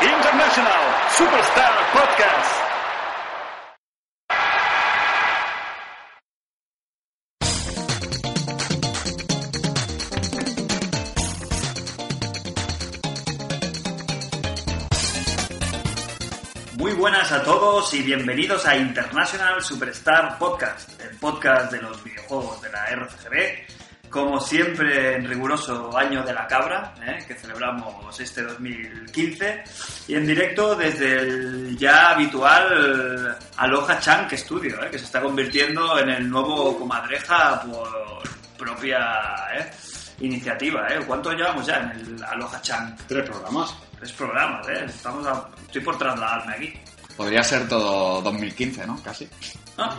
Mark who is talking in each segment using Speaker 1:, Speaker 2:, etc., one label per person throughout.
Speaker 1: International Superstar Podcast. Muy buenas a todos y bienvenidos a International Superstar Podcast, el podcast de los videojuegos de la RCGB. Como siempre, en riguroso año de la cabra, ¿eh? que celebramos este 2015, y en directo desde el ya habitual Aloha Chunk Studio, ¿eh? que se está convirtiendo en el nuevo comadreja por propia ¿eh? iniciativa. ¿eh? ¿Cuánto llevamos ya en el Aloha Chunk?
Speaker 2: Tres programas.
Speaker 1: Tres programas, ¿eh? Estamos a- Estoy por trasladarme aquí.
Speaker 3: Podría ser todo 2015, ¿no? Casi.
Speaker 1: Ah,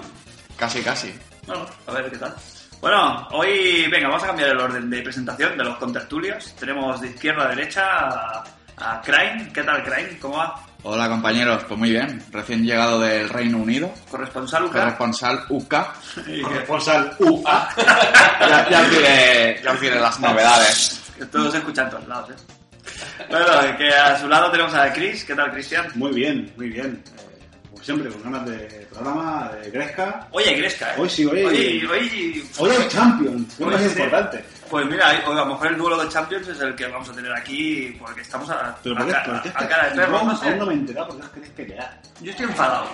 Speaker 3: Casi, casi.
Speaker 1: bueno, a ver qué tal. Bueno, hoy, venga, vamos a cambiar el orden de presentación de los contertulios. Tenemos de izquierda a derecha a, a Crane. ¿Qué tal, Crane? ¿Cómo va?
Speaker 3: Hola compañeros, pues muy bien. Recién llegado del Reino Unido,
Speaker 1: Corresponsal Uca.
Speaker 3: corresponsal UK.
Speaker 1: Y que-
Speaker 2: Corresponsal UA.
Speaker 3: Ya, ya os diré, ya os diré las novedades.
Speaker 1: que todos se escuchan en todos lados, ¿eh? Bueno, que a su lado tenemos a Chris. ¿Qué tal, Cristian?
Speaker 2: Muy bien, muy bien. Eh, como siempre, con ganas de programa, de Gresca.
Speaker 1: Hoy hay Gresca, ¿eh?
Speaker 2: Hoy sí, hoy-
Speaker 1: Hoy, hoy-
Speaker 2: Hoy hay Champions, lo
Speaker 1: Hoy
Speaker 2: más
Speaker 1: sí.
Speaker 2: importante.
Speaker 1: Pues mira, hoy a lo mejor el duelo de Champions es el que vamos a tener aquí porque estamos a, a,
Speaker 2: Pero ¿por qué?
Speaker 1: ca-
Speaker 2: ¿Por qué
Speaker 1: a cara de perro.
Speaker 2: no,
Speaker 1: no sé.
Speaker 2: aún no me he enterado por qué os queréis pelear.
Speaker 1: Yo estoy enfadado.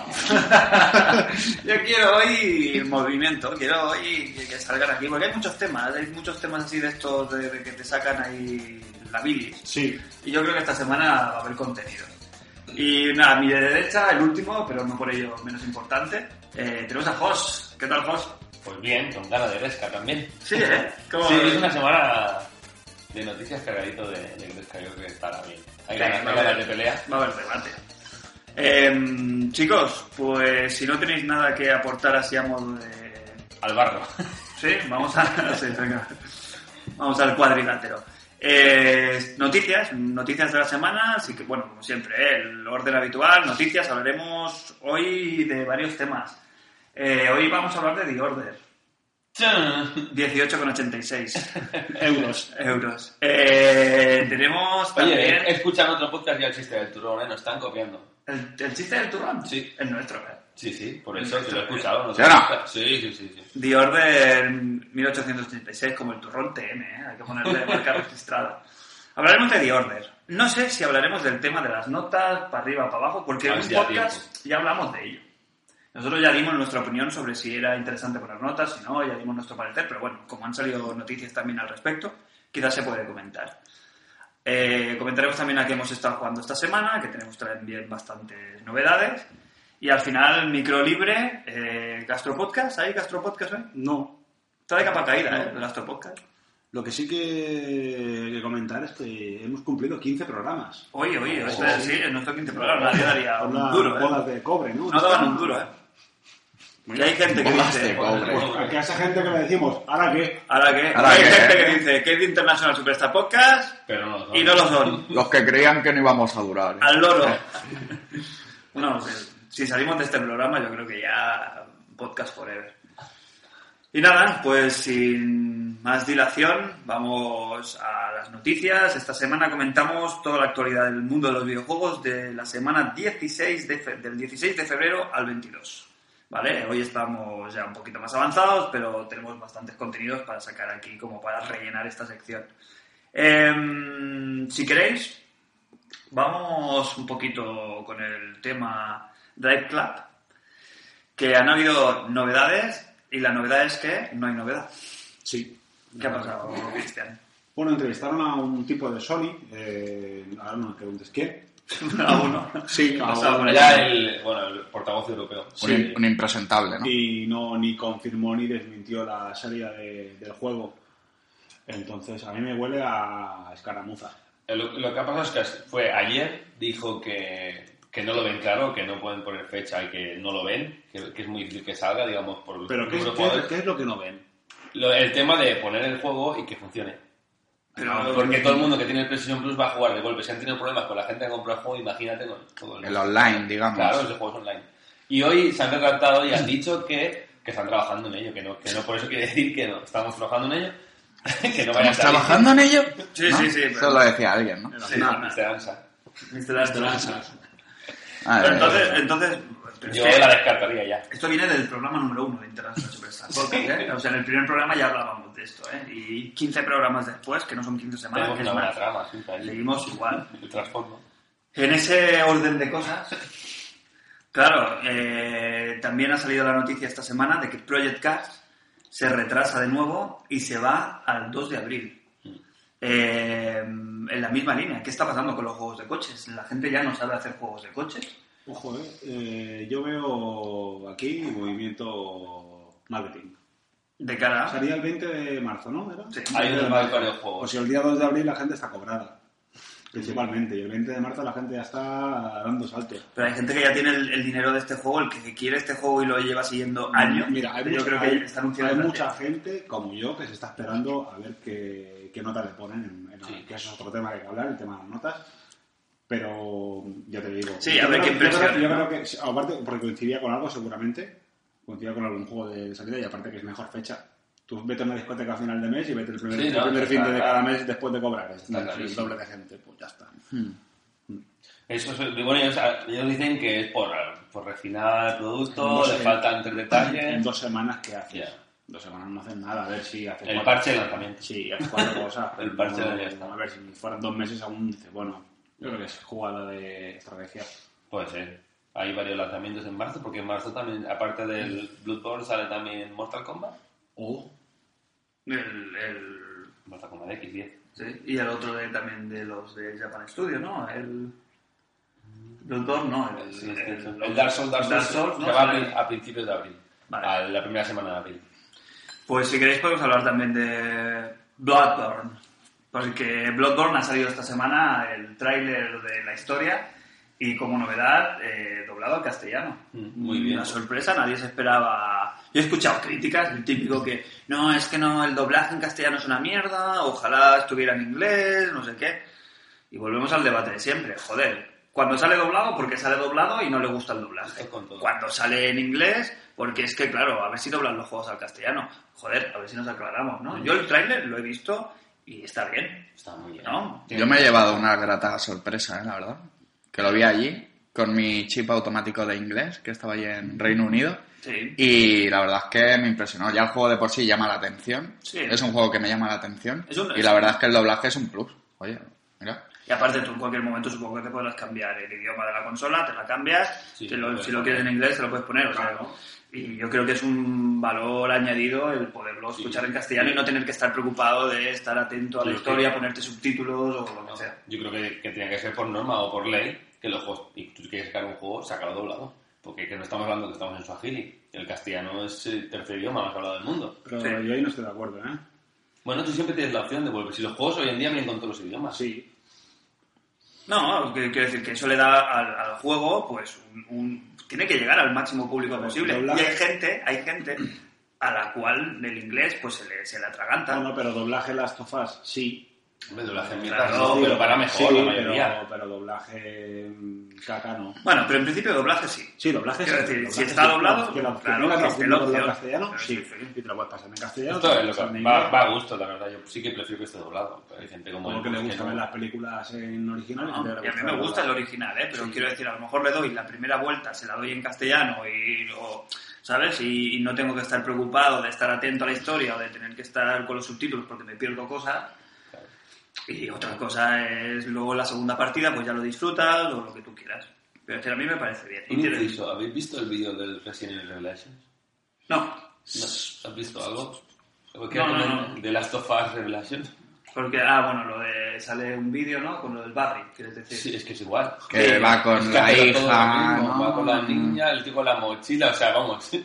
Speaker 1: Yo quiero hoy movimiento, quiero hoy que que salgan aquí, porque hay muchos temas, hay muchos temas así de estos de, de que te sacan ahí la bilis.
Speaker 2: Sí.
Speaker 1: Y yo creo que esta semana va a haber contenido. Y nada, mi de derecha, el último, pero no por ello menos importante, eh, tenemos a Jos. ¿Qué tal, Jos?
Speaker 4: Pues bien, con ganas de Gresca también.
Speaker 1: Sí, ¿eh? Como-
Speaker 4: Sí, es una semana de noticias cargadito de, de Gresca, yo creo que estará bien. Hay
Speaker 1: Sí,
Speaker 4: ganas,
Speaker 1: va
Speaker 4: hay
Speaker 1: a
Speaker 4: ganas de
Speaker 1: haber-
Speaker 4: pelea.
Speaker 1: Va a haber debate. Em, chicos, pues si no tenéis nada que aportar así a modo de
Speaker 4: Al barro.
Speaker 1: Sí, vamos a- sí, venga. Vamos al cuadrilátero. Eh, noticias, noticias de la semana, así que bueno, como siempre, ¿eh? el orden habitual, noticias, hablaremos hoy de varios temas. Eh, hoy vamos a hablar de The Order,
Speaker 4: Chan.
Speaker 1: 18,86
Speaker 2: Euros.
Speaker 1: euros. Eh, tenemos también
Speaker 4: Oye, eh, escuchan otro podcast y el chiste del turrón, ¿eh? Nos están copiando.
Speaker 1: el, el chiste del turrón,
Speaker 4: Sí.
Speaker 1: el nuestro. ¿eh?
Speaker 4: Sí, sí, por eso que lo he escuchado. no
Speaker 3: ¿Sí o no?
Speaker 4: Sí, sí, sí. sí.
Speaker 1: The Order 1886, como el turrón TM, ¿eh? hay que ponerle marca registrada. Hablaremos de The Order. No sé si hablaremos del tema de las notas, para arriba, para abajo, porque en
Speaker 4: A ver
Speaker 1: un
Speaker 4: si da
Speaker 1: podcast ya hablamos de ello. Nosotros ya dimos nuestra opinión sobre si era interesante poner notas, si no, ya dimos nuestro parecer, pero bueno, como han salido noticias también al respecto, quizás se puede comentar. Eh, comentaremos también a qué hemos estado jugando esta semana, que tenemos también bastantes novedades. Y al final, micro libre, eh, gastropodcast, ¿hay gastropodcast hoy?
Speaker 2: No.
Speaker 1: Está de capa caída, ¿eh? El gastropodcast.
Speaker 2: Lo que sí que, que comentar es que hemos cumplido 15 programas.
Speaker 1: Oye, oye, este, sí, es nuestro quinto programa, nadie daría
Speaker 2: Con
Speaker 1: un
Speaker 2: las
Speaker 1: duro,
Speaker 2: bolas
Speaker 1: ¿eh?
Speaker 2: de cobre, ¿no?
Speaker 1: No daban un duro, ¿eh? Y hay gente que
Speaker 3: Bolas
Speaker 1: dice...
Speaker 3: de cobre.
Speaker 2: Pues a que a esa gente que le decimos, ¿ahora qué?
Speaker 1: ¿Ahora qué? ¿eh?
Speaker 3: ¿Ahora
Speaker 1: hay
Speaker 3: qué?
Speaker 1: gente que dice que es de International Superstar Podcast
Speaker 4: Pero no lo son.
Speaker 1: y no lo son.
Speaker 3: Los que creían que no íbamos a durar. ¿eh?
Speaker 1: Al loro. Bueno, pues, si salimos de este programa, yo creo que ya podcast forever. Y nada, pues sin más dilación, vamos a las noticias. Esta semana comentamos toda la actualidad del mundo de los videojuegos de la semana 16 de fe- del 16 de febrero al 22. ¿Vale? Hoy estamos ya un poquito más avanzados, pero tenemos bastantes contenidos para sacar aquí como para rellenar esta sección. Em, si queréis, Vamos un poquito con el tema Drive Club, que han habido novedades y la novedad es que no hay novedad.
Speaker 2: Sí.
Speaker 1: ¿Qué ha pasado, Cristian?
Speaker 2: Bueno, entrevistaron a un tipo de Sony, eh, ahora no me preguntes quién.
Speaker 1: A uno.
Speaker 2: Sí,
Speaker 1: ¿Qué ha
Speaker 2: a
Speaker 1: pasado
Speaker 2: uno.
Speaker 1: por
Speaker 4: Ya
Speaker 1: ahí?
Speaker 4: el, bueno, el portavoz europeo.
Speaker 3: Un,
Speaker 4: Sí.
Speaker 3: un impresentable, ¿no?
Speaker 2: y no ni confirmó ni desmintió la salida de- del juego. Entonces a mí me huele a escaramuza.
Speaker 4: Lo, lo que ha pasado es que fue ayer, dijo que, que no lo ven claro, que no pueden poner fecha y que no lo ven, que, que es muy difícil que salga, digamos, por el
Speaker 2: Pero ¿qué es,
Speaker 4: número
Speaker 2: qué
Speaker 4: de
Speaker 2: es-
Speaker 4: jugadores.
Speaker 2: qué es lo que no ven?
Speaker 4: Lo- el tema de poner el juego y que funcione.
Speaker 1: Pero-
Speaker 4: Porque todo el mundo que tiene el PlayStation Plus va a jugar de golpe. Si han tenido problemas con la gente que compra el juego, imagínate con todo el
Speaker 3: El online, digamos.
Speaker 4: Claro, los juegos online. Y hoy se han retractado y han dicho que, que están trabajando en ello, que no, que no, por eso quiere decir que no, estamos trabajando en ello, que no vayan a
Speaker 3: ¿Estamos
Speaker 4: salir.
Speaker 3: trabajando en ello?
Speaker 1: Sí, sí, sí,
Speaker 3: Eso
Speaker 1: pero-
Speaker 3: lo decía alguien, ¿no?
Speaker 1: Sí,
Speaker 4: Sí,
Speaker 1: nada.
Speaker 4: esperanza.
Speaker 1: Mr. Armstrong.
Speaker 3: Ah,
Speaker 1: Pero
Speaker 3: eh,
Speaker 1: entonces, entonces pero es
Speaker 4: Yo
Speaker 1: que
Speaker 4: la descartaría ya.
Speaker 1: esto viene del programa número uno de International Superstar Podcast, ¿eh? O sea, en el primer programa ya hablábamos de esto, ¿eh? Y 15 programas después, que no son 15 semanas,
Speaker 4: Tenemos
Speaker 1: que
Speaker 4: una
Speaker 1: es
Speaker 4: buena
Speaker 1: más,
Speaker 4: trama, siempre ahí.
Speaker 1: seguimos igual.
Speaker 4: El trasfondo.
Speaker 1: En ese orden de cosas, claro, eh, también ha salido la noticia esta semana de que Project Cars se retrasa de nuevo y se va al 2 de abril. Eh, en la misma línea, ¿qué está pasando con los juegos de coches? La gente ya no sabe hacer juegos de coches.
Speaker 2: Ojo, eh, eh, yo veo aquí movimiento marketing.
Speaker 1: De cara a...
Speaker 2: Salía el 20 de marzo, ¿no? ¿Era?
Speaker 1: Sí.
Speaker 4: Hay unos más varios
Speaker 1: Pues
Speaker 2: O
Speaker 4: juegos.
Speaker 2: sea, el día 2 de abril la gente está cobrada, principalmente. Y el 20 de marzo la gente ya está dando saltos.
Speaker 1: Pero hay gente que ya tiene el, el dinero de este juego, el que quiere este juego y lo lleva siguiendo años.
Speaker 2: Mm, Mira, hay,
Speaker 1: yo
Speaker 2: mucha,
Speaker 1: creo que
Speaker 2: hay-
Speaker 1: está anunciado
Speaker 2: hay
Speaker 1: en la
Speaker 2: mucha
Speaker 1: tele.
Speaker 2: gente como yo que se está esperando a ver qué, qué nota le ponen. en- en-
Speaker 4: Sí.
Speaker 2: Que eso es otro tema que hay que hablar, el tema de las notas. Pero ya te digo.
Speaker 1: Sí,
Speaker 2: yo
Speaker 1: a ver
Speaker 2: creo-
Speaker 1: qué
Speaker 2: yo creo-
Speaker 1: impresión,
Speaker 2: Yo
Speaker 1: ¿no?
Speaker 2: creo que, sí, aparte, porque coincidía con algo seguramente. Coincidía con algún juego de salida y aparte que es mejor fecha. Tú vete a una discoteca a final de mes y vete el primer,
Speaker 4: Sí,
Speaker 2: el
Speaker 4: no,
Speaker 2: primer
Speaker 4: está
Speaker 2: fin de
Speaker 4: claro.
Speaker 2: cada mes después de cobrar. Es el
Speaker 4: clarísimo.
Speaker 2: doble de gente, pues ya está.
Speaker 4: Eso es, bueno, ellos, ellos dicen que es por, por refinar el producto,
Speaker 2: No sé.
Speaker 4: le faltan tres
Speaker 2: En
Speaker 4: detalles.
Speaker 2: dos semanas, ¿qué haces?
Speaker 4: Ya.
Speaker 2: Dos semanas no haces nada, a ver si haces
Speaker 4: El
Speaker 2: cuatro-
Speaker 4: parche de lanzamiento.
Speaker 2: Sí, haces cuatro cosas.
Speaker 4: El parche
Speaker 2: no,
Speaker 4: de- ya está.
Speaker 2: A ver, si fueran dos meses aún, dices, bueno, yo creo que es jugada de estrategia.
Speaker 4: Puede ser. Hay varios lanzamientos en marzo, porque en marzo también, aparte del Bloodborne, sale también Mortal Kombat.
Speaker 2: O
Speaker 1: El- el-
Speaker 4: Mortal Kombat X10.
Speaker 1: Sí, y el otro de- también de los de Japan Studio, ¿no? El Bloodborne, no, el,
Speaker 4: Sí, este es El, Dark Souls, Dark Souls,
Speaker 1: ¿no?
Speaker 4: que va a, abrir a principios de abril.
Speaker 1: Vale.
Speaker 4: A la primera semana de abril.
Speaker 1: Pues si queréis podemos hablar también de Bloodborne, porque Bloodborne ha salido esta semana el tráiler de la historia y como novedad eh, doblado al castellano.
Speaker 4: Mm, muy bien.
Speaker 1: Una sorpresa, nadie se esperaba. Yo he escuchado críticas, el típico que no, es que no, el doblaje en castellano es una mierda, ojalá estuviera en inglés, no sé qué. Y volvemos al debate de siempre, joder. Cuando sale doblado, porque sale doblado y no le gusta el doblaje.
Speaker 4: Esto con todo.
Speaker 1: Cuando sale en inglés, porque es que, claro, a ver si doblan los juegos al castellano. Joder, a ver si nos aclaramos, ¿no? Yo el tráiler lo he visto y está bien,
Speaker 4: Está muy bien.
Speaker 1: ¿no?
Speaker 3: Yo me he llevado una grata sorpresa, eh, la verdad. Que lo vi allí con mi chip automático de inglés, que estaba allí en Reino Unido.
Speaker 1: Sí.
Speaker 3: Y la verdad es que me impresionó. Ya el juego de por sí llama la atención.
Speaker 1: Sí.
Speaker 3: Es un juego que me llama la atención.
Speaker 1: Es un-
Speaker 3: Y la verdad es que el doblaje es un plus. Oye, mira.
Speaker 1: Y aparte tú en cualquier momento supongo que te podrás cambiar el idioma de la consola, te la cambias,
Speaker 4: Sí,
Speaker 1: te lo-
Speaker 4: puedes
Speaker 1: si lo
Speaker 4: poner.
Speaker 1: quieres en inglés te lo puedes poner, o sea,
Speaker 2: Claro.
Speaker 1: y yo creo que es un valor añadido el poderlo escuchar en castellano y no tener que estar preocupado de estar atento a la
Speaker 4: Yo
Speaker 1: historia, ponerte subtítulos o lo
Speaker 4: No,
Speaker 1: que sea.
Speaker 4: Yo creo que, que tenía que ser por norma o por ley que los juegos, y tú quieres sacar un juego, sácalo doblado. Porque que no estamos hablando que estamos en Swahili. El castellano es el tercer idioma más hablado del mundo.
Speaker 2: Pero
Speaker 1: Sí.
Speaker 2: yo ahí no estoy de acuerdo, ¿eh?
Speaker 4: Bueno, tú siempre tienes la opción de volver. Si los juegos hoy en día vienen con todos los idiomas.
Speaker 2: Sí.
Speaker 1: No, que- quiero decir que eso le da al, al juego, pues, un, un- tiene que llegar al máximo público
Speaker 2: Claro,
Speaker 1: posible.
Speaker 2: doblar-
Speaker 1: Y hay gente, hay gente a la cual el inglés pues se le, se le atraganta.
Speaker 2: Ah, No, no, pero doblaje Last of Us, sí.
Speaker 4: Hombre, doblaje en
Speaker 1: Claro,
Speaker 4: mierda, no, pero para mejor
Speaker 2: Sí,
Speaker 4: la mayoría.
Speaker 2: Pero, pero doblaje mm, caca no.
Speaker 1: Bueno, pero en principio doblaje sí.
Speaker 2: Sí, doblaje
Speaker 1: Quiero
Speaker 2: sí,
Speaker 1: decir,
Speaker 2: doblaje
Speaker 1: si está doblado,
Speaker 2: Que la opción
Speaker 1: claro,
Speaker 2: era
Speaker 1: que
Speaker 2: la
Speaker 1: esté
Speaker 2: opción
Speaker 1: la
Speaker 2: de doblar en
Speaker 1: opción.
Speaker 2: castellano,
Speaker 1: Claro,
Speaker 2: sí.
Speaker 1: sí, sí.
Speaker 2: Y te lo puedes pasar en castellano.
Speaker 4: Esto
Speaker 2: te
Speaker 4: es
Speaker 2: lo
Speaker 4: lo
Speaker 2: puedes pasar
Speaker 4: que
Speaker 2: en
Speaker 4: va,
Speaker 2: inglés.
Speaker 4: va a gusto, la verdad. Yo sí que prefiero que esté doblado. Pero hay gente como,
Speaker 2: Como que
Speaker 4: el-
Speaker 2: le gusta
Speaker 4: no.
Speaker 2: ver las películas en original.
Speaker 1: No,
Speaker 2: gente que le
Speaker 1: Ah, y a mí me
Speaker 2: verlas.
Speaker 1: gusta el original, ¿eh? pero quiero decir, a lo mejor le doy la primera vuelta, se la doy en castellano y luego, ¿sabes? Y, y no tengo que estar preocupado de estar atento a la historia o de tener que estar con los subtítulos porque me pierdo cosas. Y otra cosa es luego la segunda partida, pues ya lo disfrutas o lo que tú quieras. Pero es que a mí me parece bien. Y
Speaker 4: Un
Speaker 1: tiene-
Speaker 4: inciso, ¿habéis visto el vídeo del Resident Evil Revelations?
Speaker 1: No,
Speaker 4: ¿No? ¿Has visto algo? ¿Qué
Speaker 1: No, no,
Speaker 4: recomiendas?
Speaker 1: no.
Speaker 4: ¿De Last of Us Revelations?
Speaker 1: porque, ah, bueno, lo de, sale un vídeo, ¿no? Con lo del Barry, quieres decir.
Speaker 4: Sí, es que es igual.
Speaker 3: Que
Speaker 4: Sí,
Speaker 3: va con
Speaker 4: es que
Speaker 3: la
Speaker 4: hace todo
Speaker 3: hija,
Speaker 4: lo mismo,
Speaker 3: ¿no?
Speaker 4: Va con la niña, el tío con la mochila, o sea, vamos.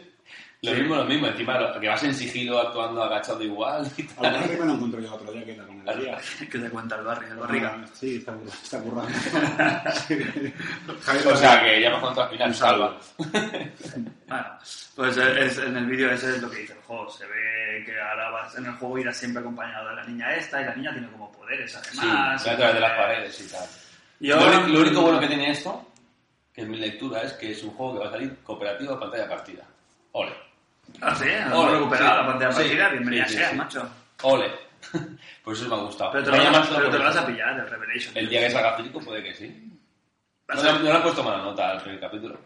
Speaker 4: Lo
Speaker 1: Sí.
Speaker 4: mismo, lo mismo. Encima, lo- que vas en sigilo actuando agachado igual y
Speaker 2: A lo
Speaker 4: tal.
Speaker 2: mejor que me lo encuentro yo otro día que la con el día.
Speaker 1: que te cuenta el Barry, el barriga.
Speaker 2: Ah, Sí, está, curra- está currando. Sí. Javier,
Speaker 4: O sea, que ya me contado al final, salva.
Speaker 1: Bueno, pues es- en el vídeo ese es lo que dice el juego. Se ve que ahora vas en el juego irás siempre acompañado de la niña esta y la niña tiene como poderes
Speaker 4: Sí,
Speaker 1: además.
Speaker 4: va a través de las paredes y tal.
Speaker 1: Yo-
Speaker 4: Lo, único- lo único bueno que tiene esto, que en mi lectura, es que es un juego que va a salir cooperativo a pantalla partida. Ole.
Speaker 1: Ah, sí, hemos
Speaker 4: Oh,
Speaker 1: recuperado
Speaker 4: sí,
Speaker 1: la pantalla
Speaker 4: sí,
Speaker 1: partida, bienvenida
Speaker 4: sí, sí,
Speaker 1: sea,
Speaker 4: sí.
Speaker 1: macho.
Speaker 4: Ole. Por eso me ha gustado.
Speaker 1: Pero te
Speaker 4: Me
Speaker 1: lo
Speaker 4: ha
Speaker 1: vas,
Speaker 4: llamado
Speaker 1: pero te lo
Speaker 4: por
Speaker 1: vas
Speaker 4: eso.
Speaker 1: a pillar, el Revelation.
Speaker 4: El día que salga físico puede que sí. No, le- no le han puesto mala nota al primer capítulo.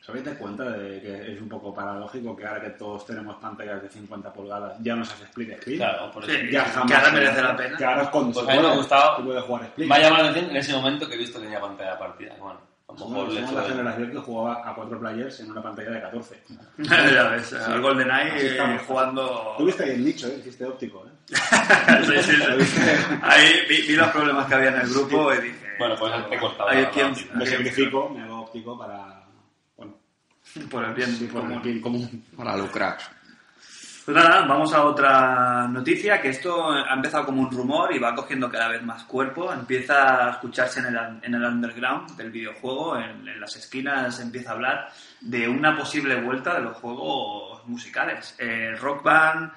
Speaker 2: ¿Os habéis dado cuenta de que es un poco paradójico que ahora que todos tenemos pantallas de 50 pulgadas ya nos hace split split?
Speaker 4: Claro, por eso.
Speaker 1: Sí.
Speaker 2: Ya
Speaker 1: Que
Speaker 2: jamás.
Speaker 1: ahora merece la pena.
Speaker 2: Que ahora es cuando
Speaker 4: Pues
Speaker 2: se
Speaker 4: a mí me
Speaker 2: puede,
Speaker 4: ha gustado.
Speaker 2: se puede jugar split.
Speaker 4: Me ha llamado la atención en ese momento que he visto que tenía pantalla partida. Bueno, a lo mejor
Speaker 2: Somos
Speaker 4: le he
Speaker 2: somos
Speaker 4: hecho
Speaker 2: la
Speaker 4: de-
Speaker 2: generación que jugaba a 4 players en una pantalla de 14.
Speaker 1: ya ves, al
Speaker 2: Así
Speaker 1: GoldenEye eh,
Speaker 2: estamos.
Speaker 1: jugando...
Speaker 2: Tuviste ahí el nicho, ¿eh? Hiciste óptico, ¿eh?
Speaker 1: Sí, sí, sí. Ahí vi, vi los problemas que había en el grupo y dije...
Speaker 4: Bueno, pues te costaba.
Speaker 1: Hay
Speaker 4: la
Speaker 1: quien-
Speaker 4: partida.
Speaker 2: Me
Speaker 1: Sí.
Speaker 2: simplifico, me hago óptico para... Bueno,
Speaker 1: Por el bien
Speaker 2: sí, por
Speaker 1: común.
Speaker 2: el bien común.
Speaker 3: Para lucrar.
Speaker 1: Pues nada, vamos a otra noticia, que esto ha empezado como un rumor y va cogiendo cada vez más cuerpo. Empieza a escucharse en el, en el underground del videojuego, en, en las esquinas empieza a hablar de una posible vuelta de los juegos musicales. Eh, rock Band,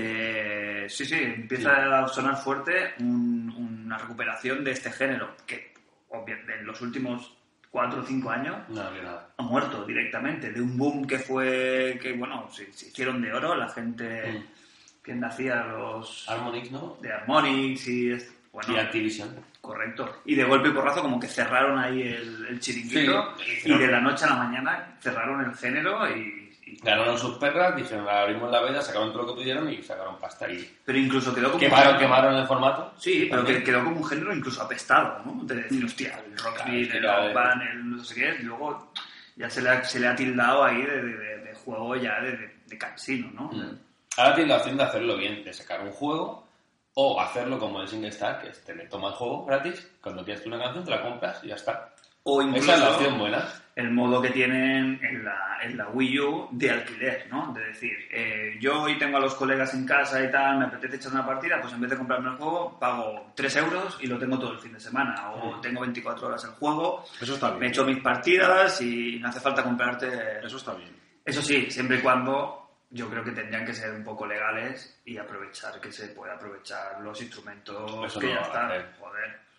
Speaker 1: de... Sí, sí, empieza a sonar fuerte un- una recuperación de este género, que obvia- en los últimos cuatro o cinco años
Speaker 4: No, que nada.
Speaker 1: ha muerto directamente de un boom que fue que bueno se, se hicieron de oro la gente
Speaker 4: Mm.
Speaker 1: que nacía los
Speaker 4: Harmonix, ¿no?
Speaker 1: de Harmonix y es- bueno
Speaker 4: Y Activision.
Speaker 1: correcto y de golpe y porrazo como que cerraron ahí el, el chiringuito
Speaker 4: Sí,
Speaker 1: y
Speaker 4: hicieron-
Speaker 1: de la noche a la mañana cerraron el género y, y-
Speaker 4: Ganaron sus perras, dijeron, abrimos la veda, sacaron todo lo que pudieron y sacaron pasta ahí.
Speaker 1: pero incluso quedó como
Speaker 4: Quemaron, quemaron el formato.
Speaker 1: Sí, pero que
Speaker 4: También.
Speaker 1: quedó como un género incluso apestado, ¿no? De decir, hostia, el rock
Speaker 4: Mm. Claro,
Speaker 1: beat,
Speaker 4: es que
Speaker 1: el
Speaker 4: cada
Speaker 1: rock
Speaker 4: vez-
Speaker 1: band, el no sé qué, y luego ya se le ha, se le ha tildado ahí de, de- de- de juego ya de, de, de cansino,
Speaker 4: Mm.
Speaker 1: ¿no?
Speaker 4: Ahora tiene la opción de hacerlo bien, de sacar un juego o hacerlo como el SingleStar, que es te le toma el juego gratis, cuando quieres tú una canción te la compras y ya está.
Speaker 1: O incluso
Speaker 4: Esa es la opción buena.
Speaker 1: el modo que tienen en la, en la Wii U de alquiler, ¿no? De decir, eh, yo hoy tengo a los colegas en casa y tal, me apetece echar una partida, pues en vez de comprarme el juego, pago 3 euros y lo tengo todo el fin de semana. O
Speaker 4: Mm.
Speaker 1: tengo 24 horas el juego,
Speaker 2: Eso está
Speaker 1: me
Speaker 2: bien.
Speaker 1: echo mis partidas y no hace falta comprarte...
Speaker 2: Eso está bien.
Speaker 1: Eso sí, siempre y cuando yo creo que tendrían que ser un poco legales y aprovechar que se pueda aprovechar los instrumentos
Speaker 4: Eso
Speaker 1: que
Speaker 4: no
Speaker 1: ya
Speaker 4: lo van a
Speaker 1: están.
Speaker 4: hacer.
Speaker 1: Joder.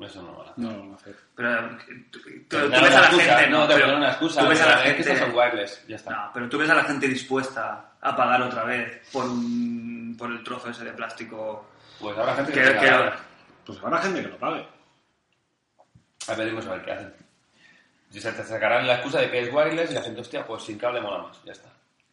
Speaker 4: Eso no vale.
Speaker 2: No lo van a hacer.
Speaker 1: Pero eh, tú, tú- tú
Speaker 4: Te
Speaker 1: ves
Speaker 4: dan
Speaker 1: a
Speaker 4: una
Speaker 1: la
Speaker 4: excusa,
Speaker 1: gente.
Speaker 4: no, te
Speaker 1: pero
Speaker 4: ponen una excusa. eh,
Speaker 1: Tú ves a la
Speaker 4: Es que
Speaker 1: gente.
Speaker 4: estos son wireless, ya está.
Speaker 1: No, pero tú ves a la gente dispuesta a pagar otra vez por un- por el trozo ese de plástico.
Speaker 4: Pues habrá gente que...
Speaker 1: Que-
Speaker 4: tenga
Speaker 1: que-
Speaker 4: ganas.
Speaker 2: Pues habrá gente que lo pague.
Speaker 4: A veremos a ver qué hacen. Y se te sacarán la excusa de que es wireless y la gente, hostia, pues sin cable mola más, ya está.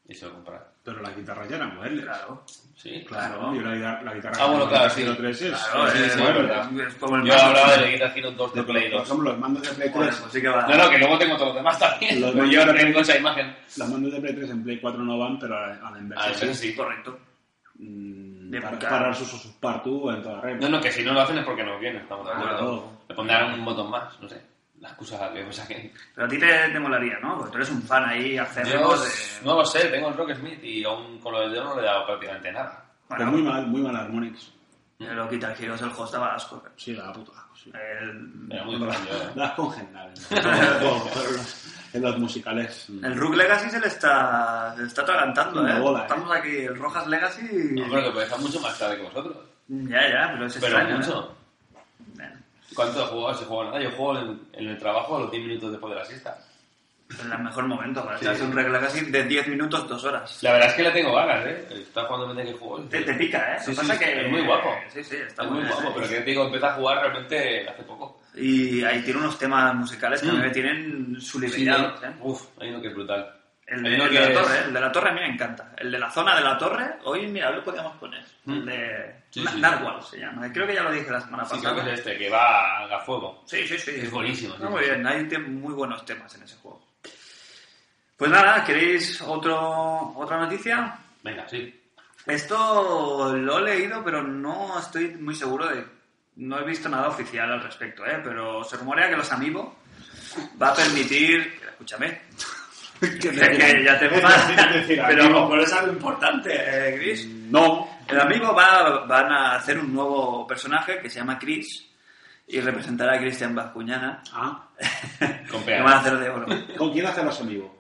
Speaker 4: Y se lo comprarán.
Speaker 2: Pero la guitarra ya era muerle.
Speaker 1: Claro.
Speaker 4: Sí,
Speaker 1: Claro.
Speaker 2: Y la, guitar- la guitarra
Speaker 4: Ah, bueno, claro,
Speaker 2: la Guitar
Speaker 4: sí.
Speaker 2: Hero 3 es...
Speaker 1: Claro,
Speaker 4: sí,
Speaker 1: eh,
Speaker 4: sí,
Speaker 1: bueno,
Speaker 4: es verdad.
Speaker 1: es como el
Speaker 4: Yo
Speaker 1: mando.
Speaker 4: hablaba de la Guitar Hero 2 de Play
Speaker 2: Por
Speaker 4: 2.
Speaker 2: ejemplo, los mandos de Play 3...
Speaker 1: Bueno, pues sí que va.
Speaker 4: No, no, que luego tengo todos los demás también.
Speaker 2: Los
Speaker 4: Pues
Speaker 2: de-
Speaker 4: yo no tengo esa imagen.
Speaker 2: Los mandos de Play 3 en Play 4 no van, pero a la, a la inversa
Speaker 4: pues. Ah,
Speaker 2: sí.
Speaker 4: sí, sí.
Speaker 1: Correcto.
Speaker 2: Mm,
Speaker 1: De
Speaker 2: para,
Speaker 1: picar.
Speaker 2: parar sus sus partu en toda la red.
Speaker 4: No, no, que si no lo hacen es porque no quieren, estamos de
Speaker 2: Ah,
Speaker 4: acuerdo.
Speaker 2: no.
Speaker 4: Le pondrán un botón más, no sé. La excusa que me saquen.
Speaker 1: Pero a ti te, te molaría, ¿no? Porque tú eres un fan ahí, acérrimo
Speaker 4: Yo
Speaker 1: de-
Speaker 4: no lo sé, tengo el Rock Smith y aún con lo del dedo no le he dado prácticamente nada.
Speaker 2: Pero
Speaker 1: Bueno,
Speaker 2: Pues muy mal, muy mal Harmonix.
Speaker 1: Pero Guitar Hero es el host daba asco.
Speaker 2: Sí, la puta. asco, Sí.
Speaker 1: El,
Speaker 4: Era muy ¿eh? tranquilo.
Speaker 2: Las congenales. en los musicales. mm.
Speaker 1: el Rook Legacy se le está, se le está atragantando,
Speaker 2: Una
Speaker 1: ¿eh?
Speaker 2: bola, ¿eh?
Speaker 1: Estamos aquí, el Rojas Legacy...
Speaker 4: No, pero que puede estar mucho más tarde que vosotros.
Speaker 1: Ya, ya, pero es
Speaker 4: Pero
Speaker 1: extraño,
Speaker 4: mucho.
Speaker 1: ¿eh?
Speaker 4: ¿Cuánto he jugado? Si he jugado nada, yo juego en, en el trabajo a los 10 minutos después de la siesta.
Speaker 1: En el mejor momento para echarse un Rook Legacy de 10 minutos, 2 horas.
Speaker 4: La verdad es que le tengo ganas, ¿eh? Está jugando bien de que juego.
Speaker 1: Te, te pica, ¿eh?
Speaker 4: Sí,
Speaker 1: Lo
Speaker 4: sí,
Speaker 1: pasa
Speaker 4: sí,
Speaker 1: que...
Speaker 4: es muy guapo.
Speaker 1: Sí, sí, está
Speaker 4: Está muy
Speaker 1: bien,
Speaker 4: guapo,
Speaker 1: ¿eh?
Speaker 4: pero que te digo, empecé a jugar realmente hace poco.
Speaker 1: Y ahí tiene unos temas musicales que a mí
Speaker 4: Mm.
Speaker 1: me tienen su
Speaker 4: Sí,
Speaker 1: libertad.
Speaker 4: hay- Uf, hay uno que es brutal.
Speaker 1: ¿eh? El
Speaker 4: Hay
Speaker 1: de,
Speaker 4: uno
Speaker 1: el
Speaker 4: que
Speaker 1: de
Speaker 4: es-
Speaker 1: la torre, ¿eh? el de la torre a mí me encanta. El de la zona de la torre, hoy mira, hoy lo podíamos poner. El de
Speaker 4: Mm. Sí,
Speaker 1: Na-
Speaker 4: sí.
Speaker 1: Narwhal se llama. Creo que ya lo dije la semana
Speaker 4: Sí, creo que
Speaker 1: pasada.
Speaker 4: es este, que va a fuego.
Speaker 1: Sí, sí, sí.
Speaker 4: Es buenísimo,
Speaker 1: Está
Speaker 4: sí,
Speaker 1: muy
Speaker 4: sí,
Speaker 1: bien, hay tem- muy buenos temas en ese juego. Pues nada, ¿queréis otro, otra noticia?
Speaker 4: Venga, sí.
Speaker 1: Esto lo he leído, pero no estoy muy seguro de... No he visto nada oficial al respecto, ¿eh? Pero se rumorea que los amigos va a permitir... Escúchame. que, que ya te
Speaker 2: Es decir,
Speaker 1: Pero
Speaker 2: Amiibo.
Speaker 1: por eso es algo importante, eh, Chris.
Speaker 2: No.
Speaker 1: El amigo va, van a hacer un nuevo personaje que se llama Chris y representará a Cristian Bascuñana.
Speaker 2: Ah.
Speaker 4: Con
Speaker 1: Que
Speaker 4: pega.
Speaker 1: van a hacer de oro.
Speaker 2: ¿Con quién hacen los amigos?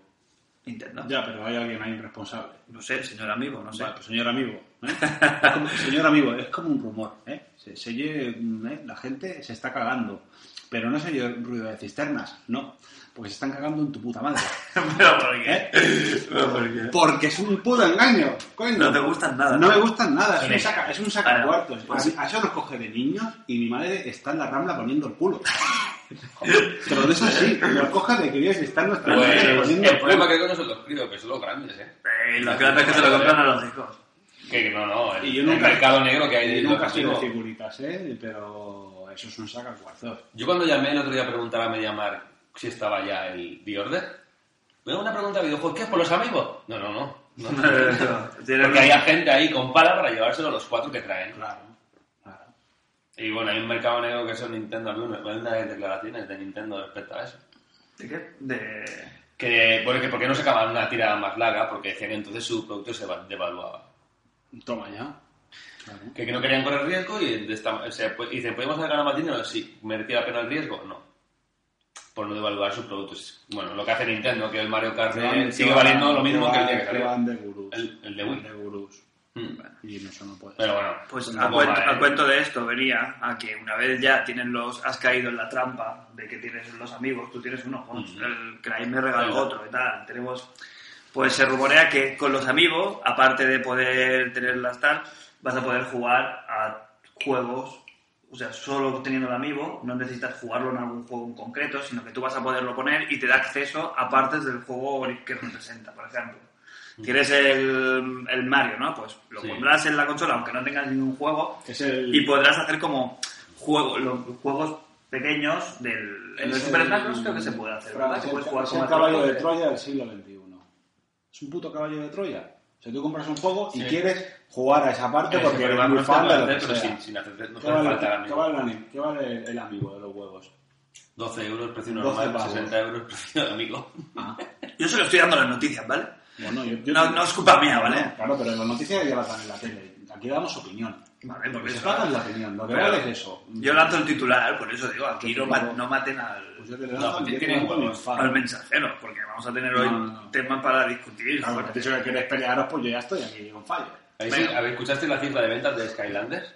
Speaker 1: Nintendo.
Speaker 2: Ya, pero hay alguien ahí irresponsable.
Speaker 1: No sé, señor amigo, no sé.
Speaker 2: Vale, pues señor amigo. ¿eh? Es como- señor amigo, es como un rumor. ¿eh? Se, se oye, mm, ¿eh? la gente se está cagando. Pero no se oye ruido de cisternas, no. Porque se están cagando en tu puta madre.
Speaker 1: Pero ¿por qué?
Speaker 2: ¿eh?
Speaker 1: Pero ¿por qué?
Speaker 2: Porque es un puto engaño. coño.
Speaker 1: No te gustan nada.
Speaker 2: No me gustan nada. Es
Speaker 4: Sí.
Speaker 2: un, saca, es un sacacuartos.
Speaker 1: Ahora, pues-
Speaker 2: a, a eso nos coge de niños y mi madre está en la rambla poniendo el culo. Pero de eso sí, lo cojas de críos y están nuestras
Speaker 4: Pues,
Speaker 2: madres poniendo
Speaker 4: el problema que hay con eso es los críos, que son los grandes, ¿eh?
Speaker 1: Eh, lo que es que se lo compran a los ricos.
Speaker 4: Que que no, no, el,
Speaker 2: Y yo nunca-
Speaker 4: el mercado negro que hay de
Speaker 2: Yo nunca he sido de
Speaker 4: educativo.
Speaker 2: figuritas, ¿eh? Pero eso es un sacacuarzos.
Speaker 4: Yo cuando llamé el otro día a preguntar a Mediamar si estaba ya el The Order, me da una pregunta de videojuegos, ¿qué es por los amigos? No, no, no. no.
Speaker 1: Tienen-
Speaker 4: Porque hay gente ahí con pala para llevárselo los cuatro que traen.
Speaker 2: Claro, claro.
Speaker 4: Y bueno, hay un mercado negro que son Nintendo, hay una- hay unas declaraciones de Nintendo respecto a eso.
Speaker 1: ¿De qué? De...
Speaker 4: Que, bueno, que porque no sacaban una tirada más larga, porque decían que entonces su producto se va- devaluaba.
Speaker 2: Toma ya. Claro.
Speaker 4: Que, que no querían correr riesgo y de esta- o sea, pues, dicen, ¿podemos sacar más dinero? Sí, ¿merecía la pena el riesgo? No. Por no devaluar sus productos. Bueno, lo que hace Nintendo, que el Mario Kart de-
Speaker 2: Van-
Speaker 4: sigue
Speaker 2: van-
Speaker 4: valiendo lo mismo que el día
Speaker 2: van-
Speaker 4: que salió.
Speaker 2: van de gurús.
Speaker 4: El- el de
Speaker 2: Van
Speaker 4: Wii.
Speaker 2: gurús.
Speaker 4: Mm.
Speaker 2: Y eso no puede ser.
Speaker 4: Pero bueno,
Speaker 1: Pues a,
Speaker 4: tampoco
Speaker 1: cuento,
Speaker 4: va,
Speaker 1: a
Speaker 4: ¿eh?
Speaker 1: cuento de esto venía a que una vez ya tienen los has caído en la trampa de que tienes los amigos, tú tienes uno, Juan,
Speaker 4: Ujú.
Speaker 1: el Craig me regaló
Speaker 4: Claro.
Speaker 1: otro y tal, tenemos pues se rumorea que con los amigos, aparte de poder tener las tal, vas a poder jugar a juegos, o sea, solo teniendo el amigo, no necesitas jugarlo en algún juego en concreto, sino que tú vas a poderlo poner y te da acceso a partes del juego que representa, por ejemplo. Tienes el, el Mario, ¿no? Pues lo
Speaker 4: Sí.
Speaker 1: pondrás en la consola, aunque no tengas ningún juego,
Speaker 2: Es el...
Speaker 1: y podrás hacer como juego, los juegos pequeños del... En los
Speaker 2: es
Speaker 1: Super
Speaker 2: el-
Speaker 1: Smash Bros. creo que se puede hacer, ¿verdad?
Speaker 2: Es
Speaker 1: Que
Speaker 2: el-
Speaker 1: puedes jugar
Speaker 2: es
Speaker 1: con
Speaker 2: el
Speaker 1: otros
Speaker 2: caballo de
Speaker 1: juegos.
Speaker 2: Troya del siglo XXI. Es un puto caballo de Troya. O sea, tú compras un juego y
Speaker 4: Sí. Eh,
Speaker 2: quieres jugar a esa parte
Speaker 4: Eso
Speaker 2: porque
Speaker 4: fue
Speaker 2: eres
Speaker 4: más
Speaker 2: muy
Speaker 4: pronto
Speaker 2: fan de
Speaker 4: para
Speaker 2: lo
Speaker 4: hacer,
Speaker 2: que
Speaker 4: pero
Speaker 2: sea.
Speaker 4: sin, sin hacer, no
Speaker 2: ¿Qué
Speaker 4: puede
Speaker 2: vale,
Speaker 4: faltar
Speaker 2: qué
Speaker 4: amigo.
Speaker 2: vale el ani- qué vale el amigo de los huevos?
Speaker 4: 12 euros precio
Speaker 2: 12
Speaker 4: normal,
Speaker 2: pavos.
Speaker 4: 60 euros precio de amigo.
Speaker 1: Yo solo estoy dando las noticias, ¿vale?
Speaker 2: Bueno, yo- yo-
Speaker 1: No- no es culpa mía, ¿vale?
Speaker 2: No, claro, pero las noticias ya las dan en la tele. Aquí damos opinión.
Speaker 1: Vale,
Speaker 2: Lo
Speaker 1: por
Speaker 2: que se
Speaker 1: eso.
Speaker 2: paga es la opinión. Lo que
Speaker 1: Pero
Speaker 2: vale es eso.
Speaker 1: Yo lanzo el titular, por eso digo, aquí
Speaker 2: Yo
Speaker 1: no, ma-
Speaker 2: digo-
Speaker 1: no maten al,
Speaker 2: Pues yo te
Speaker 4: No,
Speaker 2: lanzo
Speaker 4: porque
Speaker 2: yo te
Speaker 4: tienen
Speaker 2: lanzo
Speaker 4: huevos.
Speaker 2: mi fan.
Speaker 1: al mensajero, porque vamos a tener
Speaker 2: No,
Speaker 1: hoy
Speaker 2: no, no.
Speaker 1: temas para discutir.
Speaker 2: Claro,
Speaker 1: fuerte.
Speaker 2: porque si queréis pelearos, pues yo ya estoy aquí con fallo.
Speaker 4: Ahí sí,
Speaker 1: Venga.
Speaker 4: a ver, ¿Escuchaste la cifra de ventas de Skylanders?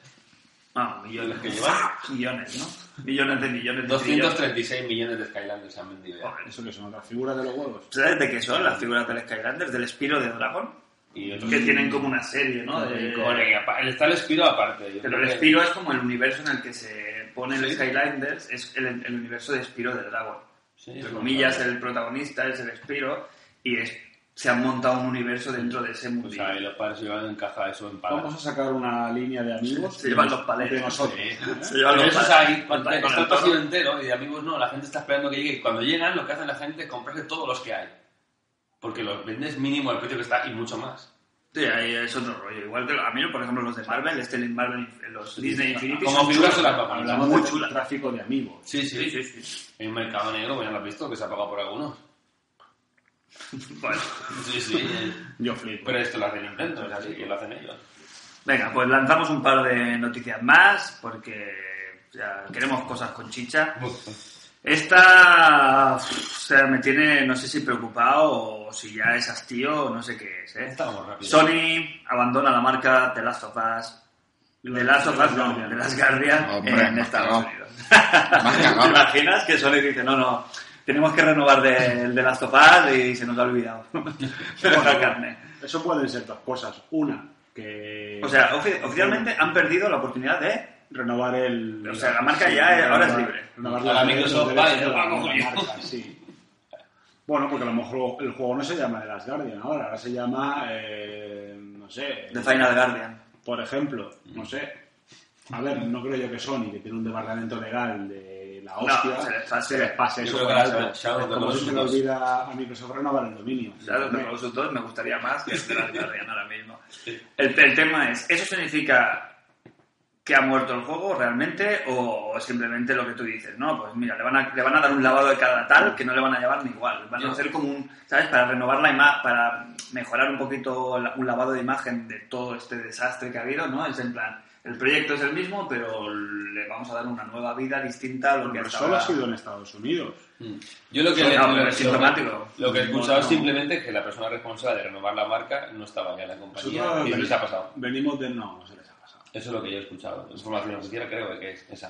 Speaker 1: Ah,
Speaker 4: Los
Speaker 1: millones
Speaker 4: que llevan.
Speaker 1: Millones, ¿no? Millones de millones de trillones.
Speaker 4: 236 millones de Skylanders se han vendido ya.
Speaker 1: Joder.
Speaker 2: Eso que son otras figuras de los huevos.
Speaker 1: ¿Sabes de qué son las figuras del Skylanders? Del Spiro de Dragon.
Speaker 4: Y otros-
Speaker 1: Que tienen como una serie, ¿no? De-
Speaker 4: Bueno, y apa- está el Spiro aparte. Yo
Speaker 1: Pero
Speaker 4: creo
Speaker 1: el
Speaker 4: que-
Speaker 1: Spiro es como el universo en el que se pone el
Speaker 4: Sí.
Speaker 1: Skylanders, es el, el universo de Spiro de Dragon.
Speaker 4: Sí,
Speaker 1: Entre
Speaker 4: es
Speaker 1: comillas,
Speaker 4: verdad.
Speaker 1: el protagonista es el Spiro y es- se han montado un universo dentro de ese
Speaker 4: O
Speaker 1: mundillo.
Speaker 4: sea, y los padres llevan en caja eso en
Speaker 2: Vamos
Speaker 4: palas.
Speaker 2: a sacar una línea de amigos.
Speaker 1: Se llevan los palés.
Speaker 2: De nosotros.
Speaker 4: Sí.
Speaker 2: ¿eh?
Speaker 1: Se llevan
Speaker 4: Pero
Speaker 1: los
Speaker 4: eso es
Speaker 1: padres
Speaker 4: ahí,
Speaker 1: con-
Speaker 4: está
Speaker 1: con el
Speaker 4: el
Speaker 1: toro.
Speaker 4: pasillo entero y de amigos no, la gente está esperando que llegue. Y cuando llegan, lo que hace la gente es comprarse todos los que hay. Porque los vendes mínimo al precio que está y mucho más.
Speaker 1: Sí, ahí es otro rollo. Igual que a mí, por ejemplo, los de Marvel, este el Marvel, los Disney Infinity.
Speaker 4: Como
Speaker 1: son chulos.
Speaker 4: figuras se las va a poner.
Speaker 2: Hablamos
Speaker 1: Muy
Speaker 2: de
Speaker 1: chula.
Speaker 2: tráfico de amigos.
Speaker 4: Sí,
Speaker 1: Sí, sí, sí.
Speaker 4: Hay un mercado negro, bueno, ya lo has visto, que se ha pagado por algunos.
Speaker 1: Bueno,
Speaker 4: Sí, sí. eh.
Speaker 2: Yo flipo.
Speaker 4: Pero esto lo hace Nintendo, es así que lo hacen ellos.
Speaker 1: venga, pues lanzamos un par de noticias más porque ya queremos cosas con chicha. Pues, Esta, o sea, me tiene, no sé si preocupado o si ya es hastío o no sé qué es, ¿eh?
Speaker 4: Estábamos rápido.
Speaker 1: Sony abandona la marca de Last of Us. De Last of Us, no, de Las Guardian
Speaker 3: Hombre,
Speaker 1: en
Speaker 3: no,
Speaker 1: Estados
Speaker 3: no.
Speaker 1: Unidos.
Speaker 3: Más
Speaker 1: ¿Te
Speaker 3: cagado.
Speaker 1: imaginas que Sony dice, no, no, tenemos que renovar de, el de Last of Us y se nos ha olvidado? Pero la carne.
Speaker 2: Eso pueden ser dos cosas. Una, que.
Speaker 1: O sea, ofi- oficialmente han perdido la oportunidad de...
Speaker 2: Renovar el.
Speaker 1: O sea, la marca ya es- ahora es libre.
Speaker 2: Renovar
Speaker 4: Ahora
Speaker 2: los derechos-
Speaker 4: Microsoft
Speaker 2: los
Speaker 4: va y
Speaker 2: derechos
Speaker 4: lo va a
Speaker 2: de la
Speaker 4: coger.
Speaker 2: marca, sí. Bueno, porque a lo mejor el juego no se llama The Last Guardian ahora, ahora se llama. eh, no sé.
Speaker 1: The Final Guardian.
Speaker 2: Por ejemplo, no sé. A ver, no creo yo que Sony, que tiene un departamento legal de la hostia,
Speaker 1: se les pase.
Speaker 2: pase
Speaker 4: Yo
Speaker 2: eso.
Speaker 4: creo
Speaker 2: por
Speaker 4: que ahora
Speaker 2: alto.
Speaker 4: se- Shadow
Speaker 2: Es
Speaker 4: of the
Speaker 2: como si se le
Speaker 4: Colossus.
Speaker 2: olvida a Microsoft renovar el dominio.
Speaker 1: O sea, los
Speaker 2: Internet.
Speaker 1: Dragon Ball II me gustaría más que el de Last Guardian ahora mismo. El, el tema es, ¿eso significa que ha muerto el juego realmente o simplemente lo que tú dices? No, pues mira, le van a, le van a dar un lavado de cara tal que no le van a llevar ni igual. Van a
Speaker 4: Ya.
Speaker 1: hacer como un, ¿sabes? Para renovar la imagen, para mejorar un poquito la- un lavado de imagen de todo este desastre que ha habido, ¿no? Es en plan, el proyecto es el mismo, pero le vamos a dar una nueva vida distinta a lo que
Speaker 2: Pero
Speaker 1: hasta
Speaker 2: solo ha
Speaker 1: ahora-
Speaker 2: sido en Estados Unidos.
Speaker 4: Mm. Yo lo que,
Speaker 1: Son
Speaker 4: le-
Speaker 1: nombres
Speaker 4: lo-
Speaker 1: sintomáticos.
Speaker 4: lo que he escuchado
Speaker 2: No,
Speaker 4: es
Speaker 2: no.
Speaker 4: simplemente que la persona responsable de renovar la marca no estaba ya en la compañía
Speaker 2: Nosotros
Speaker 4: y
Speaker 2: veni-
Speaker 4: se les ha pasado.
Speaker 2: Venimos de. No, no se les ha pasado.
Speaker 4: Eso es lo que yo he escuchado. La información oficial creo que es esa.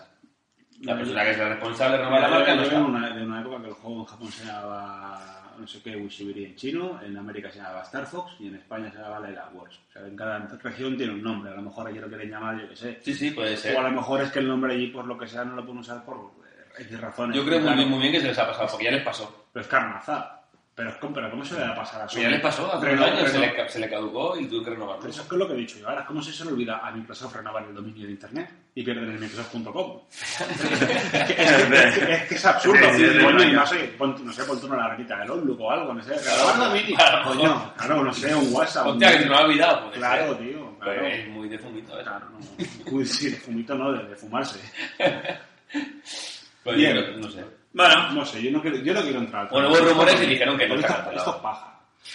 Speaker 2: No,
Speaker 4: La
Speaker 2: yo-
Speaker 4: persona que es la responsable de renovar la marca no
Speaker 2: Yo vengo de
Speaker 4: está.
Speaker 2: una, de una época que el juego en Japón se llamaba no sé qué, Wishibiri en chino, en América se llamaba Star Fox y en España se llamaba Layla Wars. O sea, en cada región tiene un nombre. A lo mejor aquí lo quieren llamar, yo qué sé,
Speaker 4: Sí, sí, puede ser.
Speaker 2: O a lo mejor es que el nombre allí, por lo que sea, no lo pueden usar por eh, X razones.
Speaker 4: Yo creo muy
Speaker 2: Claro.
Speaker 4: bien, muy bien que se les ha pasado, porque ya les pasó.
Speaker 2: Pero es carnaza. Pero, es como- pero ¿cómo se le va a pasar a
Speaker 4: Pues ya les pasó, hace
Speaker 2: Renov-
Speaker 4: un año se
Speaker 2: Renov-
Speaker 4: le, se le caducó y tuvo que renovarlo.
Speaker 2: Pero eso es que es lo que he dicho yo ahora. ¿Cómo se se le olvida a Microsoft renovar el dominio de Internet y pierden el Microsoft.com? es, que, es, que- es que- es que es absurdo.
Speaker 1: Sí, sí, sí,
Speaker 2: coño,
Speaker 1: sí.
Speaker 2: y no sé, pon, no sé, ponte una larguita del Outlook o algo, no sé. Ah,
Speaker 4: Claro, claro.
Speaker 2: Coño, claro, no sé, un WhatsApp. un-
Speaker 4: Hostia, que se me ha olvidado. pues,
Speaker 2: Claro,
Speaker 4: eh,
Speaker 2: tío.
Speaker 4: pues,
Speaker 2: Claro,
Speaker 4: es muy de fumito, ¿eh?
Speaker 2: claro no. Uy, sí, de fumito no, de, de fumarse.
Speaker 4: Pues
Speaker 2: Bien.
Speaker 4: yo creo- no sé.
Speaker 1: Bueno,
Speaker 2: No sé, yo no quiero, yo no quiero entrar.
Speaker 4: Bueno, hubo rumores y dijeron que no
Speaker 2: Pero
Speaker 4: está
Speaker 2: esto,
Speaker 4: cancelado.
Speaker 2: esto es paja.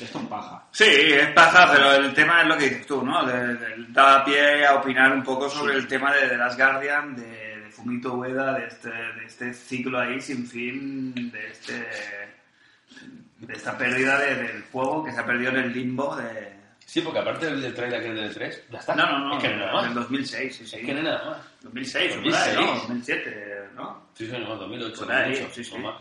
Speaker 2: Esto es paja.
Speaker 1: sí, es paja, pero el tema es lo que dices tú, ¿no? De- de- da pie a opinar un poco sobre el tema de The Last Guardian, de, de Fumito Ueda, de este, de este ciclo ahí sin fin, de este de esta pérdida de- del juego que se ha perdido en el limbo de...
Speaker 4: Sí, porque aparte del del trailer que es del 3, ya está.
Speaker 1: No, no, no,
Speaker 4: Es que no hay nada
Speaker 1: del
Speaker 4: más.
Speaker 1: 2006, sí, sí.
Speaker 4: Es que no hay nada más.
Speaker 1: 2006,
Speaker 4: 2006.
Speaker 1: ¿no? 2007, ¿no?
Speaker 4: Sí, sí, no, 2008,
Speaker 1: Por ahí,
Speaker 4: 2008,
Speaker 1: sí, sí.
Speaker 4: o más.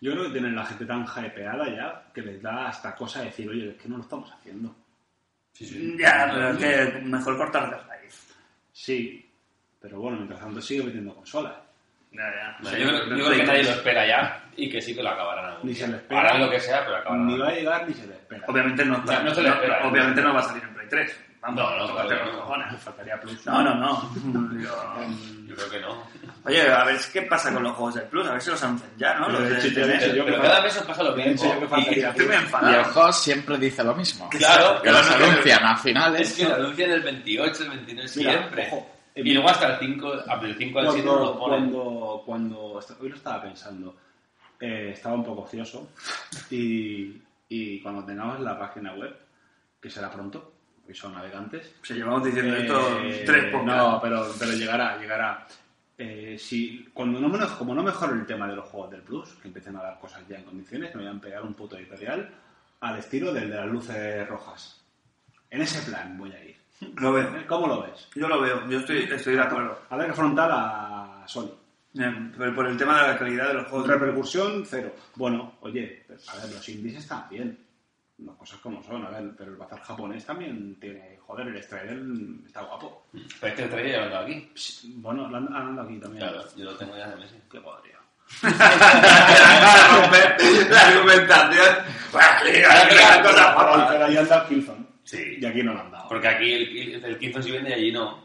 Speaker 2: Yo creo que tienen la gente tan hypeada ya que les da hasta cosa decir, oye, es que no lo estamos haciendo.
Speaker 4: Sí, sí.
Speaker 1: Ya, pero es que mejor cortar las raíz.
Speaker 2: Sí, pero bueno, mientras tanto sigue vendiendo consolas.
Speaker 1: Ya, ya.
Speaker 4: O sea,
Speaker 1: Sí,
Speaker 4: yo, creo-
Speaker 1: pero
Speaker 4: yo creo
Speaker 1: Play
Speaker 4: que nadie lo
Speaker 1: tres.
Speaker 4: espera ya y que sí que lo acabarán algún
Speaker 2: Ni
Speaker 4: día.
Speaker 2: se le espera.
Speaker 4: Harán lo que sea, pero acabarán.
Speaker 2: Ni va a llegar ni se le espera.
Speaker 1: Obviamente no, está-
Speaker 4: No, no se le
Speaker 1: no-
Speaker 4: espera, ¿eh?
Speaker 1: obviamente no va a salir en Play 3. Vamos,
Speaker 4: No, no,
Speaker 1: tócate
Speaker 4: claro que
Speaker 1: los
Speaker 4: no.
Speaker 1: cojones.
Speaker 2: Me faltaría plus.
Speaker 1: No, no, no. Yo-
Speaker 4: Yo creo que no.
Speaker 1: Oye, a ver qué pasa con los juegos del Plus, a ver si los anuncian ya, ¿no?
Speaker 2: Pero
Speaker 1: Los
Speaker 2: de hecho, ya
Speaker 1: de-
Speaker 2: he dicho
Speaker 4: Pero,
Speaker 2: yo Eh, que
Speaker 4: cada
Speaker 2: falta-
Speaker 4: vez os pasa lo
Speaker 2: he dicho yo que
Speaker 4: mismo.
Speaker 2: falta
Speaker 1: Y
Speaker 2: ya.
Speaker 1: estoy muy
Speaker 3: Y el
Speaker 1: enfadado.
Speaker 3: host siempre dice lo mismo.
Speaker 4: Claro,
Speaker 3: Que
Speaker 4: pero
Speaker 3: los
Speaker 4: no tiene-
Speaker 3: anuncian a
Speaker 4: Es
Speaker 3: finales.
Speaker 4: que lo anuncian el 28, el 29,
Speaker 2: Mira,
Speaker 4: siempre.
Speaker 2: ojo,
Speaker 4: y luego hasta el 5, a- del 5 al 7 no
Speaker 2: Cuando,
Speaker 4: lo ponen.
Speaker 2: cuando, cuando est- hoy lo estaba pensando, eh, estaba un poco ocioso y, y cuando tengamos la página web, que será pronto, porque son navegantes,
Speaker 1: Se llevamos diciendo esto
Speaker 2: Eh,
Speaker 1: tres podcasts.
Speaker 2: No, pero, pero llegará, llegará. Eh, si, cuando no me- como no mejore el tema de los juegos del Plus, que empiecen a dar cosas ya en condiciones, me vayan a pegar un puto editorial al estilo del de las luces rojas. En ese plan voy a ir. Eh,
Speaker 1: Lo veo.
Speaker 2: ¿Cómo lo ves?
Speaker 1: Yo lo veo, yo estoy, estoy de acuerdo.
Speaker 2: Ataque frontal a Sony.
Speaker 1: Eh, Pero por el tema de la calidad de los juegos.
Speaker 2: Repercusión cero. Bueno, oye, a ver, los indies están bien. Las cosas como son, a ver, pero el bazar japonés también tiene. Joder, el Strider está guapo.
Speaker 4: Pero es que el trailer ya lo tengo aquí.
Speaker 2: Sí, Bueno, lo han lo han dado aquí también.
Speaker 4: Claro, yo lo tengo ya de meses.
Speaker 2: Qué podrido.
Speaker 1: la argumentación. La argumentación.
Speaker 4: Claro,
Speaker 1: Cosas por-
Speaker 2: Pero ahí anda Kilson.
Speaker 4: Sí.
Speaker 2: Y aquí no lo han dado.
Speaker 4: Porque aquí el, el 15 sí vende y allí no.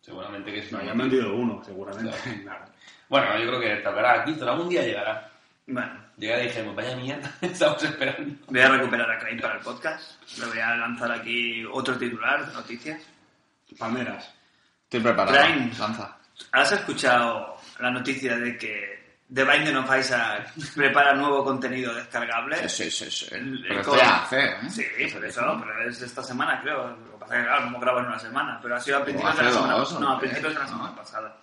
Speaker 4: Seguramente que es
Speaker 2: No, ya han vendido uno, seguramente. Claro.
Speaker 4: Bueno, yo creo que tardará 15, algún día llegará.
Speaker 1: Bueno.
Speaker 4: Llegará y dijimos, vaya mierda, estamos esperando.
Speaker 1: Voy a recuperar a Crane para el podcast. Le voy a lanzar aquí otro titular de noticias.
Speaker 2: Palmeras.
Speaker 3: Estoy preparado.
Speaker 1: Train.
Speaker 3: Lanza.
Speaker 1: ¿Has escuchado la noticia de que The Binding of Isaac prepara nuevo contenido descargable?
Speaker 3: Sí, sí, sí. sí.
Speaker 1: El-
Speaker 3: Pero esto
Speaker 1: con-
Speaker 3: ya hace, ¿eh?
Speaker 1: Sí, por eso, pero es esta semana, creo. Lo que pasa es que, claro, no grabo en una semana, pero ha sido a principios de
Speaker 3: hace
Speaker 1: la semana,
Speaker 3: dos, o
Speaker 1: no, a
Speaker 3: tres,
Speaker 1: principios de la
Speaker 3: ¿no?
Speaker 1: semana pasada.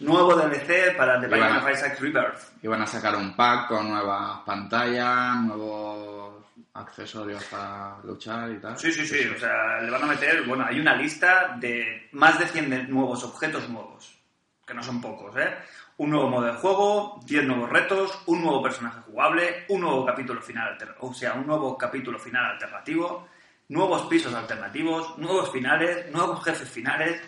Speaker 1: Nuevo DLC para The
Speaker 3: Y
Speaker 1: Binding
Speaker 3: bueno.
Speaker 1: of Isaac Rebirth.
Speaker 3: Iban a sacar un pack con nuevas pantallas, nuevos accesorios para luchar y tal.
Speaker 1: Sí, sí, sí, o sea, le van a meter, bueno, hay una lista de más de 100 de nuevos objetos nuevos, que no son pocos, ¿eh? Un nuevo modo de juego, 10 nuevos retos, un nuevo personaje jugable, un nuevo capítulo final, alter- o sea, un nuevo capítulo final alternativo, nuevos pisos alternativos, nuevos finales, nuevos jefes finales.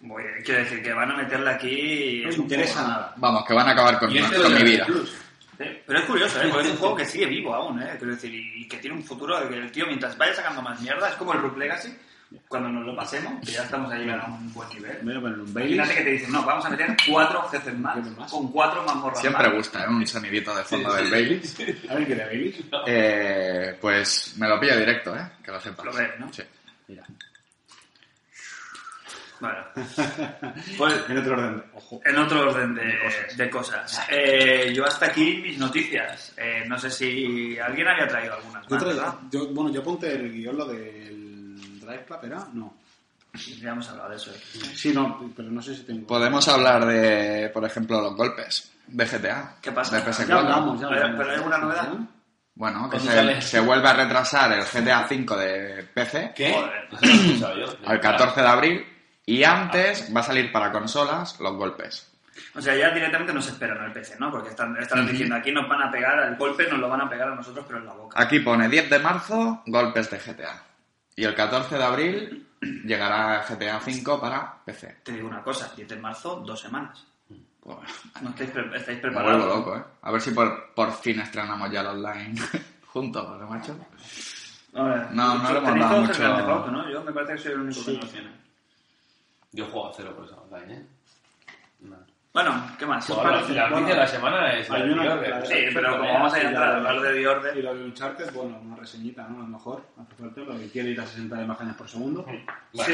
Speaker 1: Bueno, quiero decir que van a meterle aquí...
Speaker 2: No
Speaker 1: es
Speaker 2: me
Speaker 1: un
Speaker 2: interesa
Speaker 1: juego-
Speaker 2: nada.
Speaker 3: Vamos, que van a acabar con,
Speaker 4: Y este
Speaker 3: con
Speaker 4: lo
Speaker 3: mi
Speaker 4: lleva
Speaker 3: vida.
Speaker 4: el Plus.
Speaker 1: Sí, Pero es curioso, ¿eh? Porque es un juego que sigue vivo aún, ¿eh? Quiero decir, y que tiene un futuro de que el tío, mientras vaya sacando más mierda, es como el Rook Legacy, cuando nos lo pasemos, que ya estamos ahí a un buen nivel.
Speaker 2: Me voy a poner un
Speaker 1: Imagínate
Speaker 2: Baileys.
Speaker 1: que te dicen, no, vamos a meter cuatro jefes
Speaker 2: Jefes
Speaker 1: más,
Speaker 2: más.
Speaker 1: con cuatro mazmorras
Speaker 3: Siempre
Speaker 1: más.
Speaker 3: gusta, ¿eh? Un sonidito de fondo del Baileys.
Speaker 2: ¿Alguien quiere Baileys?
Speaker 3: Eh, pues me lo pillo directo, ¿eh? Que lo sepas.
Speaker 1: Lo ves, ¿no?
Speaker 3: Sí.
Speaker 2: Mira.
Speaker 1: Bueno. Pues,
Speaker 2: En otro orden. Ojo.
Speaker 1: en otro orden de,
Speaker 2: De cosas.
Speaker 1: de cosas. Eh, yo hasta aquí mis noticias. Eh, no sé si alguien había traído alguna.
Speaker 2: Yo
Speaker 1: más,
Speaker 2: tra-
Speaker 1: ¿verdad?
Speaker 2: yo- bueno, yo apunté el guión lo del Drive Club, ¿era? No.
Speaker 1: Ya hemos hablado de eso. ¿eh?
Speaker 2: Sí, no, pero no sé si tengo.
Speaker 3: Podemos hablar de, por ejemplo, los golpes de GTA.
Speaker 1: ¿Qué pasa?
Speaker 3: De PS4.
Speaker 2: Ya hablamos, ya
Speaker 1: Pero-
Speaker 2: hablamos.
Speaker 1: pero hay alguna novedad.
Speaker 3: Bueno, que
Speaker 4: Cuando
Speaker 3: se,
Speaker 4: sale.
Speaker 3: se vuelve a retrasar el GTA V de PC
Speaker 4: ¿Qué?
Speaker 1: Joder.
Speaker 4: Eso lo he escuchado yo.
Speaker 3: al 14 de abril y antes va a salir para consolas los golpes.
Speaker 1: O sea, ya directamente nos esperan al PC, ¿no? Porque están, están diciendo aquí nos van a pegar al golpe, nos lo van a pegar a nosotros, pero en la boca.
Speaker 3: Aquí pone 10 de marzo, golpes de GTA. Y el 14 de abril llegará GTA V para PC.
Speaker 1: Te digo una cosa, 10 de marzo, dos semanas.
Speaker 3: Joder,
Speaker 1: No estáis, pre- estáis
Speaker 3: me
Speaker 1: preparados.
Speaker 3: Pues, vuelvo loco, ¿eh? A ver si por, por fin estrenamos ya el online juntos, ¿no, macho?
Speaker 1: Ahora,
Speaker 3: No, no le hemos
Speaker 1: tenéis todos
Speaker 3: dado
Speaker 1: el
Speaker 3: mucho-
Speaker 1: Grand Theft Auto, ¿no? Yo me parece que soy el único que no lo tiene.
Speaker 4: Yo juego a cero por esa online, ¿eh? No.
Speaker 1: Bueno, ¿qué más? ¿Os
Speaker 4: Bueno, la
Speaker 1: parece?
Speaker 4: noticia de la semana es la
Speaker 2: Hay
Speaker 4: de
Speaker 2: una-
Speaker 4: Dior,
Speaker 2: la de-
Speaker 4: ¿eh?
Speaker 1: Sí, pero como vamos a entrar a hablar de The
Speaker 2: Y
Speaker 1: Order,
Speaker 2: lo de Uncharted, bueno, una reseñita, ¿no? A lo mejor hace falta lo que quiere ir a 60 imágenes por segundo.
Speaker 4: Vale.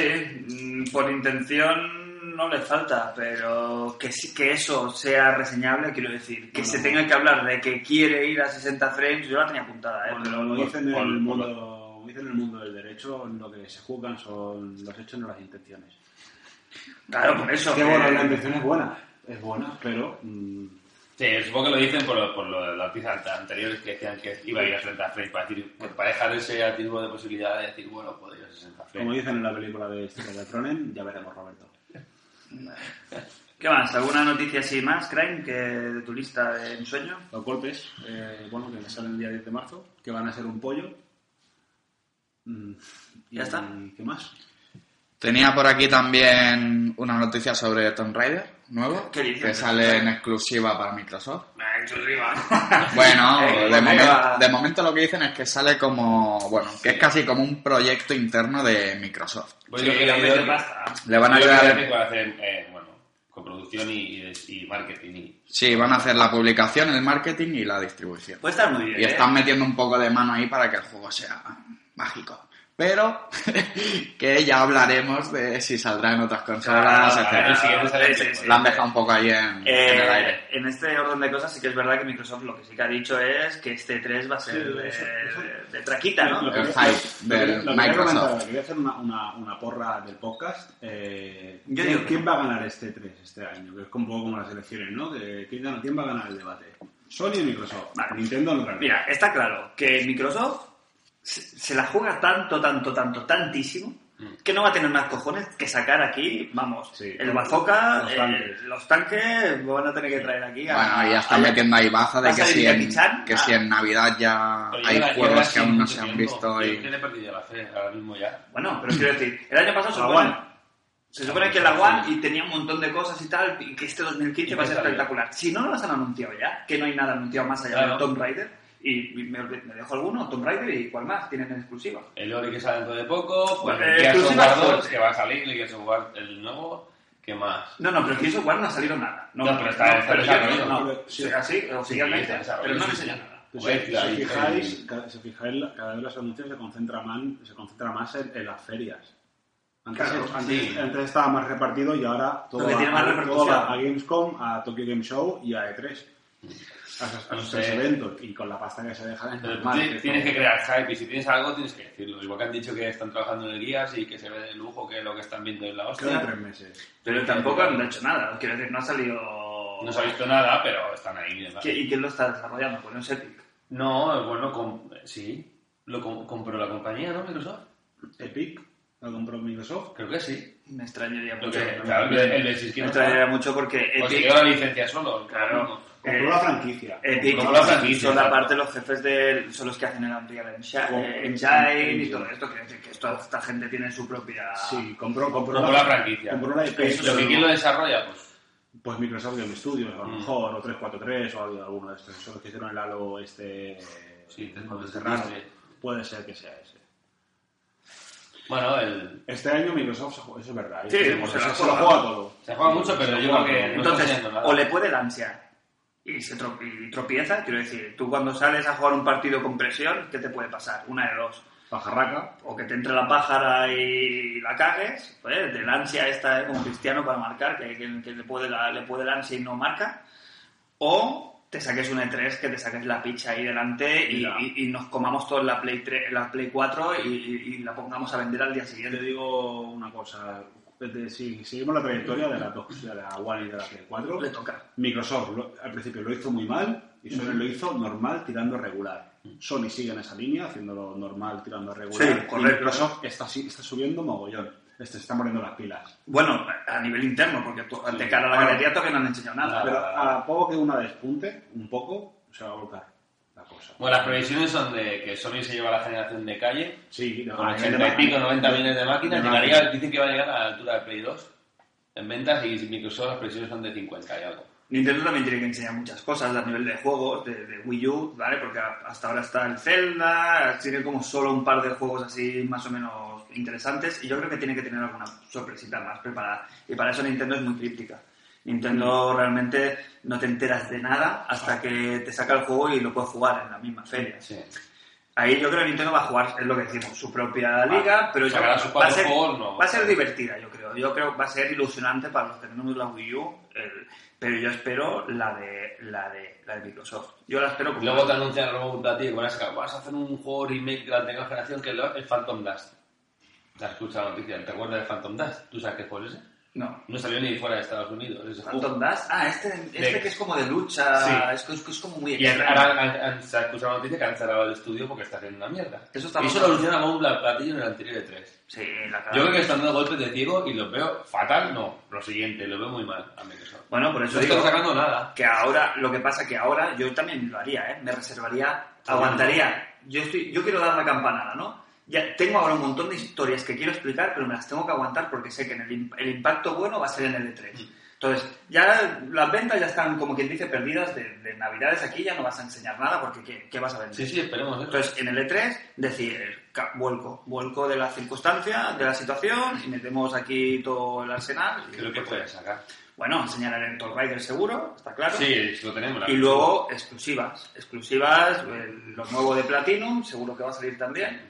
Speaker 1: sí, mm, por intención no le falta, pero que, sí- que eso sea reseñable, quiero decir, que
Speaker 2: No,
Speaker 1: se
Speaker 2: no.
Speaker 1: tenga que hablar de que quiere ir a 60 frames, yo la tenía apuntada, ¿eh?
Speaker 2: Bueno, lo
Speaker 4: por-
Speaker 2: dicen en
Speaker 4: por-
Speaker 2: el
Speaker 4: por-
Speaker 2: mundo, como dicen en el mundo del derecho, lo que se juzgan son los hechos, no las intenciones.
Speaker 1: Claro, por eso.
Speaker 2: Que
Speaker 1: que-
Speaker 2: bueno, la intención es buena, es buena, pero mm,
Speaker 4: Sí, supongo que lo dicen por, lo- por lo de las piezas anteriores que decían que iba a ir a 60 frames para, decir, para dejar ese atisbo de posibilidad de decir, bueno, puedo ir a 60
Speaker 2: como
Speaker 4: frames.
Speaker 2: dicen en la película de Estrella de Tronen, ya veremos, Roberto.
Speaker 1: ¿Qué más? ¿Alguna noticia así más, Crime, que de tu lista de ensueño?
Speaker 2: Los golpes, eh, bueno, que salen el día 10 de marzo, que van a ser un pollo. Mm,
Speaker 1: ¿Ya está?
Speaker 2: ¿Y qué más?
Speaker 3: Tenía por aquí también una noticia sobre Tomb Raider nuevo,
Speaker 1: ¿Qué dices?
Speaker 3: que sale en exclusiva para Microsoft.
Speaker 1: arriba.
Speaker 3: Bueno,
Speaker 1: Eh,
Speaker 3: de,
Speaker 1: lo que
Speaker 3: momen-
Speaker 1: va-
Speaker 3: de momento lo que dicen es que sale como, bueno, que es casi como un proyecto interno de Microsoft.
Speaker 4: Pues
Speaker 1: Sí,
Speaker 4: yo creo que
Speaker 1: realmente
Speaker 4: Dior-
Speaker 1: pasa.
Speaker 3: Le van a
Speaker 4: Yo creo
Speaker 3: ayudar,
Speaker 4: que van a hacer, eh, bueno, coproducción y, y, y marketing. y-
Speaker 3: sí, van a hacer la publicación, el marketing y la distribución.
Speaker 1: Puede estar muy bien.
Speaker 3: Y
Speaker 1: ¿eh?
Speaker 3: están metiendo un poco de mano ahí para que el juego sea mágico. Pero que ya hablaremos de si saldrá en otras consolas,
Speaker 4: Ah,
Speaker 3: etcétera.
Speaker 4: el siguiente sale en
Speaker 1: Sí, sí, sí.
Speaker 3: La han dejado un poco ahí en,
Speaker 1: Eh,
Speaker 3: en el aire.
Speaker 1: en este orden de cosas sí que es verdad que Microsoft lo que sí que ha dicho es que este 3 va a ser
Speaker 2: Sí,
Speaker 1: de,
Speaker 2: eso- eso-
Speaker 1: de traquita,
Speaker 2: Lo
Speaker 1: ¿no?
Speaker 2: que-
Speaker 3: El
Speaker 2: lo-
Speaker 3: hype
Speaker 2: lo que-
Speaker 3: del
Speaker 2: lo que quería
Speaker 3: Microsoft.
Speaker 2: comentar, Quería hacer una, una, una porra del podcast. Eh,
Speaker 1: Yo
Speaker 2: ¿quién,
Speaker 1: digo que
Speaker 2: quién va a ganar este 3 este año? Que es un poco como las elecciones, ¿no? Que, ¿quién, gana- ¿Quién va a ganar el debate? Sony y Microsoft.
Speaker 1: Vale.
Speaker 2: Nintendo no gana.
Speaker 1: Mira, está claro que Microsoft se, se la juega tanto, tanto, tanto, tantísimo que no va a tener más cojones que sacar aquí, vamos,
Speaker 2: Mm. Sí.
Speaker 1: el bazooka,
Speaker 2: Los
Speaker 1: eh,
Speaker 2: tanques.
Speaker 1: los tanques van a tener que traer aquí a...
Speaker 3: Bueno, y ya están
Speaker 1: a-
Speaker 3: metiendo ahí baza
Speaker 1: ¿Va
Speaker 3: de
Speaker 1: a
Speaker 3: que
Speaker 1: salir
Speaker 3: si,
Speaker 1: Jackie
Speaker 3: en,
Speaker 1: Chan?
Speaker 3: que
Speaker 1: Ah.
Speaker 3: si en Navidad ya
Speaker 4: Pero yo
Speaker 3: Ah, hay
Speaker 4: la- yo la
Speaker 3: juegos que
Speaker 4: sigo
Speaker 3: aún no
Speaker 4: mucho
Speaker 3: se han
Speaker 4: tiempo.
Speaker 3: visto
Speaker 4: Yo es que
Speaker 3: y...
Speaker 4: le he perdido la fe ahora mismo ya.
Speaker 1: Bueno, pero quiero decir, el año pasado se
Speaker 2: La
Speaker 1: supone,
Speaker 2: One.
Speaker 1: se supone que la One y tenía un montón de cosas y tal, y que este 2015
Speaker 4: Y
Speaker 1: va a
Speaker 4: que
Speaker 1: ser
Speaker 4: sale.
Speaker 1: espectacular. Si no las han anunciado ya, que no hay nada anunciado más allá
Speaker 4: Claro.
Speaker 1: de Tomb Raider, y y me, me dejo alguno, Tomb Raider y cuál más, tienen en exclusiva.
Speaker 4: El Ori que sale dentro de poco, pues
Speaker 2: Eh,
Speaker 1: Bueno,
Speaker 4: el Gears of
Speaker 1: exclusivas
Speaker 4: War 2
Speaker 1: fuertes.
Speaker 4: que va a salir, el Gears of War el nuevo, ¿qué más?
Speaker 1: No, no, pero que eso igual no ha salido nada. No,
Speaker 4: No, pero está- está
Speaker 1: pero yo-
Speaker 4: desarrollado.
Speaker 1: no, sí, así,
Speaker 4: Sí,
Speaker 1: oficialmente,
Speaker 4: está desarrollado.
Speaker 1: pero no han
Speaker 4: Sí,
Speaker 1: enseñado
Speaker 4: sí.
Speaker 1: nada.
Speaker 2: Pues
Speaker 4: Joder,
Speaker 2: si,
Speaker 4: la-
Speaker 2: si
Speaker 4: el-
Speaker 2: fijáis, ca- si fijáis, la- cada vez los anuncios se concentra más, se concentra más en, en las ferias. Antes,
Speaker 1: Claro,
Speaker 2: antes-
Speaker 4: sí.
Speaker 2: antes estaba más repartido y ahora todo
Speaker 1: Porque
Speaker 2: va-
Speaker 1: tiene más
Speaker 2: todo
Speaker 1: repercusión.
Speaker 2: va a Gamescom, a Tokyo Game Show y a E3. A esos, a esos
Speaker 4: No
Speaker 2: tres
Speaker 4: sé.
Speaker 2: eventos. Y con la pasta que se deja es
Speaker 4: Pero
Speaker 2: normal.
Speaker 4: ti-
Speaker 2: que
Speaker 4: tienes
Speaker 2: todo-
Speaker 4: que crear hype y si tienes algo tienes que decirlo. Igual que han dicho que están trabajando en el guías y que se ve de lujo que lo que están viendo es la
Speaker 2: cada
Speaker 4: hostia.
Speaker 2: tres meses.
Speaker 1: Pero tampoco han hecho nada, quiero decir, no ha salido...
Speaker 4: No se ha visto nada, pero están ahí. ¿verdad?
Speaker 1: ¿Qui- ¿Y quién lo está desarrollando? Pues no es Epic.
Speaker 4: No, bueno, com- sí. Lo com- compró la compañía, ¿no? Microsoft.
Speaker 2: Epic lo compró Microsoft.
Speaker 4: Creo que sí.
Speaker 1: Me extrañaría
Speaker 4: Lo
Speaker 1: mucho.
Speaker 4: que, claro, el de- el de Siskin
Speaker 1: Me
Speaker 4: está-
Speaker 1: extrañaría mucho porque
Speaker 4: Pues se
Speaker 1: Epic...
Speaker 4: quedó la licencia solo.
Speaker 1: Claro.
Speaker 2: Compró
Speaker 1: Eh,
Speaker 2: la franquicia.
Speaker 1: Epic
Speaker 4: Como la franquicia,
Speaker 1: son la
Speaker 4: exacto.
Speaker 1: parte los jefes de son los que hacen el Unreal Engine,
Speaker 2: Como-
Speaker 1: eh, Engine y todo esto, quiero decir que esto- esta gente tiene su propia
Speaker 2: Sí, compró, compró,
Speaker 4: Compró la franquicia.
Speaker 2: Compró la IP.
Speaker 4: Lo que quién lo desarrolla, pues.
Speaker 2: Pues Microsoft Game Studios, a lo
Speaker 4: Mm.
Speaker 2: mejor, o 343, o algo- alguno de estos. Son los que hicieron el Halo este...
Speaker 4: Sí,
Speaker 2: este
Speaker 4: 343,
Speaker 2: raro.
Speaker 4: sí.
Speaker 2: Puede ser que sea ese.
Speaker 4: Bueno, el-
Speaker 2: Este año Microsoft, se juega- eso es verdad.
Speaker 1: Sí,
Speaker 2: Este-
Speaker 1: pues
Speaker 2: se,
Speaker 1: se la
Speaker 2: se lo
Speaker 1: juega.
Speaker 2: juega todo.
Speaker 4: se juega mucho, pero
Speaker 2: Se
Speaker 4: yo
Speaker 2: juega
Speaker 4: creo que no
Speaker 2: todo.
Speaker 4: está
Speaker 1: Entonces,
Speaker 4: enseñando nada.
Speaker 1: o le puede lancear y, se tro- y tropieza, quiero decir, tú cuando sales a jugar un partido con presión, ¿qué te puede pasar? Una de dos.
Speaker 2: Pajarraca.
Speaker 1: O que te entre la pájara y la cagues, pues, del ansia esta eh, como cristiano para marcar, que, que- que le, puede la, le puede el ansia y no marca. O te saques un E3, que te saques la picha ahí delante y,
Speaker 2: Mira.
Speaker 1: y- y nos comamos todos la Play, 3, la Play 4 y, y- y la pongamos a vender al día
Speaker 2: Yo te
Speaker 1: siguiente.
Speaker 2: digo una cosa. Desde- si seguimos la trayectoria de la, de la One y de la P4,
Speaker 1: Le toca.
Speaker 2: Microsoft lo- al principio lo hizo muy mal y Sony lo hizo normal tirando a regular. Sony sigue en esa línea, haciéndolo normal tirando a regular.
Speaker 1: Sí,
Speaker 2: y
Speaker 1: correcto.
Speaker 2: Microsoft está, si- está subiendo mogollón. Este se está poniendo las pilas.
Speaker 1: Bueno, a nivel interno, porque tú, ante cara a la
Speaker 2: Bueno.
Speaker 1: galería todavía no han enseñado nada.
Speaker 2: Pero a poco que una despunte, un poco, se va a volcar la cosa.
Speaker 4: Bueno, las previsiones son de que Sony se lleva la generación de calle
Speaker 2: sí,
Speaker 4: con
Speaker 2: a nivel
Speaker 4: 80 y
Speaker 2: Ah, de-
Speaker 4: pico, 90 millones de máquinas.
Speaker 2: de
Speaker 4: Llegaría, dicen que va a llegar a la altura de Play 2 en ventas y Microsoft las previsiones son de 50 y algo.
Speaker 1: Nintendo también tiene que enseñar muchas cosas a nivel de juegos, de, de Wii U, ¿vale? Porque a- hasta ahora está el Zelda, tiene como solo un par de juegos así más o menos interesantes y yo creo que tiene que tener alguna sorpresita más preparada. Y para eso Nintendo es muy críptica. Nintendo realmente no te enteras de nada hasta que te saca el juego y lo puedes jugar en la misma feria.
Speaker 4: Sí.
Speaker 1: Ahí yo creo que Nintendo va a jugar, es lo que decimos, su propia liga, pero yo
Speaker 4: Sacará
Speaker 1: creo
Speaker 4: sus
Speaker 1: que va, a
Speaker 4: cuatro
Speaker 1: ser,
Speaker 4: juegos, no. pues.
Speaker 1: va a ser divertida, yo creo. Yo creo que va a ser ilusionante para los que tenemos la Wii U, el- pero yo espero la de, la de la de Microsoft. Yo la espero como...
Speaker 4: Luego te anuncian luego a ti que van a sacar, vas a hacer un juego remake de la anterior generación que es el Phantom Dust. ¿Te has escuchado la noticia? ¿Te acuerdas de Phantom Dust? ¿Tú sabes qué juego es ese?
Speaker 1: No.
Speaker 4: No salió ni fuera de Estados Unidos. Ese juego.
Speaker 1: Phantom Dash. Ah, este, este
Speaker 4: De-
Speaker 1: que es como de lucha,
Speaker 4: Sí.
Speaker 1: es, que- es que es como muy
Speaker 4: Y
Speaker 1: extraño.
Speaker 4: ahora han- han- se ha escuchado la noticia que han cerrado el estudio porque está haciendo una mierda.
Speaker 1: Eso está
Speaker 4: y
Speaker 1: mal.
Speaker 4: eso
Speaker 1: Ah.
Speaker 4: lo anunciaron a un platillo en el anterior de 3.
Speaker 1: Sí, la cara.
Speaker 4: Yo creo que están dando golpes de ciego y los veo fatal. No, lo siguiente, lo veo muy mal a Microsoft.
Speaker 1: Bueno, por eso
Speaker 4: No
Speaker 1: digo
Speaker 4: están sacando nada.
Speaker 1: que ahora, lo que pasa que ahora yo también lo haría, ¿eh? Me reservaría, aguantaría. Yo, estoy, yo quiero dar la campanada, ¿no? Ya tengo ahora un montón de historias que quiero explicar, pero me las tengo que aguantar porque sé que en el, im- el impacto bueno va a ser en el E3.
Speaker 4: Mm.
Speaker 1: Entonces, ya las ventas ya están, como quien dice, perdidas de, de Navidades aquí, ya no vas a enseñar nada porque ¿qué, qué vas a vender?
Speaker 4: Sí, sí, esperemos eso.
Speaker 1: Entonces, en el E3, decir, ca- vuelco, vuelco de las circunstancias, de la situación, y metemos aquí todo el arsenal. y- pues,
Speaker 4: ¿Qué es lo que pueden sacar?
Speaker 1: Bueno, enseñar el Tomb Raider seguro, está claro.
Speaker 4: Sí, lo tenemos. la
Speaker 1: Y luego exclusivas, exclusivas, eh, lo nuevo de Platinum, seguro que va a salir también,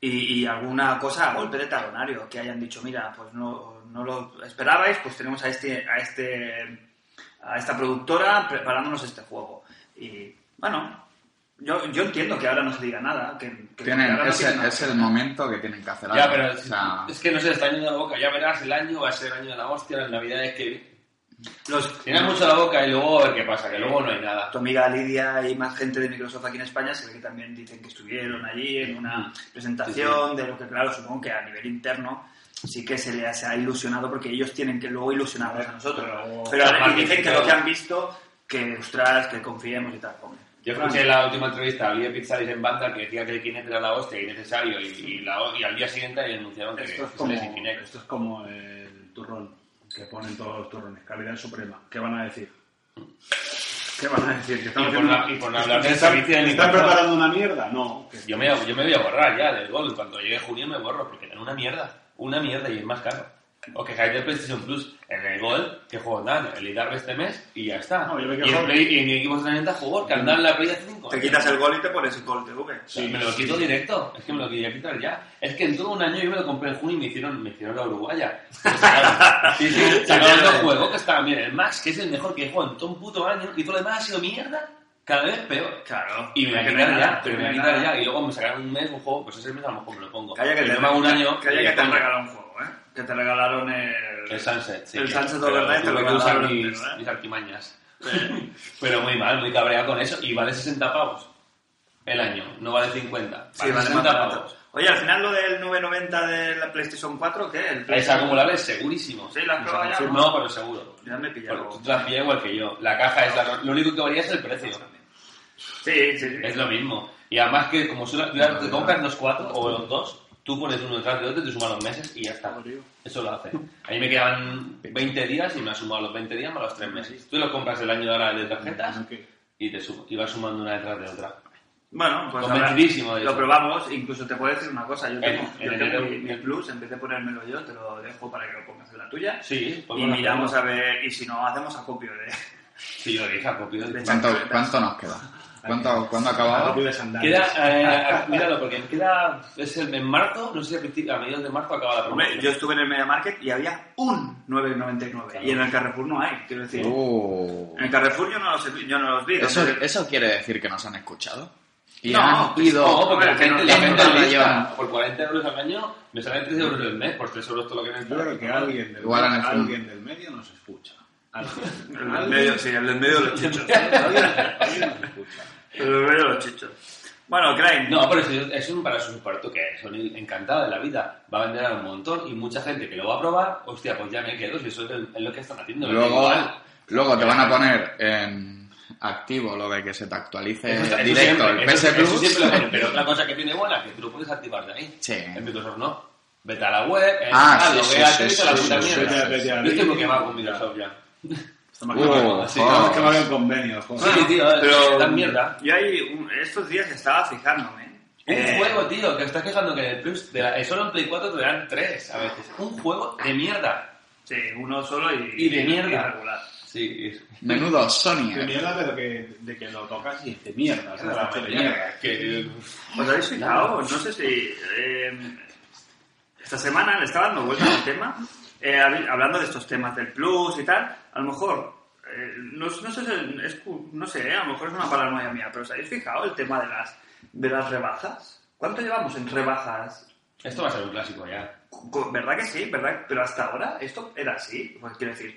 Speaker 1: y, y alguna cosa a golpe de talonario, que hayan dicho, mira, pues no, no lo esperabais, pues tenemos a este, a este a esta productora preparándonos este juego. Y bueno, yo, yo entiendo que ahora no se diga nada, que, que
Speaker 3: Tienen-
Speaker 1: ahora no
Speaker 3: es,
Speaker 1: tienen
Speaker 3: el,
Speaker 1: nada.
Speaker 3: es el momento que tienen que hacer algo.
Speaker 4: Ya, pero
Speaker 3: o sea,
Speaker 4: es que no se le está yendo la boca. Ya verás, el año va a ser el año de la hostia, las navidades que...
Speaker 1: Los-
Speaker 4: Tiene mucho la boca y luego a ver qué pasa, que luego no hay nada.
Speaker 1: tu amiga Lidia y más gente de Microsoft aquí en España se ve que también dicen que estuvieron allí en una presentación de lo que, claro, supongo que a nivel interno sí que se les ha ilusionado porque ellos tienen que luego ilusionarnos a nosotros.
Speaker 4: Pero-
Speaker 1: Pero
Speaker 4: Aparte,
Speaker 1: y dicen que lo
Speaker 4: claro.
Speaker 1: que han visto, que ostras, que confiemos y tal. hombre.
Speaker 4: Yo escuché la última entrevista a Lidia Pizzaris en banda que decía que el Kinect era la hostia innecesario y, y, la- y al día siguiente le anunciaron que
Speaker 2: Esto es,
Speaker 4: sale
Speaker 2: como,
Speaker 4: sin Kinect.
Speaker 2: esto es como el turrón que ponen todos los turrones, calidad suprema. ¿Qué van a decir? ¿Qué van a decir? ¿Que están
Speaker 4: Y por
Speaker 2: haciendo-
Speaker 4: la- y por no hablar del
Speaker 2: ¿Están,
Speaker 4: servicio de
Speaker 2: están
Speaker 4: Microsoft.
Speaker 2: preparando una mierda? No. que-
Speaker 4: Yo me, yo me voy a borrar ya del gol. Cuando llegue junio me borro porque dan una mierda. Una mierda y es más caro. O que cae de PlayStation Plus en el gol, que juego dan el IDAR este mes y ya está.
Speaker 2: No, yo me
Speaker 4: y,
Speaker 2: quejo.
Speaker 4: en Play, y en equipos de 30 jugó, que andan en la Play 5.
Speaker 1: Te quitas el gol y te pones el gol TV.
Speaker 4: Sí, me lo quito directo. Es que me lo quería quitar ya. Es que en todo un año yo me lo compré en junio y me hicieron, me hicieron la uruguaya. Me sacaron- Sí, sí, sacaron dos juegos que estaban bien. El Max, que es el mejor que he jugado en todo un puto año, y todo lo demás ha sido mierda. Cada vez peor.
Speaker 1: Claro.
Speaker 4: Y me voy a
Speaker 1: Que no
Speaker 4: quitar
Speaker 1: hay
Speaker 4: ya,
Speaker 1: nada,
Speaker 4: pero me
Speaker 1: que
Speaker 4: voy a
Speaker 1: no hay
Speaker 4: quitar
Speaker 1: nada.
Speaker 4: ya. Y luego me sacaron un mes un juego, pues ese mes a lo mejor me lo pongo.
Speaker 1: Calla que
Speaker 4: Y
Speaker 1: te,
Speaker 4: no me hago un año.
Speaker 1: calla
Speaker 4: y
Speaker 1: que te
Speaker 4: pongo
Speaker 1: regalaron un juego, ¿eh? Que te regalaron el...
Speaker 4: El Sunset, sí.
Speaker 1: El Sunset
Speaker 4: Pero
Speaker 1: Overnight te lo
Speaker 4: tuve que usar
Speaker 1: regalaron
Speaker 4: mis,
Speaker 1: entero, ¿eh?
Speaker 4: mis artimañas. Pero muy mal, muy cabreado con eso. Y vale 60 pavos el año, no vale 50. Vale
Speaker 1: Sí, vale,
Speaker 4: 60
Speaker 1: mata, mata.
Speaker 4: pavos.
Speaker 1: Oye, al final lo del 990 de la PlayStation 4, ¿qué? El
Speaker 4: Es
Speaker 1: PlayStation-
Speaker 4: acumulable segurísimo.
Speaker 1: Sí, la has probado ya, ¿no?
Speaker 4: No, pero seguro.
Speaker 1: Ya me he pillado.
Speaker 4: Porque tú te la pillas igual que yo. La caja es la- lo único que varía es el precio.
Speaker 1: Sí, sí, sí.
Speaker 4: Es lo mismo. Y además que como solo, tú ya te compras los cuatro o los dos, tú pones uno detrás de otro, te sumas los meses y ya está. Eso lo hace. A mí me quedaban 20 días y me ha sumado los 20 días más los 3 meses. Tú los compras el año ahora de tarjetas y te suma- y vas sumando una detrás de otra.
Speaker 1: Bueno, pues ahora
Speaker 4: Convencidísimo de
Speaker 1: lo
Speaker 4: eso.
Speaker 1: probamos. Incluso te puedo decir una cosa. Yo
Speaker 4: En-
Speaker 1: tengo, yo
Speaker 4: en
Speaker 1: tengo
Speaker 4: enero.
Speaker 1: mi, mi plus, en vez de ponérmelo yo, te lo dejo para que lo pongas en la tuya.
Speaker 4: Sí, pues
Speaker 1: y
Speaker 4: bueno,
Speaker 1: miramos
Speaker 4: pero-
Speaker 1: a ver, y si no, hacemos acopio de...
Speaker 4: Sí, yo dije, a copio
Speaker 1: De
Speaker 4: de...
Speaker 3: ¿cuánto, cuánto nos queda? ¿Cuánto, ¿Cuándo ha acabado?
Speaker 2: Cambio de sandalias.
Speaker 4: Queda, eh, míralo, porque queda, es el, en marzo, no sé si a, principi- a mediados de marzo acaba la
Speaker 1: Hombre,
Speaker 4: promoción.
Speaker 1: yo estuve en el Media Market y había un 9,99.
Speaker 4: Claro.
Speaker 1: Y en el Carrefour no hay, quiero decir.
Speaker 3: Uh.
Speaker 1: En el Carrefour yo no los, he- yo no los vi.
Speaker 3: ¿Eso,
Speaker 1: Entonces-
Speaker 3: eso quiere decir que nos han escuchado. Y
Speaker 1: No,
Speaker 3: han ido
Speaker 4: No, pues, porque la
Speaker 1: Hombre,
Speaker 4: gente,
Speaker 1: que
Speaker 4: la
Speaker 1: no
Speaker 3: en
Speaker 4: gente
Speaker 3: un
Speaker 4: es lista.
Speaker 3: rayón.
Speaker 4: Por 40 euros al año me salen 3 euros el mes, por 3 euros todo lo que necesito.
Speaker 2: Yo creo que alguien del,
Speaker 3: Igual han hecho un-
Speaker 2: alguien del medio nos escucha. Alguien,
Speaker 1: El del medio, sí, el del medio de los chichos.
Speaker 2: alguien, alguien nos escucha.
Speaker 1: El del medio de los chichos. Bueno, Crane,
Speaker 4: No, pero eso, eso es para su parto que Sony encantada de la vida. Va a vender a un montón y mucha gente que lo va a probar, hostia, pues ya me quedo, si eso es, el- es lo que están haciendo. me da
Speaker 3: Luego,
Speaker 4: igual.
Speaker 3: luego te
Speaker 1: Eh,
Speaker 3: van a poner en activo lo de que se te actualice
Speaker 4: Eso está- eso
Speaker 3: eh, directo
Speaker 4: siempre,
Speaker 3: el PS
Speaker 4: eso- eso
Speaker 3: Plus.
Speaker 4: siempre lo ponen, pero otra cosa que tiene buena que tú lo puedes activar de ahí.
Speaker 3: Sí.
Speaker 4: En Microsoft no. Vete a la web, eh,
Speaker 3: Ah,
Speaker 4: entra,
Speaker 3: sí, sí,
Speaker 4: loguéate,
Speaker 3: sí,
Speaker 4: vete a la
Speaker 3: sí,
Speaker 4: puta
Speaker 3: sí,
Speaker 4: mierda.
Speaker 2: sí, sí.
Speaker 4: Yo estoy muy quemado con Microsoft ya.
Speaker 3: Oh,
Speaker 2: sí,
Speaker 3: joder.
Speaker 2: es que va a haber convenios, joder.
Speaker 4: Sí, tío, es-
Speaker 1: Pero-
Speaker 4: la mierda.
Speaker 1: Yo ahí, un- estos días estaba fijándome.
Speaker 4: Un
Speaker 1: Eh,
Speaker 4: juego, tío, que estás quejando que en el Plus, de la- eh, solo en Play 4 te dan 3 a veces. Un juego de mierda.
Speaker 1: Sí, uno solo y,
Speaker 4: Y de mierda.
Speaker 1: y regular.
Speaker 4: Sí, es-
Speaker 3: Menudo eh.
Speaker 2: De
Speaker 3: Sonia.
Speaker 2: mierda, pero que, de que lo tocas y es de mierda. O sea, la de mierda.
Speaker 4: que-
Speaker 1: ¿Os habéis fijado? No sé si. eh, esta semana le estaba dando vuelta al tema, eh, hab- hablando de estos temas del plus y tal. A lo mejor. eh, no, no sé, si- es cu- no sé, eh, a lo mejor es una paranoia mía, pero ¿os habéis fijado el tema de las, de las rebajas? ¿Cuánto llevamos en rebajas?
Speaker 4: Esto va a ser un clásico ya.
Speaker 1: Co- Pues, ¿Verdad que sí? ¿Verdad? Pero hasta ahora esto era así. Pues, quiero decir,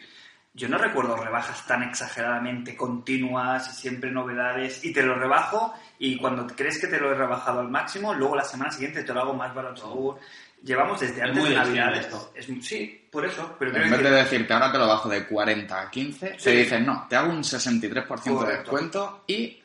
Speaker 1: yo no recuerdo rebajas tan exageradamente continuas y siempre novedades y te lo rebajo y cuando crees que te lo he rebajado al máximo, luego la semana siguiente te lo hago más barato aún. Llevamos desde
Speaker 4: Es
Speaker 1: antes
Speaker 4: muy
Speaker 1: de
Speaker 4: destino
Speaker 1: Navidad
Speaker 4: esto.
Speaker 1: esto. Es, mu- sí, por eso. Pero quiero
Speaker 3: En vez de
Speaker 1: decir,
Speaker 3: decirte ahora te lo bajo de 40 a 15,
Speaker 1: Sí.
Speaker 3: te dicen no, te hago un 63% de
Speaker 1: Correcto.
Speaker 3: descuento y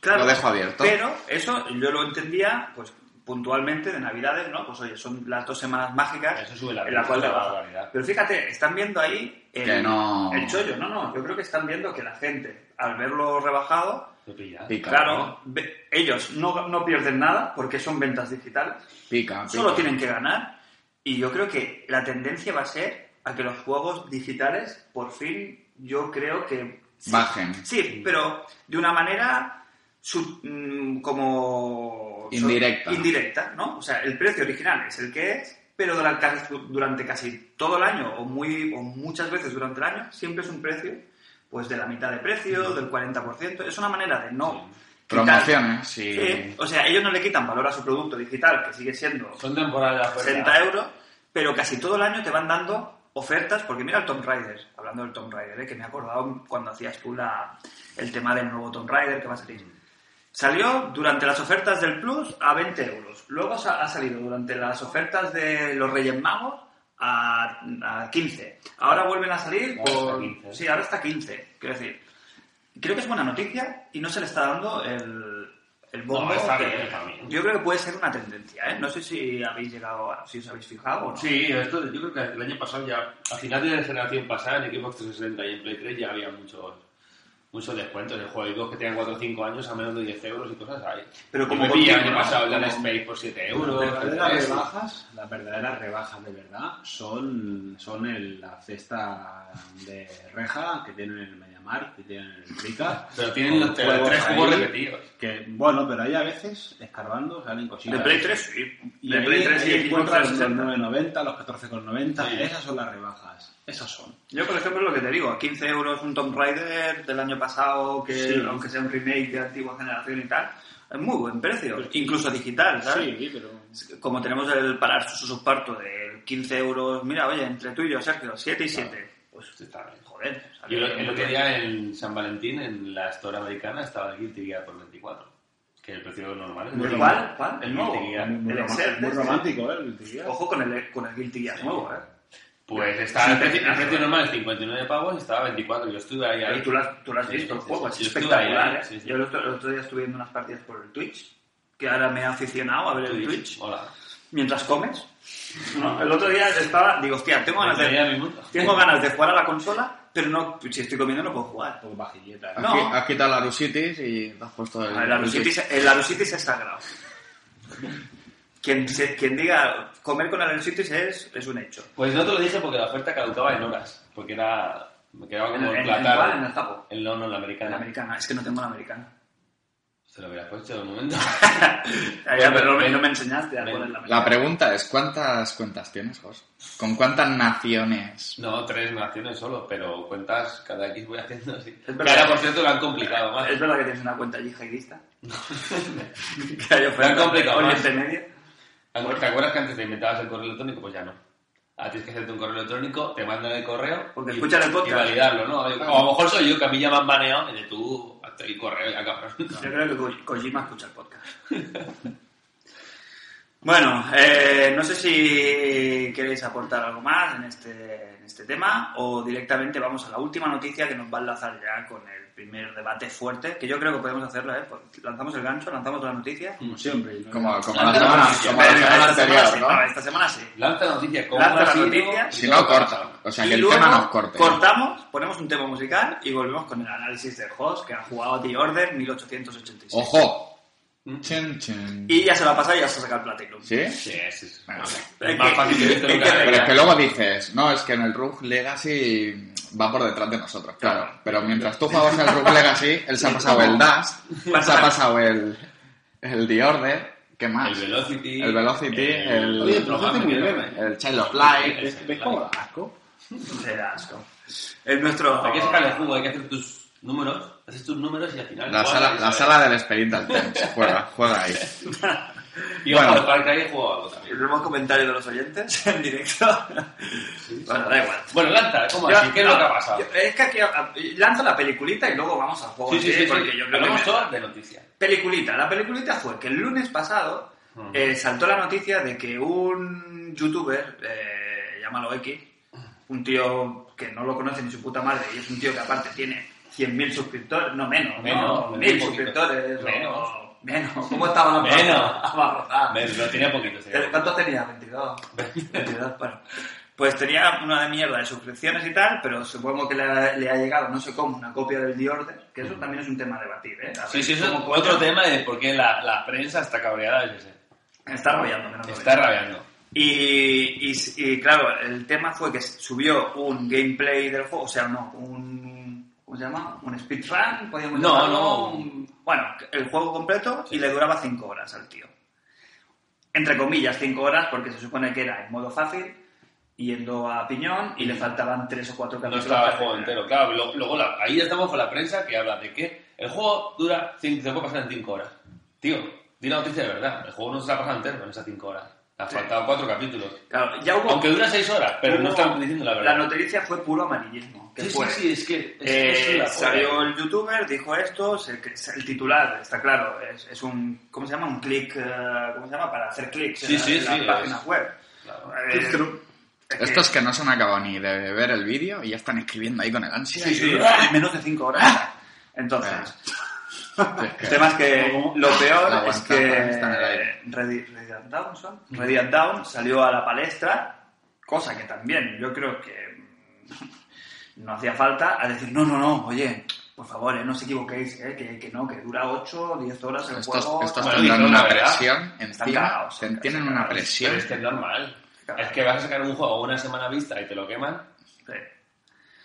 Speaker 1: claro,
Speaker 3: lo dejo abierto.
Speaker 1: Pero eso yo lo entendía pues puntualmente de Navidades, ¿no? Pues oye, son las dos semanas mágicas
Speaker 4: Eso sube la
Speaker 1: en la cual
Speaker 4: la
Speaker 1: rebaja.
Speaker 4: barbaridad.
Speaker 1: Pero fíjate, están viendo ahí el,
Speaker 3: Que no.
Speaker 1: el chollo. No, no, yo creo que están viendo que la gente, al verlo rebajado,
Speaker 4: Lo pilla.
Speaker 3: Pica,
Speaker 1: claro, ve- ellos no, no pierden nada porque son ventas digitales,
Speaker 3: pica, pica.
Speaker 1: solo tienen que ganar. Y yo creo que la tendencia va a ser a que los juegos digitales, por fin, yo creo que. sí.
Speaker 3: Bajen.
Speaker 1: Sí, pero de una manera sub- mm, como.
Speaker 3: Indirecta.
Speaker 1: Indirecta, ¿no? O sea, el precio original es el que es, pero durante casi, durante casi todo el año, o, muy, o muchas veces durante el año, siempre es un precio, pues de la mitad de precio, del 40%. Es una manera de no. quitar-
Speaker 3: Promociones, sí.
Speaker 1: Sí, O sea, ellos no le quitan valor a su producto digital, que sigue siendo
Speaker 4: Son temporadas de
Speaker 1: 60 euros, pero casi todo el año te van dando ofertas, porque mira el Tomb Raider, hablando del Tomb Raider, ¿eh? que me he acordado cuando hacías tú la- el tema del nuevo Tomb Raider que va a salir. Salió durante las ofertas del Plus a 20 euros, luego sa- ha salido durante las ofertas de los Reyes Magos a, a 15, ahora vuelven a salir
Speaker 4: Ahora está
Speaker 1: por...
Speaker 4: 15.
Speaker 1: Sí, ahora está 15, quiero decir. Creo que es buena noticia y no se le está dando el, el bombo.
Speaker 4: No, está
Speaker 1: que-
Speaker 4: bien, está bien.
Speaker 1: Yo creo que puede ser una tendencia, ¿eh? No sé si habéis llegado, a- si os habéis fijado o no.
Speaker 4: Sí, esto, yo creo que el año pasado ya, a final de la generación pasada, en Xbox 360 y en Play 3 ya había muchos, muchos descuentos de juegos que tenían 4 o 5 años a menos de 10 euros y cosas ahí.
Speaker 1: Pero
Speaker 4: Yo
Speaker 1: como
Speaker 4: me pillé el
Speaker 1: continuo,
Speaker 4: año
Speaker 1: ¿no?
Speaker 4: pasado el Dead
Speaker 1: Como-
Speaker 4: Space por 7
Speaker 2: Las
Speaker 4: euros.
Speaker 2: verdaderas
Speaker 4: tres.
Speaker 2: rebajas, las verdaderas rebajas de verdad son, son el- la cesta de reja que tienen en el Mediamar, que tienen en el Prica.
Speaker 4: Pero tienen los tres
Speaker 2: Juegos
Speaker 4: tres juegos
Speaker 2: ahí
Speaker 4: repetidos.
Speaker 2: Que, bueno, pero hay a veces, escarbando, salen cositas.
Speaker 1: De Play 3, sí.
Speaker 2: Y
Speaker 1: De
Speaker 2: ahí-
Speaker 1: Play 3
Speaker 2: ahí
Speaker 1: y Xbox
Speaker 2: encuentras los
Speaker 1: 360.
Speaker 2: 9,90, los 14,90.
Speaker 4: Sí.
Speaker 2: Esas son las rebajas. Esas son.
Speaker 1: Yo, por ejemplo, lo que te digo, a 15 euros un Tomb Raider del año pasado, que
Speaker 2: Sí.
Speaker 1: aunque sea un remake de antigua generación y tal, es muy buen precio, incluso digital, ¿sabes?
Speaker 2: Pues Sí, pero...
Speaker 1: como tenemos el parar su susparto de 15 euros, mira, oye, entre tú y yo, Sergio, 7 y 7. Pues
Speaker 4: Está bien.
Speaker 1: joder. sale
Speaker 4: Yo el,
Speaker 1: muy
Speaker 4: el otro
Speaker 1: bien.
Speaker 4: día en San Valentín, en la Store americana, estaba el Guilty Gear por 24. Que el precio normal es
Speaker 1: ¿El
Speaker 4: 21.
Speaker 1: cuál? ¿Cuál?
Speaker 4: El
Speaker 1: ¿El nuevo?
Speaker 4: Guilty Gear.
Speaker 2: Muy, muy
Speaker 1: El
Speaker 2: román-
Speaker 1: Excel,
Speaker 2: muy
Speaker 1: ¿eh?
Speaker 2: romántico, ¿eh? El día.
Speaker 1: Ojo con el, con el Guilty Gear nuevo, ¿eh?
Speaker 4: Pues
Speaker 1: Sí,
Speaker 4: estaba el precio,
Speaker 1: perfecto.
Speaker 4: el precio normal es 59 pavos y estaba 24. Yo estuve ahí. ahí.
Speaker 1: Pero tú lo has, tú lo has
Speaker 4: Sí,
Speaker 1: visto el
Speaker 4: sí,
Speaker 1: juego,
Speaker 4: sí,
Speaker 1: es
Speaker 4: yo estuve ahí,
Speaker 1: espectacular,
Speaker 4: ahí,
Speaker 1: ¿eh?
Speaker 4: sí, sí.
Speaker 1: Yo el otro, el otro día estuve viendo unas partidas por el Twitch, que ahora me he aficionado a ver el Twitch,
Speaker 4: Hola.
Speaker 1: mientras comes. No, el otro día estaba, digo, hostia, tengo ganas,
Speaker 4: Bienvenida a mi
Speaker 1: de,
Speaker 4: mundo.
Speaker 1: tengo ganas de jugar a la consola, pero no, si estoy comiendo no puedo jugar.
Speaker 2: Un poco vajilleta, ¿eh?
Speaker 3: Has,
Speaker 1: No.
Speaker 3: qui- has quitado la Rusitis y te has puesto
Speaker 4: Pues
Speaker 3: el.
Speaker 1: A ver, la Arusitis- el Arusitis es sagrado. Quien, se- quien diga comer con Arusitis es, es un hecho.
Speaker 4: Pues no te lo dije porque la oferta caducaba en horas. Porque era. Me quedaba como
Speaker 1: ¿En- en-
Speaker 4: la
Speaker 1: en
Speaker 4: tarde.
Speaker 1: cuál? ¿En el Zapo?
Speaker 4: El no, no, la americana.
Speaker 1: La americana, es que no tengo la americana.
Speaker 4: Se lo hubieras puesto de momento. Pues
Speaker 1: Ah, ya, pero no me,
Speaker 4: ven.
Speaker 1: no me enseñaste a
Speaker 4: Ven.
Speaker 1: poner la americana.
Speaker 3: La pregunta es: ¿cuántas cuentas tienes, Jos? ¿Con cuántas naciones?
Speaker 4: no, tres naciones solo, pero cuentas cada X voy haciendo así.
Speaker 1: Es
Speaker 4: Que
Speaker 1: verdad.
Speaker 4: ahora, por cierto, lo han complicado más.
Speaker 1: ¿Es verdad que tienes una cuenta yihadista? que hay
Speaker 4: Me han complicado más.
Speaker 1: Oriente Medio.
Speaker 4: ¿Te acuerdas que antes te inventabas el correo electrónico? Pues ya no. Ahora tienes que hacerte un correo electrónico, te mandan el correo
Speaker 1: Porque
Speaker 4: y,
Speaker 1: escuchan el podcast.
Speaker 4: y validarlo, ¿no? Yo- O a lo mejor soy yo, que a mí ya me han baneado y de tú, hazte el correo ya, cabrón.
Speaker 1: Yo creo que Ko- Kojima escucha el podcast. bueno, eh, no sé si queréis aportar algo más en este, en este tema o directamente vamos a la última noticia que nos va a enlazar ya con el primer debate fuerte, que yo creo que podemos hacerlo, ¿eh? Porque lanzamos el gancho, lanzamos la noticia.
Speaker 2: Como siempre. ¿no?
Speaker 3: Como, como
Speaker 4: Ah,
Speaker 3: la
Speaker 4: no,
Speaker 3: semana,
Speaker 4: sí,
Speaker 3: como la
Speaker 1: Pero
Speaker 3: semana
Speaker 1: esta semana sí,
Speaker 3: anterior,
Speaker 1: no,
Speaker 3: ¿no?
Speaker 1: esta semana sí.
Speaker 4: Lanza noticias, como
Speaker 1: Lanza
Speaker 4: ha
Speaker 1: la
Speaker 4: sido
Speaker 1: noticia.
Speaker 4: y
Speaker 3: Si
Speaker 4: todo
Speaker 3: no,
Speaker 4: pasa.
Speaker 3: corta. O sea,
Speaker 1: Y
Speaker 3: que el
Speaker 1: luego
Speaker 3: tema nos corte.
Speaker 1: Cortamos, ponemos un tema musical y volvemos con el análisis del host que ha jugado The Order 1886.
Speaker 3: ¡Ojo!
Speaker 4: Mm.
Speaker 3: Chin, chin.
Speaker 1: Y ya se lo ha pasado y ya se ha sacado el Platinum.
Speaker 3: ¿Sí?
Speaker 4: Sí, sí, sí.
Speaker 3: Bueno, sí.
Speaker 4: Es más fácil que esto
Speaker 1: Es
Speaker 4: nunca
Speaker 1: que-
Speaker 4: haría.
Speaker 3: Pero es que luego dices, no, es que en el Rogue Legacy va por detrás de nosotros, claro. Pero mientras tú jugabas el Rogue Legacy, él se ha pasado el Dust, se ha pasado el, el The Order, ¿qué más?
Speaker 4: El Velocity. Eh,
Speaker 3: El Velocity, el-
Speaker 2: Oye,
Speaker 3: el
Speaker 2: pero fíjate
Speaker 4: Trojan,
Speaker 2: muy
Speaker 4: el-
Speaker 1: eh.
Speaker 2: leve.
Speaker 3: El Child of Light.
Speaker 2: ¿Ves, ves cómo da asco?
Speaker 1: Se da asco. Es nuestro.
Speaker 4: Hay que sacarle jugo, hay que hacer tus números, haces tus números y al final.
Speaker 3: La
Speaker 4: juegas
Speaker 3: sala,
Speaker 4: y
Speaker 3: la
Speaker 4: sabes.
Speaker 3: sala del Experience del Temps, juega, juega ahí.
Speaker 4: ¿eh? Y ojo,
Speaker 3: Bueno.
Speaker 4: el Far Cry he jugado algo también.
Speaker 1: Tenemos comentarios de los oyentes en directo. bueno, da igual.
Speaker 4: Bueno, Lanta, ¿cómo
Speaker 1: Yo-
Speaker 4: así? ¿Qué es lo que ha
Speaker 1: no,
Speaker 4: pasado?
Speaker 1: yo- Es que aquí ah, lanzo la peliculita y luego vamos al juego.
Speaker 4: Sí, sí, sí,
Speaker 1: porque
Speaker 4: sí.
Speaker 1: yo creo que
Speaker 4: Hablamos
Speaker 1: me-
Speaker 4: solo de noticias.
Speaker 1: Peliculita. La peliculita fue que el lunes pasado
Speaker 4: Ujú.
Speaker 1: eh, saltó la noticia de que un youtuber, eh, llámalo X, un tío que no lo conoce ni su puta madre, y es un tío que aparte tiene 100.000 suscriptores, no menos,
Speaker 4: Menos,
Speaker 1: no,
Speaker 4: menos,
Speaker 1: 1.000
Speaker 4: poquito.
Speaker 1: suscriptores, o-
Speaker 4: Menos.
Speaker 1: menos, ¿cómo estaba la
Speaker 4: Menos.
Speaker 1: pasta? Abarrotada.
Speaker 4: Me- Lo tenía poquito. sí.
Speaker 1: ¿Cuántos Ah. ¿Cuánto tenía? 22. 22, bueno. Pues tenía una de mierda de suscripciones y tal, pero supongo que le ha, le ha llegado, no sé cómo, una copia del The Order, que eso también es un tema a debatir, ¿eh? A ver,
Speaker 4: Sí, sí, eso es
Speaker 1: ¿cómo
Speaker 4: otro
Speaker 1: coño?
Speaker 4: tema de por qué la, la prensa está cabreada, es ese.
Speaker 1: Está rollando, menos
Speaker 4: Está rabiando.
Speaker 1: Y, y, y, claro, el tema fue que subió un gameplay del juego, o sea, no, un. ¿Cómo se llama? ¿Un speedrun? Podríamos
Speaker 4: No,
Speaker 1: llamarlo,
Speaker 4: no.
Speaker 1: un- bueno, el juego completo y
Speaker 4: Sí.
Speaker 1: le duraba 5 horas al tío. Entre comillas, 5 horas, porque se supone que era en modo fácil, yendo a piñón y le faltaban 3 o 4
Speaker 4: Mm. No
Speaker 1: capítulos.
Speaker 4: estaba el
Speaker 1: para
Speaker 4: juego
Speaker 1: terminar.
Speaker 4: entero, claro. Lo- Luego la- ahí ya estamos con la prensa que habla de que el juego dura, cinco, se puede pasar en 5 horas. Tío, di la noticia de verdad. El juego no se ha pasado entero en esas 5 horas. Le han
Speaker 1: Sí.
Speaker 4: faltado 4 capítulos.
Speaker 1: Claro, ya hubo.
Speaker 4: Aunque dura 6 horas, pero
Speaker 1: hubo-
Speaker 4: no están diciendo la
Speaker 1: La
Speaker 4: verdad.
Speaker 1: noticia fue puro amarillismo. que
Speaker 4: Sí, sí,
Speaker 1: fue-
Speaker 4: sí, es que... es- es
Speaker 1: Eh,
Speaker 4: una
Speaker 1: salió
Speaker 4: joda.
Speaker 1: el youtuber, dijo esto, se- que- se- el titular, está claro, es, es un, ¿cómo se llama? Un clic, eh, ¿cómo se llama? Para hacer clics
Speaker 4: Sí,
Speaker 1: en, la-
Speaker 4: sí,
Speaker 1: en
Speaker 4: sí,
Speaker 1: la página
Speaker 4: es-
Speaker 1: web.
Speaker 4: Claro.
Speaker 1: Eh, es que-
Speaker 3: Estos que no se han acabado ni de ver el vídeo y ya están escribiendo ahí con el ansia.
Speaker 1: sí,
Speaker 3: y-
Speaker 1: sí, ¡ah! menos de 5 horas.
Speaker 4: Ah.
Speaker 1: Entonces,
Speaker 3: Es que-
Speaker 1: el Este tema es que lo
Speaker 3: La
Speaker 1: peor es
Speaker 3: aguantan,
Speaker 1: que
Speaker 3: está en el aire.
Speaker 1: Redi- Radiant Down, ¿son? Radiant Down salió a la palestra, cosa que también yo creo que no hacía falta a decir, no, no, no, oye, por favor, eh, no os equivoquéis, eh, que, que no, que dura 8 o 10 horas el
Speaker 3: Estos,
Speaker 1: juego.
Speaker 3: estos
Speaker 4: bueno,
Speaker 3: tendrán
Speaker 4: digo, la
Speaker 3: una
Speaker 4: verdad,
Speaker 3: presión
Speaker 1: están
Speaker 3: encima.
Speaker 1: cagados,
Speaker 3: ten-
Speaker 1: están
Speaker 3: Tienen
Speaker 1: cagados. Este-
Speaker 3: una
Speaker 4: Pero
Speaker 3: presión.
Speaker 4: es que es normal.
Speaker 1: Claro.
Speaker 4: Es que vas a sacar un juego a una semana vista y te lo queman.
Speaker 1: Sí.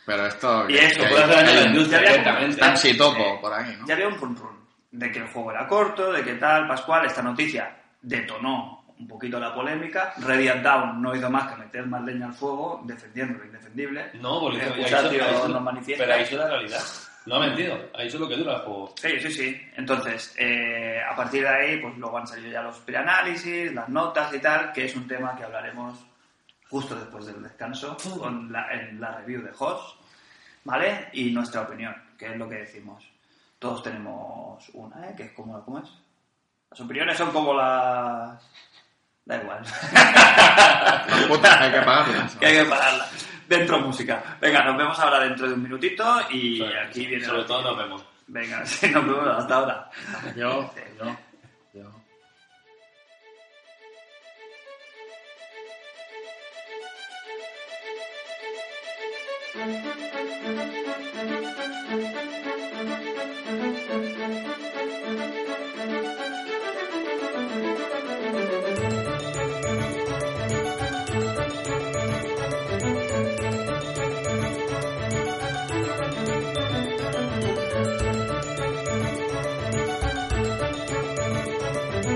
Speaker 3: Pero esto.
Speaker 1: Y eso,
Speaker 3: que-
Speaker 1: pues,
Speaker 4: Puedes hacer daño a la
Speaker 1: hay-
Speaker 4: industria
Speaker 1: ya había-
Speaker 4: directamente.
Speaker 3: Taxi topo, por ahí, ¿no?
Speaker 1: Ya había un run run de que el juego era corto, de que tal, Pascual, esta noticia detonó un poquito la polémica. Radiant Down no hizo más que meter más leña al fuego, defendiendo lo indefendible.
Speaker 4: No, porque
Speaker 1: El
Speaker 4: ahí
Speaker 1: portátil
Speaker 4: se- ahí se-
Speaker 1: nos manifiesta.
Speaker 4: Pero ahí es la realidad. No ha mentido. Ahí es lo que dura el juego.
Speaker 1: Sí, sí, sí. Entonces, eh, a partir de ahí, pues luego han salido ya los preanálisis, las notas y tal, que es un tema que hablaremos justo después del descanso con la- en la review de Hoss, ¿vale? Y nuestra opinión, que es lo que decimos. Todos tenemos una, ¿eh? Que es como, ¿cómo es? Las opiniones son como las... Da igual.
Speaker 3: Las putas hay que pagarlas.
Speaker 1: que hay que pararla. Dentro música. Venga, nos vemos ahora dentro de un minutito y
Speaker 4: Sobre-
Speaker 1: aquí viene...
Speaker 4: Sobre
Speaker 1: la-
Speaker 4: todo nos vemos.
Speaker 1: Venga, sí, nos vemos hasta ahora.
Speaker 2: Yo, yo, yo.
Speaker 5: Thank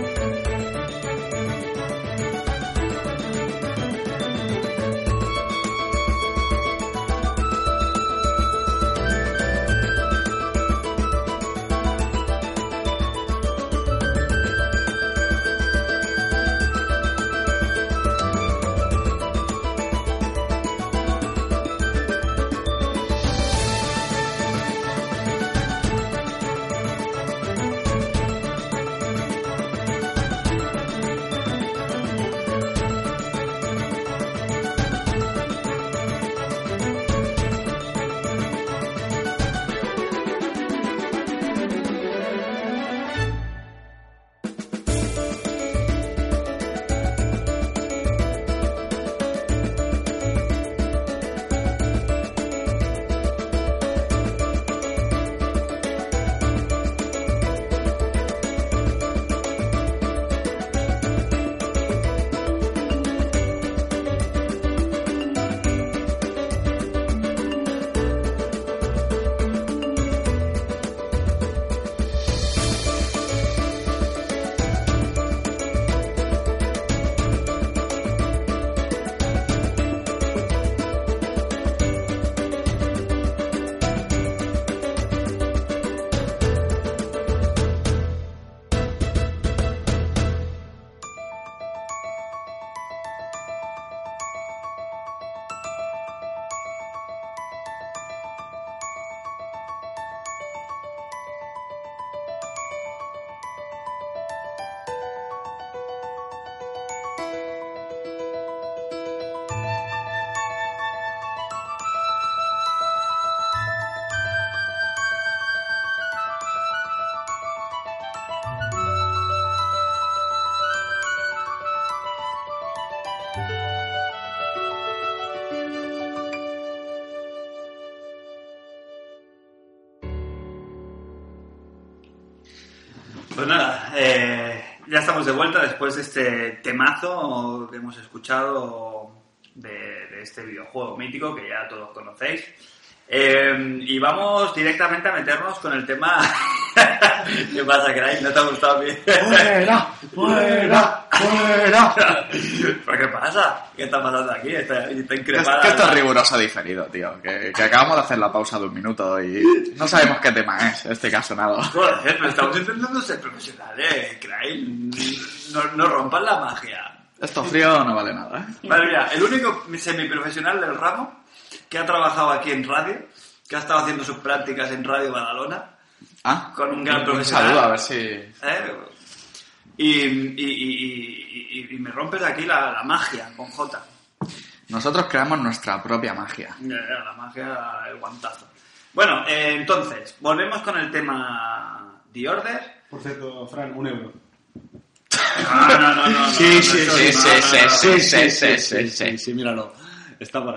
Speaker 1: Pues nada, eh, ya estamos de vuelta después de este temazo que hemos escuchado de, de este videojuego mítico que ya todos conocéis. Eh, y vamos directamente a meternos con el tema. ¿Qué pasa, Craig? ¿No te ha gustado bien?
Speaker 3: ¡Fuera! ¡Fuera! ¡Fuera!
Speaker 1: ¿Pero qué pasa? ¿Qué está pasando aquí? Está, está
Speaker 3: Que es-
Speaker 1: increpada.
Speaker 3: que esto es
Speaker 1: la-
Speaker 3: riguroso diferido, tío. Que, que acabamos de hacer la pausa de un minuto y no sabemos qué tema es este que ha sonado.
Speaker 1: Joder, pero estamos intentando ser profesionales, Craig. No, no rompan la magia.
Speaker 3: Esto frío no vale nada, ¿eh?
Speaker 1: Vale, mira, el único semiprofesional del ramo que ha trabajado aquí en radio, que ha estado haciendo sus prácticas en Radio Badalona,
Speaker 3: Ah,
Speaker 1: con un gran
Speaker 3: un
Speaker 1: profesional.
Speaker 3: saludo, a ver si...
Speaker 1: ¿eh? Y, y- y- y- y- y me rompes aquí la, la magia con J.
Speaker 3: Nosotros creamos nuestra propia magia.
Speaker 1: Eh, La magia, el guantazo. Bueno, eh, entonces, volvemos con el tema The Order. Ah,
Speaker 2: Por cierto, Fran, un euro.
Speaker 1: No, no, no, no, no, no, eso no, no, no, no.
Speaker 3: sí, sí,
Speaker 2: sí, míralo. Está para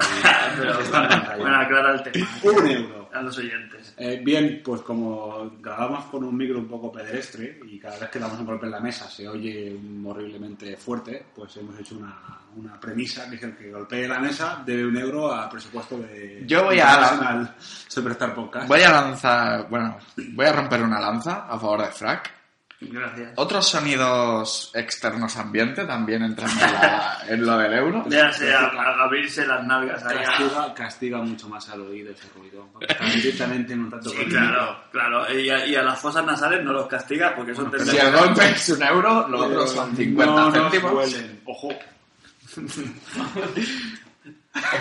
Speaker 1: Pero, bueno, bueno, aclara el tema
Speaker 2: Un euro.
Speaker 1: a los oyentes.
Speaker 2: Eh, bien, pues como grabamos con un micro un poco pedestre y cada vez que damos un golpe en la mesa se oye mm, horriblemente fuerte, pues hemos hecho una, una premisa que es el que golpee la mesa debe un euro a presupuesto de
Speaker 3: Yo voy a-
Speaker 2: internacional Superstar Podcast.
Speaker 3: Voy a lanzar... Bueno, voy a romper una lanza a favor de Frack.
Speaker 1: Gracias.
Speaker 3: Otros sonidos externos ambiente también entran en, la- en lo del euro.
Speaker 1: Ya sea a- a abrirse las nalgas ahí. a-
Speaker 2: Castiga, castiga mucho más al oído ese ruido. porque está directamente en un rato
Speaker 1: Sí, claro, claro. Y a, y a las fosas nasales no los castiga porque son
Speaker 3: Si el
Speaker 1: terceros.
Speaker 3: golpe es un euro, los otros son 50
Speaker 2: no, nos
Speaker 3: céntimos.
Speaker 2: huelen. Ojo.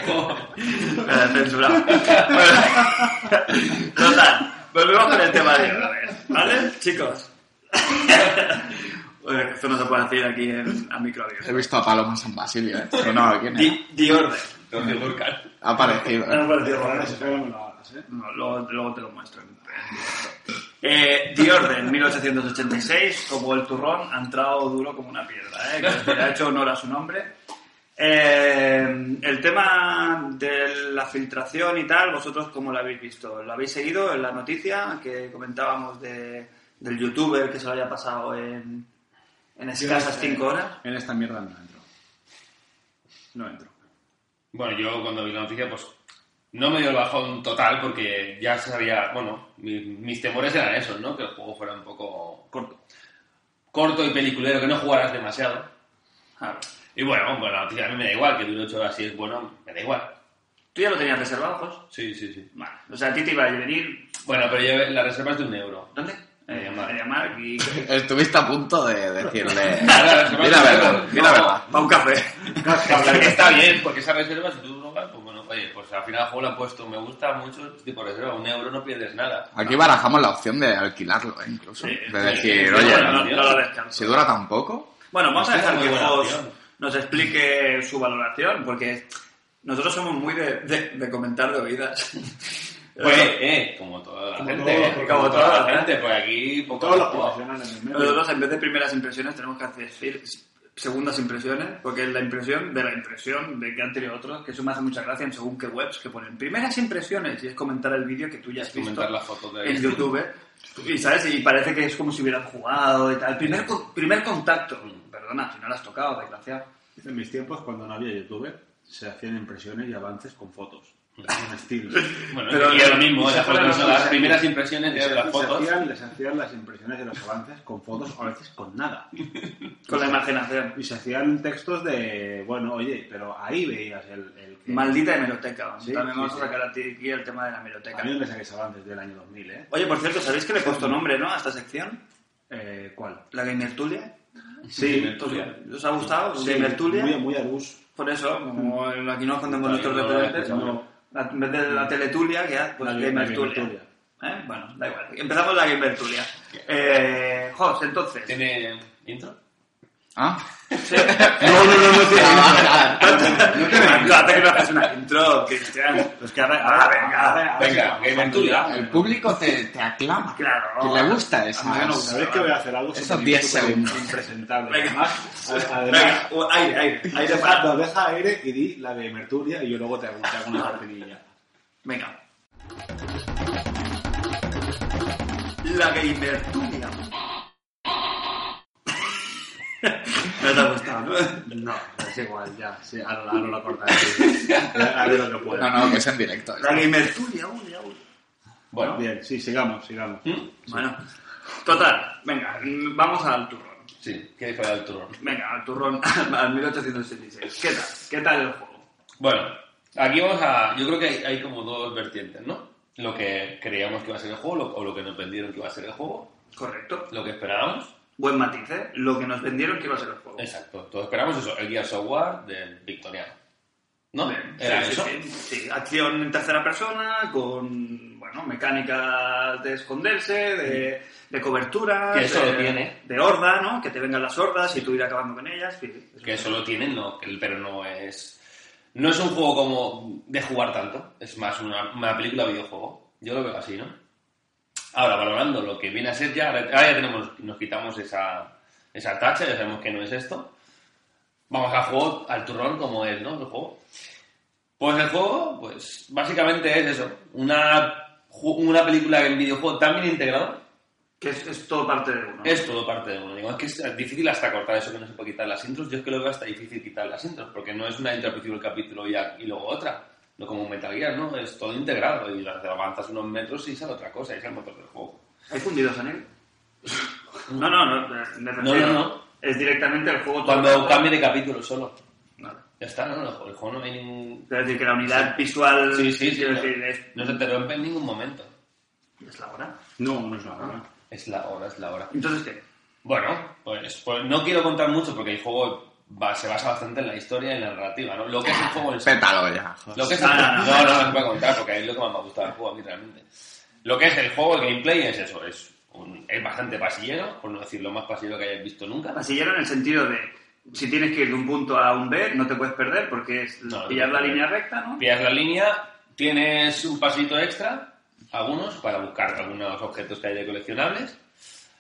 Speaker 1: Eh, censurado. Bueno, Total, volvemos con el tema de Eurover, ¿vale? Chicos. Bueno, Esto no se puede decir aquí en, a micro
Speaker 3: He
Speaker 1: abierto.
Speaker 3: visto a Paloma San Basilio, ¿eh? No, no, ¿quién era?
Speaker 1: The, The Order.
Speaker 4: Rocío Durcal.
Speaker 3: Ha aparecido.
Speaker 1: No,
Speaker 3: ¿eh?
Speaker 1: no puedo decir
Speaker 2: Ahora,
Speaker 1: Order.
Speaker 2: espero que me lo hagas, ¿eh?
Speaker 1: No, luego, luego te lo muestro. Eh, The Order, 1886, como el turrón, ha entrado duro como una piedra, ¿eh? que le ha hecho honor a su nombre. Eh, el tema de la filtración y tal, vosotros cómo lo habéis visto? ¿Lo habéis seguido en la noticia que comentábamos de- del youtuber que se lo haya pasado en, en escasas 5 horas?
Speaker 2: En esta mierda no entro. No entro.
Speaker 4: Bueno, yo cuando vi la noticia, pues no me dio el bajón total porque ya sabía, bueno, mi- mis temores eran esos, ¿no? Que el juego fuera un poco
Speaker 2: Corto.
Speaker 4: corto y peliculero, que no jugaras demasiado.
Speaker 1: Claro.
Speaker 4: Y bueno, bueno, la noticia a mí me da igual, que dure 8 horas, si es bueno, me da igual.
Speaker 1: ¿Tú ya lo tenías reservado, Jos?
Speaker 4: Sí, sí, sí.
Speaker 1: Vale. O sea, a ti te iba a venir...
Speaker 4: Bueno, pero yo la reserva es de un euro.
Speaker 1: ¿Dónde? Eh,
Speaker 4: Mediamarkt.
Speaker 1: Mediamarkt y...
Speaker 3: Estuviste a punto de decirle.
Speaker 4: Claro, es que
Speaker 3: Di la
Speaker 4: me-
Speaker 3: verdad, di la verdad.
Speaker 1: Para un café.
Speaker 4: Está, está bien, porque esa reserva, si tú no vas, pues bueno, oye, pues al final el juego lo han puesto, me gusta mucho, tipo reserva, un euro no pierdes nada.
Speaker 3: Aquí barajamos la opción de alquilarlo, ¿eh? incluso. De decir,
Speaker 4: sí,
Speaker 3: oye,
Speaker 1: no, no, no lo
Speaker 3: si
Speaker 1: descanso.
Speaker 3: dura tan poco.
Speaker 1: Bueno, vamos a
Speaker 4: Esta
Speaker 1: dejar
Speaker 4: es
Speaker 1: que
Speaker 4: muy buena
Speaker 1: Jos
Speaker 4: opción.
Speaker 1: nos explique su valoración, porque nosotros somos muy de, de- de comentar de oídas.
Speaker 4: Pues, eh, como toda la
Speaker 2: Como
Speaker 4: gente,
Speaker 2: todo,
Speaker 4: eh,
Speaker 2: como
Speaker 4: como
Speaker 1: toda
Speaker 4: toda
Speaker 1: la
Speaker 4: la gente, pues aquí poco
Speaker 2: Todos los
Speaker 4: poco.
Speaker 2: profesionales del medio.
Speaker 1: nosotros en vez de primeras impresiones tenemos que decir segundas impresiones, porque es la impresión de la impresión de que han tenido otros, que eso me hace mucha gracia en según qué webs que ponen primeras impresiones y es comentar el vídeo que tú ya has visto
Speaker 4: comentar la foto de
Speaker 1: en YouTube. Y sabes, y parece que es como si hubieran jugado y tal. Primer, co- primer contacto. Perdona, si no la has tocado, desgraciado.
Speaker 2: En mis tiempos, cuando no había YouTube, se hacían impresiones y avances con fotos. Con estilo.
Speaker 4: Bueno,
Speaker 1: Pero-
Speaker 4: y lo mismo,
Speaker 1: y se
Speaker 4: las,
Speaker 1: fueron
Speaker 4: fotos,
Speaker 1: las
Speaker 4: son las
Speaker 1: cosas.
Speaker 4: primeras impresiones
Speaker 2: Les
Speaker 4: de las fotos.
Speaker 2: hacían, les hacían las impresiones de los avances con fotos o a veces con nada.
Speaker 1: Con la imaginación.
Speaker 2: Y se hacían textos de, bueno, oye, pero ahí veías el... el que-
Speaker 1: Maldita hemeroteca. vamos.
Speaker 2: Sí,
Speaker 1: También
Speaker 2: sí,
Speaker 1: vamos
Speaker 2: sí.
Speaker 1: a sacar a ti aquí el tema de la
Speaker 2: A
Speaker 1: hemeroteca.
Speaker 2: mí me saquéis avances del año 2000, ¿eh?
Speaker 1: Oye, por cierto, ¿sabéis que le he puesto nombre, no? A esta sección.
Speaker 2: eh cuál
Speaker 1: La Gamertulia.
Speaker 2: Sí.
Speaker 4: Gamertulia.
Speaker 1: ¿Os ha gustado?
Speaker 2: sí,
Speaker 1: Gamertulia.
Speaker 2: Muy, muy a gusto.
Speaker 1: Por eso, como el- aquí no escondemos
Speaker 4: No,
Speaker 1: nuestros
Speaker 4: no, no,
Speaker 1: referentes,
Speaker 4: no,
Speaker 2: no.
Speaker 1: la- en vez de la Teletulia, que haz, pues
Speaker 2: La
Speaker 1: Gamertulia.
Speaker 2: Gamertulia.
Speaker 1: ¿Eh? Bueno, da igual. Empezamos la Gamertulia. Eh, Jos, entonces.
Speaker 4: ¿Tiene intro?
Speaker 3: Ah,
Speaker 1: Sí.
Speaker 2: No, no, no, no
Speaker 1: No te vengas, que no hagas una intro, Cristian.
Speaker 2: Pues que ahora,
Speaker 1: Ah, venga,
Speaker 4: Venga, Gamertulia.
Speaker 3: el público te, te aclama.
Speaker 1: Claro.
Speaker 3: Que le gusta
Speaker 1: A mí me gusta.
Speaker 3: esa.
Speaker 2: ¿Sabéis que voy a hacer algo
Speaker 3: Esos
Speaker 2: súper-
Speaker 3: 10 Ah,
Speaker 2: súper
Speaker 3: segundos.
Speaker 2: impresentable?
Speaker 1: Venga.
Speaker 2: Además, a-
Speaker 1: Venga,
Speaker 2: además
Speaker 1: u- aire, aire, aire para.
Speaker 2: deja, deja aire y di la de Merturia y yo luego te hago te hago una cortinilla.
Speaker 1: Venga. La gamertulia. No te ha gustado, ¿no?
Speaker 2: No, es igual, ya. Sí, ahora, ahora lo cortaré. Haré lo que
Speaker 3: No,
Speaker 2: pueda.
Speaker 3: no, que es en directo.
Speaker 1: La gamer tuya, uy, uy.
Speaker 4: Bueno,
Speaker 2: Bien, sí, sigamos, sigamos.
Speaker 4: ¿Mm?
Speaker 1: Bueno, total, venga, mm, vamos al turrón.
Speaker 4: sí, que fuera el turno.
Speaker 1: Venga, al turrón, al 1886. ¿Qué tal? ¿Qué tal el juego?
Speaker 4: Bueno, aquí vamos a. Yo creo que hay, hay como dos vertientes, ¿no? Lo que creíamos que iba a ser el juego, lo- o lo que nos vendieron que iba a ser el juego,
Speaker 1: Correcto.
Speaker 4: lo que esperábamos.
Speaker 1: Buen matiz, ¿eh? Lo que nos vendieron que iba a ser el juego.
Speaker 4: Exacto, todos esperamos eso, el Gear Software del Victoriano. ¿No?
Speaker 1: Bien,
Speaker 4: Era
Speaker 1: sí, sí,
Speaker 4: eso.
Speaker 1: sí, sí. acción en tercera persona con bueno mecánicas de esconderse, de, de cobertura,
Speaker 4: Que eso
Speaker 1: de,
Speaker 4: lo tiene.
Speaker 1: de horda, ¿no? Que te vengan las hordas y tú ir acabando con ellas. sí, sí,
Speaker 4: Que eso lo tienen, no, que- pero no es. No es un juego como de jugar tanto, es más una, una película videojuego. Yo lo veo así, ¿no? Ahora, valorando lo que viene a ser ya, ahora ya tenemos, nos quitamos esa, esa tacha, ya sabemos que no es esto. Vamos al juego, al turrón como es, ¿no? El juego. Pues el juego, pues básicamente es eso, una, ju- una película en videojuego tan bien integrado
Speaker 1: Que es, es todo parte de uno.
Speaker 4: es todo parte de uno. Digo, es que es difícil hasta cortar eso que no se puede quitar las intros. Yo es que lo veo hasta difícil quitar las intros, porque no es una intro al principio del capítulo y, a- y luego otra. No como un Metal Gear, ¿no? Es todo integrado y las avanzas unos metros y sale otra cosa, y es el motor del juego.
Speaker 1: ¿Hay fundidos en él? No, no, no. eh, me
Speaker 4: No,
Speaker 1: refiero.
Speaker 4: no, no.
Speaker 1: Es directamente el juego.
Speaker 4: Cuando
Speaker 1: todo-
Speaker 4: cambie de capítulo solo.
Speaker 1: Vale.
Speaker 4: Ya está, ¿no? El juego, el juego no hay ningún...
Speaker 1: Quiero decir que la unidad visual.
Speaker 4: Sí, sí, sí.
Speaker 1: quiero
Speaker 4: no,
Speaker 1: decir, es,
Speaker 4: no se te rompe en ningún momento.
Speaker 1: es la hora.
Speaker 2: No, no es la verdad.
Speaker 4: Es la hora, es la hora.
Speaker 1: Entonces, ¿qué?
Speaker 4: Bueno, pues, pues no quiero contar mucho porque el juego va- se basa bastante en la historia y en la narrativa, ¿no? Lo que es el juego en sí.
Speaker 3: Pétalo ya.
Speaker 4: Lo que es
Speaker 1: No,
Speaker 4: el-
Speaker 1: no,
Speaker 4: no,
Speaker 1: no.
Speaker 4: no, no, se puede contar porque es lo que más me ha gustado del juego a mí realmente. Lo que es el juego, el gameplay es eso, es, un- es bastante pasillero, por no decir lo más pasillero que hayas visto nunca.
Speaker 1: Pasillero en el sentido de si tienes que ir de un punto a un B, no te puedes perder porque es
Speaker 4: No, no
Speaker 1: pillar
Speaker 4: te
Speaker 1: la
Speaker 4: puedes
Speaker 1: línea recta, ¿no?
Speaker 4: Pillas la línea, tienes un pasito extra, algunos, para buscar algunos objetos que hay de coleccionables,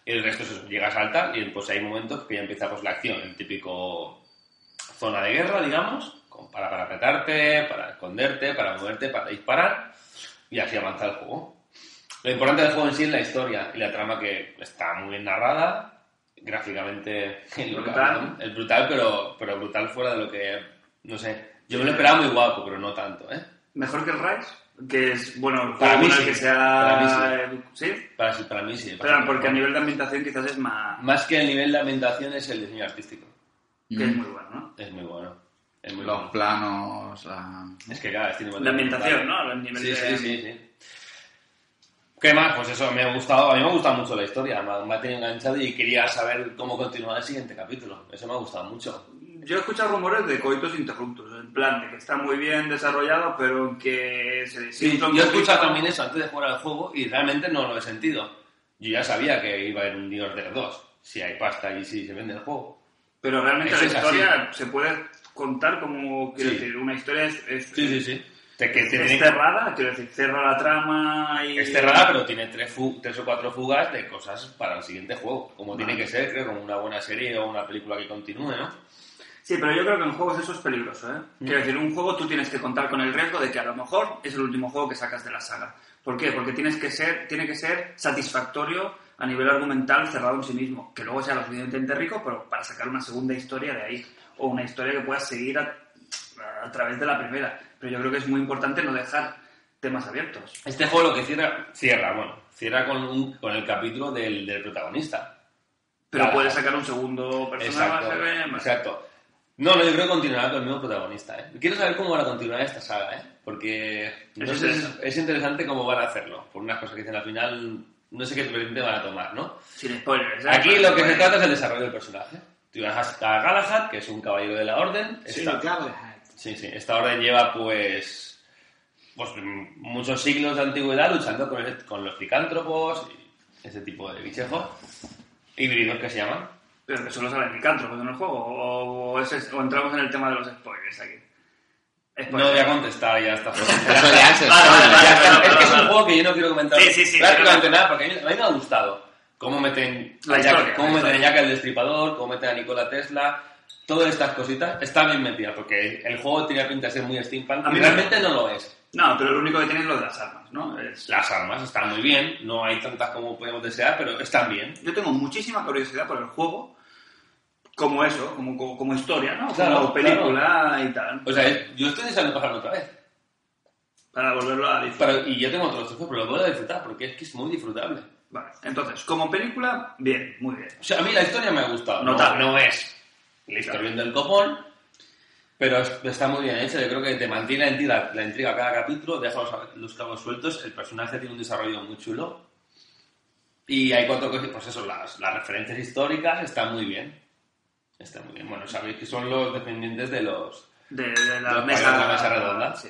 Speaker 4: y el resto es eso, llegas a altar y pues hay momentos que ya empieza pues la acción, el típico zona de guerra, digamos, con- para para apretarte, para esconderte, para moverte, para disparar, y así avanza el juego. Lo importante del juego en sí es la historia y la trama que está muy bien narrada, gráficamente el
Speaker 1: Brutal.
Speaker 4: es brutal, pero, pero brutal fuera de lo que, no sé, yo me lo esperaba muy guapo, pero no tanto, ¿eh?
Speaker 1: Mejor que el Rise, que es, bueno, el
Speaker 4: Para
Speaker 1: juego
Speaker 4: mí
Speaker 1: en el
Speaker 4: sí,
Speaker 1: que
Speaker 4: para
Speaker 1: sea... sí.
Speaker 4: Para, para mí sí. para
Speaker 1: Pero
Speaker 4: mí
Speaker 1: porque
Speaker 4: no.
Speaker 1: a nivel de ambientación quizás es más...
Speaker 4: Más que el nivel de ambientación es el diseño artístico.
Speaker 1: que
Speaker 4: Mm.
Speaker 1: es muy bueno, ¿no?
Speaker 4: Es muy bueno. Es muy
Speaker 3: Los
Speaker 4: bueno.
Speaker 3: planos, la...
Speaker 4: Es que cada vez tiene más
Speaker 1: La ambientación,
Speaker 4: dificultad.
Speaker 1: ¿no? El nivel
Speaker 4: Sí,
Speaker 1: de...
Speaker 4: sí, sí, sí. ¿Qué más? Pues eso, me ha gustado, a mí me ha gustado mucho la historia, me ha, me ha tenido enganchado y quería saber cómo continuar el siguiente capítulo. Eso me ha gustado mucho.
Speaker 1: Yo he escuchado rumores de coitos interruptos, en plan de que está muy bien desarrollado, pero que se
Speaker 4: Sí,
Speaker 1: desinfla un
Speaker 4: yo he
Speaker 1: poquito.
Speaker 4: escuchado también eso antes de jugar al juego y realmente no lo he sentido. Yo ya sabía que iba a haber un Dios de los dos, si hay pasta y si se vende el juego.
Speaker 1: Pero realmente
Speaker 4: Eso
Speaker 1: la
Speaker 4: es
Speaker 1: historia se puede contar como, quiero
Speaker 4: Sí.
Speaker 1: decir, una historia es... es-
Speaker 4: Sí, sí, sí. Te, que
Speaker 1: es
Speaker 4: te tienen-
Speaker 1: cerrada, quiero decir, cerra la trama y...
Speaker 4: Es cerrada, pero tiene tres, fu- tres o cuatro fugas de cosas para el siguiente juego. Como tiene que ser, creo, como una buena serie o una película que continúe, ¿no?
Speaker 1: Sí, pero yo creo que en juegos eso es peligroso, ¿eh?
Speaker 4: Mm.
Speaker 1: Quiero decir, un juego tú tienes que contar con el riesgo de que a lo mejor es el último juego que sacas de la saga. ¿Por qué? Porque tienes que ser, tiene que ser satisfactorio a nivel argumental cerrado en sí mismo. Que luego sea lo suficientemente rico, pero para sacar una segunda historia de ahí. O una historia que puedas seguir a, a través de la primera. Pero yo creo que es muy importante no dejar temas abiertos.
Speaker 4: Este juego lo que cierra, cierra, bueno, cierra con, un- con el capítulo del, del protagonista.
Speaker 1: Pero
Speaker 4: Claro.
Speaker 1: puedes sacar un segundo personaje.
Speaker 4: Exacto,
Speaker 1: más-
Speaker 4: exacto. No, no, yo creo que continuará con el mismo protagonista, ¿eh? Quiero saber cómo van a continuar esta saga, ¿eh? Porque no
Speaker 1: Es
Speaker 4: sé,
Speaker 1: interesante.
Speaker 4: es interesante cómo van a hacerlo. Por unas cosas que dicen al final, no sé qué vertiente van a tomar, ¿no?
Speaker 1: Sin spoilers. ¿eh?
Speaker 4: Aquí lo que se
Speaker 1: Bueno,
Speaker 4: trata es el desarrollo del personaje. Tú vas hasta Galahad, que es un caballero de la orden. está- Sí, sí. Esta orden lleva, pues, pues m- muchos siglos de antigüedad luchando con, el- con los licántropos y ese tipo de bichejos. Híbridos que se llaman.
Speaker 1: Pero que solo sale Nicántropos en el juego. O, o es- o entramos en el tema de los spoilers aquí.
Speaker 4: No voy a contestar ya esta
Speaker 3: Eso ya es
Speaker 1: Vale, vale,
Speaker 3: spoiler.
Speaker 1: vale.
Speaker 4: Ya está,
Speaker 1: no,
Speaker 4: es que
Speaker 1: no,
Speaker 4: es un
Speaker 1: no.
Speaker 4: juego que yo no quiero comentar
Speaker 1: Sí, sí, sí,
Speaker 4: prácticamente
Speaker 1: pero-
Speaker 4: nada, porque a mí, a mí me ha gustado. Cómo meten,
Speaker 1: La
Speaker 4: a Jack-
Speaker 1: historia,
Speaker 4: cómo
Speaker 1: la
Speaker 4: meten a
Speaker 1: historia.
Speaker 4: Jack el Destripador, cómo meten a Nikola Tesla, todas estas cositas están bien metidas, porque el juego tenía pinta de ser muy steampunk,
Speaker 1: A
Speaker 4: y
Speaker 1: mí me-
Speaker 4: realmente no lo es.
Speaker 1: No, pero lo único que tiene es lo de las armas, ¿no? Es-
Speaker 4: Las armas están muy bien, no hay tantas como podemos desear, pero están bien.
Speaker 1: Yo tengo muchísima curiosidad por el juego. como eso, como, como, como historia, ¿no?
Speaker 4: Claro,
Speaker 1: como película y tal.
Speaker 4: O sea, eh, yo estoy deseando pasarlo otra vez.
Speaker 1: para volverlo a disfrutar.
Speaker 4: Pero- y ya tengo otro trofeo, pero lo puedo disfrutar porque es que es muy disfrutable.
Speaker 1: Vale, entonces, como película, bien, muy bien.
Speaker 4: O sea, a mí la historia me ha gustado. No,
Speaker 1: Notable.
Speaker 4: no es la historia del copón, pero es- está muy bien hecha. Yo creo que te mantiene en ti la, la intriga cada capítulo, deja los, los cabos sueltos. El personaje tiene un desarrollo muy chulo. Y hay cuatro cosas, pues eso, las, las referencias históricas están muy bien. Está muy bien. Bueno, sabéis que son los descendientes de los.
Speaker 1: De, de la
Speaker 4: Los
Speaker 1: mesa,
Speaker 4: palos de la mesa redonda.
Speaker 1: Sí.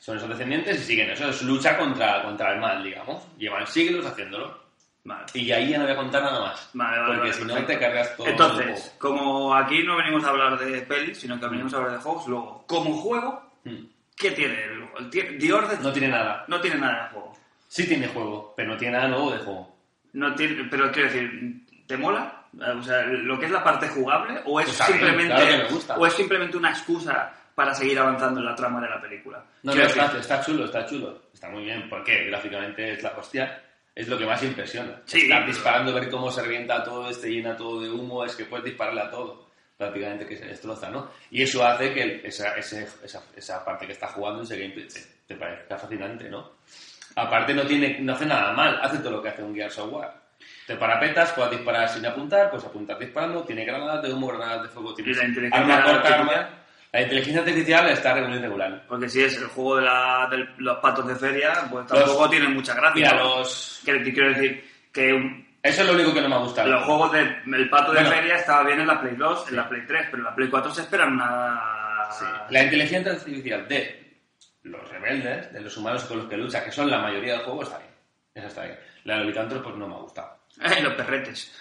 Speaker 4: Son esos descendientes y siguen eso. Es lucha contra, contra el mal, digamos. Llevan siglos haciéndolo.
Speaker 1: Vale.
Speaker 4: Y ahí ya no voy a contar nada más.
Speaker 1: Vale, vale,
Speaker 4: porque
Speaker 1: vale,
Speaker 4: si no
Speaker 1: perfecto.
Speaker 4: te cargas todo. el juego.
Speaker 1: Entonces, como aquí no venimos a hablar de pelis, sino que venimos a hablar de juegos, luego, como juego,
Speaker 4: Hmm.
Speaker 1: ¿qué tiene el juego? Tie- The Order
Speaker 4: No tiene nada.
Speaker 1: no tiene nada de juego.
Speaker 4: Sí tiene juego, pero no tiene nada nuevo de juego.
Speaker 1: No tiene, pero quiero decir, ¿te mola? O sea, lo que es la parte jugable o es
Speaker 4: Pues a mí,
Speaker 1: simplemente
Speaker 4: claro que me gusta.
Speaker 1: o es simplemente una excusa para seguir avanzando en la trama de la película.
Speaker 4: No, no,
Speaker 1: Quiero decir,
Speaker 4: está, está chulo, está chulo. Está muy bien, porque gráficamente es la hostia. Es lo que más impresiona.
Speaker 1: Sí,
Speaker 4: Estar
Speaker 1: pero-
Speaker 4: disparando, ver cómo se revienta todo, este llena todo de humo, es que puedes dispararle a todo. Prácticamente que se destroza, ¿no? Y eso hace que el- esa, ese- esa, esa parte que está jugando ese gameplay te, te parezca fascinante, ¿no? Aparte no tiene, no hace nada mal, hace todo lo que hace un Gear Software. Te parapetas, puedes disparar sin apuntar, puedes apuntar disparando, tiene granadas de humo, granadas de fuego, tiene
Speaker 1: Y la inteligencia
Speaker 4: arma corta,
Speaker 1: artificial.
Speaker 4: arma- La inteligencia artificial está regular regular.
Speaker 1: Porque si es el juego de, la- de los patos de feria, pues tampoco
Speaker 4: Los-
Speaker 1: tiene mucha gracia.
Speaker 4: Ah, Mira,
Speaker 1: ¿no?
Speaker 4: los...
Speaker 1: Que, que quiero decir que un-
Speaker 4: Eso es lo único que no me ha gustado.
Speaker 1: los juegos del pato de
Speaker 4: Bueno.
Speaker 1: feria estaba bien en la Play 2, en la Play 3, pero en la Play 4 se esperan una...
Speaker 4: Sí. Ah, La inteligencia artificial de los rebeldes, de los humanos con los que lucha, que son la mayoría del juego, está bien. Eso está bien. La de los licántropos no me ha gustado.
Speaker 1: los perretes.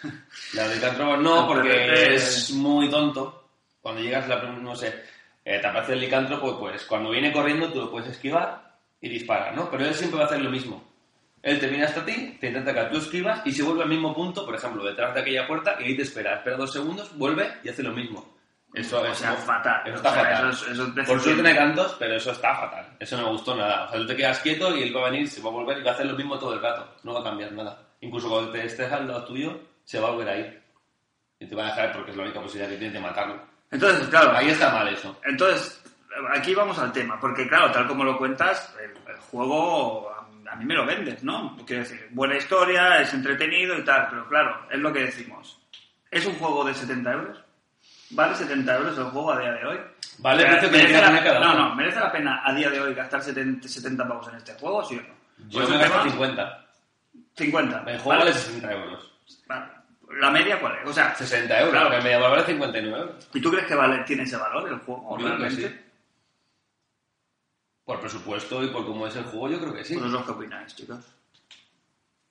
Speaker 4: La de los licántropos no,
Speaker 1: Pero
Speaker 4: porque
Speaker 1: es-
Speaker 4: es muy tonto. Cuando llegas, la, prim- no sé, eh, te aparece el licántropo, pues cuando viene corriendo tú lo puedes esquivar y disparar, ¿no? Pero él siempre va a hacer lo mismo. Él te viene hasta ti, te intenta que tú esquivas y se vuelve al mismo punto, por ejemplo, detrás de aquella puerta y ahí te espera. Espera dos segundos, vuelve y hace lo mismo. Eso,
Speaker 1: o
Speaker 4: es
Speaker 1: sea, fatal.
Speaker 4: Eso está
Speaker 1: O sea, eso
Speaker 4: fatal.
Speaker 1: es- eso es
Speaker 4: Por
Speaker 1: decepción.
Speaker 4: suerte no hay cantos, pero eso está fatal. Eso no me gustó nada. O sea, tú te quedas quieto y él va a venir, se va a volver y va a hacer lo mismo todo el rato. No va a cambiar nada. Incluso cuando te estés al lado tuyo, se va a volver ahí. Y te va a dejar porque es la única posibilidad que tienes de matarlo.
Speaker 1: Entonces, claro,
Speaker 4: Ahí está mal eso.
Speaker 1: Entonces, aquí vamos al tema, porque claro, tal como lo cuentas, el, el juego a, a mí me lo vendes, ¿no? Quiero decir, buena historia, es entretenido y tal, pero claro, es lo que decimos. ¿Es un juego de 70 euros? ¿Vale 70 euros el juego a día de hoy?
Speaker 4: Vale, el precio que
Speaker 1: ¿merece
Speaker 4: le quieran
Speaker 1: la-
Speaker 4: poner cada
Speaker 1: No,
Speaker 4: uno.
Speaker 1: no, ¿merece la pena a día de hoy gastar 70, 70 pavos en este juego, sí o no?
Speaker 4: Yo
Speaker 1: Pues
Speaker 4: me
Speaker 1: un
Speaker 4: gasto
Speaker 1: tema-
Speaker 4: 50.
Speaker 1: 50.
Speaker 4: El juego
Speaker 1: ¿vale?
Speaker 4: vale 60 euros.
Speaker 1: Vale. ¿La media cuál es? O sea,
Speaker 4: 60 euros.
Speaker 1: Claro.
Speaker 4: Lo que me llamaba vale 59 euros.
Speaker 1: ¿y tú crees que vale, tiene ese valor el juego
Speaker 4: Yo creo que
Speaker 1: realmente?
Speaker 4: sí. Por presupuesto y por cómo es el juego, yo creo que sí.
Speaker 1: ¿Vosotros qué opináis, chicos?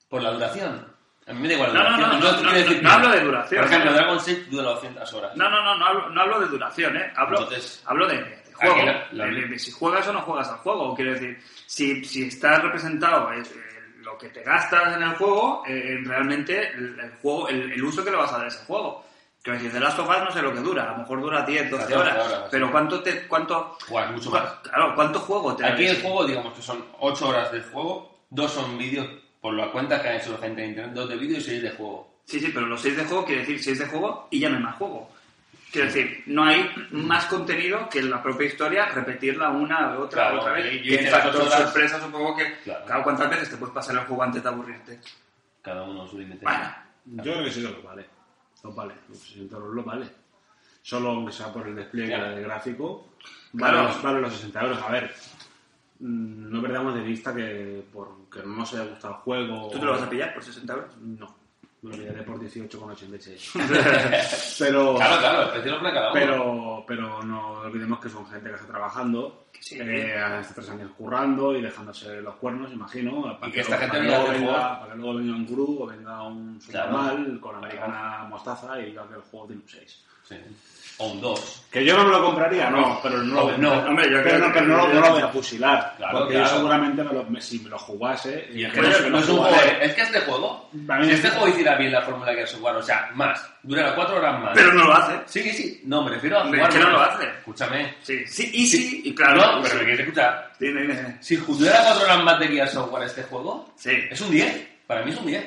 Speaker 4: Por la duración. A mí me da igual
Speaker 1: No,
Speaker 4: la
Speaker 1: no,
Speaker 4: duración.
Speaker 1: no, no,
Speaker 4: te
Speaker 1: no,
Speaker 4: quiero
Speaker 1: no,
Speaker 4: decir
Speaker 1: no
Speaker 4: que-
Speaker 1: hablo de duración.
Speaker 4: Por ejemplo, Dragon 6 dura 200 horas.
Speaker 1: No, no, no, no hablo, no hablo de duración, ¿eh? Hablo,
Speaker 4: Entonces-
Speaker 1: hablo de, de juego.
Speaker 4: Aquí la- la-
Speaker 1: de, de- de si juegas o no juegas al juego. Quiero decir, si, si está representado eh, lo que te gastas en el juego, eh, realmente el, el juego, el, el uso que le vas a dar a ese juego. Quiero decir, de las hojas no sé lo que dura, a lo mejor dura 10, 12
Speaker 4: 14
Speaker 1: horas,
Speaker 4: horas, sí.
Speaker 1: pero ¿cuánto te, cuánto,
Speaker 4: Jugar mucho más.
Speaker 1: claro, cuánto juego te
Speaker 4: Aquí
Speaker 1: haces?
Speaker 4: el juego, digamos que son 8 horas de juego, 2 son vídeos por la cuenta que ha hecho la gente de internet, 2 de vídeo y 6 de juego.
Speaker 1: Sí, sí, pero los 6 de juego quiere decir 6 de juego y ya no hay más juego. Quiero decir, no hay más contenido que la propia historia, repetirla una, otra,
Speaker 4: Claro,
Speaker 1: otra vez.
Speaker 4: yo- yo
Speaker 1: Y el
Speaker 4: hice las
Speaker 1: factor
Speaker 4: ocho horas.
Speaker 1: sorpresa supongo que... Claro.
Speaker 4: Claro.
Speaker 1: ¿cuántas veces te puedes pasar el juego antes de aburrirte?
Speaker 4: Cada uno su límite.
Speaker 1: Bueno,
Speaker 2: Yo creo que sí lo vale. Lo vale. Los 60 euros lo vale. Solo aunque sea por el despliegue
Speaker 4: Ya.
Speaker 2: del gráfico,
Speaker 1: Claro.
Speaker 2: vale, los, vale los 60 euros. A ver, mm, no perdamos de vista que porque no nos haya gustado el juego...
Speaker 1: ¿tú te lo vas a pillar por 60 euros?
Speaker 2: No. Me lo pillaré por 18,86. Pero...
Speaker 4: Claro, claro, el precio lo pone cada uno.
Speaker 2: Pero, pero no olvidemos que son gente que está trabajando,
Speaker 1: Que sí.
Speaker 2: eh, hace tres años currando y dejándose los cuernos, imagino. Para
Speaker 4: Y que esta
Speaker 2: luego-
Speaker 4: gente
Speaker 2: para
Speaker 4: venga a hacer
Speaker 2: luego
Speaker 4: juegos.
Speaker 2: venga, para que luego venga un gurú o venga un
Speaker 4: Claro.
Speaker 2: normal con americana mostaza y diga que el juego tiene un 6.
Speaker 4: Sí. O un 2.
Speaker 2: Que yo no me lo compraría, no, pero no lo
Speaker 4: No,
Speaker 2: voy a-
Speaker 4: no,
Speaker 1: hombre, yo creo
Speaker 2: pero no,
Speaker 1: que-
Speaker 2: pero no lo- no lo voy a fusilar.
Speaker 4: Claro,
Speaker 2: porque yo
Speaker 4: claro.
Speaker 2: seguramente me lo- me- si me lo jugase.
Speaker 4: Y es que
Speaker 1: Pues
Speaker 4: no,
Speaker 1: yo-
Speaker 4: es- no es un
Speaker 2: lo
Speaker 4: juego.
Speaker 2: jugaré.
Speaker 4: de- Es que este juego,
Speaker 2: A mí
Speaker 4: si
Speaker 2: me-
Speaker 4: este juego hiciera bien la fórmula que es jugar, o sea, más, durara 4 horas más.
Speaker 1: Pero no lo hace.
Speaker 4: Sí, sí, no, me refiero a
Speaker 1: Hombre,
Speaker 4: jugar.
Speaker 1: es que no
Speaker 4: más.
Speaker 1: lo hace.
Speaker 4: Escúchame.
Speaker 1: Sí, sí, y sí, y claro.
Speaker 4: No, pero me quieres escuchar.
Speaker 1: Sí, sí, sí.
Speaker 4: Si durara 4 horas más de Gears of War este juego,
Speaker 1: Sí.
Speaker 4: es un 10. Para mí es un 10.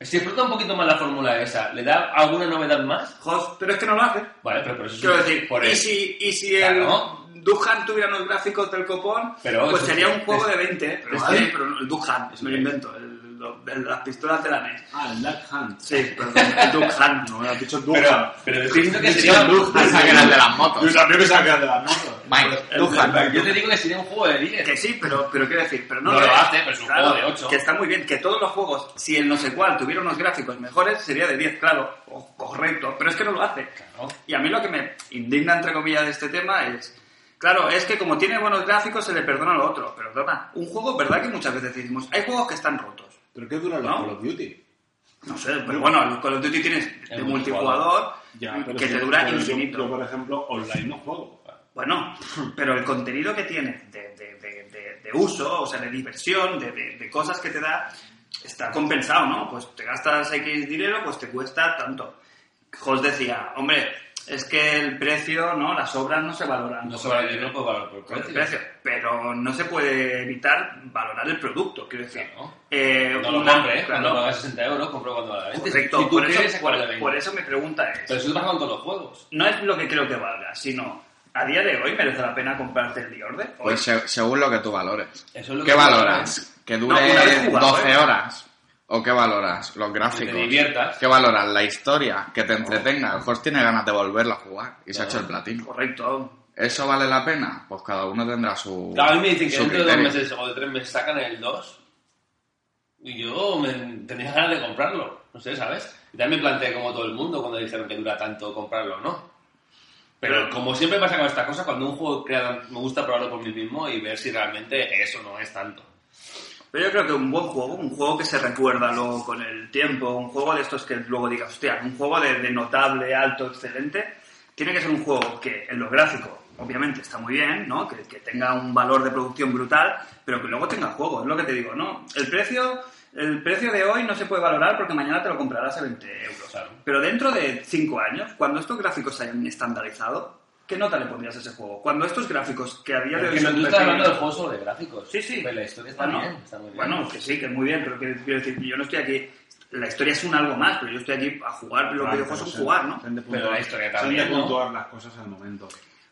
Speaker 4: Si explota un poquito más la fórmula esa, ¿le da alguna novedad más?
Speaker 1: Jos, pero es que no lo hace.
Speaker 4: Vale, pero por eso... es
Speaker 1: Quiero
Speaker 4: un-
Speaker 1: decir,
Speaker 4: por
Speaker 1: y
Speaker 4: eso.
Speaker 1: si, y si
Speaker 4: Claro.
Speaker 1: el Duhan tuviera unos gráficos del copón,
Speaker 4: Pero
Speaker 1: pues
Speaker 4: eso
Speaker 1: sería
Speaker 4: es-
Speaker 1: un juego de 20. ¿eh? Pero,
Speaker 4: es-
Speaker 1: vale, pero el Duhan, me lo invento, el, lo- de las pistolas de la NES.
Speaker 2: Ah, el Dark Hunt.
Speaker 1: Sí, perdón, el Duhan.
Speaker 2: No me has dicho tú.
Speaker 4: Pero, pero estoy diciendo que sería...
Speaker 3: Pensaba que era el de las motos.
Speaker 2: también me sacas de la moto.
Speaker 3: Mike,
Speaker 1: El Duhan.
Speaker 4: Pues, Yo te digo que sería un juego de 10.
Speaker 1: Que sí, pero, pero quiero decir, pero no,
Speaker 4: No lo hace, pero es un juego de ocho.
Speaker 1: Que está muy bien, que todos los juegos, si el no sé cuál tuviera unos gráficos mejores, sería de 10, claro, o- correcto, pero es que no lo hace.
Speaker 4: Claro.
Speaker 1: Y a mí lo que me indigna, entre comillas, de este tema es, claro, es que como tiene buenos gráficos se le perdona lo otro, pero perdona, un juego, ¿verdad que muchas veces decimos, hay juegos que están rotos?
Speaker 2: ¿Pero qué dura los
Speaker 1: ¿No?
Speaker 2: Call of Duty?
Speaker 1: No sé, pero bueno, los Call of Duty tienes de
Speaker 4: El
Speaker 1: multijugador
Speaker 2: pero
Speaker 1: Ah, que
Speaker 2: si-
Speaker 1: te dura
Speaker 2: pero yo-
Speaker 1: infinito.
Speaker 2: Yo, por ejemplo, online no juego.
Speaker 1: Bueno, pero el contenido que tiene de, de- de- de- de uso, o sea, de diversión, de, de- de cosas que te da, está compensado, ¿no? Pues te gastas X dinero, pues te cuesta tanto. Jos decía, hombre, es que el precio, ¿no? Las obras no se valoran.
Speaker 4: No se vale, yo no puedo valorar por
Speaker 1: con el
Speaker 4: precio.
Speaker 1: precio, pero no se puede evitar valorar el producto, quiero decir.
Speaker 4: Claro.
Speaker 1: Eh,
Speaker 4: No lo
Speaker 1: una-
Speaker 4: compres,
Speaker 1: claro,
Speaker 4: cuando pagas 60 euros, compro cuando valga 20.
Speaker 1: correcto,
Speaker 4: si tú
Speaker 1: por,
Speaker 4: quieres,
Speaker 1: eso,
Speaker 4: se cuelga
Speaker 1: por-
Speaker 4: 20.
Speaker 1: por eso mi pregunta es,
Speaker 4: Pero eso te pasa con todos los juegos.
Speaker 1: no es lo que creo que valga, sino a día de hoy merece la pena comprarte el The Order. Hoy
Speaker 3: pues se- según lo que tú valores.
Speaker 4: Eso es lo
Speaker 3: ¿Qué
Speaker 4: que-
Speaker 3: valoras? ¿Que
Speaker 1: No, una vez
Speaker 3: dure
Speaker 1: jugado,
Speaker 3: 12
Speaker 1: ¿eh?
Speaker 3: horas? ¿O qué valoras? Los gráficos.
Speaker 4: diviertas.
Speaker 3: ¿Qué valoras? La historia. Que te
Speaker 1: Oh.
Speaker 3: entretenga. A lo mejor tiene ganas de volverlo a jugar y se ha
Speaker 4: Claro.
Speaker 3: hecho el platino.
Speaker 1: Correcto.
Speaker 3: ¿Eso vale la pena? Pues cada uno tendrá su.
Speaker 4: Claro, a mí me dicen que
Speaker 3: su
Speaker 4: dentro de dos
Speaker 3: criterio.
Speaker 4: meses o de tres meses sacan el 2 y yo me tenía ganas de comprarlo, no sé, ¿sabes? Y también me planteé como todo el mundo cuando dijeron que dura tanto comprarlo o no. Pero como siempre pasa con estas cosas, cuando un juego crea, me gusta probarlo por mí mismo y ver si realmente eso no es tanto.
Speaker 1: Pero yo creo que un buen juego, un juego que se recuerda luego con el tiempo, un juego de estos que luego diga, hostia, un juego de, de notable, alto, excelente, tiene que ser un juego que en lo gráfico, obviamente, está muy bien, ¿no? Que, que tenga un valor de producción brutal, pero que luego tenga juego, es lo que te digo, ¿no? El precio, el precio de hoy no se puede valorar porque mañana te lo comprarás a 20 euros.
Speaker 4: Claro.
Speaker 1: Pero dentro de 5 años, cuando estos gráficos se hayan estandarizado, ¿qué nota le pondrías a ese juego? Cuando estos gráficos que a día de hoy
Speaker 4: Porque no,
Speaker 1: son
Speaker 4: tú estás hablando
Speaker 1: perfectos-
Speaker 4: del juego sobre gráficos.
Speaker 1: Sí, sí.
Speaker 4: Pero la historia está
Speaker 1: Bueno,
Speaker 4: bien, está muy bien.
Speaker 1: Bueno, que sí, que muy bien, pero que, quiero decir, yo no estoy aquí. La historia es un algo más, pero yo estoy aquí a jugar, los
Speaker 2: Claro,
Speaker 1: videojuegos
Speaker 2: pero
Speaker 1: son
Speaker 2: se-
Speaker 1: jugar, ¿no?
Speaker 2: se han de
Speaker 4: Pero la
Speaker 2: puntuar-
Speaker 4: historia
Speaker 2: se han de
Speaker 4: también, ¿no?
Speaker 2: puntuar las cosas al momento.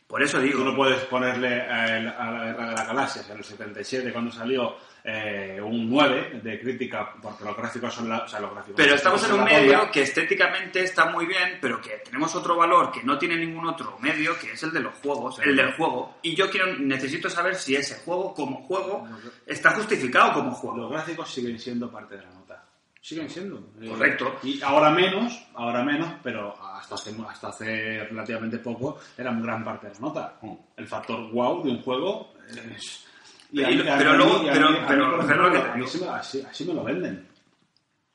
Speaker 1: Por eso
Speaker 2: Tú
Speaker 1: digo.
Speaker 2: no puedes ponerle a, el- a la Guerra de las Galaxias en el 77 cuando salió eh, un 9 de crítica porque los gráficos son la, o sea, los gráficos
Speaker 1: Pero estamos en
Speaker 2: son
Speaker 1: un
Speaker 2: la polla.
Speaker 1: medio que estéticamente está muy bien, pero que tenemos otro valor que no tiene ningún otro medio, que es el de los juegos, el del juego. Y yo quiero, necesito saber si ese juego, como juego, está justificado como juego.
Speaker 2: los gráficos siguen siendo parte de la nota. Siguen siendo. Eh,
Speaker 1: Correcto.
Speaker 2: y ahora menos, ahora menos, pero hasta hace, hasta hace relativamente poco era muy gran parte de la nota.
Speaker 1: Mm.
Speaker 2: El factor wow de un juego es...
Speaker 1: Y- pero luego-
Speaker 2: y
Speaker 1: pero-
Speaker 2: a mí, a
Speaker 1: pero-
Speaker 2: mí, por
Speaker 1: pero
Speaker 2: ejemplo,
Speaker 1: lo que te
Speaker 2: a mí
Speaker 1: digo.
Speaker 2: sí me- así, así me lo venden.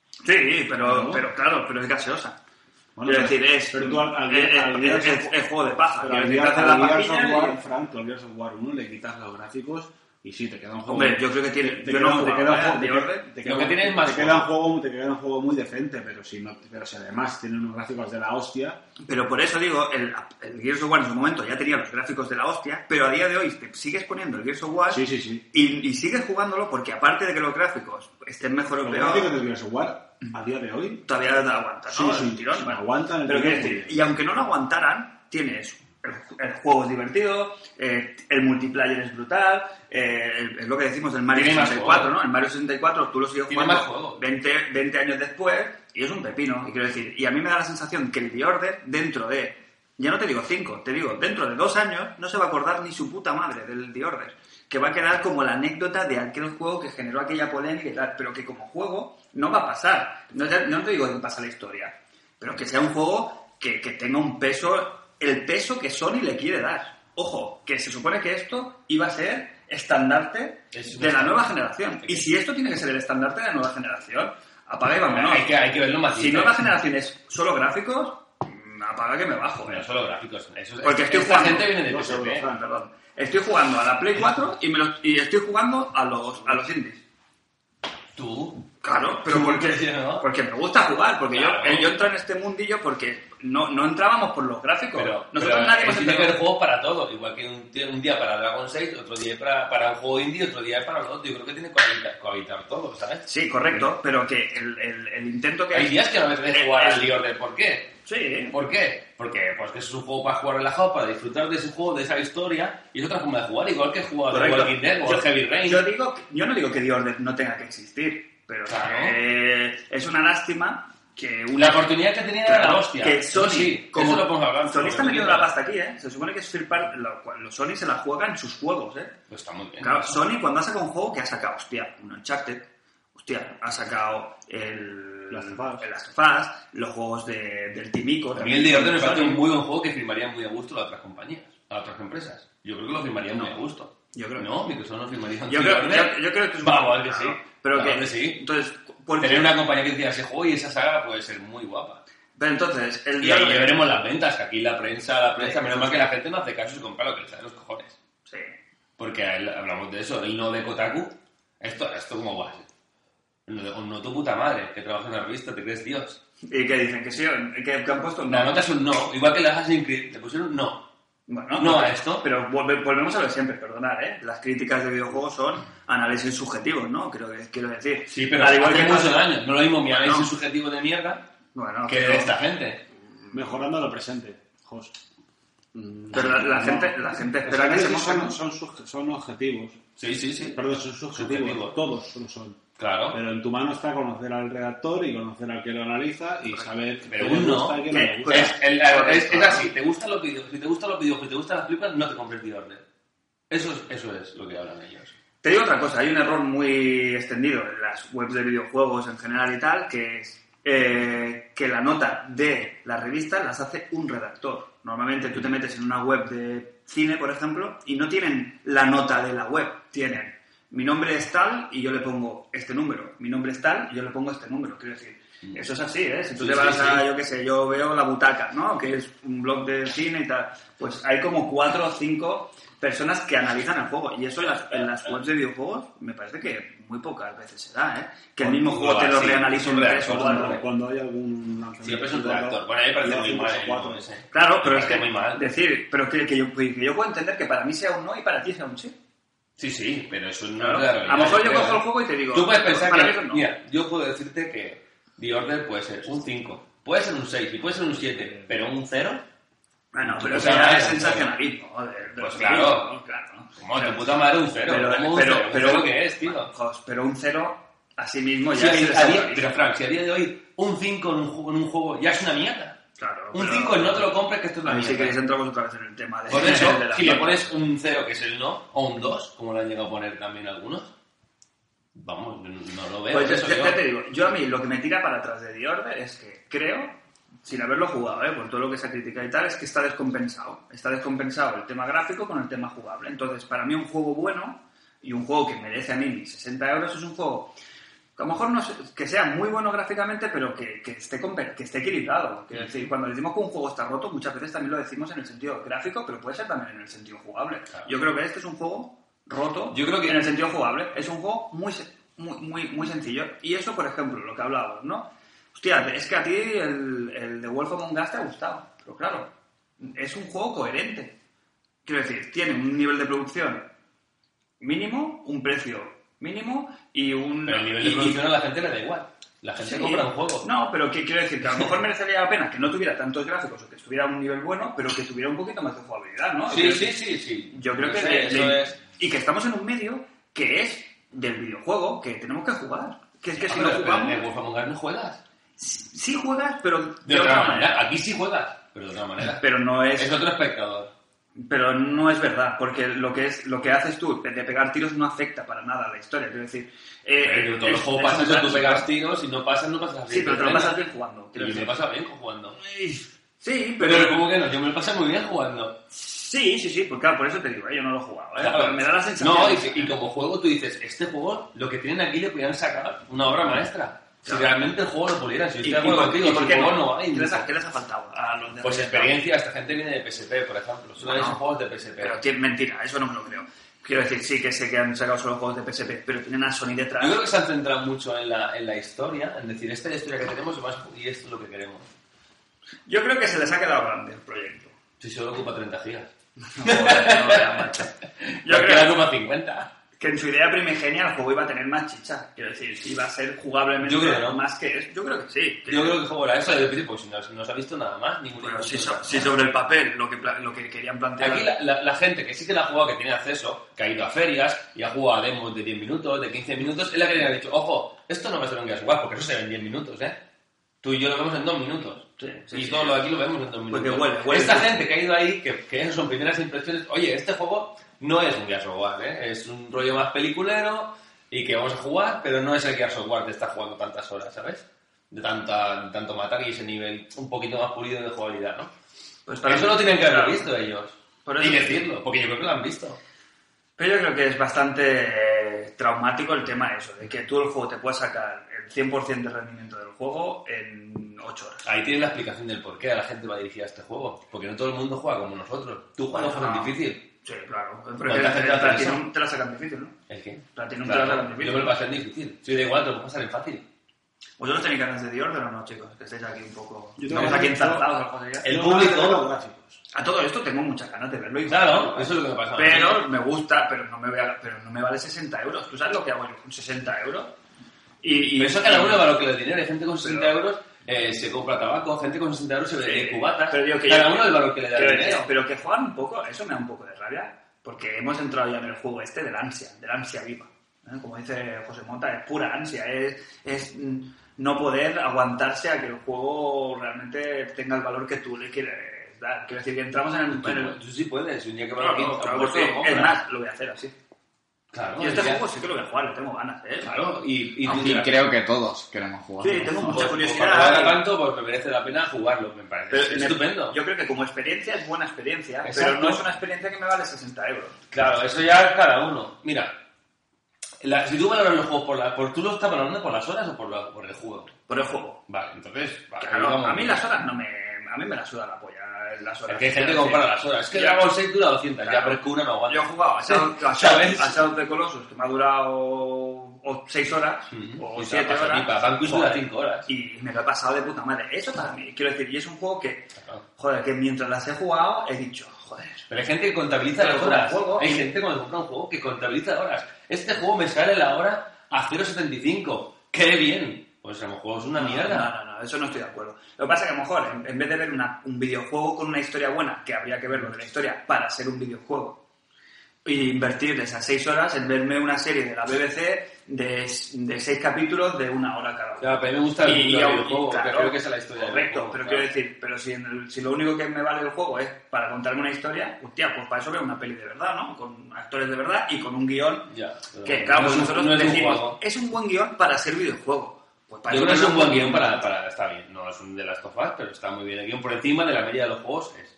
Speaker 1: Sí, pero,
Speaker 2: Claro.
Speaker 1: pero claro, pero es gaseosa.
Speaker 2: Bueno,
Speaker 1: quiero
Speaker 2: pero-
Speaker 1: decir, es,
Speaker 2: pero tú al- al-
Speaker 1: es-
Speaker 2: al- al-
Speaker 1: es- es- es juego de paja.
Speaker 2: Pero
Speaker 1: quiero
Speaker 2: al
Speaker 1: decir, te
Speaker 2: Gears-
Speaker 1: haces la
Speaker 2: al Gears
Speaker 1: pajilla
Speaker 2: of
Speaker 1: y-
Speaker 2: War, Frank, al Gears of War 1 le quitas los gráficos y sí, te queda un juego...
Speaker 1: Hombre, yo creo que tiene-
Speaker 2: Te,
Speaker 1: yo
Speaker 2: queda,
Speaker 1: no
Speaker 2: un- te
Speaker 1: jugaba,
Speaker 2: queda un
Speaker 1: ¿eh?
Speaker 2: juego...
Speaker 1: de
Speaker 2: te-
Speaker 1: orden.
Speaker 2: te queda-
Speaker 4: Lo que tiene es
Speaker 2: te
Speaker 4: más
Speaker 2: queda un
Speaker 4: juego.
Speaker 2: juego- Te queda un juego muy decente, pero si, no, pero si además tiene unos gráficos de la hostia...
Speaker 1: Pero por eso digo, el, el Gears of War en su momento ya tenía los gráficos de la hostia, pero a día de hoy te sigues poniendo el Gears of
Speaker 4: ¿Ah?
Speaker 1: War
Speaker 2: Sí, sí, sí.
Speaker 1: Y, y sigues jugándolo porque aparte de que los gráficos estén mejor o
Speaker 2: Los
Speaker 1: peor,
Speaker 2: gráficos del Gears of War, a día de hoy...
Speaker 1: todavía te aguanta, ¿no?
Speaker 2: Sí, sí,
Speaker 1: El tirón,
Speaker 2: sí,
Speaker 1: bueno.
Speaker 2: aguantan el
Speaker 1: Pero
Speaker 2: tirón
Speaker 1: quiero
Speaker 2: muy
Speaker 1: decir,
Speaker 2: bien.
Speaker 1: y aunque no lo aguantaran, tienes el, el juego es divertido, eh, el multiplayer es brutal, eh, el- es lo que decimos del Mario
Speaker 4: Tiene más
Speaker 1: 64,
Speaker 4: juego.
Speaker 1: ¿no? El Mario 64 tú lo sigues
Speaker 4: Tiene
Speaker 1: jugando
Speaker 4: más juego.
Speaker 1: 20, 20 años después y es un pepino, y quiero decir, y a mí me da la sensación que el The Order dentro de, ya no te digo 5, te digo, dentro de dos años no se va a acordar ni su puta madre del The Order, que va a quedar como la anécdota de aquel juego que generó aquella polémica y tal, pero que como juego no va a pasar, no, te- no te digo que pasa la historia, pero que sea un juego que, que tenga un peso, el peso que Sony le quiere dar. Ojo, que se supone que esto iba a ser estandarte
Speaker 4: Es un
Speaker 1: de la
Speaker 4: estandarte.
Speaker 1: nueva generación. Y si esto tiene que ser el estandarte de la nueva generación, apaga y vámonos.
Speaker 4: Hay que, hay que verlo más
Speaker 1: Si nueva generación es solo gráficos, mm, apaga que me bajo.
Speaker 4: Bueno, solo gráficos. Eso,
Speaker 1: Porque estoy
Speaker 4: esta
Speaker 1: jugando.
Speaker 4: gente viene de
Speaker 2: No sé,
Speaker 4: PSP.
Speaker 2: Fran.
Speaker 1: Perdón. Estoy jugando a la Play 4 y, me los- y estoy jugando a los, a los indies.
Speaker 4: Tú,
Speaker 1: Claro, pero porque,
Speaker 4: Sí, ¿no?
Speaker 1: porque me gusta jugar, porque
Speaker 4: Claro.
Speaker 1: yo, eh, yo entro en este mundillo porque no, no entrábamos por los gráficos.
Speaker 4: Pero,
Speaker 1: Nosotros
Speaker 4: pero
Speaker 1: nadie
Speaker 4: es
Speaker 1: nos
Speaker 4: que tiene que haber
Speaker 1: enteró.
Speaker 4: juegos para todo. Igual que un, día- un día para Dragon 6, otro día para, para un juego indie, otro día para otro. Yo creo que tiene que cohabitar, cohabitar todo, ¿sabes?
Speaker 1: Sí, correcto, pero que el, el- el intento que
Speaker 4: Hay días que no me apetece
Speaker 1: Eh,
Speaker 4: jugar
Speaker 1: eh,
Speaker 4: al Liorde. ¿Por qué?
Speaker 1: Sí,
Speaker 4: ¿Por qué? Porque pues que es un juego para jugar relajado, para disfrutar de ese juego, de esa historia, y es otra forma de jugar, igual que he jugado al
Speaker 1: correcto.
Speaker 4: Walking Dead o
Speaker 1: Yo-
Speaker 4: al Heavy Rain.
Speaker 1: Yo, digo, que- yo no digo que The Order no tenga que existir, pero
Speaker 4: Claro.
Speaker 1: eh, es una lástima que una...
Speaker 4: La oportunidad que tenía era
Speaker 1: Claro,
Speaker 4: la hostia.
Speaker 1: Que
Speaker 4: Eso
Speaker 1: Sony,
Speaker 4: sí,
Speaker 1: como
Speaker 4: eso lo podemos hablar.
Speaker 1: Sony está
Speaker 4: porque
Speaker 1: metiendo
Speaker 4: tiene-
Speaker 1: la pasta aquí, ¿eh? Se supone que First Party- lo- los Sony se la juega en sus juegos, ¿eh?
Speaker 4: Pues está muy bien.
Speaker 1: Claro, Sony cuando ha sacado un juego que ha sacado, hostia, un Uncharted, hostia, ha sacado el
Speaker 2: Last of Us.
Speaker 1: el Last of Us, los juegos de- del Timico.
Speaker 4: A mí el de Order me
Speaker 1: Sony.
Speaker 4: parece un muy buen juego que firmarían muy a gusto a otras compañías, a otras empresas. Yo creo que lo firmarían muy a gusto.
Speaker 1: Yo creo que
Speaker 4: No, Microsoft no firmaría un
Speaker 1: Yo
Speaker 4: The
Speaker 1: creo,
Speaker 4: Order.
Speaker 1: yo, yo creo que es un-
Speaker 4: ¿eh? Vamos, que sí.
Speaker 1: claro, Pero
Speaker 4: Claro
Speaker 1: que,
Speaker 4: que sí.
Speaker 1: Entonces, ¿por qué?
Speaker 4: Tener una compañía que diga ese juego y esa saga puede ser muy guapa.
Speaker 1: Pero entonces, el
Speaker 4: Y ahí
Speaker 1: diálogo...
Speaker 4: ya veremos las ventas, que aquí la prensa, la prensa,
Speaker 1: Sí.
Speaker 4: menos mal que la gente no hace caso y compra lo que le sale de los cojones.
Speaker 1: Sí.
Speaker 4: Porque a él- hablamos de eso, el no de Kotaku, esto, esto como va. No, de- no tu puta madre, que trabaja en una revista, te crees Dios.
Speaker 1: Y que dicen que sí, que, que han puesto un
Speaker 4: La nota es un no, igual que la Assassin's Creed, le pusieron no.
Speaker 1: Bueno,
Speaker 4: No a
Speaker 1: pero-
Speaker 4: esto.
Speaker 1: Pero volve- volvemos a lo de siempre, perdonad, ¿eh? Las críticas de videojuegos son análisis subjetivos, ¿no? Creo que, quiero decir.
Speaker 4: Sí, pero
Speaker 1: al igual
Speaker 4: hace
Speaker 1: que
Speaker 4: mucho
Speaker 1: pasa-
Speaker 4: daño. No lo mismo mi análisis
Speaker 1: Bueno.
Speaker 4: subjetivo de mierda
Speaker 1: Bueno,
Speaker 4: que de
Speaker 1: pero-
Speaker 4: esta gente.
Speaker 2: Mejorando lo presente, Jos. Mm,
Speaker 1: Pero la- la gente- la gente
Speaker 2: Los
Speaker 1: espera que se
Speaker 2: análisis
Speaker 1: mojen.
Speaker 2: son, son, suje- son objetivos.
Speaker 4: Sí, sí, sí.
Speaker 2: Perdón, son subjetivos.
Speaker 4: Subjetivos.
Speaker 2: Todos lo son.
Speaker 4: Claro.
Speaker 2: Pero en tu mano está conocer al redactor y conocer al que lo analiza y saber
Speaker 4: Pero
Speaker 2: qué le
Speaker 4: uno,
Speaker 2: gusta y qué no le
Speaker 1: que-
Speaker 2: gusta.
Speaker 1: pero-
Speaker 4: Es, el- la-
Speaker 1: pues, Correcto,
Speaker 4: es- es
Speaker 1: ¿no?
Speaker 4: así. Te gustan los videos, si te gustan los videojuegos, si te gustan las flipas, no te compres The Order. Eso es, eso es lo que hablan ellos.
Speaker 1: Te digo otra cosa, hay un error muy extendido en las webs de videojuegos en general y tal, que es eh, que la nota de la revista las hace un redactor. Normalmente tú te metes en una web de cine, por ejemplo, y no tienen la nota de la web, tienen mi nombre es tal y yo le pongo este número, mi nombre es tal y yo le pongo este número, quiero decir. Eso es así, ¿eh? Si tú
Speaker 4: Mm. Sí,
Speaker 1: te
Speaker 4: sí,
Speaker 1: vas a,
Speaker 4: sí.
Speaker 1: yo qué sé, yo veo La Butaca, ¿no? Que es un blog de cine y tal. Pues hay como cuatro o cinco personas que analizan el juego. Y eso en las, en las webs de videojuegos me parece que muy pocas veces se da, ¿eh? Que el mismo
Speaker 4: Con-
Speaker 1: juego te lo
Speaker 4: sí,
Speaker 1: reanaliza
Speaker 4: un
Speaker 1: un tres o
Speaker 4: redactor,
Speaker 1: cuatro.
Speaker 4: ¿no?
Speaker 2: Cuando, cuando hay algún lanzamiento
Speaker 4: Siempre es un
Speaker 2: de otro,
Speaker 4: redactor. Bueno, a mí me parece
Speaker 2: lo
Speaker 4: muy
Speaker 2: hacen
Speaker 4: mal
Speaker 2: tres o
Speaker 4: el
Speaker 2: cuatro.
Speaker 4: no ese.
Speaker 1: Claro,
Speaker 4: Me
Speaker 1: pero es
Speaker 4: parece
Speaker 1: que,
Speaker 4: muy mal.
Speaker 1: decir, pero que, que yo, pues, que yo puedo entender que para mí sea un no y para ti sea un sí.
Speaker 4: Sí, sí, pero eso no
Speaker 1: Claro.
Speaker 4: es la realidad.
Speaker 1: A lo mejor yo
Speaker 4: creo,
Speaker 1: cojo el
Speaker 4: ¿eh?
Speaker 1: juego y te digo,
Speaker 4: Tú puedes
Speaker 1: pues,
Speaker 4: pensar
Speaker 1: para
Speaker 4: que.
Speaker 1: mí es un no.
Speaker 4: Mira, yo puedo decirte que The Order puede ser un 5, puede ser un 6 y puede ser un 7, pero un 0.
Speaker 1: Bueno, pero
Speaker 4: O
Speaker 1: eso
Speaker 4: sea,
Speaker 1: ya
Speaker 4: claro,
Speaker 1: es
Speaker 4: claro.
Speaker 1: sensacionalismo. de- de-
Speaker 4: Pues
Speaker 1: de-
Speaker 4: claro.
Speaker 1: ¿no? claro.
Speaker 4: Como tu puta madre, un 0.
Speaker 1: Pero,
Speaker 4: ¿Cómo un
Speaker 1: pero,
Speaker 4: cero? ¿Un
Speaker 1: pero-
Speaker 4: cero qué es, tío?
Speaker 1: Jos, pero un cero a sí mismo
Speaker 4: Si
Speaker 1: ya
Speaker 4: a
Speaker 1: es
Speaker 4: día- a día-
Speaker 1: desagradable.
Speaker 4: pero Frank, si a día de hoy un 5 en un, ju- en un juego ya es una mierda.
Speaker 1: Claro,
Speaker 4: Un
Speaker 1: pero-
Speaker 4: 5 en no te lo compras que esto es una
Speaker 1: Ahí sí que les
Speaker 4: mierda.
Speaker 1: entramos otra vez en el tema de,
Speaker 4: Por eso,
Speaker 1: de la-
Speaker 4: si le pones un 0 que es el no, o un 2, como lo han llegado a poner también algunos, vamos, no lo veo.
Speaker 1: Pues
Speaker 4: eso
Speaker 1: yo, ya-
Speaker 4: yo-
Speaker 1: ya te digo, yo a mí lo que me tira para atrás de The Order es que creo, sin haberlo jugado, ¿eh? por todo lo que se ha criticado y tal, es que está descompensado. Está descompensado el tema gráfico con el tema jugable. Entonces, para mí un juego bueno y un juego que merece a mí mis 60 euros es un juego que a lo mejor no es- que sea muy bueno gráficamente, pero que, que esté, compe- que esté equilibrado. Quiero decir, cuando decimos que un juego está roto, muchas veces también lo decimos en el sentido gráfico, pero puede ser también en el sentido jugable.
Speaker 4: Claro.
Speaker 1: Yo creo que este es un juego roto
Speaker 4: Yo creo que-
Speaker 1: en el sentido jugable. Es un juego muy, se- muy, muy, muy sencillo. Y eso, por ejemplo, lo que hablábamos, ¿no? Hostia, es que a ti el, el The Wolf Among Us te ha gustado. Pero claro, es un juego coherente. Quiero decir, tiene un nivel de producción mínimo, un precio mínimo y un...
Speaker 4: Pero el nivel de
Speaker 1: y- y-
Speaker 4: producción a la gente le da igual. La gente
Speaker 1: Sí.
Speaker 4: compra un juego.
Speaker 1: No, pero que quiero decir que a lo mejor merecería la pena que no tuviera tantos gráficos o que estuviera a un nivel bueno, pero que tuviera un poquito más de jugabilidad, ¿no?
Speaker 4: sí,
Speaker 1: Quiero
Speaker 4: sí,
Speaker 1: decir,
Speaker 4: sí, sí.
Speaker 1: Yo creo
Speaker 4: No
Speaker 1: que...
Speaker 4: sé,
Speaker 1: le-
Speaker 4: eso
Speaker 1: le-
Speaker 4: es. Ah,
Speaker 1: Y que estamos en un medio que es del videojuego, que tenemos que jugar. Que es que si
Speaker 4: Ah, Pero-
Speaker 1: no
Speaker 4: pero en el
Speaker 1: jugamos,
Speaker 4: Wolf Among Us no juegas.
Speaker 1: sí juegas, pero
Speaker 4: De otra manera, aquí sí juegas, pero de otra manera.
Speaker 1: Pero no es,
Speaker 4: Es otro espectador.
Speaker 1: pero no es verdad, porque lo que es, lo que haces tú de pegar tiros no afecta para nada a la historia. Quiero decir, eh,
Speaker 4: Pero todos
Speaker 1: es-
Speaker 4: los juegos
Speaker 1: es-
Speaker 4: pasan eso, tú pegas tiros, si no pasas, no pasas
Speaker 1: Sí, pero te lo
Speaker 4: Venga.
Speaker 1: pasas bien jugando. quiero
Speaker 4: Y me
Speaker 1: decir.
Speaker 4: pasa bien jugando.
Speaker 1: Sí, pero,
Speaker 4: Pero, ¿cómo que no? Yo me lo paso muy bien jugando.
Speaker 1: sí, sí, sí, pues claro, por eso te digo, eh, yo no lo he jugado, eh,
Speaker 4: Claro.
Speaker 1: pero me da la sensación.
Speaker 4: No, y, si- y como juego tú dices, este juego, lo que tienen aquí le podrían sacar una obra maestra. Si
Speaker 1: Claro.
Speaker 4: realmente el juego lo pulieran, si yo
Speaker 1: Y-
Speaker 4: estoy
Speaker 1: y
Speaker 4: de acuerdo
Speaker 1: por-
Speaker 4: contigo,
Speaker 1: y por
Speaker 4: si
Speaker 1: qué
Speaker 4: el juego
Speaker 1: no?
Speaker 4: no hay.
Speaker 1: ¿Qué les, ha, qué les ha faltado a los de
Speaker 4: Pues
Speaker 1: Resident Evil?
Speaker 4: experiencia, esta gente viene de PSP, por ejemplo. Solo
Speaker 1: Bueno,
Speaker 4: son juegos de PSP.
Speaker 1: Pero tío, mentira, eso no me lo creo. Quiero decir, sí que sé que han sacado solo juegos de PSP, pero tienen a Sony
Speaker 4: Yo
Speaker 1: detrás.
Speaker 4: creo que se han centrado mucho en la, en la historia, en decir, esta es la historia que tenemos y, más, y esto es lo que queremos.
Speaker 1: Yo creo que se les ha quedado grande el proyecto.
Speaker 4: Si solo ocupa 30 gigas.
Speaker 1: Joder, no, ya, macho. Yo
Speaker 4: Porque
Speaker 1: creo
Speaker 4: la ocupa 50.
Speaker 1: que en su idea primigenia el juego iba a tener más chicha. Quiero decir, iba a ser jugablemente
Speaker 4: Yo creo que no.
Speaker 1: más que es. Yo creo que sí. que-
Speaker 4: Yo creo que juego era eso desde el principio, porque si no, no se ha visto nada más, ningún
Speaker 1: Bueno,
Speaker 4: ningún
Speaker 1: si,
Speaker 4: otro.
Speaker 1: so- si sobre el papel lo que, pla- lo que querían plantear.
Speaker 4: Aquí la, la- la gente que sí que la ha jugado, que tiene acceso, que ha ido a ferias y ha jugado a demos de 10 minutos, de 15 minutos, es la que le ha dicho, ojo, esto no va a ser un Gears of War, porque eso se ve en 10 minutos, ¿eh? Tú y yo lo vemos en 2 minutos.
Speaker 1: Sí, sí, Pues
Speaker 4: y
Speaker 1: sí.
Speaker 4: todo lo de aquí lo vemos en 2 minutos.
Speaker 1: Porque huele, huele.
Speaker 4: Esta gente que ha ido ahí, que, que esas son primeras impresiones, oye, este juego no es un Gears of War, ¿eh? Es un rollo más peliculero y que vamos a jugar, pero no es el Gears of War de estar jugando tantas horas, ¿sabes? De tanta, de tanto matar y ese nivel un poquito más pulido de jugabilidad, ¿no?
Speaker 1: Pues para
Speaker 4: Pero
Speaker 1: mí-
Speaker 4: eso lo tienen que haber
Speaker 1: Claro.
Speaker 4: visto ellos.
Speaker 1: Por
Speaker 4: Y
Speaker 1: eso-
Speaker 4: decirlo, porque yo creo que lo han visto.
Speaker 1: Pero yo creo que es bastante eh, traumático el tema eso, de que tú el juego te puedes sacar el 100% de rendimiento del juego en 8 horas.
Speaker 4: Ahí tienes la explicación del por qué a la gente va dirigida a este juego. Porque no todo el mundo juega como nosotros. Tú juegas
Speaker 1: Ah.
Speaker 4: fácil difícil.
Speaker 1: Sí, claro. Pero
Speaker 4: ¿Cuánta
Speaker 1: la-
Speaker 4: gente
Speaker 1: la-
Speaker 4: hace
Speaker 1: Platinum
Speaker 4: eso?
Speaker 1: te la sacan difícil, ¿no?
Speaker 4: ¿El qué?
Speaker 1: Platinum te la
Speaker 4: Claro,
Speaker 1: sacan
Speaker 4: yo me
Speaker 1: difícil.
Speaker 4: lo pasé en difícil. Soy de igual, te lo puedo pasar en fácil.
Speaker 1: ¿Vosotros tenéis ganas de The Order o no, chicos? Que estáis aquí un poco...
Speaker 2: Yo tengo
Speaker 1: Estamos
Speaker 2: ganas
Speaker 1: aquí
Speaker 2: de-
Speaker 1: enzarzados al juego de día.
Speaker 4: El
Speaker 2: No,
Speaker 4: público-
Speaker 2: no, no, los gráficos.
Speaker 1: A todo esto tengo muchas ganas de verlo. Y
Speaker 4: Claro, eso es lo que me pasa.
Speaker 1: Pero me gusta, pero no me, voy a- pero no me vale 60 euros. ¿Tú sabes lo que hago yo con 60 euros? Y,
Speaker 4: Y
Speaker 1: y-
Speaker 4: eso cada uno va a lo que le dinero. Hay gente con 60
Speaker 1: Pero-
Speaker 4: euros eh, se compra tabaco, gente con 60 euros se ve
Speaker 1: Sí,
Speaker 4: cubatas.
Speaker 1: pero digo que
Speaker 4: cada
Speaker 1: yo- este
Speaker 4: uno el valor que le da el
Speaker 1: Pero,
Speaker 4: dinero.
Speaker 1: pero que juegan un poco, eso me da un poco de rabia, porque hemos entrado ya en el juego este del ansia, del ansia viva. ¿eh? Como dice José Mota, es pura ansia, es, es mm, no poder aguantarse a que el juego realmente tenga el valor que tú le quieres dar. Quiero decir que entramos en el... en el-
Speaker 4: Tú, tú sí puedes. Un día que va pues
Speaker 1: Claro,
Speaker 4: aquí,
Speaker 1: claro,
Speaker 4: a
Speaker 1: porque,
Speaker 4: puesto lo compras.
Speaker 1: es más, lo voy a hacer así.
Speaker 4: Claro,
Speaker 1: Y este
Speaker 4: y ya-
Speaker 1: juego sí que lo voy a jugar, le tengo ganas, ¿eh?
Speaker 4: Claro, y, y, tú
Speaker 3: Ah, Y creo que todos queremos jugar.
Speaker 1: Sí, tengo mucha
Speaker 4: Pues, pues,
Speaker 1: curiosidad.
Speaker 4: cuando valga tanto, pues me merece la pena jugarlo, me parece.
Speaker 1: Pero
Speaker 4: es
Speaker 1: me-
Speaker 4: estupendo.
Speaker 1: Yo creo que como experiencia es buena experiencia,
Speaker 4: Exacto.
Speaker 1: pero no es una experiencia que me vale 60 euros.
Speaker 4: Claro, eso ya es cada uno. Mira, la- si tú valoras los juegos por la... Por, ¿Tú lo estás valorando por las horas o por, la- por el juego?
Speaker 1: Por el juego.
Speaker 4: Vale, entonces... vale,
Speaker 1: Ah, Claro,
Speaker 4: vamos.
Speaker 1: a mí las horas no me... A mí me la suda la polla eh, las horas.
Speaker 4: Es que hay gente que
Speaker 1: Quiero decir,
Speaker 4: compara las horas. Es que
Speaker 1: Ya.
Speaker 4: Dragon 6 dura 200, ya,
Speaker 1: Claro.
Speaker 4: pero es que una no aguanta.
Speaker 1: Yo he jugado a Shadow, a
Speaker 4: ¿Sabes?
Speaker 1: Shadow- a Shadow of the Colossus, que me ha durado 6 horas
Speaker 4: Ujú.
Speaker 1: o
Speaker 4: Y
Speaker 1: 7
Speaker 4: para- para-
Speaker 1: horas.
Speaker 4: Y para Vanquish dura
Speaker 1: Joder,
Speaker 4: 5 horas.
Speaker 1: Y me lo he pasado de puta madre. Eso para mí, quiero decir, y es un juego que,
Speaker 4: Claro.
Speaker 1: joder, que mientras las he jugado he dicho, joder,
Speaker 4: Pero hay gente que contabiliza
Speaker 1: Pero
Speaker 4: las
Speaker 1: como
Speaker 4: horas.
Speaker 1: juego-
Speaker 4: Hay gente cuando compra un juego que contabiliza horas. Este juego me sale la hora a 0.75. ¡Qué bien! Pues a lo mejor es una mierda.
Speaker 1: No, no, no, eso no estoy de acuerdo. Lo que pasa es que a lo mejor, en, en vez de ver una- un videojuego con una historia buena, que habría que verlo de la historia para ser un videojuego, y invertir esas seis horas en verme una serie de la BBC de, s- de seis capítulos de una hora cada uno.
Speaker 4: Claro, pero a mí me gusta el mundo del videojuego,
Speaker 1: claro,
Speaker 4: prefiero que sea la historia del
Speaker 1: Correcto,
Speaker 4: videojuego,
Speaker 1: pero
Speaker 4: claro.
Speaker 1: quiero decir, pero si, en el- si lo único que me vale el juego es para contarme una historia, hostia, pues para eso veo una peli de verdad, ¿no? Con actores de verdad y con un guión
Speaker 4: Ya, pero
Speaker 1: que, claro,
Speaker 4: no
Speaker 1: pues
Speaker 4: es un-
Speaker 1: nosotros
Speaker 4: no es un
Speaker 1: decimos,
Speaker 4: juego.
Speaker 1: es un buen guión para ser videojuego. Pues para
Speaker 4: Yo
Speaker 1: eso
Speaker 4: creo que es un
Speaker 1: tenemos
Speaker 4: buen guión para, para... Está bien, no es un de las tofas, pero está muy bien. El guión por encima de la media de los juegos es.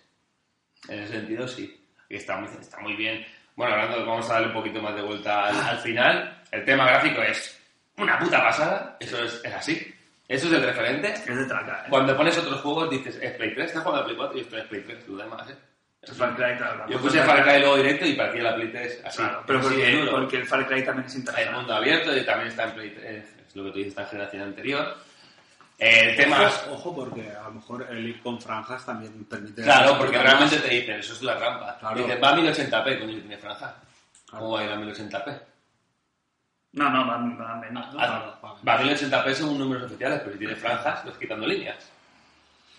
Speaker 4: En ese sentido, sí. Y está muy, está muy bien. Bueno, hablando, de- vamos a darle un poquito más de vuelta al, al final. El tema gráfico es una puta pasada. Eso es, es así. Eso es el referente.
Speaker 1: Es de traca, ¿eh?
Speaker 4: Cuando pones otros juegos, dices, es Play 3, estás jugando a Play 4 y esto es Play 3, tú demás, ¿eh?
Speaker 1: El Far Cry, claro, tampoco
Speaker 4: Yo puse
Speaker 1: es-
Speaker 4: Far Cry luego directo y parecía la Play 3 así.
Speaker 1: Claro, pero
Speaker 4: así de
Speaker 1: porque,
Speaker 4: duro.
Speaker 1: porque el Far Cry también es
Speaker 4: el
Speaker 1: interesante.
Speaker 4: mundo abierto y también está en Play 3, es lo que tú dices, está en generación anterior. Eh, El tema...
Speaker 2: Ojo, ojo, porque a lo mejor el ir con franjas también permite...
Speaker 4: Claro, porque realmente te dicen, eso es la trampa.
Speaker 2: Claro.
Speaker 4: Dices, va a 1080p, coño, que tiene franja.
Speaker 2: Claro.
Speaker 4: ¿Cómo va a ir a 1080p?
Speaker 1: No, no, van, van menos. ¿no?
Speaker 4: Ah,
Speaker 2: claro.
Speaker 4: Va a 1080p según números oficiales, pero si tiene franjas, vas quitando líneas.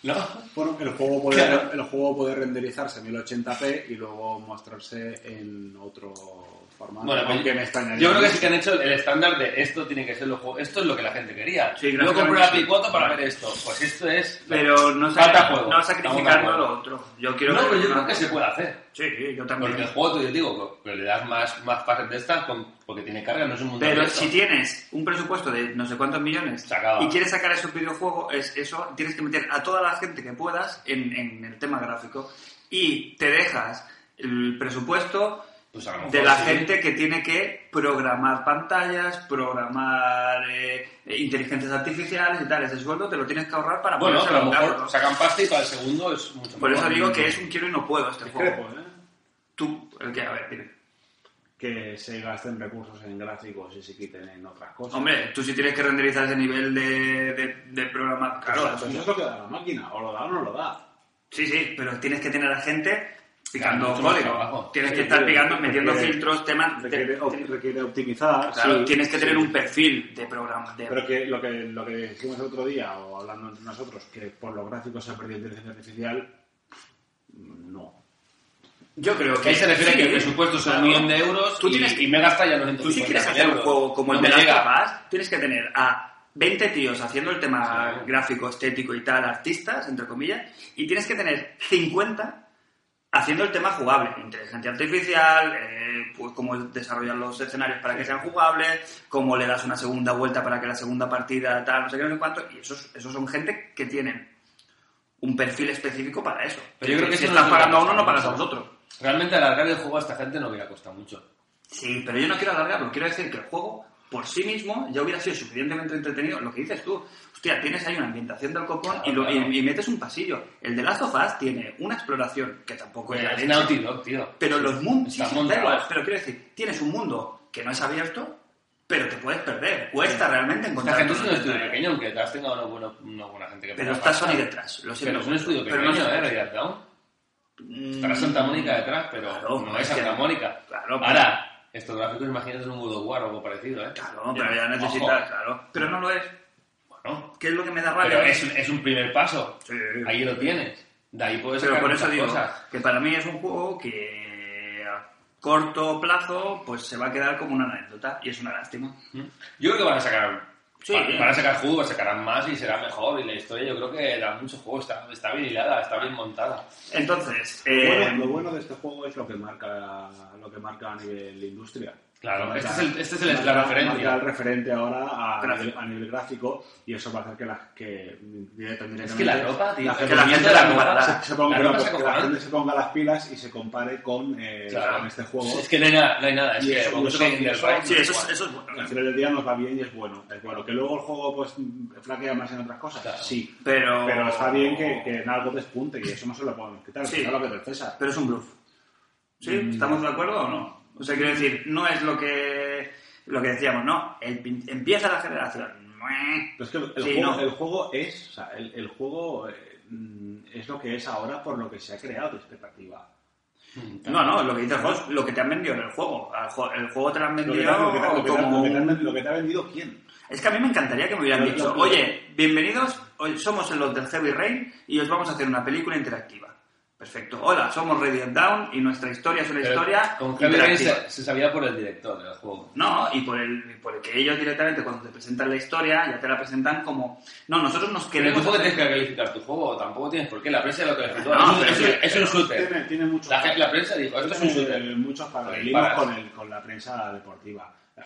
Speaker 4: ¿No?
Speaker 2: Bueno, el juego, puede,
Speaker 4: Claro.
Speaker 2: el juego puede renderizarse a 1080p y luego mostrarse en otro formato.
Speaker 4: Bueno,
Speaker 2: aunque
Speaker 4: pues,
Speaker 2: me extrañaría.
Speaker 4: yo creo que sí que han hecho el estándar de esto tiene que ser los juegos. Esto es lo que la gente quería.
Speaker 1: Sí,
Speaker 4: yo
Speaker 1: gráficamente
Speaker 4: compré la
Speaker 1: sí.
Speaker 4: Play 4 para ver esto. Pues esto es.
Speaker 1: Pero no,
Speaker 4: Falta
Speaker 1: sac
Speaker 4: juego.
Speaker 1: no
Speaker 4: Estamos de
Speaker 1: sacrificarlo a
Speaker 4: acuerdo.
Speaker 1: lo otro. Yo quiero
Speaker 4: no, pero yo creo que se puede hacer.
Speaker 1: Sí, yo
Speaker 4: Porque el
Speaker 1: también.
Speaker 4: juego, te digo, pero le das más, más fases de estas con- porque tiene carga, no es un mundo
Speaker 1: Pero
Speaker 4: abierto.
Speaker 1: si tienes un presupuesto de no sé cuántos millones
Speaker 4: Se acaba.
Speaker 1: y quieres sacar esos videojuegos, es eso, tienes que meter a toda la gente que puedas en, en el tema gráfico y te dejas el presupuesto
Speaker 4: Pues a lo mejor
Speaker 1: de la
Speaker 4: sí.
Speaker 1: gente que tiene que programar pantallas, programar eh, inteligencias artificiales y tal. Ese sueldo te lo tienes que ahorrar para
Speaker 4: Bueno,
Speaker 1: ponérselo
Speaker 4: pero a lo
Speaker 1: en
Speaker 4: mejor
Speaker 1: carro, ¿no?
Speaker 4: sacan pasta y para el segundo es mucho
Speaker 1: Por
Speaker 4: mejor.
Speaker 1: eso digo que es un quiero y no puedo este juego.
Speaker 2: Discrepo, ¿eh?
Speaker 1: Tú, el que, a ver, mire.
Speaker 2: que se gasten recursos en gráficos y se quiten en otras cosas.
Speaker 1: Hombre, tú si tienes que renderizar ese nivel de, de, de programa... Claro,
Speaker 4: pues
Speaker 1: pues,
Speaker 2: Claro, Pues eso es lo que da la máquina, o lo da o no lo da.
Speaker 1: sí, sí, pero tienes que tener a la gente picando
Speaker 4: Claro, mucho más
Speaker 1: código.
Speaker 4: trabajo.
Speaker 1: Tienes
Speaker 2: Sí,
Speaker 1: que estar
Speaker 2: sí,
Speaker 1: picando,
Speaker 2: porque-
Speaker 1: metiendo filtros, temas... te-
Speaker 2: Requiere, op-
Speaker 1: te-
Speaker 2: requiere optimizar.
Speaker 1: claro,
Speaker 2: sí,
Speaker 1: tienes que
Speaker 2: sí.
Speaker 1: tener un perfil de programa. de-
Speaker 2: Pero que lo, que lo que dijimos el otro día, o hablando entre nosotros, que por los gráficos se ha perdido inteligencia artificial, no.
Speaker 1: Yo creo que...
Speaker 4: Ahí se refiere
Speaker 1: sí,
Speaker 4: que el presupuesto es
Speaker 1: claro.
Speaker 4: un millón de euros
Speaker 1: Tú
Speaker 4: y,
Speaker 1: tienes-
Speaker 4: y me gasta ya 950
Speaker 1: Tú si quieres hacer un
Speaker 4: euros.
Speaker 1: juego como el
Speaker 4: No
Speaker 1: de
Speaker 4: me
Speaker 1: Last
Speaker 4: llega.
Speaker 1: of Us, tienes que tener a 20 tíos haciendo el tema
Speaker 4: Sí.
Speaker 1: gráfico, estético y tal, artistas, entre comillas, y tienes que tener 50 haciendo el tema jugable. Inteligencia artificial, eh, pues cómo desarrollar los escenarios para que sean jugables, cómo le das una segunda vuelta para que la segunda partida tal, no sé qué, no sé cuánto. Y esos, esos son gente que tienen un perfil específico para eso.
Speaker 4: Pero yo creo que
Speaker 1: si
Speaker 4: eso
Speaker 1: estás
Speaker 4: no le
Speaker 1: pagando a uno,
Speaker 4: cuesta
Speaker 1: no pagas a
Speaker 4: mucho.
Speaker 1: vosotros.
Speaker 4: Realmente alargar el juego a esta gente no hubiera costado mucho.
Speaker 1: Sí, pero yo no quiero alargarlo. Quiero decir que el juego por sí mismo ya hubiera sido suficientemente entretenido. Lo que dices tú, hostia, tienes ahí una ambientación del copón y, lo- y-
Speaker 4: Claro.
Speaker 1: y metes un pasillo. El de Last of Us tiene una exploración que tampoco es Pues la
Speaker 4: es
Speaker 1: leche,
Speaker 4: Naughty Dog, tío.
Speaker 1: pero los mundos.
Speaker 4: Está
Speaker 1: sí, sí,
Speaker 4: montado.
Speaker 1: da igual, pero quiero decir, tienes un mundo que no es abierto, pero te puedes perder. Cuesta realmente
Speaker 4: Esta
Speaker 1: encontrar.
Speaker 4: gente es un
Speaker 1: todo.
Speaker 4: estudio pequeño, aunque has tenido una buena, una buena gente que
Speaker 1: Pero
Speaker 4: ponga
Speaker 1: está
Speaker 4: pasta.
Speaker 1: Sony detrás, lo siento.
Speaker 4: Pero es un estudio
Speaker 1: Pero
Speaker 4: pequeño,
Speaker 1: no
Speaker 4: ¿eh?
Speaker 1: es-
Speaker 4: Red Dead Down.
Speaker 1: Mm,
Speaker 4: Estará Santa Mónica detrás, pero
Speaker 1: Claro,
Speaker 4: no es
Speaker 1: hostia.
Speaker 4: Santa Mónica.
Speaker 1: Claro, pero-
Speaker 4: Ahora, estos gráficos, imagínate un World of War o algo parecido, ¿eh?
Speaker 1: Claro, pero ya necesitas,
Speaker 4: Ojo.
Speaker 1: claro. Pero no lo es.
Speaker 4: Bueno,
Speaker 1: ¿Qué es lo que me da rabia?
Speaker 4: pero es, un- es un primer paso.
Speaker 1: Sí.
Speaker 4: Ahí lo tienes. De ahí puedes
Speaker 1: Pero
Speaker 4: sacar
Speaker 1: por eso
Speaker 4: muchas
Speaker 1: digo
Speaker 4: cosas.
Speaker 1: que para mí es un juego que a corto plazo pues se va a quedar como una anécdota y es una lástima.
Speaker 4: Yo creo que van a sacar.
Speaker 1: Sí.
Speaker 4: va- Van a sacar jugo, sacarán más y será mejor. Y la historia, yo creo que da mucho juego. Está, está bien hilada, está bien montada.
Speaker 1: Entonces,
Speaker 2: Lo
Speaker 1: eh,
Speaker 2: bueno- lo bueno de este juego es lo que marca lo que marca a nivel industria.
Speaker 4: Claro,
Speaker 2: Marca-
Speaker 4: este es el- este es el- la
Speaker 2: marca-
Speaker 4: referencia.
Speaker 2: marca el referente ahora a
Speaker 1: Gráfico.
Speaker 2: nivel, a nivel gráfico y eso va a hacer que la, que, directamente,
Speaker 4: Es que la ropa, tío,
Speaker 2: la
Speaker 4: es
Speaker 2: gente-
Speaker 1: que la gente la
Speaker 4: ropa-
Speaker 1: comprará.
Speaker 2: se, se ponga,
Speaker 4: la
Speaker 2: pero
Speaker 4: ropa
Speaker 2: pues
Speaker 4: se
Speaker 2: que la
Speaker 4: acojonan.
Speaker 2: gente se ponga las pilas y se compare con, eh,
Speaker 4: Claro.
Speaker 2: con este juego.
Speaker 4: Es que no hay nada, no hay nada. Es
Speaker 2: Y
Speaker 4: que
Speaker 2: eso-
Speaker 4: vamos
Speaker 2: eso-
Speaker 4: a ir del
Speaker 2: eso-
Speaker 4: Rey,
Speaker 1: sí,
Speaker 4: no
Speaker 1: eso es,
Speaker 4: igual.
Speaker 1: eso es bueno.
Speaker 2: Al final del día nos va bien y es bueno, es bueno. Que luego el juego pues flaquea más en otras cosas,
Speaker 4: Claro.
Speaker 2: sí.
Speaker 1: Pero,
Speaker 2: Pero está bien que, que en algo despunte y eso no se lo podemos quitar,
Speaker 1: Sí.
Speaker 2: es lo que te pesa.
Speaker 1: pero es un bluff. ¿Sí?
Speaker 2: Mm.
Speaker 1: ¿Estamos de acuerdo o no? O sea, quiero decir, no es lo que lo que decíamos, no. El pin- empieza la generación.
Speaker 2: Pero es que el,
Speaker 1: Sí,
Speaker 2: juego,
Speaker 1: no.
Speaker 2: el juego es, o sea, el, el juego eh, mm, es lo que es ahora por lo que se ha creado de expectativa.
Speaker 4: Mm,
Speaker 1: No, no, lo que dice el juego es lo que te han vendido en el juego. Al juego- El juego te lo han
Speaker 2: Lo
Speaker 1: vendido
Speaker 2: que te ha- lo que te ha- lo que te ha-
Speaker 1: como
Speaker 2: lo que te ha- lo que te ha vendido quién.
Speaker 1: Es que a mí me encantaría que me hubieran
Speaker 2: Pero
Speaker 1: dicho,
Speaker 2: lo- lo-
Speaker 1: oye, bienvenidos, hoy somos en los del Heavy Rain y os vamos a hacer una película interactiva. Perfecto. Hola, somos Radiant Down y nuestra historia es una
Speaker 4: Pero
Speaker 1: historia
Speaker 4: Con Heavy Rain
Speaker 1: interactiva.
Speaker 4: se, se sabía por el director del juego.
Speaker 1: No, y por el, y por el que ellos directamente cuando te presentan la historia ya te la presentan como, no, nosotros nos
Speaker 4: Pero
Speaker 1: queremos...
Speaker 4: tampoco
Speaker 1: hacer-
Speaker 4: tienes que calificar tu juego, tampoco tienes por qué. La prensa lo calificó.
Speaker 1: No,
Speaker 4: es, un-
Speaker 1: pero
Speaker 4: es,
Speaker 1: sí,
Speaker 4: un- es un shooter.
Speaker 2: Tiene, tiene mucho-
Speaker 4: La, gen- la prensa dijo: Esto es un shooter.
Speaker 2: Eh, muchos paralelismos
Speaker 4: Disparas.
Speaker 2: con, el- con la prensa deportiva, eh,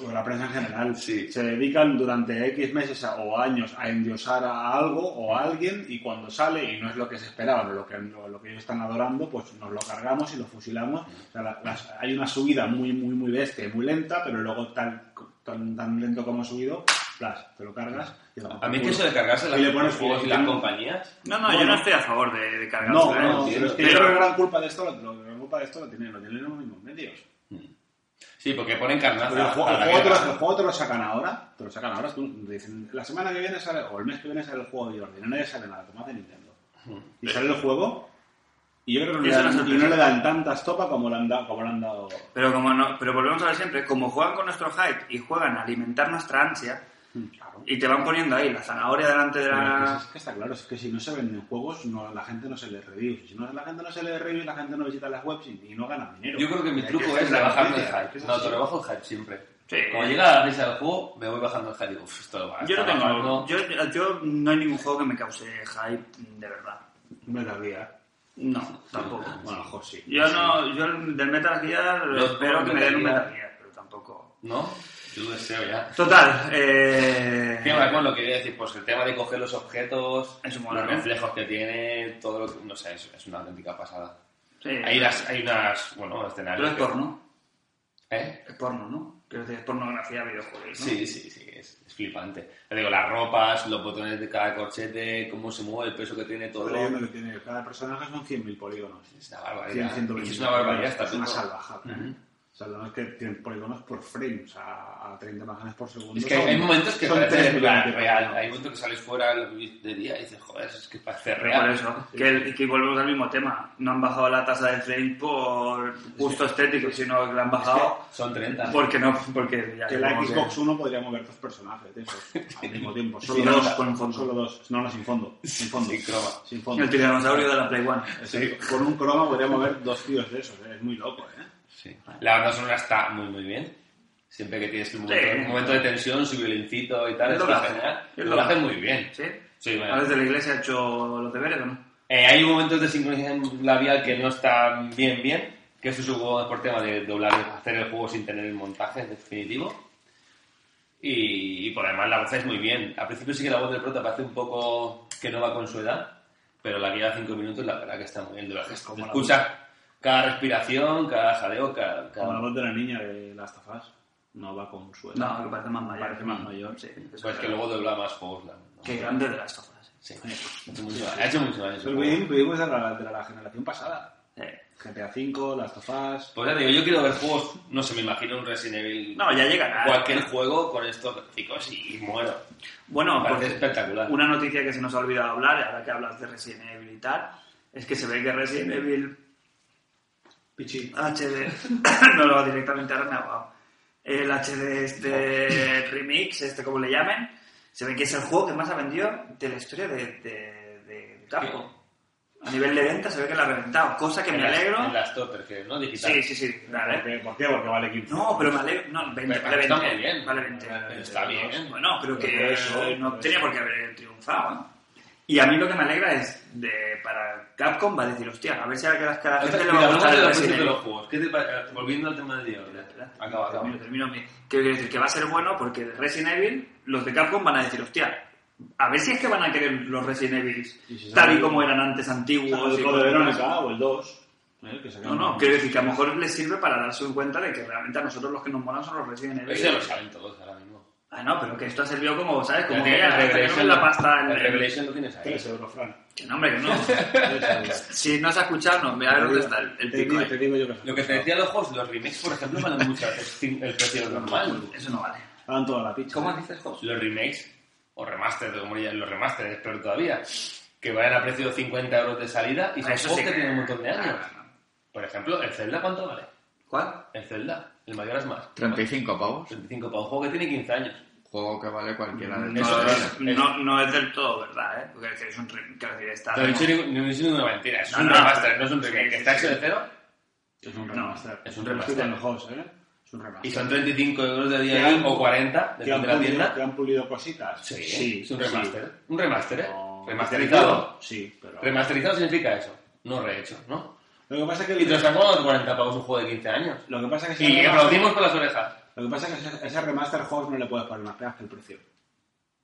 Speaker 2: con la prensa en general. Se dedican durante X meses a- o años a endiosar a algo o a alguien y cuando sale y no es lo que se esperaba, o lo que, lo, lo que ellos están adorando, pues nos lo cargamos y lo fusilamos. O sea, la- las- hay una subida muy, muy, muy bestia, y muy lenta, pero luego tal, tan, tan lento como ha subido, plas, te lo cargas. y lo
Speaker 4: A mí es que eso de cargarse las,
Speaker 2: Y le pones-
Speaker 4: los juegos y
Speaker 2: y-
Speaker 4: las compañías.
Speaker 1: No, no, yo
Speaker 2: Bueno.
Speaker 1: no estoy a favor de, de cargar
Speaker 2: No,
Speaker 1: sobre
Speaker 2: no,
Speaker 1: él.
Speaker 2: pero es que
Speaker 1: Pero-
Speaker 2: yo creo que la gran culpa de esto, lo- la gran culpa de esto lo tienen, lo tienen los mismos medios.
Speaker 4: Sí, porque ponen carnaza.
Speaker 2: Pero el, juego,
Speaker 4: para
Speaker 2: el
Speaker 4: la
Speaker 2: juego te
Speaker 4: guerra.
Speaker 2: lo, el juego te lo sacan ahora, te lo sacan ahora, tú- te dicen, la semana que viene sale, o el mes que viene sale el juego de Jordi, no nadie sale nada, como hace Nintendo. Y sale el juego, y yo creo que no,
Speaker 1: Y
Speaker 2: le
Speaker 1: eso no
Speaker 2: dan,
Speaker 1: es el
Speaker 2: y no
Speaker 1: precio.
Speaker 2: le dan tanta estopa como le han, dado- como le han dado.
Speaker 1: pero como no, pero volvemos a ver siempre, como juegan con nuestro hype y juegan a alimentar nuestra ansia
Speaker 2: Claro.
Speaker 1: y te van poniendo ahí la zanahoria delante de
Speaker 2: Pero es que-
Speaker 1: la...
Speaker 2: es que está claro, es que si no se venden juegos, no, la gente no se lee reviews. Si no, la gente no se lee reviews, la gente no visita las webs y, y no gana dinero.
Speaker 4: Yo creo que mi
Speaker 2: Y hay
Speaker 4: truco
Speaker 2: hacer
Speaker 4: es
Speaker 2: la
Speaker 4: rebajarme el
Speaker 2: noticia,
Speaker 4: hype.
Speaker 2: que es
Speaker 4: No,
Speaker 2: así.
Speaker 4: te rebajo el hype siempre.
Speaker 1: Sí.
Speaker 4: Cuando llega la risa del juego, me voy bajando el hype y digo, "Uf, esto lo va a
Speaker 1: Yo no
Speaker 4: estar
Speaker 1: tengo.
Speaker 4: bajando".
Speaker 1: Yo, yo no hay ningún juego que me cause hype de verdad.
Speaker 2: Metal Gear.
Speaker 1: No, tampoco.
Speaker 2: Bueno, ojo, sí.
Speaker 1: Yo no, yo del Metal Gear
Speaker 4: Yo
Speaker 1: espero que me den un
Speaker 4: Metal Gear.
Speaker 1: Metal Gear, pero tampoco.
Speaker 4: ¿No? Yo lo deseo ya.
Speaker 1: Total, eh.
Speaker 4: ¿Qué más con lo que quería decir? Pues el tema de coger los objetos,
Speaker 1: Eso mola,
Speaker 4: los
Speaker 1: ¿no?
Speaker 4: reflejos que tiene, todo lo que... No sé, es, es una auténtica pasada.
Speaker 1: Sí.
Speaker 4: Hay unas, hay unas bueno,
Speaker 1: Pero
Speaker 4: escenarios...
Speaker 1: es
Speaker 4: que-
Speaker 1: porno.
Speaker 4: ¿Eh?
Speaker 1: Es porno, ¿no? Quiero decir, es pornografía videojuegos. ¿no?
Speaker 4: Sí, sí, sí, es, es flipante. Te digo, las ropas, los botones de cada corchete, cómo se mueve, el peso que tiene, todo...
Speaker 2: Estoy leyendo que tiene, cada personaje son 100.000 polígonos.
Speaker 4: Es una barbaridad.
Speaker 2: 100, 120.
Speaker 4: es una barbaridad. está
Speaker 2: Es una
Speaker 4: todo.
Speaker 2: salvajada.
Speaker 4: Ujú.
Speaker 2: O sea, lo más que tienen polígonos por frame, o sea, a 30 imágenes por segundo.
Speaker 4: Es que
Speaker 2: son-
Speaker 4: hay momentos que
Speaker 2: son
Speaker 4: parece
Speaker 2: tres millones de
Speaker 4: real.
Speaker 2: polígonos.
Speaker 4: Hay momentos que sales fuera de día y dices, joder, es que parece
Speaker 1: Pero por
Speaker 4: real.
Speaker 1: eso, que, el- que volvemos al mismo tema. No han bajado la tasa de frame por gusto estético, sino que la han bajado
Speaker 4: Son 30.
Speaker 1: porque no, porque ya
Speaker 2: Que la
Speaker 1: como que-
Speaker 2: Xbox One podría mover dos personajes de esos al mismo tiempo. Solo
Speaker 1: Y
Speaker 2: dos,
Speaker 1: dos con fondo.
Speaker 2: Solo dos. No, no, sin fondo. Sin fondo.
Speaker 4: Sin croma.
Speaker 2: Sin fondo.
Speaker 1: El tiranosaurio de la Play One.
Speaker 2: Sí, Con un croma podría mover dos tíos de esos. eh, Es muy loco, ¿eh?
Speaker 4: Sí. La banda sonora está muy, muy bien. Siempre que tienes un momento,
Speaker 1: Sí.
Speaker 4: un momento de tensión, su violincito y tal,
Speaker 1: El
Speaker 4: está
Speaker 1: doblaje.
Speaker 4: genial.
Speaker 1: El
Speaker 4: Lo hace
Speaker 1: doblaje.
Speaker 4: muy bien.
Speaker 1: ¿Sí?
Speaker 4: Sí, bueno.
Speaker 1: ¿Ahora desde la iglesia ha hecho los deberes o no?
Speaker 4: Eh, hay momentos de sincronización labial que no están bien, bien. Que eso supongo por tema de doblar, hacer el juego sin tener el montaje definitivo. Y, y por además la voz es muy bien. Al principio sí que la voz del prota parece un poco que no va con su edad, pero la que lleva 5 minutos la verdad que está muy bien. Durante,
Speaker 2: como la
Speaker 4: escuchas cada respiración, cada jaleo, cada... cada-
Speaker 2: Como la voz de la niña de Last of Us. No va con su edad.
Speaker 1: No, que parece más mayor.
Speaker 2: Parece más mayor.
Speaker 1: Sí, eso
Speaker 4: Pues
Speaker 1: es
Speaker 4: que
Speaker 1: verdad.
Speaker 4: luego dobla más juegos. la- ¿no?
Speaker 1: Qué grande de las tofas.
Speaker 4: Sí. Ha hecho mucho daño, ha hecho mucho daño ese
Speaker 2: Pero
Speaker 4: juego.
Speaker 2: bien, vivimos de la, de la generación pasada.
Speaker 1: Eh,
Speaker 2: GTA V, Last of Us.
Speaker 4: Pues ya te digo, yo quiero ver juegos, no sé, me imagino un Resident Evil,
Speaker 1: No, ya llegará.
Speaker 4: cualquier juego con estos chicos y muero.
Speaker 1: Bueno,
Speaker 4: Me parece
Speaker 1: pues,
Speaker 4: espectacular.
Speaker 1: Una noticia que se nos ha olvidado hablar, ahora que hablas de Resident Evil y tal, es que se ve que Resident Evil
Speaker 2: Pichi.
Speaker 1: HD, no lo directamente ahora me ha ahogado. El HD este remix, este como le llamen, se ve que es el juego que más ha vendido de la historia de, de, de Capcom. A nivel de venta se ve que la ha reventado, cosa que me
Speaker 4: En las-
Speaker 1: alegro.
Speaker 4: En las top, porque no digital.
Speaker 1: Sí, sí, sí,
Speaker 2: ¿Por
Speaker 1: vale.
Speaker 2: qué? ¿Por qué? Porque vale 15.
Speaker 1: No, pero me alegro. No, 20,
Speaker 4: Pero
Speaker 1: vale 20.
Speaker 4: está muy bien.
Speaker 1: Vale 20.
Speaker 4: Pero está bien.
Speaker 1: Bueno, pero
Speaker 2: Pero
Speaker 1: que
Speaker 2: por eso,
Speaker 1: eh, no
Speaker 2: por
Speaker 1: tenía
Speaker 2: eso.
Speaker 1: por qué haber triunfado. ¿eh? Y a mí lo que me alegra es, de, para Capcom va a decir, hostia, a ver si a la que a la
Speaker 4: Otra-
Speaker 1: gente le
Speaker 4: mira,
Speaker 1: va a
Speaker 4: hablamos
Speaker 1: gustar pues el
Speaker 4: de los
Speaker 1: Resident
Speaker 4: precios de
Speaker 1: Evil.
Speaker 4: los juegos. ¿Qué te parece? Volviendo al tema de Dios. Acaba, acaba.
Speaker 1: Termino, termino bien. ¿Qué quiere decir? Que va a ser bueno porque de Resident Evil, los de Capcom van a decir, hostia, a ver si es que van a querer los Resident Evil
Speaker 2: Y si
Speaker 1: tal y
Speaker 2: sale-
Speaker 1: como eran antes antiguos.
Speaker 2: O
Speaker 1: y
Speaker 2: el Code
Speaker 1: cosas así".
Speaker 2: Verónica o el 2. ¿eh? Que
Speaker 1: No,
Speaker 2: sacaron-
Speaker 1: no, quiero decir que a lo mejor les sirve para darse un cuenta de que realmente a nosotros los que nos molan son los Resident
Speaker 4: Pero
Speaker 1: Evil.
Speaker 4: eso lo saben todos ahora mismo.
Speaker 1: Ah, no, pero que esto ha servido como, ¿sabes? Como
Speaker 4: Ya
Speaker 1: que
Speaker 4: tienes
Speaker 1: ya, hasta que
Speaker 4: el
Speaker 1: no ves
Speaker 4: Revelation,
Speaker 1: la pasta en
Speaker 4: el Revelation lo tienes ahí.
Speaker 2: 3 euros, Fran.
Speaker 1: Que no, hombre, que no.
Speaker 2: Tres euros.
Speaker 1: si no has escuchado, no, mira a ver dónde está el, el
Speaker 2: Te
Speaker 1: pico.
Speaker 2: digo-
Speaker 1: ahí.
Speaker 2: Te digo yo que
Speaker 4: Lo que te decía de los juegos, los remakes, por ejemplo, valen mucho veces el precio normal.
Speaker 1: Eso no vale. Ah,
Speaker 2: Pagan toda la picha.
Speaker 1: dices, Jos?
Speaker 4: los remakes o remasters, como ya los remasters, pero todavía, que vayan a precio de 50 euros de salida y son
Speaker 1: Ah, Eso sí
Speaker 4: juegos que
Speaker 1: que-
Speaker 4: tienen un montón de años.
Speaker 1: Ah, no, no.
Speaker 4: Por ejemplo, el Zelda, ¿cuánto vale?
Speaker 1: ¿Cuál?
Speaker 4: El Zelda, el mayor es más.
Speaker 3: 35 pavos.
Speaker 4: 35 para un juego que tiene 15 años.
Speaker 3: Juego que vale cualquiera de
Speaker 1: No,
Speaker 4: Eso
Speaker 1: Mm, es,
Speaker 4: es-
Speaker 1: no, no es del todo verdad, ¿eh? Porque es un remake, quiero decir, está...
Speaker 4: No he dicho ningún- no he dicho ninguna mentira, es
Speaker 1: Ah, No,
Speaker 4: un
Speaker 1: no,
Speaker 4: remaster,
Speaker 1: pero-
Speaker 4: no es un remake.
Speaker 1: sí, sí,
Speaker 4: Está
Speaker 1: sí.
Speaker 4: hecho de cero
Speaker 2: Es un remaster.
Speaker 4: Es un
Speaker 2: Yo estoy
Speaker 4: remaster.
Speaker 2: con los hosts, ¿eh? Es un
Speaker 4: y
Speaker 2: remaster.
Speaker 4: son 35 euros de día
Speaker 2: Que han-
Speaker 4: o 40,
Speaker 2: ¿Que han,
Speaker 4: depende de la
Speaker 2: pulido, que
Speaker 4: tienda.
Speaker 2: han pulido cositas?
Speaker 4: Sí, es un remaster.
Speaker 2: sí.
Speaker 4: Un remaster, ¿eh?
Speaker 2: No-
Speaker 4: Remasterizado.
Speaker 2: Sí, pero...
Speaker 4: Remasterizado significa eso, no rehecho, ¿no?
Speaker 2: Lo que pasa es que...
Speaker 4: Y te lo están cobrando 40 pavos un juego de 15 años.
Speaker 2: Lo que pasa es que... ese
Speaker 4: Y
Speaker 2: remaster-
Speaker 4: aplaudimos con las orejas.
Speaker 2: Lo que pasa es que ese- ese remaster host no le puedes poner más pegas que el precio.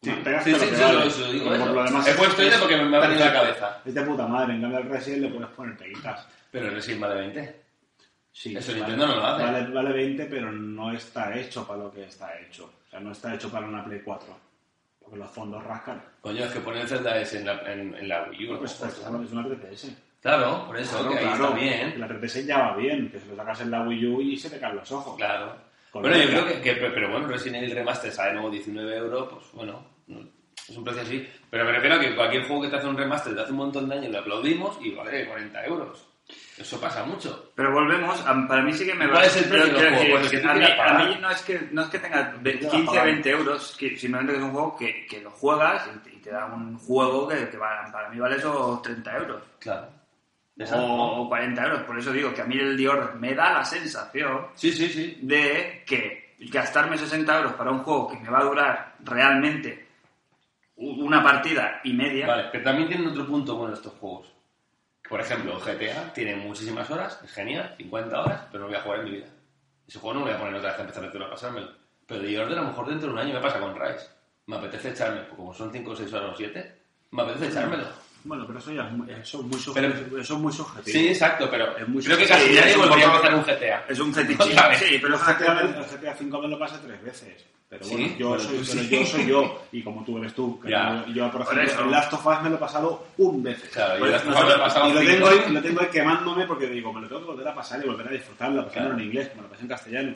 Speaker 4: Sí,
Speaker 2: Más pegas
Speaker 4: sí,
Speaker 2: que
Speaker 4: sí,
Speaker 2: lo que
Speaker 4: sí,
Speaker 2: vale.
Speaker 4: lo- eso digo,
Speaker 2: Pero por
Speaker 4: eso.
Speaker 2: lo demás
Speaker 4: He
Speaker 2: es-
Speaker 4: puesto este
Speaker 2: es-
Speaker 4: porque me ha venido a la cabeza.
Speaker 2: Es de puta madre. En cambio, al Resident le puedes poner peguitas.
Speaker 4: Pero Resident vale 20.
Speaker 2: Sí,
Speaker 4: Eso Nintendo no lo hace.
Speaker 2: Vale, vale 20, pero no está hecho para lo que está hecho. O sea, no está hecho para una Play 4. Porque los fondos rascan.
Speaker 4: Coño, es que poner Zelda es en la, en, en la Wii U.
Speaker 2: Pues
Speaker 4: ojo,
Speaker 2: pues, claro, es una 3DS.
Speaker 4: Claro, por eso, que ahí está
Speaker 2: que
Speaker 4: bien.
Speaker 2: La 3DS ya va bien, que se lo sacas en la Wii U y se te caen los ojos.
Speaker 4: Claro.
Speaker 2: Con
Speaker 4: bueno, yo
Speaker 2: Zelda.
Speaker 4: creo que, que- pero- Pero bueno, Resident Evil Remaster sale nuevo 19 euros, pues bueno, no- es un precio así. Pero me refiero a que cualquier juego que te hace un remaster te hace un montón de años, lo aplaudimos y vale 40 euros. Eso pasa mucho.
Speaker 1: Pero volvemos, a- para mí sí que me
Speaker 4: ¿Cuál
Speaker 1: va-
Speaker 4: es el precio
Speaker 1: pero
Speaker 4: del
Speaker 1: quiero
Speaker 4: juego?
Speaker 1: decir,
Speaker 4: Pues el que tú
Speaker 1: a, mí,
Speaker 4: quieras pagar.
Speaker 1: a mí no es que, no es que tenga ve-
Speaker 2: quieras
Speaker 1: 15,
Speaker 2: pagar.
Speaker 1: 20 euros, que simplemente que es un juego que, que lo juegas y te, y te da un juego que, que va- para mí vale esos 30 euros
Speaker 4: Claro. Ya sabes, ¿no?
Speaker 1: o 40 euros. Por eso digo que a mí el Dior me da la sensación
Speaker 4: Sí, sí, sí.
Speaker 1: de que gastarme 60 euros para un juego que me va a durar realmente u- una partida y media.
Speaker 4: Vale, pero también tienen otro punto bueno estos juegos. Por ejemplo, GTA tiene muchísimas horas, es genial, 50 horas, pero no voy a jugar en mi vida. Ese juego no lo voy a poner otra vez a empezar de cero a pasármelo. Pero de Order a lo mejor pues dentro de un año me pasa con Rise. Me apetece echármelo, como son 5 o 6 horas o 7, me apetece echármelo.
Speaker 2: Bueno, pero eso ya es muy, eso es muy, subje-
Speaker 4: Pero-
Speaker 2: eso es muy subjetivo.
Speaker 4: Sí, exacto, pero
Speaker 2: Es muy
Speaker 4: creo que
Speaker 2: sencillo.
Speaker 4: casi nadie
Speaker 1: Sí,
Speaker 4: volvería a
Speaker 1: es un
Speaker 4: empezar un GTA.
Speaker 1: Es un fetiche.
Speaker 4: Otra vez.
Speaker 1: Sí, pero
Speaker 2: Pero el
Speaker 1: es
Speaker 2: GTA,
Speaker 1: que-
Speaker 2: el GTA 5 me lo pasé tres veces. Pero
Speaker 4: ¿Sí?
Speaker 2: bueno, yo,
Speaker 4: Pero
Speaker 2: soy,
Speaker 4: tú
Speaker 2: pero
Speaker 4: sí.
Speaker 2: yo soy yo, y como tú eres tú. que
Speaker 4: Ya.
Speaker 2: yo, yo, por
Speaker 1: Por
Speaker 2: ejemplo,
Speaker 1: eso.
Speaker 2: el Last of Us me lo he pasado un veces.
Speaker 4: Claro,
Speaker 1: Pues
Speaker 4: yo las
Speaker 1: nosotros-
Speaker 4: cosas me he pasado
Speaker 2: Y lo
Speaker 4: cinco.
Speaker 2: tengo, ahí, lo tengo ahí quemándome porque digo, me lo tengo que volver a pasar y volver a disfrutarlo, pasarlo
Speaker 4: Claro.
Speaker 2: en inglés, como lo pasé en castellano.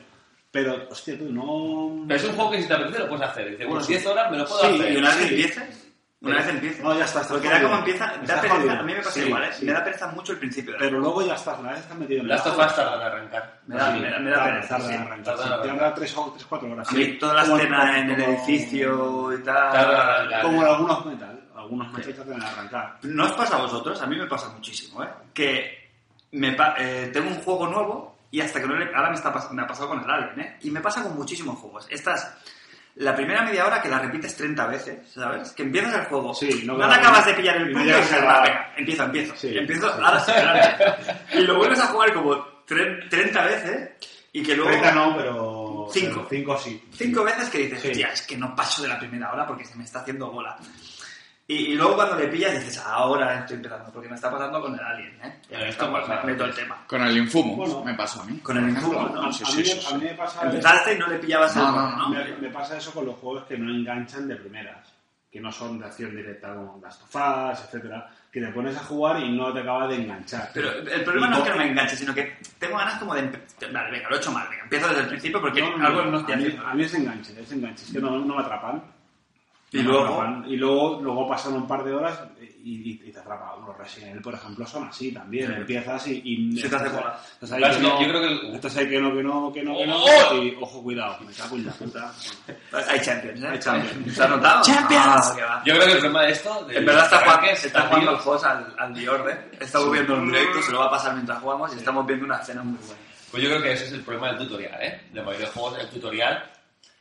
Speaker 2: Pero, hostia, tú, no...
Speaker 4: Pero es un juego que si te apetece lo puedes hacer. Dice, bueno,
Speaker 2: Sí.
Speaker 4: 10 horas me lo puedo
Speaker 2: Sí,
Speaker 4: hacer.
Speaker 1: Y una vez
Speaker 2: Sí.
Speaker 1: empiezas, una vez empiezas.
Speaker 2: No, ya está, está
Speaker 1: Porque da
Speaker 2: jodido.
Speaker 1: como empieza, da
Speaker 2: Está
Speaker 1: pereza,
Speaker 2: jodido.
Speaker 1: a mí me pasa
Speaker 2: Sí,
Speaker 1: igual, ¿eh?
Speaker 2: sí.
Speaker 1: Me da pereza mucho el principio. ¿eh?
Speaker 2: Pero luego ya estás, una vez estás metido en
Speaker 4: Last of Us tarda en arrancar.
Speaker 1: Me da-
Speaker 4: Sí.
Speaker 1: me da- me da-
Speaker 2: Tarda,
Speaker 1: pereza,
Speaker 2: tarda
Speaker 1: sí.
Speaker 2: en arrancar.
Speaker 4: Tarda en
Speaker 2: sí.
Speaker 4: arrancar.
Speaker 2: Tarda 3 o 4 horas.
Speaker 1: A
Speaker 2: sí.
Speaker 1: mí toda la
Speaker 2: Como-
Speaker 1: escena en el
Speaker 2: como-
Speaker 1: edificio y
Speaker 4: Tarda en
Speaker 1: tal...
Speaker 4: arrancar.
Speaker 2: Como en algunos metal, algunos metal tardan en arrancar.
Speaker 1: ¿No os pasa a vosotros? A mí me pasa muchísimo, ¿eh? Que me pa- eh, tengo un juego nuevo y hasta que no le... Ahora me, está pas- me ha pasado con el Alien, ¿eh? Y me pasa con muchísimos juegos. Estás la primera media hora que la repites 30 veces, ¿sabes? Que empiezas el juego,
Speaker 2: Sí, no
Speaker 1: no,
Speaker 2: queda
Speaker 1: te acabas de
Speaker 2: bien.
Speaker 1: pillar el
Speaker 2: Y no
Speaker 1: punto y
Speaker 2: llegas
Speaker 1: dices,
Speaker 2: a
Speaker 1: "Va,
Speaker 2: la-
Speaker 1: venga, empiezo, empiezo,
Speaker 2: Sí,
Speaker 1: empiezo,
Speaker 2: sí.
Speaker 1: ahora sí, ahora sí". Y lo vuelves a jugar como tre- 30 veces y que luego...
Speaker 2: 30 no, pero...
Speaker 1: Cinco.
Speaker 2: 5 sí.
Speaker 1: cinco veces que dices,
Speaker 2: Sí.
Speaker 1: hostia, es que no paso de la primera hora porque se me está haciendo bola. Y, y luego cuando le pillas dices, ahora estoy empezando, porque me está pasando con el alien, ¿eh?
Speaker 4: Pero esto pasa.
Speaker 1: meto el tema.
Speaker 3: Con el Infumo
Speaker 2: Bueno.
Speaker 3: me pasó a mí.
Speaker 1: Con el Infumo,
Speaker 3: Claro,
Speaker 1: ¿no?
Speaker 3: Sí,
Speaker 2: a,
Speaker 3: sí,
Speaker 2: mí,
Speaker 3: sí, sí.
Speaker 2: a mí me pasa...
Speaker 1: Empezaste y no le pillabas el
Speaker 3: No,
Speaker 1: bola,
Speaker 3: no,
Speaker 1: ¿no?
Speaker 2: Me, me pasa eso con los juegos que no enganchan de primeras, que no son de acción directa como Last of Us, etcétera, que te pones a jugar y no te acaba de enganchar.
Speaker 1: Pero el problema
Speaker 2: Y
Speaker 1: no es
Speaker 2: co-
Speaker 1: que no me enganche, sino que tengo ganas como de... empe- Vale, venga, lo he hecho mal, venga, empiezo desde el principio porque
Speaker 2: No, no,
Speaker 1: algo
Speaker 2: no,
Speaker 1: no estoy
Speaker 2: a, mí,
Speaker 1: haciendo.
Speaker 2: a mí es enganche, es enganche, es que no, no me atrapan.
Speaker 1: Y
Speaker 2: No me
Speaker 1: luego-
Speaker 2: atrapan. y luego, luego pasan un par de horas y, y- y te atrapa. Los Resident Evil, por ejemplo, son así también.
Speaker 1: Sí.
Speaker 2: Empiezas y... y
Speaker 1: Se te hace bola.
Speaker 2: estás ahí
Speaker 4: Claro,
Speaker 2: que
Speaker 4: es que
Speaker 2: no,
Speaker 4: yo creo que el-
Speaker 2: estás ahí que no, que no, que no, que no, y ojo, cuidado, me cago en la puta.
Speaker 1: Hay Champions, ¿eh?
Speaker 2: Hay Champions.
Speaker 1: ¿Se ha notado?
Speaker 3: Champions.
Speaker 1: Ah, qué va.
Speaker 4: Yo creo que el problema de esto... de
Speaker 1: En verdad está, Juan,
Speaker 4: arranques,
Speaker 1: está jugando al
Speaker 4: tíos,
Speaker 1: juego al, al The Order. Estamos viendo un directo, se lo va a pasar mientras jugamos y estamos viendo una escena muy buena.
Speaker 4: Pues yo creo que ese es el problema del tutorial, ¿eh? La mayoría de juegos, el tutorial...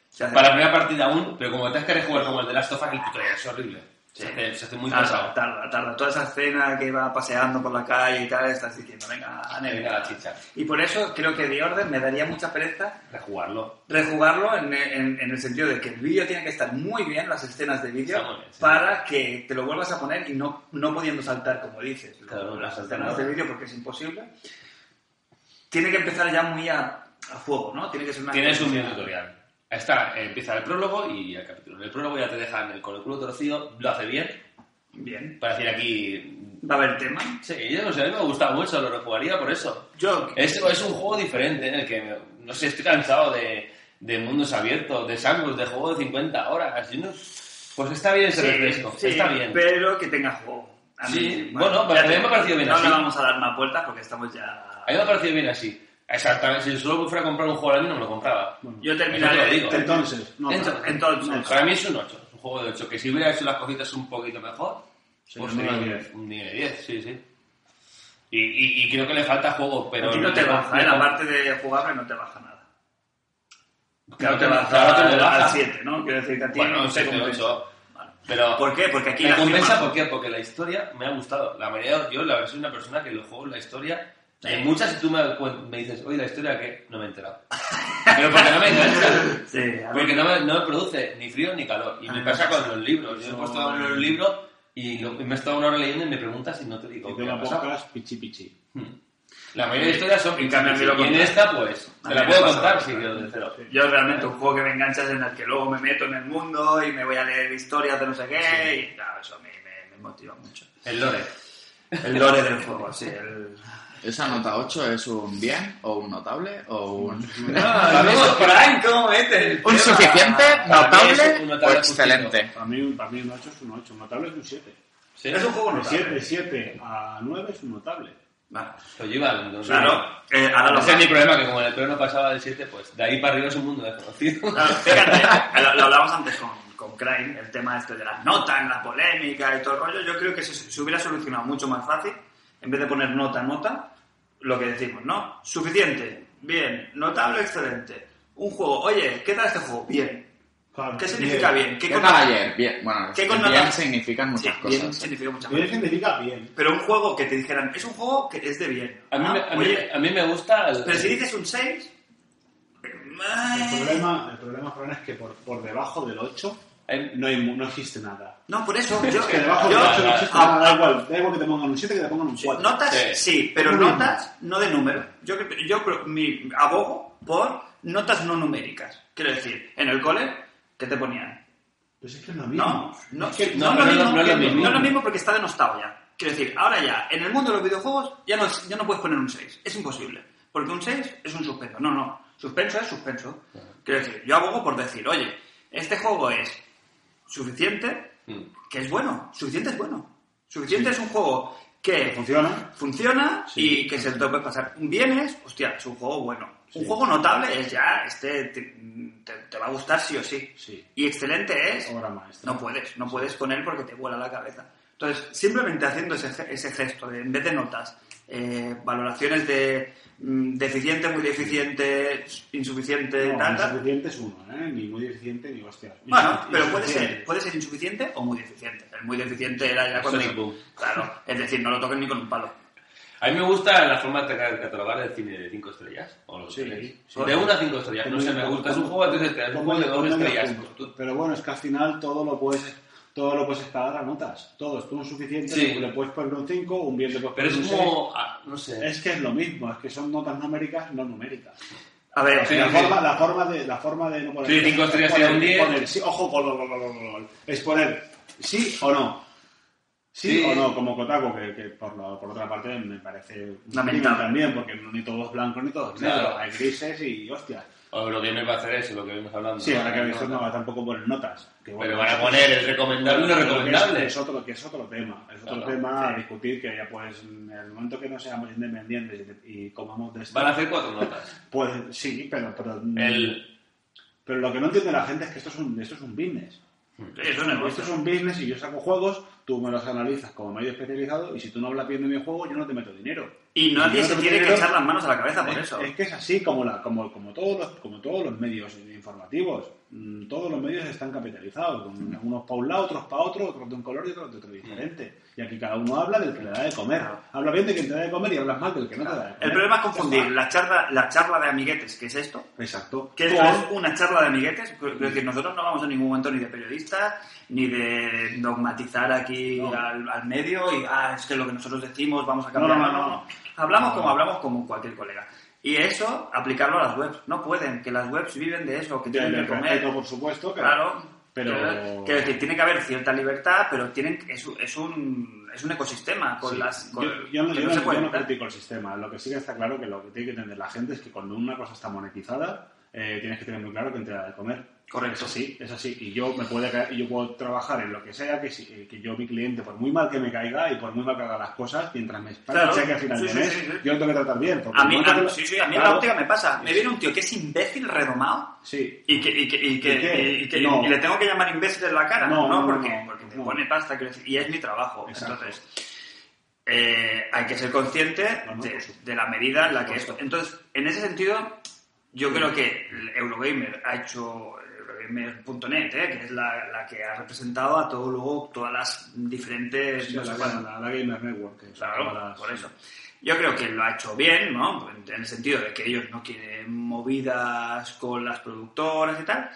Speaker 1: Se hace-
Speaker 4: Para la primera partida aún, pero como te has que jugar como el de Last of Us, el tutorial es horrible.
Speaker 1: Sí. Ah,
Speaker 4: Se, hace, se hace muy
Speaker 1: tarda,
Speaker 4: pesado.
Speaker 1: tarda, tarda. Toda esa escena que va paseando por la calle y tal, estás diciendo, venga, Anel.
Speaker 4: Venga, la chicha.
Speaker 1: Y por eso creo que The Order me daría mucha pereza
Speaker 4: Rejugarlo.
Speaker 1: rejugarlo en, en- en el sentido de que el vídeo tiene que estar muy bien, las escenas de vídeo,
Speaker 4: Está muy bien, sí.
Speaker 1: para que te lo vuelvas a poner y no, no pudiendo saltar, como dices,
Speaker 4: Claro, no
Speaker 1: las
Speaker 4: saltar
Speaker 1: escenas de
Speaker 4: nada.
Speaker 1: vídeo porque es imposible. Tiene que empezar ya muy a, a fuego, ¿no? Tiene que ser una...
Speaker 4: Tienes un
Speaker 1: cosa-
Speaker 4: mini tutorial. Ahí Está, eh, empieza el prólogo y el capítulo. En el prólogo ya te dejan el, con el culo torcido, lo hace bien,
Speaker 1: Bien.
Speaker 4: para decir aquí...
Speaker 1: Va a haber tema.
Speaker 4: Sí, yo no sé, a mí me gusta mucho, lo rejugaría por eso.
Speaker 1: Yo,
Speaker 4: Es, es un juego diferente en el que, no sé, estoy cansado de, de mundos abiertos, de sandbox, de juego de 50 horas. Yo no- pues está bien ese
Speaker 1: Sí,
Speaker 4: refresco,
Speaker 1: sí,
Speaker 4: está bien.
Speaker 1: Pero que tenga juego. A mí,
Speaker 4: Sí, bueno, pero
Speaker 1: ya
Speaker 4: a mí
Speaker 1: te-
Speaker 4: me ha parecido bien
Speaker 1: No
Speaker 4: así.
Speaker 1: le vamos a dar más vueltas porque estamos ya.
Speaker 4: A mí me ha parecido bien así. Exactamente, si solo fuera a comprar un juego ahora mí no me lo compraba.
Speaker 1: Yo
Speaker 4: Eso
Speaker 1: terminaré.
Speaker 4: te lo digo.
Speaker 1: termi-
Speaker 2: Entonces, no,
Speaker 1: Entonces,
Speaker 2: no,
Speaker 1: entonces,
Speaker 2: no,
Speaker 4: Para mí es un 8, es un juego de 8, que si hubiera hecho las cositas un poquito mejor,
Speaker 2: Sí,
Speaker 4: pues
Speaker 2: un
Speaker 4: sería
Speaker 2: nueve.
Speaker 4: un- un 9 de 10, sí, sí. Y, y- y creo que le falta juego, pero...
Speaker 1: a ti no te baja, ¿eh? la parte de jugable no te baja nada.
Speaker 4: Claro,
Speaker 1: no te
Speaker 4: que
Speaker 1: baja,
Speaker 4: claro que me baja.
Speaker 1: al 7, ¿no? Quiero decir que a ti
Speaker 4: Bueno, un
Speaker 1: no te
Speaker 4: 7,
Speaker 1: compensa.
Speaker 4: 8.
Speaker 1: Vale.
Speaker 4: Pero
Speaker 1: ¿Por qué? Porque aquí
Speaker 4: me
Speaker 1: la
Speaker 4: compensa
Speaker 1: firma-
Speaker 4: ¿por qué? porque la historia me ha gustado. La mayoría, yo la verdad soy una persona que los juegos, la historia, hay muchas si tú me, cuen- me dices, oye, la historia que no me he enterado. Pero porque no me engancha.
Speaker 1: Sí, a ver.
Speaker 4: Porque no me, no me produce ni frío ni calor. Y
Speaker 1: A
Speaker 4: me
Speaker 1: mí
Speaker 4: pasa
Speaker 1: me pasa.
Speaker 4: con los libros. Yo he
Speaker 1: Ah, No,
Speaker 4: puesto a
Speaker 1: no.
Speaker 4: leer un libro y, lo- y me he estado una hora leyendo y me preguntas y no te digo
Speaker 2: Y
Speaker 4: qué
Speaker 2: te
Speaker 4: ha
Speaker 2: la
Speaker 4: pasado.
Speaker 2: buscas pichi pichi.
Speaker 4: Hmm. La mayoría de historias son
Speaker 1: En cambio, a mí lo
Speaker 4: y en
Speaker 1: contrario.
Speaker 4: esta, pues,
Speaker 1: A
Speaker 4: te
Speaker 1: mí
Speaker 4: la
Speaker 1: me
Speaker 4: puedo
Speaker 1: pasa
Speaker 4: contar
Speaker 1: lo
Speaker 4: si quiero de cero.
Speaker 1: Yo realmente un juego que me enganchas en el que luego me meto en el mundo y me voy a leer historias de no sé qué y claro, eso a mí me, me motiva mucho.
Speaker 4: El lore.
Speaker 1: El lore del juego, sí. El...
Speaker 3: ¿Esa nota 8 es un bien o un notable o un...
Speaker 4: Amigos, Frank, ¿cómo metes?
Speaker 3: un suficiente,
Speaker 4: Para mí es
Speaker 3: notable
Speaker 4: un
Speaker 3: o
Speaker 4: notable justito.
Speaker 3: excelente.
Speaker 2: Para mí, para mí un 8 es un 8, un notable es un 7.
Speaker 4: Sí.
Speaker 1: Es un juego
Speaker 2: De
Speaker 1: notable.
Speaker 2: 7, de 7 a 9 es un notable.
Speaker 1: Vale.
Speaker 4: Lo llevan, no sé.
Speaker 1: Claro, eh, ahora lo
Speaker 4: Ese es mi problema, que como en el peor no pasaba del 7, pues de ahí para arriba es un mundo desconocido.
Speaker 1: Claro, fíjate, eh, lo, lo hablábamos antes con, con Crane, el tema este de las notas, la polémica y todo el rollo. Yo creo que se, se hubiera solucionado mucho más fácil, en vez de poner nota, nota, lo que decimos, ¿no? Suficiente, bien, notable, excelente. Un juego, oye, ¿qué tal este juego? Bien.
Speaker 2: Claro,
Speaker 1: ¿Qué significa bien?
Speaker 3: ¿Qué
Speaker 1: con-
Speaker 3: caballero? Bien, bueno,
Speaker 1: ¿Qué
Speaker 3: bien
Speaker 1: connotación?
Speaker 3: significan
Speaker 1: Sí,
Speaker 3: muchas
Speaker 1: bien
Speaker 3: cosas.
Speaker 1: significa muchas
Speaker 2: Bien
Speaker 1: cosas.
Speaker 2: significa bien.
Speaker 1: Pero un juego que te dijeran, es un juego que es de bien.
Speaker 4: A mí,
Speaker 1: Ah,
Speaker 4: me- a mí-
Speaker 1: oye,
Speaker 4: a mí me gusta. el-
Speaker 1: pero si dices un eh, 6...
Speaker 2: El problema, el problema Fran, es que por, por debajo del 8
Speaker 4: Hay-
Speaker 2: No, hay, mu- no existe nada.
Speaker 1: No, por eso. Yo,
Speaker 2: Es que debajo
Speaker 1: yo-
Speaker 2: del 8 no
Speaker 4: ah,
Speaker 2: existe
Speaker 1: ah,
Speaker 2: nada, da igual. Da igual que te pongan un 7 que te pongan un 4.
Speaker 1: Notas,
Speaker 4: Sí.
Speaker 1: sí, pero
Speaker 2: Muy bien.
Speaker 1: notas no de número. Yo, cre- yo creo- mi, abogo por notas no numéricas. Quiero decir, en el cole, ¿qué te ponían?
Speaker 2: Pues es que es lo mismo.
Speaker 1: No, no,
Speaker 4: que-
Speaker 1: no,
Speaker 4: no,
Speaker 1: es lo
Speaker 4: no,
Speaker 1: mismo,
Speaker 4: no es lo
Speaker 1: que-
Speaker 4: mismo.
Speaker 1: no es lo mismo porque está denostado ya. Quiero decir, ahora ya, en el mundo de los videojuegos, ya no, ya no puedes poner un 6. Es imposible. Porque un 6 es un suspenso. No, no. Suspenso es suspenso. Quiero decir, yo abogo por decir, oye, este juego es suficiente,
Speaker 4: Mm.
Speaker 1: que es bueno. Suficiente es bueno. Suficiente es un juego que
Speaker 2: Funciona.
Speaker 1: funciona
Speaker 2: Sí.
Speaker 1: y que se te puede pasar. Vienes, hostia, es un juego bueno.
Speaker 2: Sí.
Speaker 1: Un juego notable es ya, este te, te- te va a gustar sí o sí.
Speaker 2: Sí.
Speaker 1: Y excelente es,
Speaker 2: Obra maestra.
Speaker 1: no puedes, no puedes con él porque te vuela la cabeza. Entonces, simplemente haciendo ese, ge- ese gesto, de, en vez de notas, eh, valoraciones de mm, deficiente, muy deficiente, insuficiente,
Speaker 2: No,
Speaker 1: tal,
Speaker 2: ni
Speaker 1: tal.
Speaker 2: suficiente es uno, ¿eh? Ni muy deficiente ni hostia.
Speaker 1: Bueno,
Speaker 2: Insuficiente.
Speaker 1: pero puede ser, puede ser insuficiente o muy deficiente. El muy deficiente era ya cuando...
Speaker 4: Sonic Boom.
Speaker 1: Claro, es decir, no lo toques ni con un palo.
Speaker 4: A mí me gusta la forma de ca- catalogar el cine de 5 estrellas. O los
Speaker 2: Sí,
Speaker 4: tres.
Speaker 2: sí.
Speaker 4: De 1 a 5 estrellas. No sé, me gusta. Es un juego de 3 estrellas. Es un juego de 2
Speaker 2: Ponme- ponme
Speaker 4: estrellas. pues
Speaker 2: los puntos.
Speaker 4: Tú-
Speaker 2: Pero bueno, es que al final todo lo puedes todo lo puedes escalar a notas. Todo, tú un suficiente,
Speaker 4: Sí.
Speaker 2: le puedes poner un 5, un bien le puedes
Speaker 4: Pero
Speaker 2: poner
Speaker 4: es
Speaker 2: un
Speaker 4: como. ah, No sé.
Speaker 2: seis. Es que es lo mismo, es que son notas numéricas, no numéricas.
Speaker 1: A ver,
Speaker 4: Sí,
Speaker 2: la,
Speaker 4: sí.
Speaker 2: forma, la, forma de, la forma de no poner...
Speaker 4: Sí, cinco estrellas
Speaker 2: poner-
Speaker 4: sería un diez.
Speaker 2: poner sí, ojo, gol, gol, gol, gol, gol, gol. Es poner sí o no. Sí,
Speaker 4: Sí.
Speaker 2: o no, como Kotaku, que, que por, la- por otra parte me parece un
Speaker 1: Lamentable.
Speaker 2: crimen también, porque no ni todos blancos ni todos
Speaker 4: Claro.
Speaker 2: negros, hay grises y hostias.
Speaker 4: O lo que no va a hacer eso, lo que venimos hablando.
Speaker 2: Sí, ahora que
Speaker 4: No,
Speaker 2: dices,
Speaker 4: no.
Speaker 2: no, tampoco ponen notas. Que bueno,
Speaker 4: Pero van a
Speaker 2: eso-
Speaker 4: poner el recomendable y lo
Speaker 2: Pero que es-
Speaker 4: recomendable.
Speaker 2: Es, otro, que es otro tema. Es otro
Speaker 4: Claro.
Speaker 2: tema a discutir que ya pues en el momento que no seamos independientes y te- y, comamos de esto,
Speaker 4: Van a hacer cuatro notas.
Speaker 2: pues sí, pero, pero,
Speaker 4: El.
Speaker 2: pero lo que no entiende la gente es que esto es un, esto es un business.
Speaker 1: eso es negocio.
Speaker 2: Esto es un business y yo saco juegos, tú me los analizas como medio especializado y si tú no hablas bien de mi juego, yo no te meto dinero.
Speaker 1: Y nadie
Speaker 2: Yo
Speaker 1: se
Speaker 2: no
Speaker 1: tiene que
Speaker 2: creo-
Speaker 1: echar las manos a la cabeza por
Speaker 2: Es-
Speaker 1: eso.
Speaker 2: Es que es así como, la, como, como, todos los, como todos los medios informativos. Mm, Todos los medios están capitalizados, con unos para un lado, otros para otro, otros de un color y otros de otro diferente. Y aquí cada uno habla del que le da de comer. Habla bien de quien te da de comer y hablas mal del que no te da de comer.
Speaker 1: El problema es confundir la charla, la charla de amiguetes, que es esto,
Speaker 2: Exacto.
Speaker 1: que es
Speaker 2: Con-
Speaker 1: una charla de amiguetes, es decir, nosotros no vamos en ningún momento ni de periodistas, ni de dogmatizar aquí
Speaker 2: No.
Speaker 1: al, al medio y, ah, es que lo que nosotros decimos vamos a cambiar.
Speaker 2: No, no, no, no.
Speaker 1: Hablamos
Speaker 2: No.
Speaker 1: como hablamos como cualquier colega. Y eso, aplicarlo a las webs. No pueden, que las webs viven de eso, que
Speaker 2: de-
Speaker 1: tienen
Speaker 2: del
Speaker 1: que comer.
Speaker 2: respeto, por supuesto. pero-
Speaker 1: Claro.
Speaker 2: Pero-
Speaker 1: Quiero- quiero decir, tiene que haber cierta libertad, pero tienen es, un- es un es un ecosistema con
Speaker 2: Sí.
Speaker 1: las con-
Speaker 2: yo, yo no,
Speaker 1: que
Speaker 2: yo
Speaker 1: no
Speaker 2: no-
Speaker 1: se puede
Speaker 2: yo no
Speaker 1: evitar.
Speaker 2: critico el sistema. Lo que sí que está claro que lo que tiene que entender la gente es que cuando una cosa está monetizada, eh, tienes que tener muy claro que te da de comer.
Speaker 1: Correcto.
Speaker 2: Eso sí, es así. Y yo me puede caer- y yo puedo trabajar en lo que sea, que, si- eh, que yo, mi cliente, por muy mal que me caiga y por muy mal que haga las cosas, mientras me espera
Speaker 1: Claro.
Speaker 2: el cheque a final
Speaker 1: Sí,
Speaker 2: de
Speaker 1: sí,
Speaker 2: mes,
Speaker 1: sí, sí.
Speaker 2: yo lo tengo que tratar bien. porque
Speaker 1: A
Speaker 2: el
Speaker 1: mí,
Speaker 2: momento
Speaker 1: a-
Speaker 2: que lo-
Speaker 1: sí, sí, a mí en
Speaker 2: Claro,
Speaker 1: la óptica me pasa. Me viene un tío que es imbécil redomado
Speaker 2: Sí.
Speaker 1: y que, y que, y que-
Speaker 2: ¿Y qué?
Speaker 1: y que-
Speaker 2: No.
Speaker 1: y le tengo que llamar imbécil en la cara.
Speaker 2: No,
Speaker 1: No,
Speaker 2: no,
Speaker 1: porque,
Speaker 2: no,
Speaker 1: porque me
Speaker 2: no.
Speaker 1: pone pasta, quiero decir, y es mi trabajo.
Speaker 2: Exacto.
Speaker 1: Entonces, eh, hay que ser consciente
Speaker 2: No, no,
Speaker 1: de,
Speaker 2: por supuesto.
Speaker 1: de la medida en la que
Speaker 2: Por
Speaker 1: esto.
Speaker 2: supuesto.
Speaker 1: Entonces, en ese sentido, yo creo que el Eurogamer ha hecho Eurogamer.net, eh, que es la, la que ha representado a todo luego todas las diferentes.
Speaker 2: Sí,
Speaker 1: no sé
Speaker 2: la,
Speaker 1: cuál-
Speaker 2: la- la Gamer Network. que son
Speaker 1: Claro,
Speaker 2: todas-
Speaker 1: por eso. Yo creo que lo ha hecho bien, ¿no? En el sentido de que ellos no quieren movidas con las productoras y tal,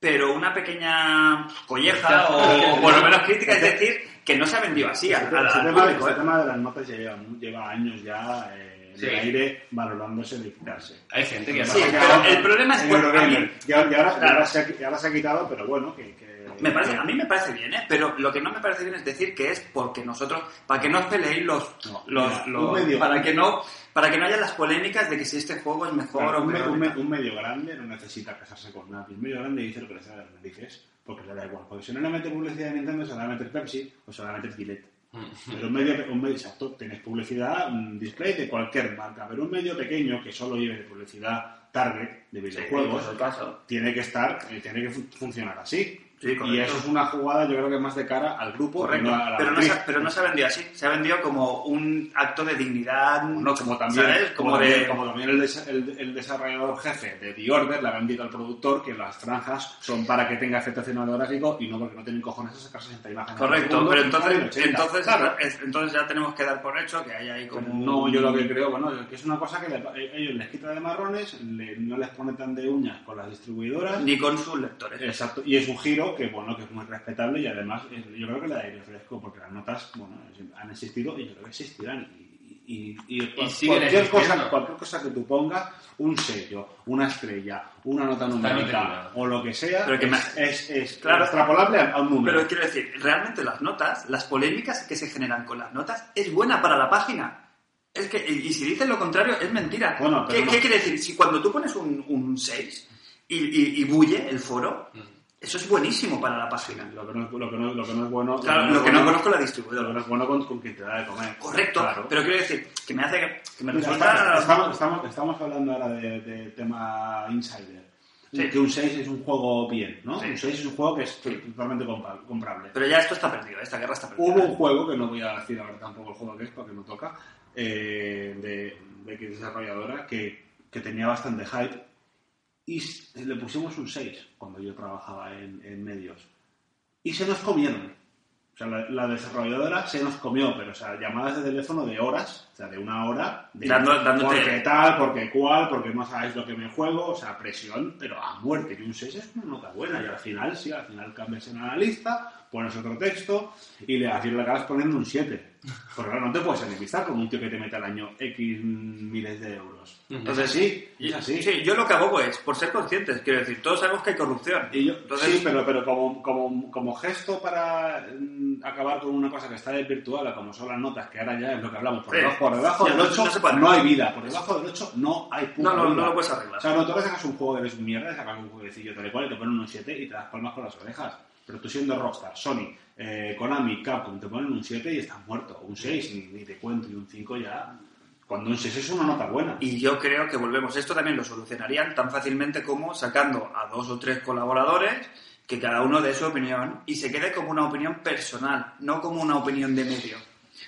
Speaker 1: pero una pequeña colleja o, o por lo menos crítica es decir que no se ha vendido así a-
Speaker 2: Ese
Speaker 1: a- al
Speaker 2: tema,
Speaker 1: público,
Speaker 2: ese
Speaker 1: ¿eh?
Speaker 2: tema de las notas ya lleva, lleva años ya eh, en
Speaker 4: Sí.
Speaker 2: el aire valorándose de quitarse.
Speaker 4: Hay gente que.
Speaker 1: Sí,
Speaker 4: no.
Speaker 1: pero el problema es
Speaker 2: El
Speaker 1: por-
Speaker 2: Eurogamer.
Speaker 1: a mí-
Speaker 2: Y ahora, y ahora- y
Speaker 1: Claro.
Speaker 2: ahora se ha, qui- ahora se ha quitado, pero bueno, que... que-
Speaker 1: Me parece,
Speaker 2: que-
Speaker 1: a mí me parece bien, ¿eh? Pero lo que no me parece bien es decir que es porque nosotros, para que no os peleéis los,
Speaker 2: No,
Speaker 1: los,
Speaker 2: mira,
Speaker 1: los-
Speaker 2: un medio.
Speaker 1: para que no, para que no haya las polémicas de que si este juego es mejor
Speaker 2: claro,
Speaker 1: o
Speaker 2: un, me-
Speaker 1: peor.
Speaker 2: un
Speaker 1: y
Speaker 2: me-
Speaker 1: tal.
Speaker 2: un medio grande no necesita casarse con nadie. Un medio grande dice lo que le sale de las narices, porque le da igual. Porque si no le mete publicidad a Nintendo, se la va a meter Pepsi o se la va a meter Gillette.
Speaker 1: Mm.
Speaker 2: Pero un medio, un medio exacto, tienes publicidad, un display de cualquier marca, pero un medio pequeño que solo lleve de publicidad target de
Speaker 1: Sí,
Speaker 2: videojuegos,
Speaker 1: por supuesto.
Speaker 2: tiene que estar, eh, tiene que fun- funcionar así.
Speaker 1: Sí, correcto.
Speaker 2: y eso es una jugada, yo creo que más de cara al grupo,
Speaker 1: Correcto,
Speaker 2: y no a la
Speaker 1: pero, no
Speaker 2: actriz.
Speaker 1: se, pero no se ha vendido así, se ha vendido como un acto de dignidad,
Speaker 2: No, como también,
Speaker 1: ¿sabes?
Speaker 2: como
Speaker 1: Como
Speaker 2: también-
Speaker 1: de...
Speaker 2: como también el, desa- el- el desarrollador jefe de The Order le ha vendido al productor que las franjas son para que tenga efecto cinematográfico y no porque no tienen cojones a sacar 60 imágenes. por
Speaker 1: Correcto,
Speaker 2: segundo,
Speaker 1: pero
Speaker 2: ni
Speaker 1: entonces,
Speaker 2: 80.
Speaker 1: entonces,
Speaker 2: Claro.
Speaker 1: es- entonces ya tenemos que dar por hecho que hay ahí
Speaker 2: Pero
Speaker 1: como...
Speaker 2: No, yo lo que creo, bueno, que es una cosa que le- eh, ellos les quita de marrones, le- no les pone tan de uñas con las distribuidoras. Eh,
Speaker 1: Ni con sus lectores.
Speaker 2: Exacto, y es un giro juego que, bueno, que es muy respetable y además es- yo creo que le da aire fresco porque las notas, bueno, es- han existido y yo creo que existirán. Y, y- y- cual-
Speaker 4: siguen
Speaker 2: cualquier,
Speaker 4: existiendo.
Speaker 2: cosa, cualquier cosa que tú pongas, un sello, una estrella, una nota numérica
Speaker 4: bien.
Speaker 2: o lo que sea,
Speaker 1: Pero que
Speaker 2: es,
Speaker 1: me-
Speaker 2: es- es
Speaker 1: Claro.
Speaker 2: extrapolable a a un número.
Speaker 1: Pero quiero decir, realmente las notas, las polémicas que se generan con las notas, es buena para la página. Es que, y y si dicen lo contrario, es mentira.
Speaker 2: Bueno, pero
Speaker 1: ¿Qué,
Speaker 2: no.
Speaker 1: qué quiere decir? Si cuando tú pones un, un 6 y, y, y bulle el foro,
Speaker 2: Mm.
Speaker 1: eso es buenísimo para la página.
Speaker 2: lo, que no es, lo, que no, lo que no es bueno...
Speaker 1: Claro, lo que no conozco la distribuidora.
Speaker 2: Lo que no es bueno con, con quien te da de comer.
Speaker 1: Correcto,
Speaker 2: Claro.
Speaker 1: pero quiero decir que me hace que, que me
Speaker 2: Mira,
Speaker 1: resulta.
Speaker 2: está- estamos, estamos, estamos hablando ahora de, de tema insider.
Speaker 1: Sí.
Speaker 2: Que un 6 es un juego bien, ¿no?
Speaker 1: Sí.
Speaker 2: Un 6 es un juego que es totalmente compa- comprable.
Speaker 1: Pero ya esto está perdido, esta guerra está perdida.
Speaker 2: Hubo un juego, que no voy a decir ahora tampoco el juego que es, porque no toca, eh, de, de que desarrolladora, que, que tenía bastante hype y s- le pusimos un 6 cuando yo trabajaba en, en medios. Y se nos comieron. O sea, la, la desarrolladora se nos comió, pero o sea, llamadas de teléfono de horas, o sea, de una hora, de
Speaker 1: Dando- dándote-
Speaker 2: porque tal, porque cual, porque no sabéis lo que me juego, o sea, presión, pero a muerte. Y un 6 es una nota buena, y al final, sí, al final cambias en analista, pones otro texto y le al final le acabas poniendo un 7. Porque claro, no te puedes enemistar con un tío que te mete al año X miles de euros. Entonces sí, es así.
Speaker 1: Sí, yo lo que abogo es, por ser conscientes, quiero decir, todos sabemos que hay corrupción.
Speaker 2: Y yo-
Speaker 1: Entonces,
Speaker 2: sí, pero, pero como, como, como gesto para mm, acabar con una cosa que está desvirtuada, como son las notas, que ahora ya es lo que hablamos, por
Speaker 1: Sí.
Speaker 2: debajo, por debajo
Speaker 1: Sí,
Speaker 2: del
Speaker 1: no-
Speaker 2: 8
Speaker 1: no se
Speaker 2: no,
Speaker 1: puede.
Speaker 2: hay vida, por debajo del 8 no hay puta
Speaker 1: No, no, no
Speaker 2: vida.
Speaker 1: lo puedes arreglar.
Speaker 2: O sea, no, tú ahora sacas un juego que eres un mierda, sacas un jueguecillo tal y cual y te ponen un 7 y te das palmas con las orejas. Pero tú siendo Rockstar, Sony, eh, Konami, Capcom, te ponen un 7 y estás muerto. Un 6, ni, ni te cuento, y un 5 ya... Cuando un 6 es una nota buena.
Speaker 1: Y yo creo que volvemos. Esto también lo solucionarían tan fácilmente como sacando a dos o tres colaboradores que cada uno dé su opinión y se quede como una opinión personal, no como una opinión de medio.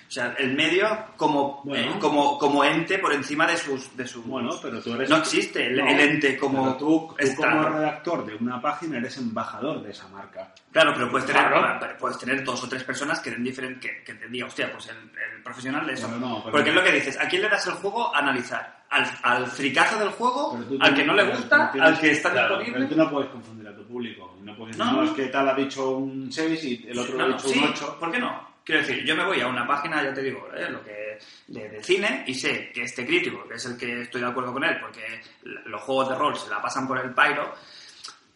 Speaker 1: O sea, el medio como,
Speaker 2: Bueno.
Speaker 1: eh, como, como ente por encima de sus... De sus
Speaker 2: Bueno, pero tú eres...
Speaker 1: No existe el,
Speaker 2: No,
Speaker 1: el ente como
Speaker 2: pero tú, tú
Speaker 1: está.
Speaker 2: como redactor de una página eres embajador de esa marca.
Speaker 1: Claro, pero puedes tener, ah,
Speaker 2: Claro.
Speaker 1: pero puedes tener dos o tres personas que, den diferen- que, que te diga, hostia, pues el, el profesional de eso.
Speaker 2: Pero no, pero-
Speaker 1: Porque es lo que dices, ¿a quién le das el juego? Analizar. Al, al fricazo del juego,
Speaker 2: Pero tú
Speaker 1: al
Speaker 2: tienes-
Speaker 1: que no le
Speaker 2: pero
Speaker 1: gusta,
Speaker 2: tú tienes-
Speaker 1: al que está
Speaker 4: claro,
Speaker 2: Pero
Speaker 1: disponible.
Speaker 2: tú no puedes confundir a tu público. No puedes decir,
Speaker 1: No,
Speaker 2: no,
Speaker 1: no.
Speaker 2: es que tal ha dicho un 6 y el otro
Speaker 1: No,
Speaker 2: ha
Speaker 1: no,
Speaker 2: dicho
Speaker 1: sí,
Speaker 2: un 8.
Speaker 1: ¿Por qué no? Quiero decir, yo me voy a una página, ya te digo, eh, lo que de, de cine y sé que este crítico, que es el que estoy de acuerdo con él, porque l- los juegos de rol se la pasan por el pairo,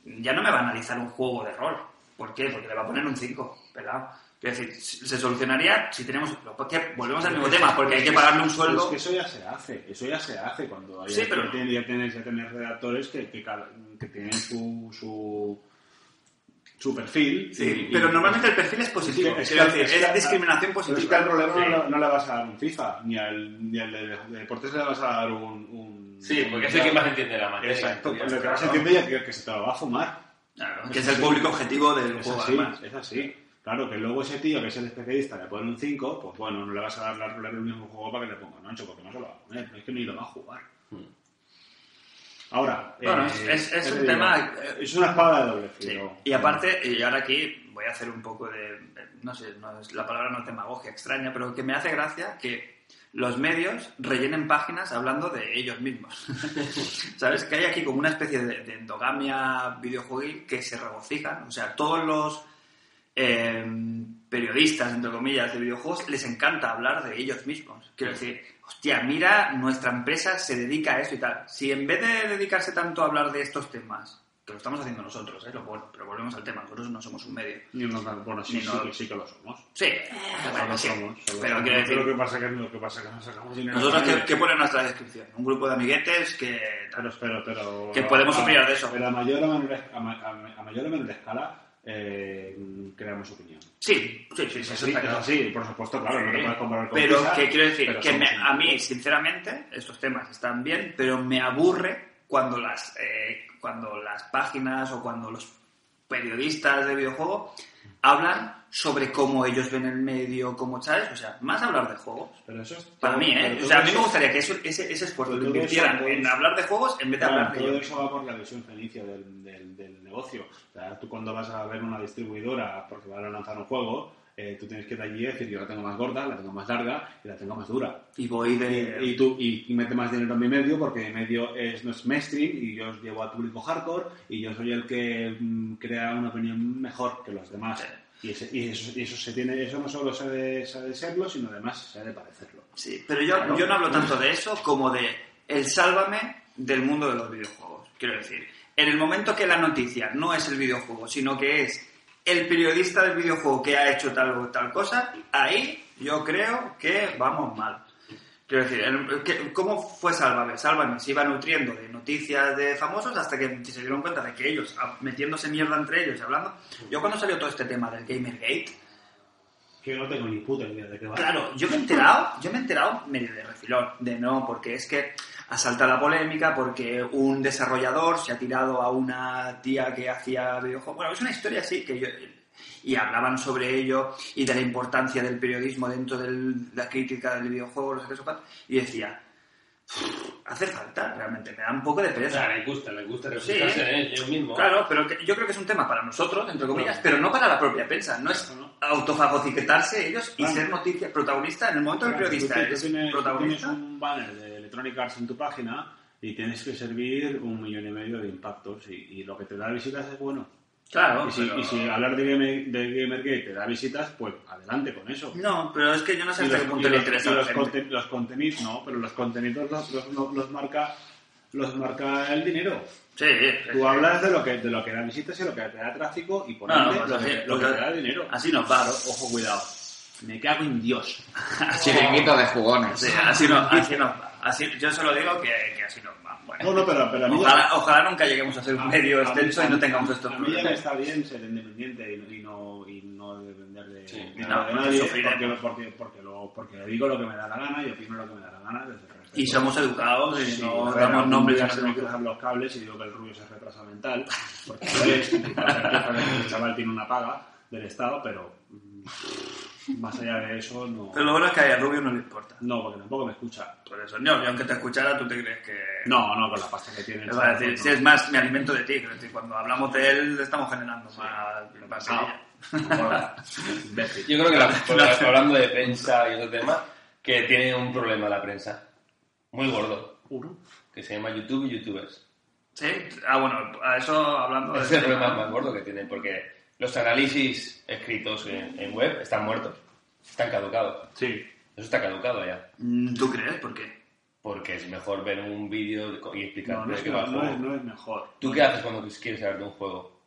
Speaker 1: ya no me va a analizar un juego de rol. ¿Por qué? Porque le va a poner un 5, pelado. Quiero decir, s- se solucionaría si tenemos... lo- porque volvemos al mismo tema, porque hay que pagarle un
Speaker 2: Pero es
Speaker 1: sueldo...
Speaker 2: que eso ya se hace. Eso ya se hace cuando hay
Speaker 1: Sí, pero-
Speaker 2: ya, tienes, ya, tienes, ya tienes redactores que, que, cal- que tienen su, su, su perfil.
Speaker 1: Sí,
Speaker 2: y-
Speaker 1: pero
Speaker 2: y-
Speaker 1: normalmente el perfil es
Speaker 2: Es
Speaker 1: positivo.
Speaker 2: que- es
Speaker 1: quiero
Speaker 2: que-
Speaker 1: decir,
Speaker 2: es que-
Speaker 1: es discriminación
Speaker 2: pero
Speaker 1: positiva.
Speaker 2: Es que al problema
Speaker 1: Sí.
Speaker 2: no, le- no le vas a dar un FIFA, ni al, ni al de, de deportes le vas a dar un... un
Speaker 4: Sí, porque es
Speaker 2: un-
Speaker 4: el que más entiende de la materia.
Speaker 2: Exacto,
Speaker 4: Ya
Speaker 2: lo que
Speaker 4: está,
Speaker 2: vas
Speaker 4: ¿no?
Speaker 2: entiende ya que, que se te lo va a fumar.
Speaker 1: Claro, que es el público objetivo del
Speaker 2: Es
Speaker 1: juego,
Speaker 2: así,
Speaker 1: además.
Speaker 2: es así. Claro, que luego ese tío que es el especialista le pone un 5, pues bueno, no le vas a dar la ruleta del mismo juego para que le ponga un 8, porque no se lo va a poner, es que ni lo va a jugar. Ahora,
Speaker 1: Hmm.
Speaker 2: eh,
Speaker 1: Bueno, es- es- es
Speaker 2: ¿qué te
Speaker 1: un
Speaker 2: digo?
Speaker 1: tema, eh,
Speaker 2: Es una espada de doble
Speaker 1: Sí.
Speaker 2: filo.
Speaker 1: Y aparte, y ahora aquí voy a hacer un poco de, no sé, no es- la palabra no es demagogia extraña, pero que me hace gracia que los medios rellenen páginas hablando de ellos mismos. ¿Sabes? Que hay aquí como una especie de, de endogamia videojueguil que se regocijan. O sea, todos los eh, periodistas, entre comillas, de videojuegos les encanta hablar de ellos mismos. Quiero decir, hostia, mira, nuestra empresa se dedica a eso y tal. Si en vez de dedicarse tanto a hablar de estos temas, que lo estamos haciendo nosotros, ¿eh? Lo vol- pero volvemos al tema, nosotros no somos un medio.
Speaker 2: Ni nos dan- bueno, sí,
Speaker 1: Ni
Speaker 2: sí,
Speaker 1: nos-
Speaker 2: que, sí que lo somos.
Speaker 1: Sí,
Speaker 2: Solo
Speaker 1: bueno, sí.
Speaker 2: somos, solo
Speaker 1: pero
Speaker 2: somos.
Speaker 1: quiero
Speaker 2: Lo que
Speaker 1: decir,
Speaker 2: pasa que lo que pasa que no sacamos dinero.
Speaker 1: nosotros
Speaker 2: de
Speaker 1: que,
Speaker 2: nadie.
Speaker 1: pone nuestra descripción, un grupo de amiguetes que...
Speaker 2: Pero, pero, pero-
Speaker 1: Que podemos
Speaker 2: a-
Speaker 1: opinar de eso.
Speaker 2: Pero a mayor o menor, es- a, ma- a ma- a mayor o menor escala eh, creamos opinión.
Speaker 1: Sí, sí, sí, sí,
Speaker 2: Es
Speaker 1: eso
Speaker 2: así,
Speaker 1: está
Speaker 2: es
Speaker 1: claro.
Speaker 2: así, por supuesto, claro, no te puedes comparar con
Speaker 1: Eh, pero
Speaker 2: Pisa,
Speaker 1: que quiero decir
Speaker 2: pero
Speaker 1: que me-
Speaker 2: somos
Speaker 1: a mí sinceramente estos temas están bien pero me aburre cuando las eh, cuando las páginas o cuando los periodistas de videojuego hablan sobre cómo ellos ven el medio cómo sabes o sea más hablar de juegos
Speaker 2: Pero eso es-
Speaker 1: para mí
Speaker 2: pero
Speaker 1: eh
Speaker 2: todo
Speaker 1: o sea a mí
Speaker 2: eso-
Speaker 1: me gustaría que eso- ese, ese esfuerzo
Speaker 2: Pero
Speaker 1: lo
Speaker 2: todo eso
Speaker 1: invirtieran
Speaker 2: es-
Speaker 1: en hablar de juegos en vez de
Speaker 2: Claro,
Speaker 1: hablar de
Speaker 2: todo
Speaker 1: ellos
Speaker 2: eso va por la visión felicia del, del- del negocio. O sea, tú cuando vas a ver una distribuidora porque van a lanzar un juego, eh, tú tienes que ir allí y decir, yo la tengo más gorda, la tengo más larga y la tengo más dura.
Speaker 1: Y voy de...
Speaker 2: Y, y tú y, y mete más dinero en mi medio porque mi medio es, no es mainstream y yo os llevo al público hardcore y yo soy el que mm, crea una opinión mejor que los demás. Y, ese- y eso, y eso se tiene, eso no solo se ha de, se ha de serlo, sino además se ha de parecerlo.
Speaker 1: Sí, pero yo, yo no hablo tanto de eso como de el sálvame del mundo de los videojuegos. Quiero decir, en el momento que la noticia no es el videojuego, sino que es el periodista del videojuego que ha hecho tal o tal cosa, ahí yo creo que vamos mal. Quiero decir, el- que- ¿cómo fue Sálvame? Sálvame se iba nutriendo de noticias de famosos hasta que se dieron cuenta de que ellos, a- metiéndose mierda entre ellos y hablando. Yo cuando salió todo este tema del Gamergate,
Speaker 2: Que yo no tengo ni puta idea de qué va.
Speaker 1: Claro, yo me he enterado, yo me he enterado medio de refilón, de no, porque es que asalta la polémica, porque un desarrollador se ha tirado a una tía que hacía videojuegos. Bueno, es una historia así que yo. Y hablaban sobre ello y de la importancia del periodismo dentro del- de la crítica del videojuego, no sé qué, eso, cuál, Y decía, hace falta, realmente, me da un poco de
Speaker 4: O sea,
Speaker 1: pereza.
Speaker 4: les gusta, les gusta representarse
Speaker 1: Sí.
Speaker 4: en ellos mismos.
Speaker 1: Claro, pero que- yo creo que es un tema para nosotros, entre comillas, pero
Speaker 2: Claro.
Speaker 1: no para la propia prensa. No es autofagocitarse ellos y
Speaker 2: Claro.
Speaker 1: ser noticia protagonista. En el momento que el
Speaker 2: Claro,
Speaker 1: periodista
Speaker 2: tú,
Speaker 1: es
Speaker 2: tienes- tú tienes, tú
Speaker 1: protagonista,
Speaker 2: tienes un banner de Electronic Arts en tu página y tienes que servir un millón y medio de impactos y, y lo que te da visitas es bueno.
Speaker 1: claro.
Speaker 2: y, si,
Speaker 1: pero-
Speaker 2: y si hablar de, Game- de Gamergate te da visitas, pues adelante con eso.
Speaker 1: No, pero es que yo no sé
Speaker 2: Y
Speaker 1: hasta
Speaker 2: los,
Speaker 1: qué
Speaker 2: y
Speaker 1: punto le
Speaker 2: los-
Speaker 1: interesa
Speaker 2: y
Speaker 1: a la
Speaker 2: los
Speaker 1: gente.
Speaker 2: conte- los contenidos, no, pero los contenidos los, los- los- los marca los marca el dinero.
Speaker 1: Sí, sí, sí.
Speaker 2: Tú hablas de lo que de lo que da visitas y lo que te da tráfico y por
Speaker 1: No, no,
Speaker 2: ende,
Speaker 1: pues
Speaker 2: lo,
Speaker 1: así-
Speaker 2: que, lo que
Speaker 1: pues
Speaker 2: te da
Speaker 1: así-
Speaker 2: dinero.
Speaker 1: así nos va.
Speaker 2: Claro, ojo, cuidado. Me cago en Dios.
Speaker 3: Chiringuito de jugones.
Speaker 1: Sí, así, no- así nos va. Así- yo solo digo que, que así nos va. Bueno.
Speaker 2: No, no, pero, pero a mí-
Speaker 1: ojalá, ojalá nunca lleguemos a ser
Speaker 2: A-
Speaker 1: un medio
Speaker 2: a-
Speaker 1: extenso
Speaker 2: a-
Speaker 1: y no tengamos estos
Speaker 2: A mí ya me
Speaker 1: problemas.
Speaker 2: está bien ser independiente y, y no, y no depender de,
Speaker 4: Sí.
Speaker 2: de
Speaker 1: No,
Speaker 2: nada de
Speaker 1: no
Speaker 2: nadie, porque,
Speaker 1: sufriremos.
Speaker 2: porque, porque, lo, porque digo lo que me da la gana y opino lo que me da la gana desde el respeto.
Speaker 1: Y somos educados y
Speaker 2: Sí,
Speaker 1: no
Speaker 2: pero
Speaker 1: damos
Speaker 2: un
Speaker 1: nombres
Speaker 2: día
Speaker 1: a
Speaker 2: se
Speaker 1: nuestros
Speaker 2: me cruzan los cables y digo que el rubio es retraso mental, porque lo es, y que el chaval tiene una paga del Estado, pero mm, más allá de eso no,
Speaker 1: Pero lo bueno es que a Rubio no le importa.
Speaker 2: no porque tampoco me escucha.
Speaker 1: Por eso, no, y aunque te escuchara, tú te crees que...
Speaker 2: No, no, con la pasta que tiene. el
Speaker 1: Te va a
Speaker 2: chaval,
Speaker 1: decir,
Speaker 2: no.
Speaker 1: si es más, me alimento de ti. quiero decir, cuando hablamos de él, estamos generando más... más
Speaker 2: Ah, imbécil.
Speaker 4: Yo creo que la- por- hablando de prensa y otro tema, que tiene un problema la prensa. Muy gordo.
Speaker 2: Uno.
Speaker 4: Que se llama YouTube y YouTubers.
Speaker 1: Sí, ah, bueno, a eso hablando
Speaker 2: Ah,
Speaker 4: Ese es
Speaker 1: de...
Speaker 4: el problema más gordo que tienen, porque los análisis escritos en, en web están muertos. Están caducados.
Speaker 2: Sí.
Speaker 4: Eso está caducado ya.
Speaker 1: Mm, ¿Tú crees? ¿Por qué?
Speaker 4: Porque es mejor ver un vídeo de co- y explicar
Speaker 2: No, no
Speaker 4: de
Speaker 2: es,
Speaker 4: qué
Speaker 2: que
Speaker 4: va
Speaker 2: no,
Speaker 4: el
Speaker 2: no es,
Speaker 4: juego.
Speaker 2: no es mejor.
Speaker 4: ¿Tú qué haces cuando quieres saber de un juego?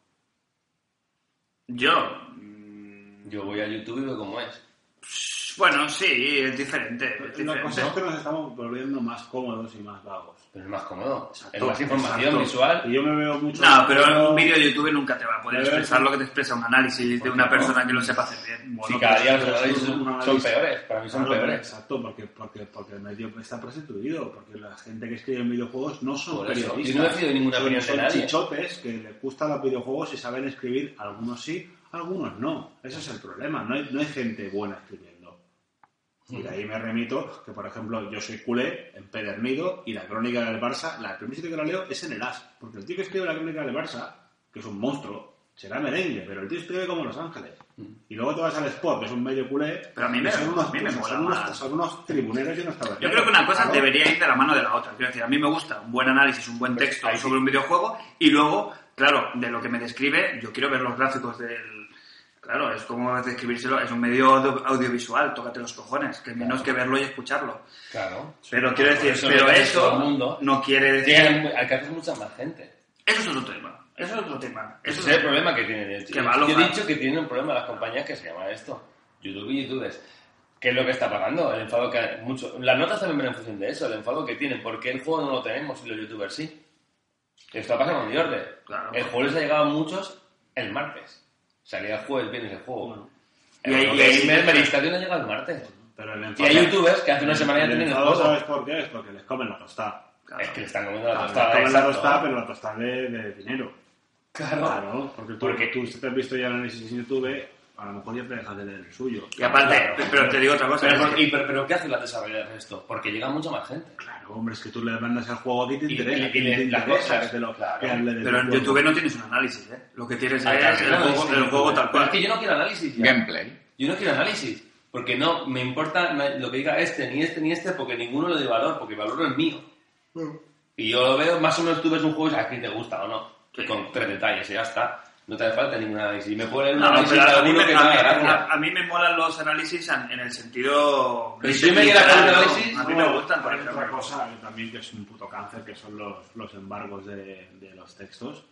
Speaker 1: Yo... mm,
Speaker 4: Yo voy a YouTube y veo cómo es.
Speaker 1: Bueno, sí, es diferente. es
Speaker 2: La
Speaker 1: diferente.
Speaker 2: cosa es que nos estamos volviendo más cómodos y más vagos.
Speaker 4: Pero es más cómodo. es
Speaker 1: Exacto,
Speaker 4: más información
Speaker 1: exacto.
Speaker 4: visual.
Speaker 2: Y yo me veo mucho...
Speaker 1: No, pero un vídeo de YouTube nunca te va a poder
Speaker 2: Pero-
Speaker 1: expresar lo que te expresa un análisis de
Speaker 4: ¿Por
Speaker 1: una
Speaker 4: qué no?
Speaker 1: persona que lo sepa hacer bien.
Speaker 2: Bueno,
Speaker 4: Si cada
Speaker 2: pero
Speaker 4: día
Speaker 2: es
Speaker 4: los
Speaker 2: que
Speaker 4: análisis
Speaker 2: es un
Speaker 4: son, son
Speaker 2: análisis-
Speaker 4: peores. Para mí son
Speaker 2: Claro,
Speaker 4: peores.
Speaker 2: Exacto, porque, porque, porque el medio está prostituido, porque la gente que escribe en videojuegos no son
Speaker 4: Por eso.
Speaker 2: periodistas.
Speaker 4: Y no he sido ninguna
Speaker 2: Son-
Speaker 4: opinión de
Speaker 2: son
Speaker 4: nadie.
Speaker 2: chichotes que les gustan los videojuegos y saben escribir, algunos sí, algunos no. Ese es el problema, no hay, no hay gente buena escribiendo. Y de ahí me remito que, por ejemplo, yo soy culé, empedernido, y la crónica del Barça, la primera sitio que la leo es en el AS. Porque el tío que escribe la crónica del Barça, que es un monstruo, será merengue, pero el tío escribe como Los Ángeles. Y luego te vas al Sport, que es un medio culé,
Speaker 1: Pero a mí
Speaker 2: y
Speaker 1: me-
Speaker 2: son unos,
Speaker 1: a mí me
Speaker 2: son
Speaker 1: mola
Speaker 2: unos-
Speaker 1: más.
Speaker 2: son unos tribuneros y unos caballeros.
Speaker 1: Yo creo que una cosa
Speaker 2: Claro.
Speaker 1: debería ir de la mano de la otra. Quiero decir, a mí me gusta un buen análisis, un buen texto
Speaker 4: ahí sí.
Speaker 1: sobre un videojuego y luego, claro, de lo que me describe, yo quiero ver los gráficos del... Claro, es como describírselo, es un medio audio- audiovisual, tócate los cojones, que menos que verlo y escucharlo.
Speaker 4: Claro.
Speaker 1: Pero quiero
Speaker 4: Por
Speaker 1: decir,
Speaker 4: eso
Speaker 1: pero
Speaker 4: llega a
Speaker 1: eso
Speaker 4: todo el mundo.
Speaker 1: no quiere decir...
Speaker 4: Llegan al que haces mucha más gente.
Speaker 1: Eso es otro tema, eso es otro tema. Eso
Speaker 4: Ese es el problema que tienen. ellos.
Speaker 1: Que va a
Speaker 4: Yo he
Speaker 1: alojar.
Speaker 4: dicho que tienen un problema las compañías que se llama esto. YouTube y YouTubers. ¿Qué es lo que está pagando? El enfado que hay- mucho. Las notas también van en función de eso, el enfado que tienen, porque el juego no lo tenemos y los youtubers sí. Esto pasa con Diorde.
Speaker 1: Claro.
Speaker 4: El juego les ha llegado a muchos el martes. Salía el jueves, viernes el juego.
Speaker 2: Bueno,
Speaker 4: El
Speaker 1: Y ahí-
Speaker 4: juego
Speaker 1: y ahí-
Speaker 4: que es Meristadio no llega el martes.
Speaker 2: pero el
Speaker 4: Y hay youtubers que hace una semana ya tienen el
Speaker 2: enfado,
Speaker 4: juego.
Speaker 2: ¿Sabes por qué? Es porque les comen la tostada.
Speaker 1: Claro. Ah,
Speaker 4: Es que le están comiendo la
Speaker 2: Les
Speaker 4: tostada.
Speaker 2: comen la
Speaker 4: exacto.
Speaker 2: tostada, pero la tostada de, de dinero.
Speaker 4: Claro.
Speaker 2: Claro, porque tú,
Speaker 4: Porque-
Speaker 2: tú si te has visto ya el análisis en YouTube, a lo mejor ya te dejas de leer el suyo.
Speaker 1: Y aparte,
Speaker 4: Claro.
Speaker 1: pero te digo otra cosa.
Speaker 4: Pero,
Speaker 1: es
Speaker 4: por-
Speaker 1: que-
Speaker 4: y- pero- pero ¿qué hacen las desarrolladoras de esto? Porque llega mucha más gente.
Speaker 2: Claro, hombre, es que tú le mandas el juego a ti y te
Speaker 4: Y-
Speaker 2: interesa.
Speaker 4: y-
Speaker 2: que
Speaker 4: y
Speaker 2: te
Speaker 4: le- las
Speaker 2: interesa
Speaker 4: cosas,
Speaker 2: que te lo-
Speaker 4: claro.
Speaker 2: que hable del
Speaker 1: pero en
Speaker 2: juego.
Speaker 1: YouTube no tienes un análisis, ¿eh? Lo que tienes
Speaker 4: Ah,
Speaker 1: es
Speaker 4: claro,
Speaker 1: el juego,
Speaker 4: sí.
Speaker 1: el juego tal
Speaker 4: Pero es
Speaker 1: cual.
Speaker 4: que yo no quiero análisis. ya.
Speaker 3: Gameplay.
Speaker 4: Yo no quiero análisis, porque no me importa na- lo que diga este, ni este, ni este, porque ninguno le doy valor, porque el valor es mío.
Speaker 1: Mm.
Speaker 4: Y yo lo veo, más o menos tú ves un juego y sabes que te gusta o no,
Speaker 1: Sí.
Speaker 4: con tres detalles y ya está. No te hace falta ningún análisis. Me puede leer un
Speaker 1: No, no,
Speaker 4: análisis
Speaker 1: pero
Speaker 4: de
Speaker 1: a mí,
Speaker 4: alguno
Speaker 1: me,
Speaker 4: que
Speaker 1: a
Speaker 4: no
Speaker 1: mí-
Speaker 4: haga gracia.
Speaker 1: a- a mí me molan los análisis en, en el sentido...
Speaker 4: Pero si yo me quiero hacer un
Speaker 1: literal, ¿no?
Speaker 4: análisis,
Speaker 1: A mí
Speaker 2: Luego,
Speaker 1: me gustan, por
Speaker 2: hay
Speaker 1: ejemplo.
Speaker 2: Otra cosa eh, también que es un puto cáncer, que son los, los embargos de, de los textos.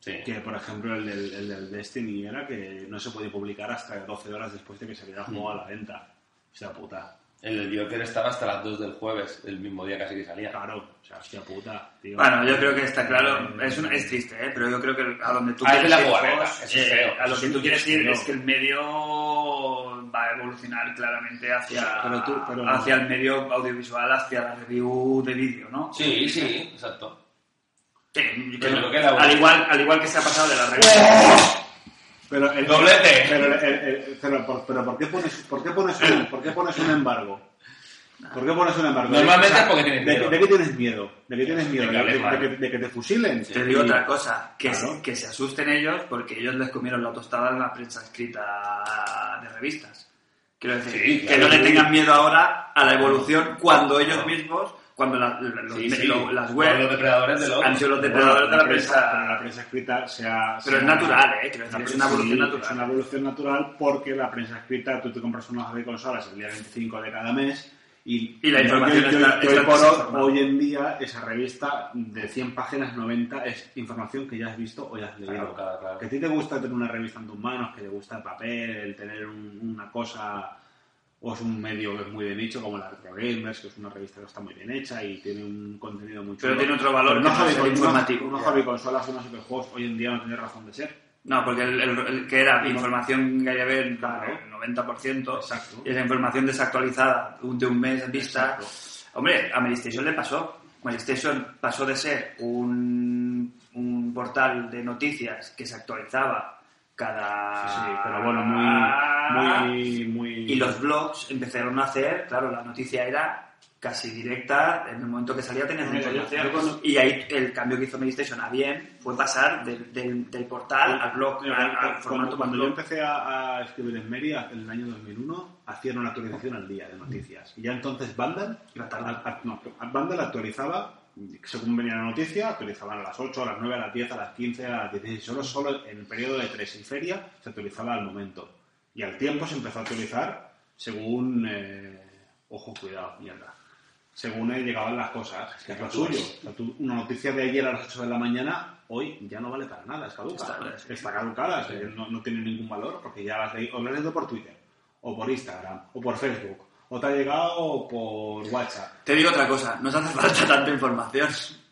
Speaker 4: Sí.
Speaker 2: Que, por ejemplo, el del, el del Destiny era que no se podía publicar hasta 12 horas después de que saliera el
Speaker 1: Mm.
Speaker 2: juego a la venta. Hostia puta.
Speaker 4: El del Joker estaba hasta las 2 del jueves, el mismo día casi que
Speaker 1: Ah.
Speaker 4: salía.
Speaker 2: Claro, o sea, hostia puta, tío.
Speaker 1: Bueno, yo creo que está claro,
Speaker 2: Eh,
Speaker 1: es, un- es triste, ¿eh? pero yo creo que a donde tú
Speaker 4: Hay que la
Speaker 1: ir,
Speaker 4: jugarreta,
Speaker 1: Jos,
Speaker 4: eso es feo,
Speaker 1: a lo
Speaker 4: eso
Speaker 1: que
Speaker 4: es
Speaker 1: tú quieres ir
Speaker 2: feo.
Speaker 1: es que el medio va a evolucionar claramente hacia,
Speaker 2: Ya, pero tú- pero no.
Speaker 1: hacia el medio audiovisual, hacia la review de vídeo, ¿no?
Speaker 4: Sí, sí, exacto.
Speaker 1: Sí, yo
Speaker 4: Pero
Speaker 1: creo-
Speaker 4: lo que era bueno.
Speaker 1: al, igual, al igual que se ha pasado de la review.
Speaker 2: Pero el
Speaker 4: ¡Doblete!
Speaker 2: Pero, el- el- el- pero por, pero ¿por qué pones, por qué pones un, por qué pones un embargo? ¿Por qué pones un embargo?
Speaker 4: Normalmente es porque tienes
Speaker 2: de-
Speaker 4: miedo.
Speaker 2: ¿De qué tienes miedo? ¿De qué tienes miedo?
Speaker 4: que
Speaker 2: ¿De,
Speaker 4: hables
Speaker 2: de-
Speaker 4: mal.
Speaker 2: de que, de que te fusilen?
Speaker 1: Te digo otra cosa, que,
Speaker 2: Claro.
Speaker 1: se, que se asusten ellos porque ellos les comieron la tostada en la prensa escrita de revistas. Quiero decir,
Speaker 4: Sí,
Speaker 1: que
Speaker 4: claro.
Speaker 1: no le tengan miedo ahora a la evolución cuando ellos mismos, cuando la- la- los-
Speaker 4: Sí, sí.
Speaker 1: lo- las
Speaker 4: Los
Speaker 1: web
Speaker 4: depredadores de los
Speaker 1: han sido los
Speaker 2: Bueno,
Speaker 1: depredadores de la
Speaker 2: pero la
Speaker 1: prensa.
Speaker 2: prensa escrita sea...
Speaker 1: Pero es natural, ¿eh? Quiero decir, es una evolución
Speaker 2: Es una
Speaker 1: natural.
Speaker 2: evolución natural porque la prensa escrita, tú te compras una hoja de consolas el día 25 de cada mes y,
Speaker 1: Y la información
Speaker 2: yo- yo-
Speaker 1: está-
Speaker 2: yo hoy
Speaker 1: está
Speaker 2: por hoy-
Speaker 1: desinformada.
Speaker 2: hoy en día esa revista de 100 páginas 90 es información que ya has visto o ya has leído.
Speaker 4: Claro, claro, claro.
Speaker 2: Que a ti te gusta tener una revista en tus manos, que te gusta el papel, el tener un- una cosa o es un medio que es muy de nicho como la Retro Gamers, que es una revista que está muy bien hecha y tiene un contenido muy chulo.
Speaker 1: Pero tiene otro valor
Speaker 2: Pero
Speaker 1: que no
Speaker 2: hobby
Speaker 1: es el
Speaker 2: con-
Speaker 1: informativo.
Speaker 2: No, no hobby consolas, unos superjuegos, hoy en día no tiene razón de ser.
Speaker 1: No, porque el, el- el que era información que había que ver,
Speaker 2: Claro.
Speaker 1: el 90%,
Speaker 2: Exacto.
Speaker 1: y esa información desactualizada un- de un mes en vista.
Speaker 2: Exacto.
Speaker 1: Hombre, a Medistation le pasó. Medistation pasó de ser un, un portal de noticias que se actualizaba cada...
Speaker 2: Sí, sí, pero bueno, muy, muy, muy...
Speaker 1: Y los blogs empezaron a hacer, claro, la noticia era casi directa, en el momento que salía tenías una
Speaker 2: Yo- yo-
Speaker 1: información.
Speaker 2: yo cuando-
Speaker 1: Y ahí el cambio que hizo Medistation a bien fue pasar del, del- del portal al blog,
Speaker 2: Mira,
Speaker 1: al, al
Speaker 2: cuando-
Speaker 1: formato
Speaker 2: cuando yo
Speaker 1: blog.
Speaker 2: empecé a, a escribir en Meria en el año 2001, hacían una actualización al día de noticias. Y ya entonces Vandal,
Speaker 1: La tarde.
Speaker 2: a- a- no, Vandal actualizaba, según venía la noticia, actualizaban a las 8, a las 9, a las 10, a las 15, a las 16 horas, solo en el periodo de 3 y feria se actualizaba al momento. Y al tiempo se empezó a actualizar según... eh, ojo, cuidado, mierda. Según eh, llegaban las cosas, que es lo suyo. O sea, tú- una noticia de ayer a las 8 de la mañana, hoy ya no vale para nada, es caduca.
Speaker 1: Está-
Speaker 2: Es está caducada, o sea, no, no tiene ningún valor porque ya las leí, o lo has leído por Twitter, o por Instagram, o por Facebook, o te ha llegado por WhatsApp.
Speaker 1: Te digo otra cosa, nos hace falta tanta información.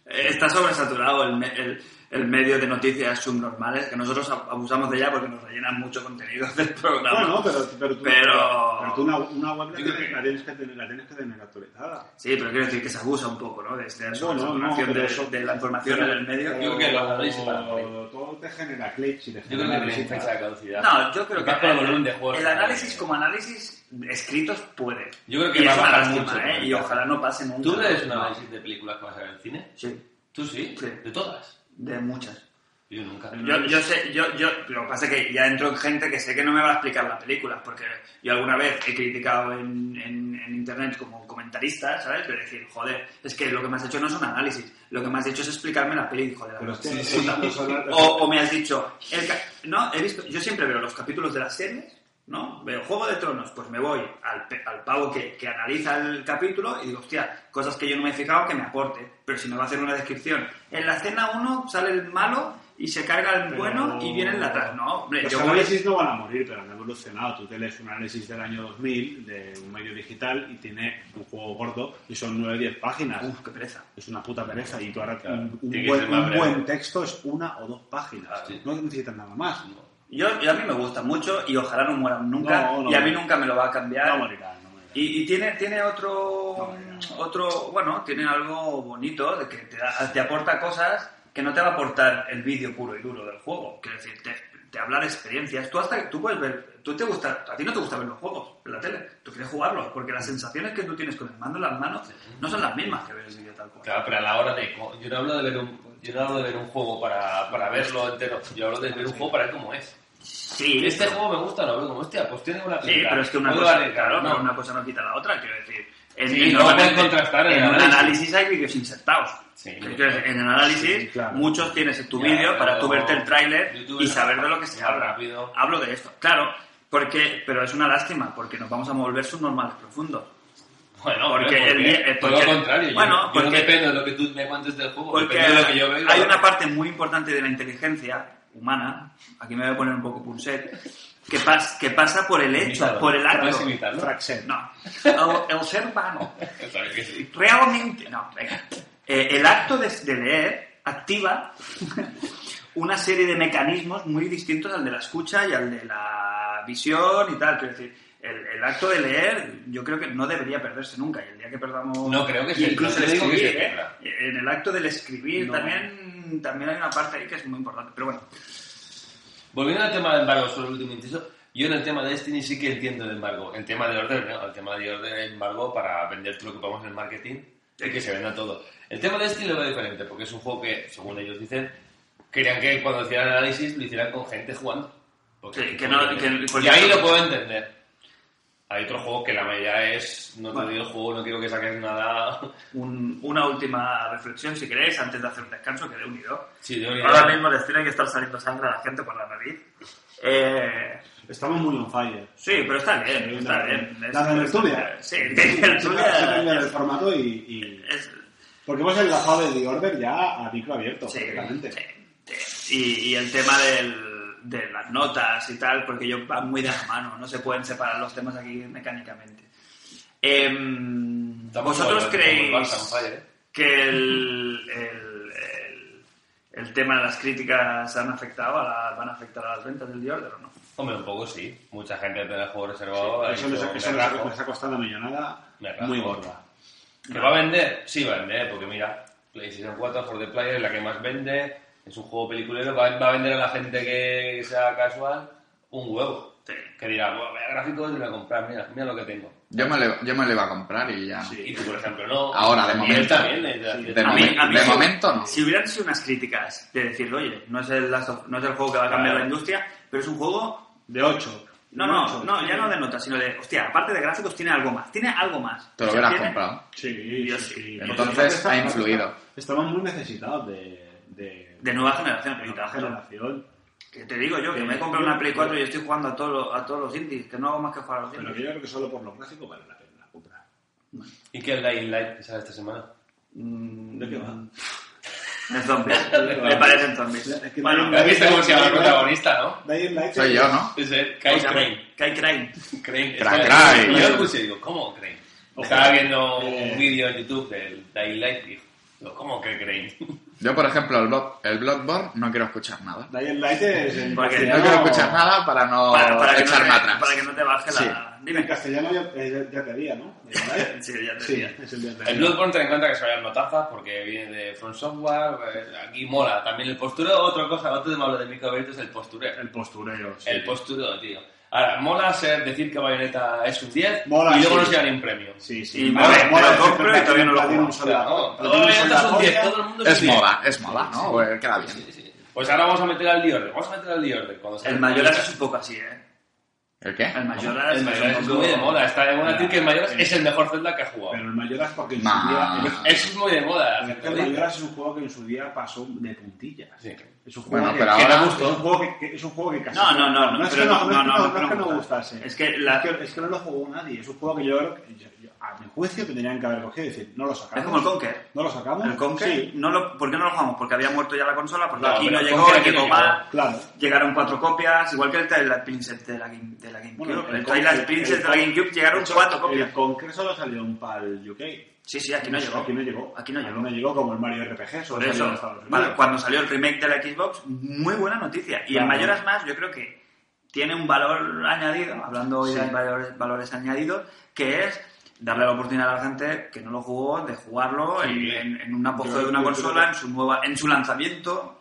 Speaker 1: Eh, Está sobresaturado el, me- el- el medio de noticias subnormales, que nosotros ab- abusamos de ella porque nos rellenan mucho contenido del programa.
Speaker 2: Bueno, pero, pero tú,
Speaker 1: Pero-
Speaker 2: pero tú una, una web la
Speaker 4: Yo creo
Speaker 2: tienes,
Speaker 4: que-
Speaker 2: la tienes que tener, la tienes que tener actualizada.
Speaker 1: Sí, pero quiero decir que se abusa un poco, ¿no? De esta
Speaker 2: Bueno, no,
Speaker 1: sobresaturación
Speaker 2: pero
Speaker 1: de,
Speaker 2: eso-
Speaker 1: de la información en el medio.
Speaker 4: Yo creo que los análisis para
Speaker 2: todo, todo te genera clics y te
Speaker 4: Yo creo que
Speaker 2: genera
Speaker 4: tienen fecha de
Speaker 2: visitas.
Speaker 4: caducidad.
Speaker 1: No, yo creo que
Speaker 4: Más por el volumen de juegos.
Speaker 1: el análisis como análisis escritos puede.
Speaker 4: Yo creo que
Speaker 1: Y
Speaker 4: va
Speaker 1: es
Speaker 4: a
Speaker 1: una
Speaker 4: bajar
Speaker 1: lástima,
Speaker 4: mucho,
Speaker 1: ¿eh?
Speaker 4: ¿no?
Speaker 1: Y ojalá no pase nunca.
Speaker 4: ¿Tú lees un análisis de películas que vas a ver en el cine?
Speaker 1: Sí,
Speaker 4: ¿Tú sí?
Speaker 1: Sí.
Speaker 4: ¿De todas?
Speaker 1: de muchas.
Speaker 4: Yo nunca.
Speaker 1: Yo, yo sé, yo, yo, lo que pasa es que ya entro en gente que sé que no me va a explicar las películas, porque yo alguna vez he criticado en, en- en internet como comentarista, ¿sabes? Pero decir, joder, es que lo que me has hecho no es un análisis, lo que me has hecho es explicarme la peli, joder.
Speaker 2: Pero
Speaker 1: la
Speaker 2: es que
Speaker 1: verdad.
Speaker 2: los datos son las-
Speaker 1: O, o me has dicho, el ca- no, he visto, yo siempre veo los capítulos de las series, ¿no? Veo Juego de Tronos, pues me voy al, pe- al pavo que, que analiza el capítulo y digo, hostia, cosas que yo no me he fijado que me aporte. Pero si me va a hacer una descripción, en la escena 1 sale el malo y se carga el
Speaker 2: Pero-
Speaker 1: bueno y viene el de atrás. No, hombre,
Speaker 2: Los
Speaker 1: yo voy-
Speaker 2: análisis no van a morir, pero han evolucionado. Tú te lees un análisis del año 2000 de un medio digital y tiene un juego gordo y son 9-10 páginas.
Speaker 1: Uf, qué pereza.
Speaker 2: Es una puta pereza y tú ahora
Speaker 4: Claro,
Speaker 2: un, un
Speaker 4: tiene que ser
Speaker 2: buen,
Speaker 4: más
Speaker 2: un
Speaker 4: breve.
Speaker 2: buen texto es una o dos páginas.
Speaker 4: Ah, sí.
Speaker 2: No necesitas nada más.
Speaker 1: Yo, yo a mí me gusta mucho y ojalá no mueran nunca
Speaker 2: No, no,
Speaker 1: y a mí
Speaker 2: no.
Speaker 1: nunca me lo va a cambiar.
Speaker 2: No morirá, no morirá.
Speaker 1: Y, y tiene, tiene otro,
Speaker 2: No, no, no.
Speaker 1: otro, bueno, tiene algo bonito de que te, da- te aporta cosas que no te va a aportar el vídeo puro y duro del juego. Quiero decir, te, te habla de experiencias. Tú hasta tú puedes ver, tú te gusta, a ti no te gusta ver los juegos en la tele, tú quieres jugarlos, porque las sensaciones que tú tienes con el mando en las manos no son las mismas que ver el vídeo tal cual.
Speaker 4: Claro, pero a la hora de. co- Yo no hablo de ver un, yo no hablo de ver un juego para, para verlo entero. Yo hablo de ver un juego para ver cómo es.
Speaker 1: Sí,
Speaker 4: Este juego me gusta, lo veo como, hostia, pues tiene una
Speaker 1: Sí,
Speaker 4: pinta.
Speaker 1: pero es que una
Speaker 4: Muy
Speaker 1: cosa,
Speaker 4: vale,
Speaker 1: claro,
Speaker 4: no.
Speaker 1: pero una cosa no quita la otra, quiero decir. En,
Speaker 4: Sí,
Speaker 1: en-
Speaker 4: no pueden
Speaker 1: normalmente,
Speaker 4: contrastar el
Speaker 1: en un
Speaker 4: análisis.
Speaker 1: análisis hay vídeos insertados.
Speaker 4: Sí.
Speaker 1: Quiero decir, en el análisis
Speaker 2: Sí, claro.
Speaker 1: muchos tienes en tu
Speaker 4: Ya,
Speaker 1: vídeo para
Speaker 4: pero
Speaker 1: tú verte el tráiler
Speaker 4: YouTube
Speaker 1: y
Speaker 4: es
Speaker 1: saber de lo que se
Speaker 4: más
Speaker 1: habla.
Speaker 4: rápido.
Speaker 1: Hablo de esto, claro, porque pero es una lástima porque nos vamos a volver subnormales profundos.
Speaker 4: Bueno,
Speaker 1: Porque
Speaker 4: pero
Speaker 1: el-
Speaker 4: qué?
Speaker 1: el-
Speaker 4: Todo
Speaker 1: porque-
Speaker 4: lo contrario. yo-
Speaker 1: bueno,
Speaker 4: yo no
Speaker 1: porque-
Speaker 4: dependo de lo que tú me cuentes del juego,
Speaker 1: Porque
Speaker 4: Pues depende de lo que yo veo.
Speaker 1: hay una parte muy importante de la inteligencia humana, aquí me voy a poner un poco punset, que, pas- que pasa por el hecho,
Speaker 4: Imítalo.
Speaker 1: por el acto.
Speaker 4: Puedes imitarlo.
Speaker 2: Fraxel.
Speaker 1: No, el, el ser humano.
Speaker 4: Claro que sí.
Speaker 1: Realmente, no, venga. Eh, el acto de, de leer activa una serie de mecanismos muy distintos al de la escucha y al de la visión y tal. Quiero decir, el, el acto de leer yo creo que no debería perderse nunca. Y el día que perdamos...
Speaker 4: No creo que
Speaker 1: y
Speaker 4: se-
Speaker 1: Incluso
Speaker 4: no
Speaker 1: el
Speaker 4: te digo que
Speaker 1: escribir,
Speaker 4: se
Speaker 1: ¿eh?
Speaker 4: pierda.
Speaker 1: En el acto del escribir
Speaker 2: No.
Speaker 1: también, también hay una parte ahí que es muy importante. Pero bueno,
Speaker 4: Volviendo al tema de embargo, sobre el último inciso, yo en el tema de Destiny sí que entiendo el embargo. El tema de orden, ¿no? El tema de orden, el embargo, para vender todo lo que podamos en el marketing y que se venda todo. El tema de Destiny lo veo diferente, porque es un juego que, según ellos dicen, querían que cuando hicieran análisis lo hicieran con gente jugando. Porque-
Speaker 1: Sí, que no- que- pues
Speaker 4: y
Speaker 1: porque-
Speaker 4: ahí lo puedo entender. Hay otros juegos que la mayoría es, no te
Speaker 1: Bueno.
Speaker 4: doy el juego, no quiero que saques nada.
Speaker 1: un- una última reflexión, si queréis, antes de hacer un descanso, que dé un hilo.
Speaker 4: Sí, de unidad.
Speaker 1: Ahora mismo les tiene que estar saliendo sangre a la gente por la nariz. Eh,
Speaker 2: Estamos muy on fire.
Speaker 1: sí, pero está bien, está bien.
Speaker 2: La de Nertulia.
Speaker 1: Sí, de
Speaker 2: Se cambia el
Speaker 1: Nertulia.
Speaker 2: formato y... y-
Speaker 1: Es-
Speaker 2: Porque hemos enlazado de The Order ya a micro abierto,
Speaker 1: sí,
Speaker 2: prácticamente.
Speaker 1: sí, sí. Y, y el tema del- de las notas y tal, porque yo van muy de la mano, no se pueden separar los temas aquí mecánicamente. Em,
Speaker 4: Estamos
Speaker 1: ¿Vosotros
Speaker 4: igual,
Speaker 1: creéis
Speaker 4: como el Barça, on fire, ¿eh?
Speaker 1: que el, el- el- el tema de las críticas han afectado, a la- van a afectar a las ventas del The Order o no?
Speaker 4: Hombre, un poco sí. Mucha gente tiene el juego reservado. ha
Speaker 2: Eso
Speaker 4: dicho,
Speaker 2: nos, ha- eso
Speaker 4: "Me
Speaker 2: nos ha-
Speaker 4: rajo".
Speaker 2: nos ha costado una millonada
Speaker 4: Me rajo.
Speaker 2: muy gorda.
Speaker 4: ¿Que va a vender? Sí, va a vender, porque mira, PlayStation 4 for the player es la que más vende, es un juego peliculero, va, va a vender a la gente que sea casual un huevo.
Speaker 1: Sí.
Speaker 4: Que dirá, bueno, vea gráficos y me voy a comprar, mira, mira lo que tengo.
Speaker 3: Yo me, lo, yo me lo iba a comprar y ya.
Speaker 2: Sí.
Speaker 4: Y tú, por ejemplo, no.
Speaker 3: Ahora, de
Speaker 4: Y él
Speaker 3: momento.
Speaker 4: también. ¿eh? le- le-
Speaker 2: Sí,
Speaker 4: le-
Speaker 3: de
Speaker 1: A mí-
Speaker 3: momen-
Speaker 1: a mí
Speaker 3: de
Speaker 1: sí.
Speaker 3: momento no.
Speaker 1: Si hubieran sido unas críticas de decir, oye, no es el, Last of- no es el juego que va a cambiar
Speaker 4: Claro.
Speaker 1: la industria, pero es un juego...
Speaker 2: De 8.
Speaker 1: No, no, no, ya no de notas, sino de, hostia, aparte de gráficos tiene algo más, tiene algo más.
Speaker 3: Te lo
Speaker 1: O sea,
Speaker 3: hubieras
Speaker 1: tiene-
Speaker 3: comprado.
Speaker 2: Sí,
Speaker 1: Yo
Speaker 2: sí,
Speaker 1: sí.
Speaker 2: sí.
Speaker 3: Entonces,
Speaker 2: Porque esta-
Speaker 3: ha influido.
Speaker 2: Estamos muy necesitados de... De,
Speaker 1: De nueva generación,
Speaker 2: de nueva
Speaker 1: quizás, ¿no?
Speaker 2: generación.
Speaker 1: Que te digo yo, que
Speaker 2: Sí.
Speaker 1: me he comprado una Play 4 y estoy jugando a, todos los- a todos los indies, que no hago más que jugar a los
Speaker 2: Pero
Speaker 1: indies.
Speaker 2: que yo creo que solo por lo gráfico vale la pena comprar.
Speaker 4: ¿Y qué es Dying Light que sale esta semana?
Speaker 1: Mm,
Speaker 2: ¿De qué va?
Speaker 1: Es zombies,
Speaker 2: va?
Speaker 1: me parecen zombies.
Speaker 2: Es que
Speaker 1: bueno,
Speaker 2: no-
Speaker 4: ¿Has visto cómo se llama el
Speaker 2: Dying Light.
Speaker 4: protagonista, no?
Speaker 2: Dying Light
Speaker 3: Soy yo, ¿no?
Speaker 4: Es el
Speaker 1: Kai
Speaker 4: Kai Crane.
Speaker 1: Crane. Kai Crane.
Speaker 4: Crane.
Speaker 3: Cra-
Speaker 4: Estaba-
Speaker 3: Crane.
Speaker 4: Yo lo escuché y digo, ¿cómo Crane? Estaba viendo
Speaker 2: Eh.
Speaker 4: un vídeo en YouTube del Dying Light y digo, ¿cómo que Crane?
Speaker 3: Yo, por ejemplo, el, blog, el Bloodborne no quiero escuchar nada.
Speaker 2: Dying Light es en
Speaker 1: Porque
Speaker 3: No
Speaker 2: castellano-
Speaker 3: quiero escuchar nada para no
Speaker 1: para, para que no
Speaker 3: echarme
Speaker 1: te,
Speaker 3: atrás.
Speaker 1: para que no te baje
Speaker 3: Sí.
Speaker 1: la.
Speaker 2: En
Speaker 1: Dime.
Speaker 2: castellano ya, eh, ya te día, ¿no? Dying Light.
Speaker 1: Sí, ya te
Speaker 2: Sí,
Speaker 1: diría.
Speaker 2: es el día
Speaker 4: El Bloodborne ten en cuenta que se vayan notazas porque viene de From Software, eh, aquí mola. También el postureo, otra cosa, otro tema lo de Micro Abierto es el postureo.
Speaker 2: El postureo, sí.
Speaker 4: El postureo, tío. Ahora, mola ser, decir que Bayonetta es un 10
Speaker 2: Mola,
Speaker 4: y luego
Speaker 2: sí.
Speaker 4: nos llevan un premio.
Speaker 2: Sí,
Speaker 1: Y
Speaker 2: sí.
Speaker 1: vale, me lo
Speaker 2: sí,
Speaker 1: compro
Speaker 2: pero
Speaker 1: y todavía no lo
Speaker 2: la tiene
Speaker 1: juego.
Speaker 2: un sol-
Speaker 4: Claro,
Speaker 2: la
Speaker 4: todo
Speaker 2: tiene un
Speaker 4: Bayonetta
Speaker 2: sol
Speaker 4: es un 10,
Speaker 2: apoya.
Speaker 4: todo el mundo es
Speaker 3: Es
Speaker 4: un 10.
Speaker 3: moda, es moda, ¿no? Pues queda bien.
Speaker 4: Sí, sí. Pues ahora vamos a meter al Dior, vamos a meter al Dior. Cuando salga
Speaker 1: El Mayoras es un poco así, ¿eh?
Speaker 3: ¿El qué?
Speaker 1: El Mayoras
Speaker 4: el Mayoras es
Speaker 1: un poco-
Speaker 4: muy de moda, está de moda decir que el Mayoras
Speaker 2: Sí.
Speaker 4: es el mejor Zelda que ha jugado.
Speaker 2: Pero el Mayoras porque en su
Speaker 3: Nah.
Speaker 2: día...
Speaker 4: Eso es muy de moda. la
Speaker 2: El
Speaker 4: gente
Speaker 2: el
Speaker 4: lo dice.
Speaker 2: Mayoras es un juego que en su día pasó de puntillas.
Speaker 4: Sí.
Speaker 2: Es un juego
Speaker 3: Bueno,
Speaker 2: que,
Speaker 3: pero
Speaker 2: que
Speaker 3: ahora-
Speaker 2: no gustó. Es un juego que, que- es un juego que casi...
Speaker 1: No, no, no, no,
Speaker 2: No es que
Speaker 1: pero
Speaker 2: no, no, no,
Speaker 1: no,
Speaker 2: es que
Speaker 1: no,
Speaker 2: no
Speaker 1: no
Speaker 2: me
Speaker 1: gusta.
Speaker 2: gustase.
Speaker 1: Es que la-
Speaker 2: es, que, es que no lo jugó nadie. Es un juego que yo, creo que- yo- yo- a mi juicio tendrían que haber cogido y decir, no lo sacamos.
Speaker 1: Es como el Conker.
Speaker 2: ¿No lo sacamos?
Speaker 1: El Conker,
Speaker 2: Sí,
Speaker 1: no lo, ¿por qué no lo jugamos? Porque había muerto ya la consola, porque
Speaker 4: No,
Speaker 1: aquí
Speaker 4: pero
Speaker 1: no
Speaker 4: el
Speaker 1: llegó,
Speaker 4: Conker aquí
Speaker 1: llegó
Speaker 4: no
Speaker 1: mal.
Speaker 2: claro.
Speaker 1: Llegaron cuatro copias, igual que el Twilight Princess de la, Game- de la GameCube.
Speaker 2: Bueno,
Speaker 1: el
Speaker 2: el
Speaker 1: Twilight
Speaker 2: Conker-
Speaker 1: Princess
Speaker 2: el
Speaker 1: de la
Speaker 2: Con-
Speaker 1: GameCube llegaron
Speaker 2: Eso-
Speaker 1: cuatro copias.
Speaker 2: El Conker solo salió un pal UK.
Speaker 1: Sí, sí, aquí no llegó.
Speaker 2: Aquí no llegó.
Speaker 1: Aquí no llegó.
Speaker 2: como el Mario RPG. Solo
Speaker 1: Por
Speaker 2: salió en
Speaker 1: eso,
Speaker 2: Estados Unidos.
Speaker 1: para- cuando salió el remake de la Xbox, muy buena noticia. Y
Speaker 2: Claro.
Speaker 1: el Mayoras más, yo creo que tiene un valor añadido, hablando hoy de
Speaker 2: Sí.
Speaker 1: valores, valores añadidos, que es darle la oportunidad a la gente que no lo jugó de jugarlo
Speaker 4: Sí.
Speaker 1: en, en- en un apogeo
Speaker 2: Yo-
Speaker 1: de una
Speaker 2: yo creo
Speaker 1: consola,
Speaker 2: que-
Speaker 1: en su nueva, en su lanzamiento.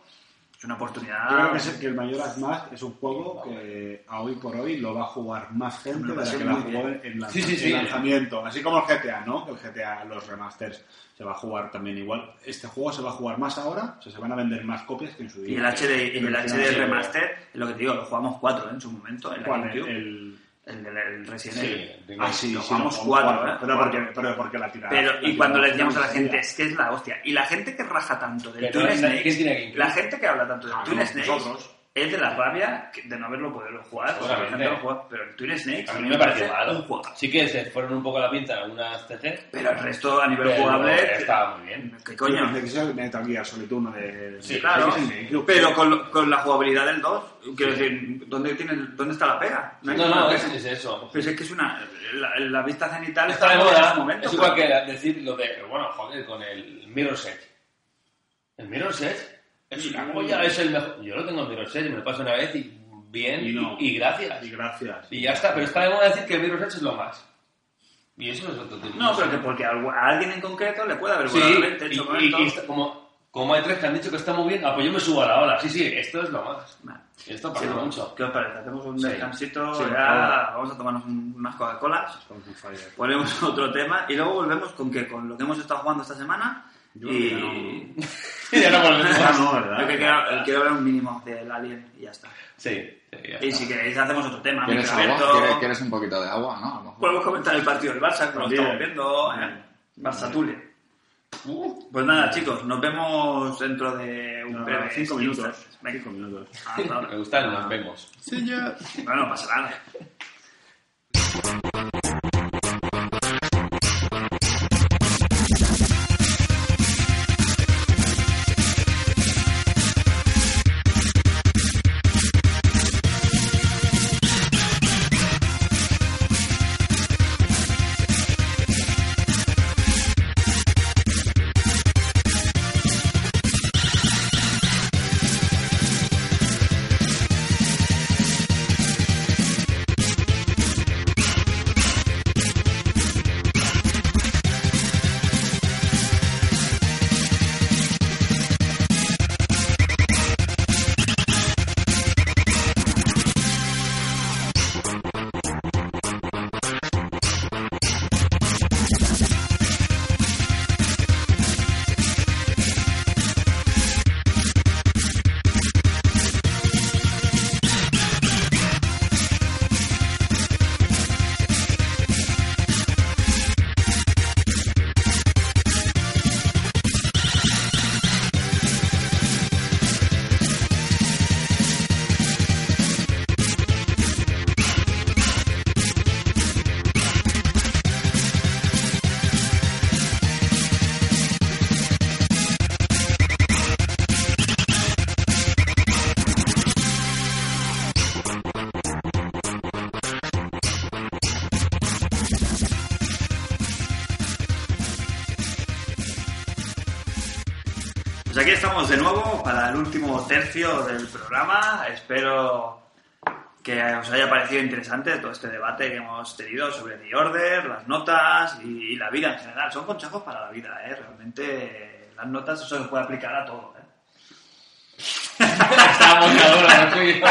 Speaker 1: Es una oportunidad.
Speaker 2: Yo creo que, es- que el Mayoras Mask es un juego que a hoy por hoy lo va a jugar más gente
Speaker 1: Me
Speaker 2: de la
Speaker 1: parece
Speaker 2: que la
Speaker 1: muy
Speaker 2: jugó
Speaker 1: bien.
Speaker 2: en, lanza-
Speaker 4: Sí, sí,
Speaker 2: en
Speaker 4: sí.
Speaker 2: lanzamiento. Así como el GTA, ¿no? Que el GTA, los remasters, se va a jugar también igual. Este juego se va a jugar más ahora, o sea, se van a vender más copias que en su día.
Speaker 1: Y el HD, y el
Speaker 2: Pero al
Speaker 1: HD
Speaker 2: final sí,
Speaker 1: remaster, es lo que te digo, lo jugamos cuatro ¿eh? en su momento, en la
Speaker 2: ¿Cuál? El,
Speaker 1: GameCube.
Speaker 2: el-
Speaker 1: El, del- el Resident
Speaker 4: Sí,
Speaker 1: Evil.
Speaker 4: tengo-
Speaker 2: Ah, sí,
Speaker 1: lo
Speaker 2: sí,
Speaker 1: jugamos
Speaker 2: lo
Speaker 1: cuatro, ¿eh?
Speaker 2: Pero
Speaker 1: Cuatro.
Speaker 2: porque, pero porque la tirada.
Speaker 1: Pero,
Speaker 2: la
Speaker 1: y cuando
Speaker 2: tirada
Speaker 1: le decíamos a la
Speaker 2: fue muy
Speaker 1: gente,
Speaker 2: sencilla.
Speaker 1: es que es la hostia. Y la gente que raja tanto del
Speaker 4: Pero
Speaker 1: Twin
Speaker 4: ¿quién
Speaker 1: Snakes,
Speaker 4: tiene GameCube?
Speaker 1: la gente que habla tanto del
Speaker 2: Ah,
Speaker 1: Twin
Speaker 2: no,
Speaker 1: Snakes,
Speaker 2: nosotros.
Speaker 1: es de la rabia que- de no haberlo podido jugar. porque la gente
Speaker 4: Seguramente.
Speaker 1: no lo juega. pero el Twin Snakes
Speaker 4: A mí me pareció
Speaker 1: un
Speaker 4: malo.
Speaker 1: juegazo.
Speaker 4: Sí que se fueron un poco a la pinta en algunas TC.
Speaker 1: Pero el resto a nivel
Speaker 4: Pero
Speaker 1: jugable.
Speaker 4: estaba muy bien.
Speaker 1: ¿Qué
Speaker 2: Yo
Speaker 1: coño?
Speaker 2: pensé que sea Metal Gear Solid 1 de.
Speaker 4: Sí,
Speaker 2: de-
Speaker 1: Claro,
Speaker 2: de- de- de-
Speaker 1: pero con, lo- con la jugabilidad del 2, quiero decir, ¿dónde, tiene, el- ¿dónde está la pega?
Speaker 4: No,
Speaker 1: hay
Speaker 4: no,
Speaker 1: ninguna
Speaker 4: es,
Speaker 1: pega.
Speaker 4: es eso.
Speaker 1: Pues es que es una. La, la vista cenital
Speaker 4: Está de moda.
Speaker 1: ese momento,
Speaker 4: es igual
Speaker 1: pero-
Speaker 4: que la- decir lo de, bueno, joder, con el Mirror Set. El Mirror Set es una joya, es el mejor. Yo lo tengo en Mirror Set y me lo paso una vez y bien
Speaker 2: Y
Speaker 4: y,
Speaker 2: no.
Speaker 4: y gracias.
Speaker 2: Y gracias.
Speaker 4: Y ya está, pero está de moda decir que el Mirror Set es lo más. Y eso es otro tipo.
Speaker 1: No, pero que porque algu- a alguien en concreto le puede haber
Speaker 4: Sí,
Speaker 1: volado la mente en
Speaker 4: y,
Speaker 1: su
Speaker 4: y-
Speaker 1: momento.
Speaker 4: y está- como, como hay tres que han dicho que está muy bien, ah, pues yo me subo a la ola. Sí, sí, esto es lo más.
Speaker 1: Vale.
Speaker 4: Y esto
Speaker 1: Sí,
Speaker 4: pasa
Speaker 1: bueno,
Speaker 4: mucho.
Speaker 1: ¿Qué os parece? Hacemos un
Speaker 4: Sí.
Speaker 1: descansito,
Speaker 4: Sí,
Speaker 1: ya
Speaker 4: claro.
Speaker 1: vamos a tomarnos un- unas Coca-Colas,
Speaker 2: Con Fire.
Speaker 1: ponemos otro tema y luego volvemos con que con lo que hemos estado jugando esta semana
Speaker 2: Yo
Speaker 1: y...
Speaker 2: creo
Speaker 4: ya no volvemos.
Speaker 2: Ah, no, ¿verdad?
Speaker 1: Yo que quiero, eh, quiero hablar un mínimo del Alien y ya está.
Speaker 4: Sí, sí, ya
Speaker 1: Y
Speaker 4: está.
Speaker 1: si queréis hacemos otro tema.
Speaker 3: ¿Quieres agua?
Speaker 1: Microberto,
Speaker 3: ¿Quieres, quieres un poquito de agua? ¿no? A lo mejor.
Speaker 1: Podemos comentar el partido del Barça, que lo
Speaker 2: También.
Speaker 1: estamos viendo. ¿eh? Barça Tule. Pues nada, chicos, nos vemos dentro de un
Speaker 2: No,
Speaker 1: breve
Speaker 2: Ah, cinco minutos.
Speaker 1: instantes. Venga.
Speaker 2: Cinco minutos.
Speaker 1: Hasta ahora.
Speaker 4: Me gusta, nos vemos.
Speaker 1: Bueno, no pasa nada. Pues aquí estamos de nuevo para el último tercio del programa. Espero que os haya parecido interesante todo este debate que hemos tenido sobre The Order, las notas y, y la vida en general. Son consejos para la vida, ¿eh? Realmente las notas eso se puede aplicar a todo, ¿eh?
Speaker 4: Estábamos ahora, no soy yo.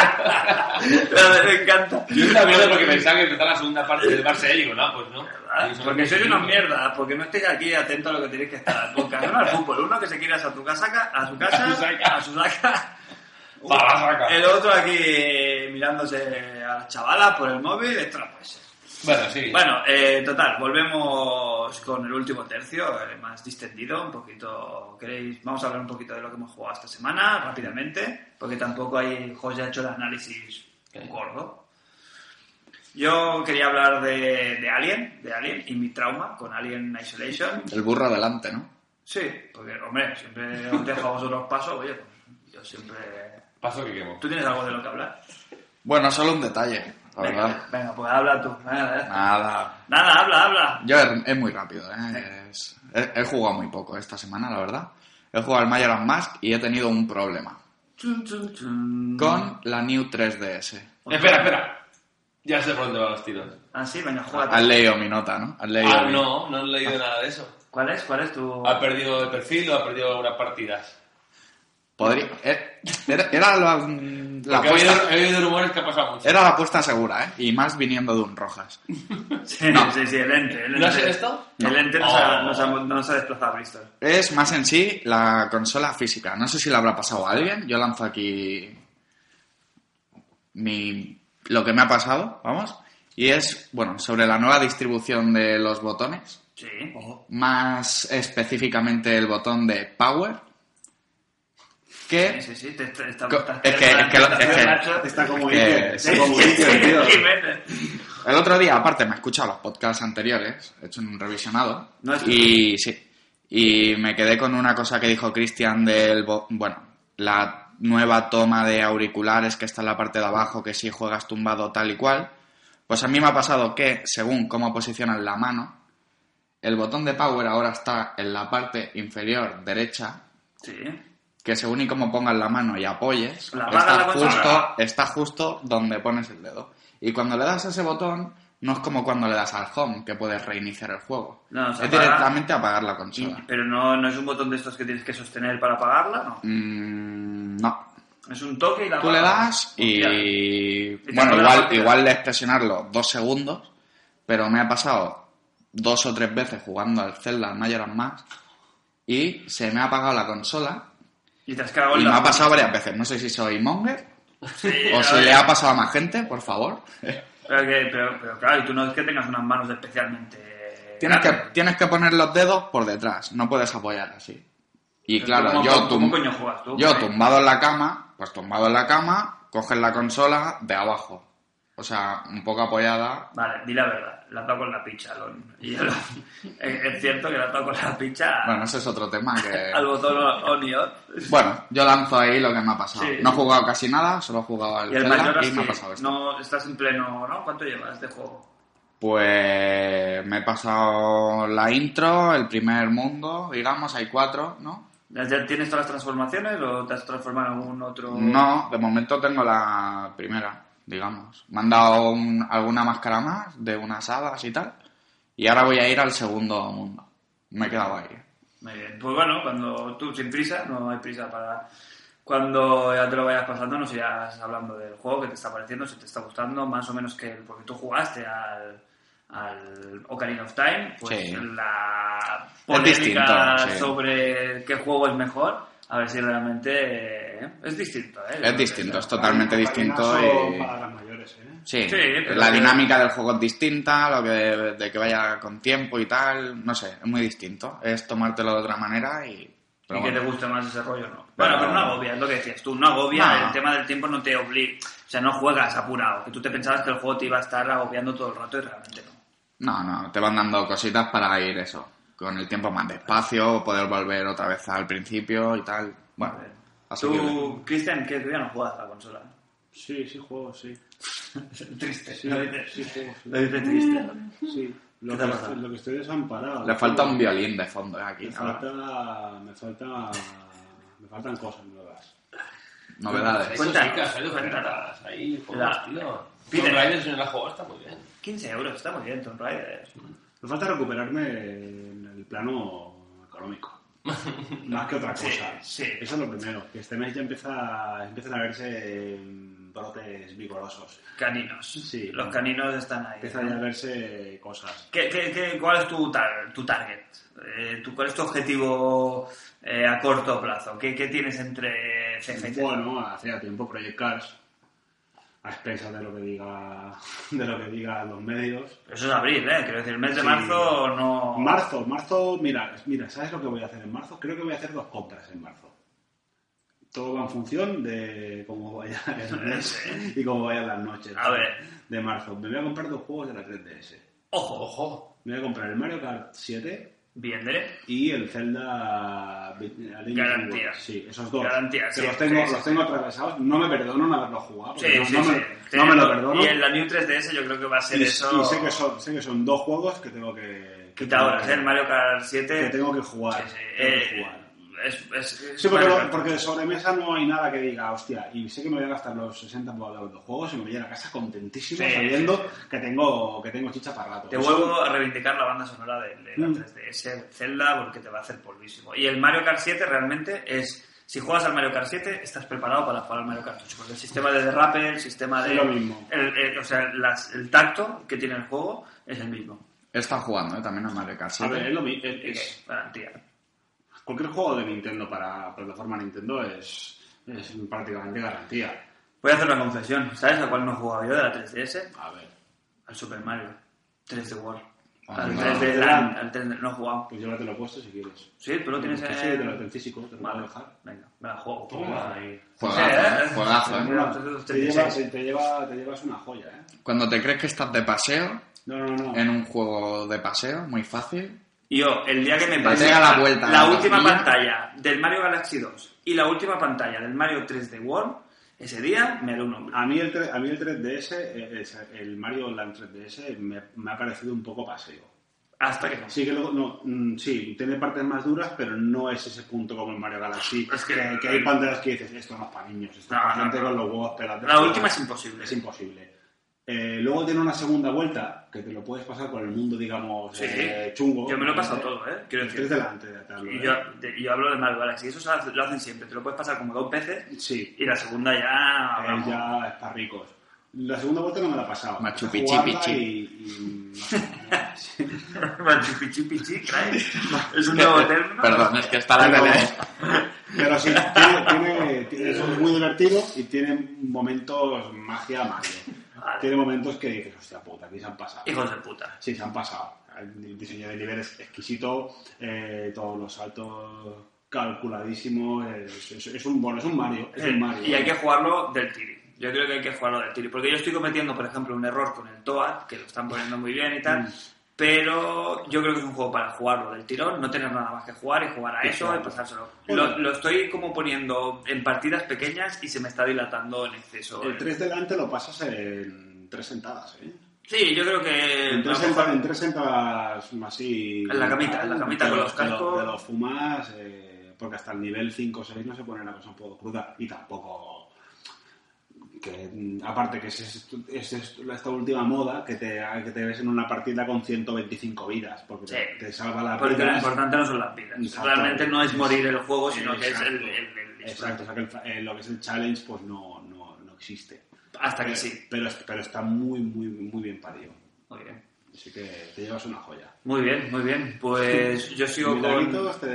Speaker 1: Pero me encanta.
Speaker 4: Yo estaba viendo porque pensaba que empezaba la segunda parte del Barça y digo, no, pues no.
Speaker 1: ¿Verdad? Porque sois unos mierdas, porque no estáis aquí atentos a lo que tenéis que estar. Porque uno al fútbol, uno que se quiere a su casa, a su casa,
Speaker 4: A su saca.
Speaker 1: a su saca.
Speaker 4: Va, va, saca.
Speaker 1: El otro aquí eh, mirándose a las chavalas por el móvil, pues, esto no puede ser.
Speaker 4: Bueno, sí.
Speaker 1: Bueno, eh, total, volvemos con el último tercio, eh, más distendido, un poquito. ¿Queréis? Vamos a hablar un poquito de lo que hemos jugado esta semana, rápidamente, porque tampoco hay José ha hecho el análisis
Speaker 4: Ok.
Speaker 1: gordo. Yo quería hablar de, de Alien, de Alien y mi trauma con Alien Isolation.
Speaker 3: El burro adelante, ¿no?
Speaker 1: Sí, porque, hombre, siempre os dejo a vosotros paso, oye, pues, yo siempre.
Speaker 4: Paso que quemo.
Speaker 1: ¿Tú tienes algo de lo que hablar?
Speaker 3: Bueno, solo un detalle, la
Speaker 1: Venga,
Speaker 3: verdad.
Speaker 1: venga, pues habla tú. venga, venga.
Speaker 3: Nada.
Speaker 1: Nada, habla, habla.
Speaker 3: Yo es, es muy rápido, ¿eh? Es- he, he jugado muy poco esta semana, la verdad. He jugado al Majora's Mask y he tenido un problema.
Speaker 1: Chun, chun, chun.
Speaker 3: Con la New 3DS.
Speaker 4: Espera, espera. Ya sé por dónde van los tiros.
Speaker 1: Ah, sí, venga,
Speaker 3: Has
Speaker 1: juega.
Speaker 3: leído mi nota, ¿no? Has leído
Speaker 4: Ah,
Speaker 3: mi-
Speaker 4: no, no he leído nada de eso.
Speaker 1: ¿Cuál es? ¿Cuál es tu...?
Speaker 4: ¿Ha perdido el perfil o ha perdido algunas partidas?
Speaker 3: Podría, eh, era, era la, la
Speaker 4: Porque he
Speaker 3: apuesta,
Speaker 4: oído- he oído rumores que ha pasado mucho.
Speaker 3: era la apuesta segura, ¿eh? Y más viniendo de un Rojas.
Speaker 1: Sí, sí, sí, el ente. El ente,
Speaker 4: ¿No has esto?
Speaker 1: El ente nos,
Speaker 3: Oh.
Speaker 1: ha, nos ha- nos ha desplazado a Bristol.
Speaker 3: Es más en sí la consola física. No sé si la habrá pasado a alguien. Yo lanzo aquí mi, lo que me ha pasado, vamos. Y es, bueno, sobre la nueva distribución de los botones.
Speaker 1: Sí.
Speaker 3: Más específicamente el botón de Power. Que
Speaker 1: Sí, sí, sí, te, te- está-
Speaker 3: Co-
Speaker 1: está-
Speaker 3: es que- es que lo- es que-
Speaker 1: Nacho.
Speaker 2: Está como
Speaker 3: Que-
Speaker 2: Iker,
Speaker 1: Sí,
Speaker 2: está como
Speaker 1: sí,
Speaker 2: Iker,
Speaker 1: sí,
Speaker 2: tío.
Speaker 1: Jiménez.
Speaker 3: el otro día, aparte, me he escuchado los podcasts anteriores, he hecho un revisionado.
Speaker 1: No es-
Speaker 3: y sí. Y me quedé con una cosa que dijo Cristian del. bo- Bueno, la nueva toma de auriculares que está en la parte de abajo, que si juegas tumbado tal y cual. Pues a mí me ha pasado que, según cómo posicionan la mano, el botón de power ahora está en la parte inferior derecha,
Speaker 1: Sí.
Speaker 3: que según y cómo pongas la mano y apoyes,
Speaker 1: La barra de
Speaker 3: está
Speaker 1: la consola.
Speaker 3: justo, está justo donde pones el dedo. Y cuando le das a ese botón, no es como cuando le das al home, que puedes reiniciar el juego.
Speaker 1: No, se
Speaker 3: es
Speaker 1: apaga.
Speaker 3: directamente apagar la
Speaker 1: Y-
Speaker 3: consola.
Speaker 1: pero no, no es un botón de estos que tienes que sostener para apagarla, no.
Speaker 3: Mm, no.
Speaker 1: Es un toque y la
Speaker 3: Tú le das
Speaker 1: Hostia.
Speaker 3: y...
Speaker 1: te
Speaker 3: Bueno,
Speaker 1: apaga la
Speaker 3: igual,
Speaker 1: partida.
Speaker 3: igual es presionarlo dos segundos, pero me ha pasado dos o tres veces jugando al Zelda Majora's Mask y se me ha apagado la consola
Speaker 1: Y te has cagado en
Speaker 3: y me
Speaker 1: la-
Speaker 3: ha pasado varias veces. No sé si soy monger
Speaker 1: Sí,
Speaker 3: o
Speaker 1: a
Speaker 3: si
Speaker 1: ver.
Speaker 3: le ha pasado a más gente, por favor.
Speaker 1: Pero, que- pero- pero claro, y tú no es que tengas unas manos especialmente.
Speaker 3: Tienes que,
Speaker 1: grandes.
Speaker 3: tienes que poner los dedos por detrás, no puedes apoyar así. Y
Speaker 1: Pero
Speaker 3: claro,
Speaker 1: ¿cómo-
Speaker 3: yo,
Speaker 1: ¿Cómo
Speaker 3: tum-
Speaker 1: coño juegas tú?
Speaker 3: yo
Speaker 1: Eh,
Speaker 3: tumbado en la cama, pues tumbado en la cama, coges la consola de abajo. O sea, un poco apoyada.
Speaker 1: Vale, di la verdad, la has dado con la picha, Lon. Y yo lo- es, es cierto que la has dado con la picha
Speaker 3: Bueno, ese es otro tema que...
Speaker 1: al botón on y off.
Speaker 3: Bueno, yo lanzo ahí lo que me ha pasado.
Speaker 1: Sí.
Speaker 3: No he jugado casi nada, solo he jugado al
Speaker 1: Y el
Speaker 3: Zelda
Speaker 1: mayor
Speaker 3: y me ha
Speaker 1: así,
Speaker 3: pasado esto.
Speaker 1: no estás en pleno, ¿no? ¿Cuánto llevas de juego?
Speaker 3: Pues me he pasado la intro, el primer mundo, digamos, hay cuatro, ¿no?
Speaker 1: ¿Ya tienes todas las transformaciones o te has transformado en algún otro?
Speaker 3: No, de momento tengo la primera, digamos. Me han dado un- alguna máscara más de unas hadas y tal. Y ahora voy a ir al segundo mundo. Me he quedado ahí.
Speaker 1: Muy bien. Pues bueno, cuando tú sin prisa, no hay prisa para. Cuando ya te lo vayas pasando, nos irás hablando del juego que te está pareciendo, si te está gustando, más o menos que. Porque tú jugaste al. al Ocarina of Time, pues
Speaker 3: Sí.
Speaker 1: la
Speaker 3: Es distinto,
Speaker 1: polémica
Speaker 3: sí.
Speaker 1: sobre qué juego es mejor, a ver si realmente. eh, es distinto, ¿eh?
Speaker 3: Es distinto, es totalmente distinto.
Speaker 2: Compañazo
Speaker 3: y-
Speaker 2: Para las mayores, ¿eh?
Speaker 3: Sí,
Speaker 1: Sí, pero-
Speaker 3: la dinámica del juego es distinta, lo que, de que vaya con tiempo y tal, no sé, es muy distinto. Es tomártelo de otra manera y... pero
Speaker 1: y que
Speaker 3: bueno.
Speaker 1: te guste más ese rollo, ¿no? Bueno, pero no agobia, es lo que decías tú, no agobia,
Speaker 3: No.
Speaker 1: el tema del tiempo no te obliga, o sea, no juegas apurado, que tú te pensabas que el juego te iba a estar agobiando todo el rato y realmente no.
Speaker 3: No, no, te van dando cositas para ir eso, con el tiempo más despacio, poder volver otra vez al principio y tal. Bueno, asumible.
Speaker 1: Tú, Cristian, que tú ya no juegas a la consola.
Speaker 2: Sí, sí juego, sí.
Speaker 1: Triste,
Speaker 2: Sí,
Speaker 1: lo dice,
Speaker 2: sí juego, sí.
Speaker 1: lo dice Cristian.
Speaker 2: Sí. Lo
Speaker 1: ¿Qué te
Speaker 2: que,
Speaker 1: ha pasado?
Speaker 2: lo que estoy desamparado.
Speaker 3: Le falta un violín de fondo eh, aquí,
Speaker 2: Me
Speaker 3: ahora.
Speaker 2: falta, me falta... Me faltan cosas nuevas.
Speaker 3: novedades.
Speaker 4: Eso sí
Speaker 1: Cuéntanos,
Speaker 4: que ha salido
Speaker 1: cuéntanos.
Speaker 4: ofertas ahí,
Speaker 1: La-
Speaker 4: juegos, tío.
Speaker 1: Pide.
Speaker 4: Tomb Raider, si no la has jugado, está muy bien.
Speaker 1: 15 euros, está muy bien, Tomb Raider.
Speaker 2: Me falta recuperarme en el plano económico. Más que otra
Speaker 1: Sí,
Speaker 2: cosa.
Speaker 1: sí.
Speaker 2: Eso es lo primero. Que este mes ya empieza, empiezan a verse mm, brotes vigorosos.
Speaker 1: Caninos.
Speaker 2: Sí.
Speaker 1: Los caninos están ahí.
Speaker 2: Empiezan ya a verse cosas.
Speaker 1: ¿Qué, qué, qué, cuál es tu, tar- tu target? Eh, tu- ¿Cuál es tu objetivo eh, a corto plazo? ¿Qué, qué tienes entre ceja y ceja?
Speaker 2: Bueno, hacía tiempo Project Cars. A expensas de lo que diga de lo que digan los medios.
Speaker 1: Pero Eso es abril, ¿eh? Quiero decir, el mes de
Speaker 2: Sí.
Speaker 1: marzo no...
Speaker 2: Marzo, marzo, mira, mira, ¿sabes lo que voy a hacer en marzo? Creo que voy a hacer dos compras en marzo. Todo va en función de cómo vaya el mes y cómo vayan las noches
Speaker 1: A ver.
Speaker 2: de marzo. Me voy a comprar dos juegos de la 3DS.
Speaker 1: Ojo,
Speaker 4: Ojo.
Speaker 2: Me voy a comprar el Mario Kart 7
Speaker 1: bien, ¿eh?
Speaker 2: y el Zelda Be- A Legend of
Speaker 1: Garantía.
Speaker 2: World. Sí, esos dos.
Speaker 1: Garantía,
Speaker 2: Que
Speaker 1: sí,
Speaker 2: los tengo,
Speaker 1: sí,
Speaker 2: los
Speaker 1: sí,
Speaker 2: tengo atravesados. No me perdono no haberlos jugado.
Speaker 1: Sí,
Speaker 2: porque no,
Speaker 1: sí,
Speaker 2: no
Speaker 1: sí.
Speaker 2: Me, no me lo perdono.
Speaker 1: Y en la New 3DS yo creo que va a ser
Speaker 2: Y-
Speaker 1: eso...
Speaker 2: y sé que, son, sé que son dos juegos que tengo que... que
Speaker 1: Quita
Speaker 2: tengo
Speaker 1: horas,
Speaker 2: que-
Speaker 1: ¿eh? El Mario Kart 7...
Speaker 2: Que tengo que jugar.
Speaker 1: Sí, sí,
Speaker 2: tengo que
Speaker 1: eh,
Speaker 2: jugar.
Speaker 1: es, es- es
Speaker 2: Sí, porque,
Speaker 1: Mario
Speaker 2: no-
Speaker 1: Kart.
Speaker 2: porque de sobremesa no hay nada que diga, hostia, y sé que me voy a gastar los 60 pavos de juegos y me voy a la casa contentísimo
Speaker 1: Sí,
Speaker 2: sabiendo
Speaker 1: sí,
Speaker 2: que tengo que tengo chicha para rato.
Speaker 1: Te
Speaker 2: Eso-
Speaker 1: vuelvo a reivindicar la banda sonora de, de la
Speaker 2: Mm.
Speaker 1: 3DS, Zelda, porque te va a hacer polvísimo. Y el Mario Kart 7 realmente es Si juegas al Mario Kart 7, estás preparado para jugar al Mario Kart 8. Porque el sistema de derrape, el sistema de.
Speaker 2: Es lo mismo.
Speaker 1: el- el- o sea, las- el tacto que tiene el juego es el mismo.
Speaker 3: He estado jugando ¿eh? también a Mario Kart
Speaker 2: A ver,
Speaker 3: 7.
Speaker 2: es lo mi- es-
Speaker 1: Así
Speaker 2: es-
Speaker 1: que, garantía.
Speaker 2: cualquier juego de Nintendo para plataforma Nintendo es, es prácticamente garantía.
Speaker 1: Voy a hacer una confesión. ¿Sabes a cuál no jugaba yo de la 3DS?
Speaker 2: A ver,
Speaker 1: Al Super Mario. 3D World.
Speaker 3: Ah,
Speaker 1: al
Speaker 3: no.
Speaker 1: 3D Land. Al 3D... No he jugado.
Speaker 2: pues llévatelo puesto si quieres.
Speaker 1: Sí, tú lo tienes
Speaker 2: Mm, Sí,
Speaker 1: en...
Speaker 2: te lo- en físico, te lo puedo
Speaker 1: Vale,
Speaker 2: dejar.
Speaker 1: venga, me la juego.
Speaker 4: Toma.
Speaker 1: ahí.
Speaker 3: Juegazo, ¿eh? Juegazo, ¿eh?
Speaker 1: Bueno,
Speaker 2: Te, llevas, te, lleva- te llevas una joya, ¿eh?
Speaker 3: Cuando te crees que estás de paseo,
Speaker 2: No, no, no.
Speaker 3: en un juego de paseo, muy fácil.
Speaker 1: Y yo, el día que me
Speaker 3: Te
Speaker 1: pasé
Speaker 3: Pues pega la vuelta a la
Speaker 1: última
Speaker 3: pantalla.
Speaker 1: pantalla del Mario Galaxy 2 y la última pantalla del Mario 3D World, ese día me haré un hombre.
Speaker 2: A mí el, tre- a mí el 3DS, eh, es- el Mario Land 3DS, me, me ha parecido un poco paseo.
Speaker 1: Hasta que no.
Speaker 2: Sí que luego, no, mm, sí, tiene partes más duras, pero no es ese punto como el Mario Galaxy.
Speaker 1: Es que-
Speaker 2: hay pantallas que dices, esto no es para niños, esto
Speaker 1: No,
Speaker 2: es para
Speaker 1: no,
Speaker 2: gente
Speaker 1: no.
Speaker 2: con los huevos pelados.
Speaker 1: La última es imposible.
Speaker 2: Es imposible. Eh, luego tiene una segunda vuelta, que te lo puedes pasar con el mundo, digamos,
Speaker 1: Sí, sí.
Speaker 2: eh, chungo.
Speaker 1: Yo me lo he pasado
Speaker 2: ¿eh?
Speaker 1: todo, ¿eh? Quiero
Speaker 2: Tres
Speaker 1: decir.
Speaker 2: delante de tal,
Speaker 1: Y
Speaker 2: ¿eh?
Speaker 1: yo, de- yo hablo de Mario Galaxy. Eso se hace- lo hacen siempre. Te lo puedes pasar como dos veces
Speaker 2: Sí,
Speaker 1: y la segunda ya...
Speaker 2: eh,
Speaker 1: Ah, vamos.
Speaker 2: ya es para ricos. La segunda vuelta no me la he pasado.
Speaker 3: Machu
Speaker 2: Jugarla
Speaker 3: Picchu, Picchu.
Speaker 2: Y, y- no sé, no, sí.
Speaker 1: Machu Picchu, pichi, cray. Es un nuevo término.
Speaker 3: Perdón, es que está
Speaker 1: Ah,
Speaker 3: la
Speaker 2: Pero-
Speaker 3: tele.
Speaker 2: Pero sí, tiene, tiene- tiene- es muy divertido y tiene momentos magia Mario.
Speaker 1: Vale.
Speaker 2: Tiene momentos que dices, hostia puta, aquí se han pasado.
Speaker 1: Hijos de puta.
Speaker 2: Sí, se han pasado. El diseño de nivel es exquisito, eh, todos los saltos calculadísimos. Es, es- es un bueno, es un Mario. Es un Mario.
Speaker 1: Eh, Y hay que jugarlo del tiri. Yo creo que hay que jugarlo del tiri. Porque yo estoy cometiendo, por ejemplo, un error con el Toad, que lo están poniendo muy bien y
Speaker 2: Mm.
Speaker 1: tal. Pero yo creo que es un juego para jugarlo del tirón, no tener nada más que jugar y jugar a
Speaker 2: Sí,
Speaker 1: eso
Speaker 2: claro.
Speaker 1: y pasárselo.
Speaker 2: Bueno.
Speaker 1: Lo, lo estoy como poniendo en partidas pequeñas y se me está dilatando en exceso. eh.
Speaker 2: El 3 delante lo pasas en tres sentadas, ¿eh?
Speaker 1: Sí, yo creo que.
Speaker 2: En tres,
Speaker 1: a lo mejor-
Speaker 2: senta- en tres sentadas así.
Speaker 1: En la camita, en la camita
Speaker 2: te
Speaker 1: con
Speaker 2: lo-
Speaker 1: los
Speaker 2: te lo-
Speaker 1: cascos.
Speaker 2: Te lo fumas, eh, porque hasta el nivel 5 o 6 no se pone la cosa un poco cruda. Y tampoco. Que, mm, aparte que es, es- es- es esta última moda que te, que te ves en una partida con 125 vidas, porque
Speaker 1: Sí.
Speaker 2: te, te salva la
Speaker 1: Porque lo importante no son las vidas.
Speaker 2: Exacto.
Speaker 1: Realmente no es morir el juego, sino que es el,
Speaker 2: Exacto.
Speaker 1: el- el disfrute.
Speaker 2: Exacto, o sea que el fa- eh, lo que es el challenge pues no, no, no existe.
Speaker 1: Hasta que
Speaker 2: Pero-
Speaker 1: sí.
Speaker 2: Pero, pero está muy, muy, muy bien parido.
Speaker 1: Muy bien.
Speaker 2: Así que te llevas una joya.
Speaker 1: Muy bien, muy bien. Pues yo sigo con.
Speaker 2: Milagritos, te,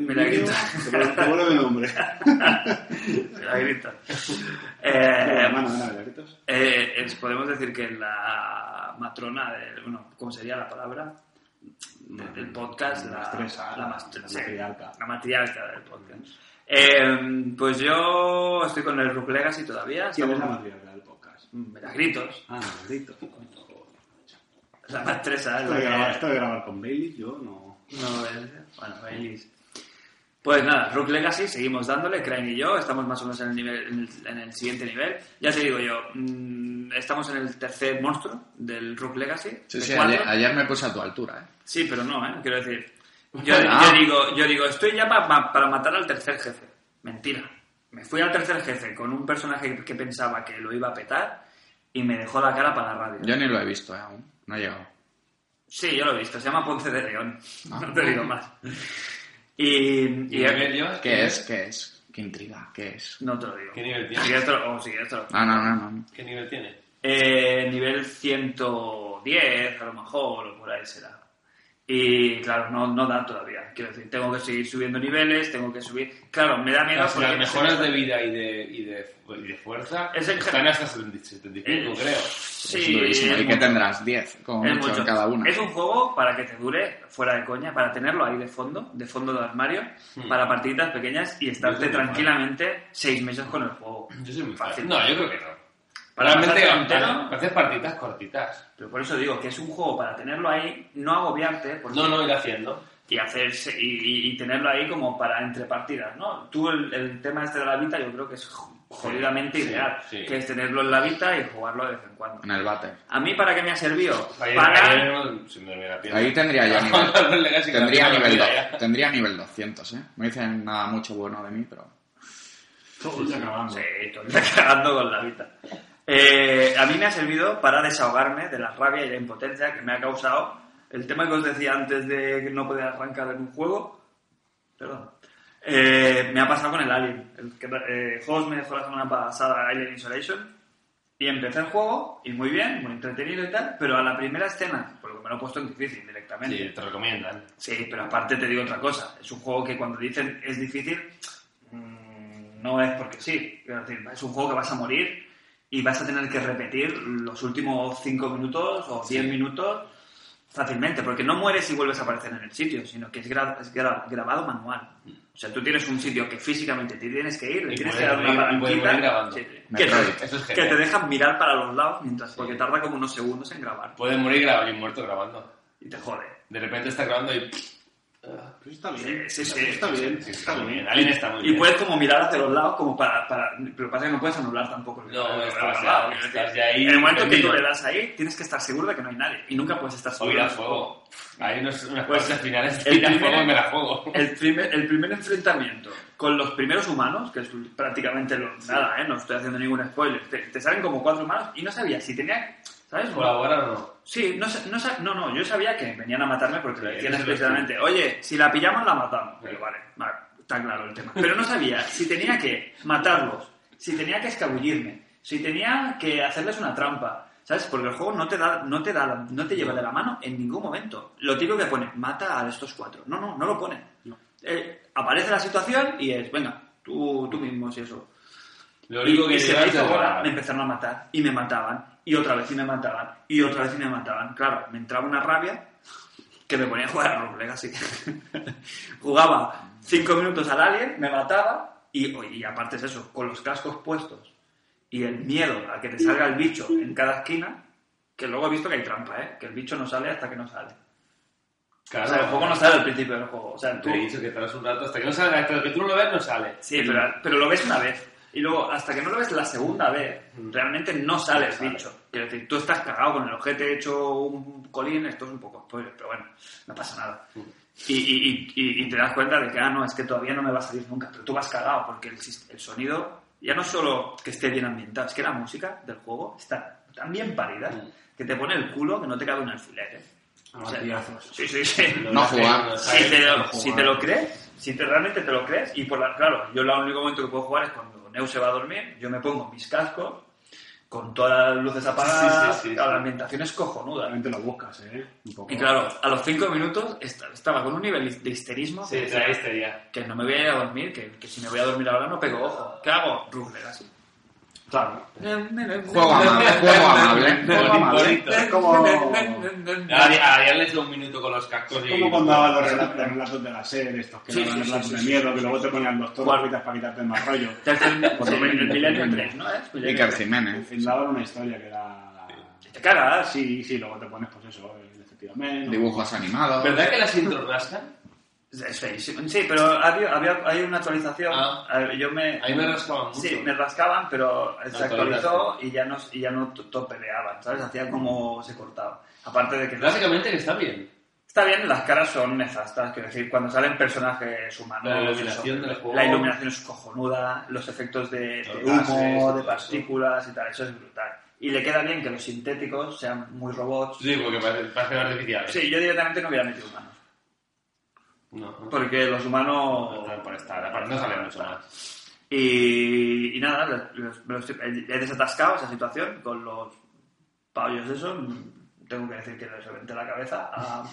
Speaker 1: Milagritos.
Speaker 2: Te vuelve- te vuelve el nombre.
Speaker 1: Milagritos.
Speaker 2: Eh,
Speaker 1: Eh,
Speaker 2: mano, mano, milagritos.
Speaker 1: eh, es- podemos decir que la matrona, de, bueno, ¿cómo sería la palabra? De- del podcast, la,
Speaker 2: La estresa,
Speaker 1: la,
Speaker 2: la-
Speaker 1: mast-
Speaker 2: la
Speaker 1: sí,
Speaker 2: matriarca.
Speaker 1: la matriarca del podcast. Eh, pues yo estoy con el Rook Legacy todavía.
Speaker 2: ¿Quién es la
Speaker 1: estamos-
Speaker 2: matriarca del podcast?
Speaker 1: Mm, Milagritos,
Speaker 2: Ah, maldito.
Speaker 1: la maestresa, es
Speaker 2: Esto
Speaker 1: la
Speaker 2: de grabar,
Speaker 1: que-
Speaker 2: esto de grabar con Bailey, yo no.
Speaker 1: No, eh, bueno, Baileys. Pues nada, Rook Legacy, seguimos dándole, Crane y yo, estamos más o menos en el, nivel, en el, en el siguiente nivel. Ya te digo yo, mm, estamos en el tercer monstruo del Rook Legacy.
Speaker 3: Sí,
Speaker 1: de
Speaker 3: sí,
Speaker 1: cuatro.
Speaker 3: ayer, ayer me puse a tu altura, ¿eh?
Speaker 1: Sí, pero no, ¿eh? Quiero decir, yo,
Speaker 3: Ah.
Speaker 1: yo digo, yo digo, estoy ya pa- pa- para matar al tercer jefe. Mentira. Me fui al tercer jefe con un personaje que pensaba que lo iba a petar y me dejó la cara para la radio.
Speaker 3: Yo ni lo he visto, ¿eh? Aún. No he llegado.
Speaker 1: Sí, yo lo he visto, se llama Ponce de León.
Speaker 3: Ah.
Speaker 1: No te digo más. Y,
Speaker 4: ¿Y
Speaker 1: y-
Speaker 4: qué nivel llevas?
Speaker 3: ¿Qué es? ¿Qué es? ¿Qué intriga? ¿Qué es?
Speaker 1: No te lo digo.
Speaker 4: ¿Qué nivel
Speaker 1: Si
Speaker 4: tiene?
Speaker 1: quieres te lo- o si quieres te lo-
Speaker 3: Ah, no, no, no.
Speaker 4: ¿Qué nivel tiene?
Speaker 1: Eh, nivel 110, a lo mejor, o por ahí será. Y claro, no, no da todavía. Quiero decir, tengo que seguir subiendo niveles, tengo que subir. Claro, me da miedo
Speaker 4: Las,
Speaker 1: porque-
Speaker 4: las mejoras de vida y de, y de, y de fuerza
Speaker 1: Es el-
Speaker 4: están hasta 70 75,
Speaker 1: Eh,
Speaker 4: creo.
Speaker 1: Sí,
Speaker 3: es durísimo.
Speaker 1: es
Speaker 3: ¿Y qué
Speaker 1: mucho.
Speaker 3: tendrás? ¿10? Como
Speaker 1: Es
Speaker 3: mucho
Speaker 1: mucho.
Speaker 3: cada una.
Speaker 1: Es un juego para que te dure, fuera de coña, para tenerlo ahí de fondo, de fondo de armario,
Speaker 4: Hmm.
Speaker 1: para partiditas pequeñas y estarte
Speaker 4: soy muy fan.
Speaker 1: tranquilamente seis meses con el juego.
Speaker 4: Yo soy muy
Speaker 1: Fácil.
Speaker 4: fácil. No, yo creo que no.
Speaker 1: Para
Speaker 4: Realmente
Speaker 1: pasarte entero.
Speaker 4: para hacer partidas cortitas.
Speaker 1: Pero por eso digo que es un juego para tenerlo ahí, no agobiarte, porque
Speaker 4: No, no ir haciendo.
Speaker 1: y hacerse y, y- y tenerlo ahí como para entre partidas, ¿no? Tú el, el tema este de la Vita yo creo que es jo- jodidamente
Speaker 4: Sí,
Speaker 1: ideal,
Speaker 4: sí.
Speaker 1: que es tenerlo en la Vita y jugarlo de vez en cuando.
Speaker 3: En el váter.
Speaker 1: A mí para qué me ha servido?
Speaker 4: Ayer,
Speaker 1: para
Speaker 4: ayer se me dormía la pierna.
Speaker 3: Ahí tendría yo nivel.
Speaker 4: Cuando le casi
Speaker 3: Tendría
Speaker 4: la pierna
Speaker 3: nivel,
Speaker 4: me
Speaker 3: 2,
Speaker 4: dolía ya.
Speaker 3: tendría nivel 200, ¿eh? No dicen nada mucho bueno de mí, pero...
Speaker 2: Todos ya acabamos.
Speaker 1: Sí, todo el día cagando con la Vita. Eh, a mí me ha servido para desahogarme de la rabia y la impotencia que me ha causado el tema que os decía antes de que no poder arrancar en un juego. Perdón. Eh, me ha pasado con el Alien. El que, eh, Host me dejó la semana pasada Alien Isolation. Y empecé el juego, y muy bien, muy entretenido y tal, pero a la primera escena, por lo que me lo he puesto en difícil directamente.
Speaker 4: Sí, te recomiendan.
Speaker 1: Sí, pero aparte te digo otra cosa. Es un juego que cuando dicen es difícil, mm, no es porque sí. Quiero decir, Es un juego que vas a morir y vas a tener que repetir los últimos 5 minutos o 10 minutos fácilmente, porque no mueres y vuelves a aparecer en el sitio, sino que es, gra- es gra- grabado manual. O sea, tú tienes un sitio que físicamente te tienes que ir, le
Speaker 4: Y
Speaker 1: tienes que dar
Speaker 4: puedes
Speaker 1: una
Speaker 4: morir- y puedes morir
Speaker 1: palanquita
Speaker 4: grabando.
Speaker 1: sí, que,
Speaker 3: Metroid.
Speaker 1: te,
Speaker 4: Eso es
Speaker 1: que
Speaker 4: genial.
Speaker 1: te dejan mirar para los lados mientras, porque tarda como unos segundos en grabar
Speaker 4: Puedes morir grabando y muerto grabando.
Speaker 1: y te jode.
Speaker 4: De repente está grabando y.
Speaker 2: Pues está bien.
Speaker 1: Sí, sí,
Speaker 2: Pues
Speaker 1: sí,
Speaker 2: está
Speaker 1: sí,
Speaker 2: bien.
Speaker 4: Sí,
Speaker 2: está bien.
Speaker 4: Alien está muy
Speaker 1: Y
Speaker 4: bien.
Speaker 1: puedes como mirar hacia los lados como para... para- pero pasa que no puedes anular tampoco. el-
Speaker 4: No,
Speaker 1: el- el-
Speaker 4: estás
Speaker 1: el-
Speaker 4: ya-
Speaker 1: el- el-
Speaker 4: estás ya ahí
Speaker 1: En el momento que tú
Speaker 4: perdido.
Speaker 1: le das ahí, tienes que estar seguro de que no hay nadie. Y nunca puedes estar seguro.
Speaker 4: Oír a fuego. Hay unos- unas
Speaker 1: Pues,
Speaker 4: cosas finales.
Speaker 1: el
Speaker 4: Oír a
Speaker 1: primer-
Speaker 4: fuego y me la juego.
Speaker 1: El primer, el primer enfrentamiento con los primeros humanos, que es prácticamente lo- nada, ¿eh? no estoy haciendo ningún spoiler, te, te salen como cuatro humanos y no sabía si tenía, ¿sabes?
Speaker 4: ¿Colaborar o no?
Speaker 1: Sí, no, sa- no, sa- no, no, yo sabía que venían a matarme porque
Speaker 4: Sí,
Speaker 1: le decían
Speaker 4: eso es lo
Speaker 1: explícitamente, oye, si la pillamos la matamos.
Speaker 4: Sí.
Speaker 1: Pero vale, vale, está claro el tema. Pero no sabía si tenía que matarlos, si tenía que escabullirme, si tenía que hacerles una trampa. ¿Sabes? Porque el juego no te da, no te da, la- no te lleva de la mano en ningún momento. Lo típico que pone, mata a estos cuatro. No, no, no lo pone. Eh, aparece la situación y es, venga, tú, tú mismo, si eso.
Speaker 4: Lo
Speaker 1: Y,
Speaker 4: único que
Speaker 1: y se me
Speaker 4: llevas
Speaker 1: hizo
Speaker 4: es
Speaker 1: bola,
Speaker 4: ganar.
Speaker 1: me empezaron a matar y me mataban y otra vez y me mataban y otra vez y me mataban. Claro, me entraba una rabia que me ponía a jugar a Rogue Legacy. Jugaba cinco minutos al alien, me mataba y, oye, y aparte es eso, con los cascos puestos y el miedo a que te salga el bicho en cada esquina, que luego he visto que hay trampa, ¿eh? que el bicho no sale hasta que no sale.
Speaker 4: Claro,
Speaker 1: o sea, el juego no sale al principio del juego. O sea, tú,
Speaker 4: Te he dicho que tardas un rato hasta que no salga, hasta que tú no lo veas no sale.
Speaker 1: Sí, pero, pero lo ves una vez. Y luego, hasta que no lo ves la segunda vez, realmente no sales
Speaker 4: Vale.
Speaker 1: bicho. Quiero decir, tú estás cagado con el ojete hecho un colín, esto es un poco spoiler, pero bueno, no pasa nada.
Speaker 4: Mm.
Speaker 1: Y, y- y- y- y te das cuenta de que, ah, no, es que todavía no me va a salir nunca, pero tú vas cagado porque el, sis- el sonido, ya no solo que esté bien ambientado, es que la música del juego está tan bien parida
Speaker 4: Mm.
Speaker 1: que te pone el culo que no te cabe un alfiler. ¿eh? O sea, sí, sí, sí.
Speaker 4: pues, Lo
Speaker 3: No
Speaker 4: ves que
Speaker 3: jugar.
Speaker 4: no
Speaker 1: Si
Speaker 4: sale,
Speaker 1: te,
Speaker 4: no
Speaker 1: lo,
Speaker 4: jugar.
Speaker 1: si te lo crees, si te, realmente te lo crees, y por la, claro, yo el único momento que puedo jugar es cuando Neu se va a dormir, yo me pongo mis cascos con todas las luces apagadas,
Speaker 4: Sí, sí, sí,
Speaker 1: claro,
Speaker 4: sí.
Speaker 1: la ambientación es cojonuda.
Speaker 2: Realmente lo buscas, ¿eh? Un poco.
Speaker 1: Y claro, a los cinco minutos est- estaba con un nivel de histerismo
Speaker 4: Sí,
Speaker 1: que,
Speaker 4: te diste ya.
Speaker 1: que no me voy a ir a dormir, que, que si me voy a dormir ahora no pego ojo. ¿Qué hago? Ruglegas.
Speaker 2: Claro.
Speaker 3: Juego amable, juego amable.
Speaker 4: Bonito, bonito.
Speaker 1: eh,
Speaker 2: Es como,
Speaker 4: A Ari- a Ariel le hizo un minuto con los cascos y...
Speaker 2: como cuando daba los relatos, los relatos de la serie, estos que
Speaker 1: Sí,
Speaker 2: eran
Speaker 1: sí, sí,
Speaker 2: relatos
Speaker 1: sí,
Speaker 2: de
Speaker 1: sí,
Speaker 2: miedo, que luego te ponían dos torbitas para quitarte el mal rollo.
Speaker 4: Pues
Speaker 1: Por lo menos el Millennium 3, ¿no? Es
Speaker 3: Iker
Speaker 1: Millennium 3.
Speaker 3: Jiménez.
Speaker 2: Daban Eh, una historia que era... Ah,
Speaker 1: Te cagas.
Speaker 2: Sí, sí, luego te pones, pues eso, el efectivamente.
Speaker 3: Dibujos animados.
Speaker 4: ¿Verdad que las intros rascan?
Speaker 1: Es feísimo. Sí, pero había, había- hay una actualización.
Speaker 4: Ah.
Speaker 1: A ver, yo me,
Speaker 4: A mí me rascaban mucho.
Speaker 1: Sí, me rascaban, pero se actualizó
Speaker 4: actualizaste. Mm.
Speaker 1: y ya no, y ya no to- to- peleaban, ¿sabes? Hacía como se cortaba. Aparte de que...
Speaker 4: Básicamente que está bien.
Speaker 1: Está bien, las caras son nefastas, quiero decir, cuando salen personajes humanos...
Speaker 4: La iluminación
Speaker 1: eso,
Speaker 4: del juego.
Speaker 1: La iluminación es cojonuda, los efectos de, de
Speaker 4: Los gases,
Speaker 1: humo,
Speaker 4: todo
Speaker 1: de
Speaker 4: eso.
Speaker 1: partículas y tal, eso es brutal. Y le queda bien que los sintéticos sean muy robots.
Speaker 4: Sí, porque parece- parecen artificiales.
Speaker 1: Sí, yo directamente no hubiera metido humanos.
Speaker 4: No, no.
Speaker 1: Porque los humanos...
Speaker 4: No, por estar, aparte no sale mucho más.
Speaker 1: Y, y nada, los- los- me los- he desatascado esa situación con los payos esos. Tengo que decir que les reventé la cabeza a, a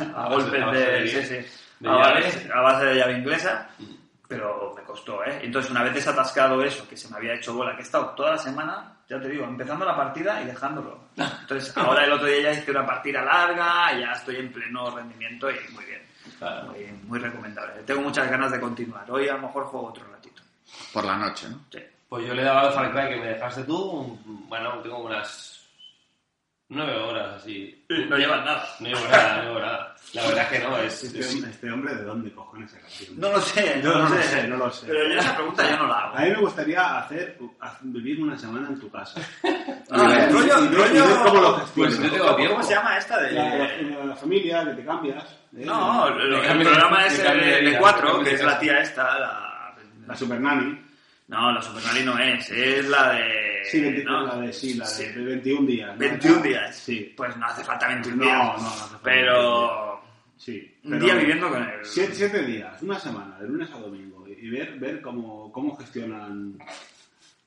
Speaker 4: A base- a
Speaker 1: golpes
Speaker 4: base
Speaker 1: de,
Speaker 4: de-
Speaker 1: sí, sí,
Speaker 4: de
Speaker 1: a, base-
Speaker 4: llaves. Mm.
Speaker 1: a base de llave inglesa, pero me costó, ¿eh? Entonces, una vez desatascado eso, que se me había hecho bola, que he estado toda la semana, ya te digo, empezando la partida y dejándolo. Entonces, ahora el otro día ya hice una partida larga, ya estoy en pleno rendimiento y muy bien.
Speaker 4: Claro.
Speaker 1: Muy, muy recomendable. Tengo muchas ganas de continuar. Hoy a lo mejor juego otro ratito.
Speaker 3: Por la noche, ¿no?
Speaker 1: Sí.
Speaker 4: Pues yo le he dado al Far Cry que me dejaste tú, un- bueno, tengo unas nueve horas así.
Speaker 1: No llevan nada.
Speaker 4: No llevo nada, no llevo nada. La verdad es que no, es...
Speaker 2: Este,
Speaker 4: es-
Speaker 2: hombre- este hombre, ¿de dónde cojones se canción?
Speaker 1: No lo sé,
Speaker 2: Yo no lo sé, no lo sé.
Speaker 1: Pero yo esa pregunta yo no la
Speaker 2: A
Speaker 1: hago.
Speaker 2: mí me gustaría hacer, haz- vivir una semana en tu casa.
Speaker 1: Ah,
Speaker 2: Y-
Speaker 1: rollo-
Speaker 2: y ver-
Speaker 1: rollo-
Speaker 2: y ver cómo lo gestionas.
Speaker 4: Pues yo tengo
Speaker 1: ¿Cómo,
Speaker 4: tiempo.
Speaker 1: cómo se llama esta de.?
Speaker 2: la, la- la familia, que te cambias. ¿eh?
Speaker 1: No, el, el
Speaker 4: cambio-
Speaker 1: programa
Speaker 4: me
Speaker 1: es
Speaker 4: cambio de
Speaker 1: el de
Speaker 4: vida,
Speaker 1: 4,
Speaker 4: me
Speaker 1: que es la
Speaker 4: cambio de
Speaker 1: tía esta, la.
Speaker 2: La Super Nanny.
Speaker 1: No, la Super Mario no es, es la de.
Speaker 2: Sí, 20
Speaker 1: Eh, ¿no?
Speaker 2: la de, sí, la de,
Speaker 1: Sí.
Speaker 2: de 21 días. ¿no?
Speaker 1: 21 días.
Speaker 2: Sí.
Speaker 1: Pues no hace falta 21
Speaker 2: No,
Speaker 1: días.
Speaker 2: no, no hace falta
Speaker 1: Pero.
Speaker 2: Sí.
Speaker 1: Un
Speaker 2: pero
Speaker 1: día viviendo con él.
Speaker 2: Siete, siete días, una semana, de lunes a domingo, y ver, ver cómo, cómo gestionan. cómo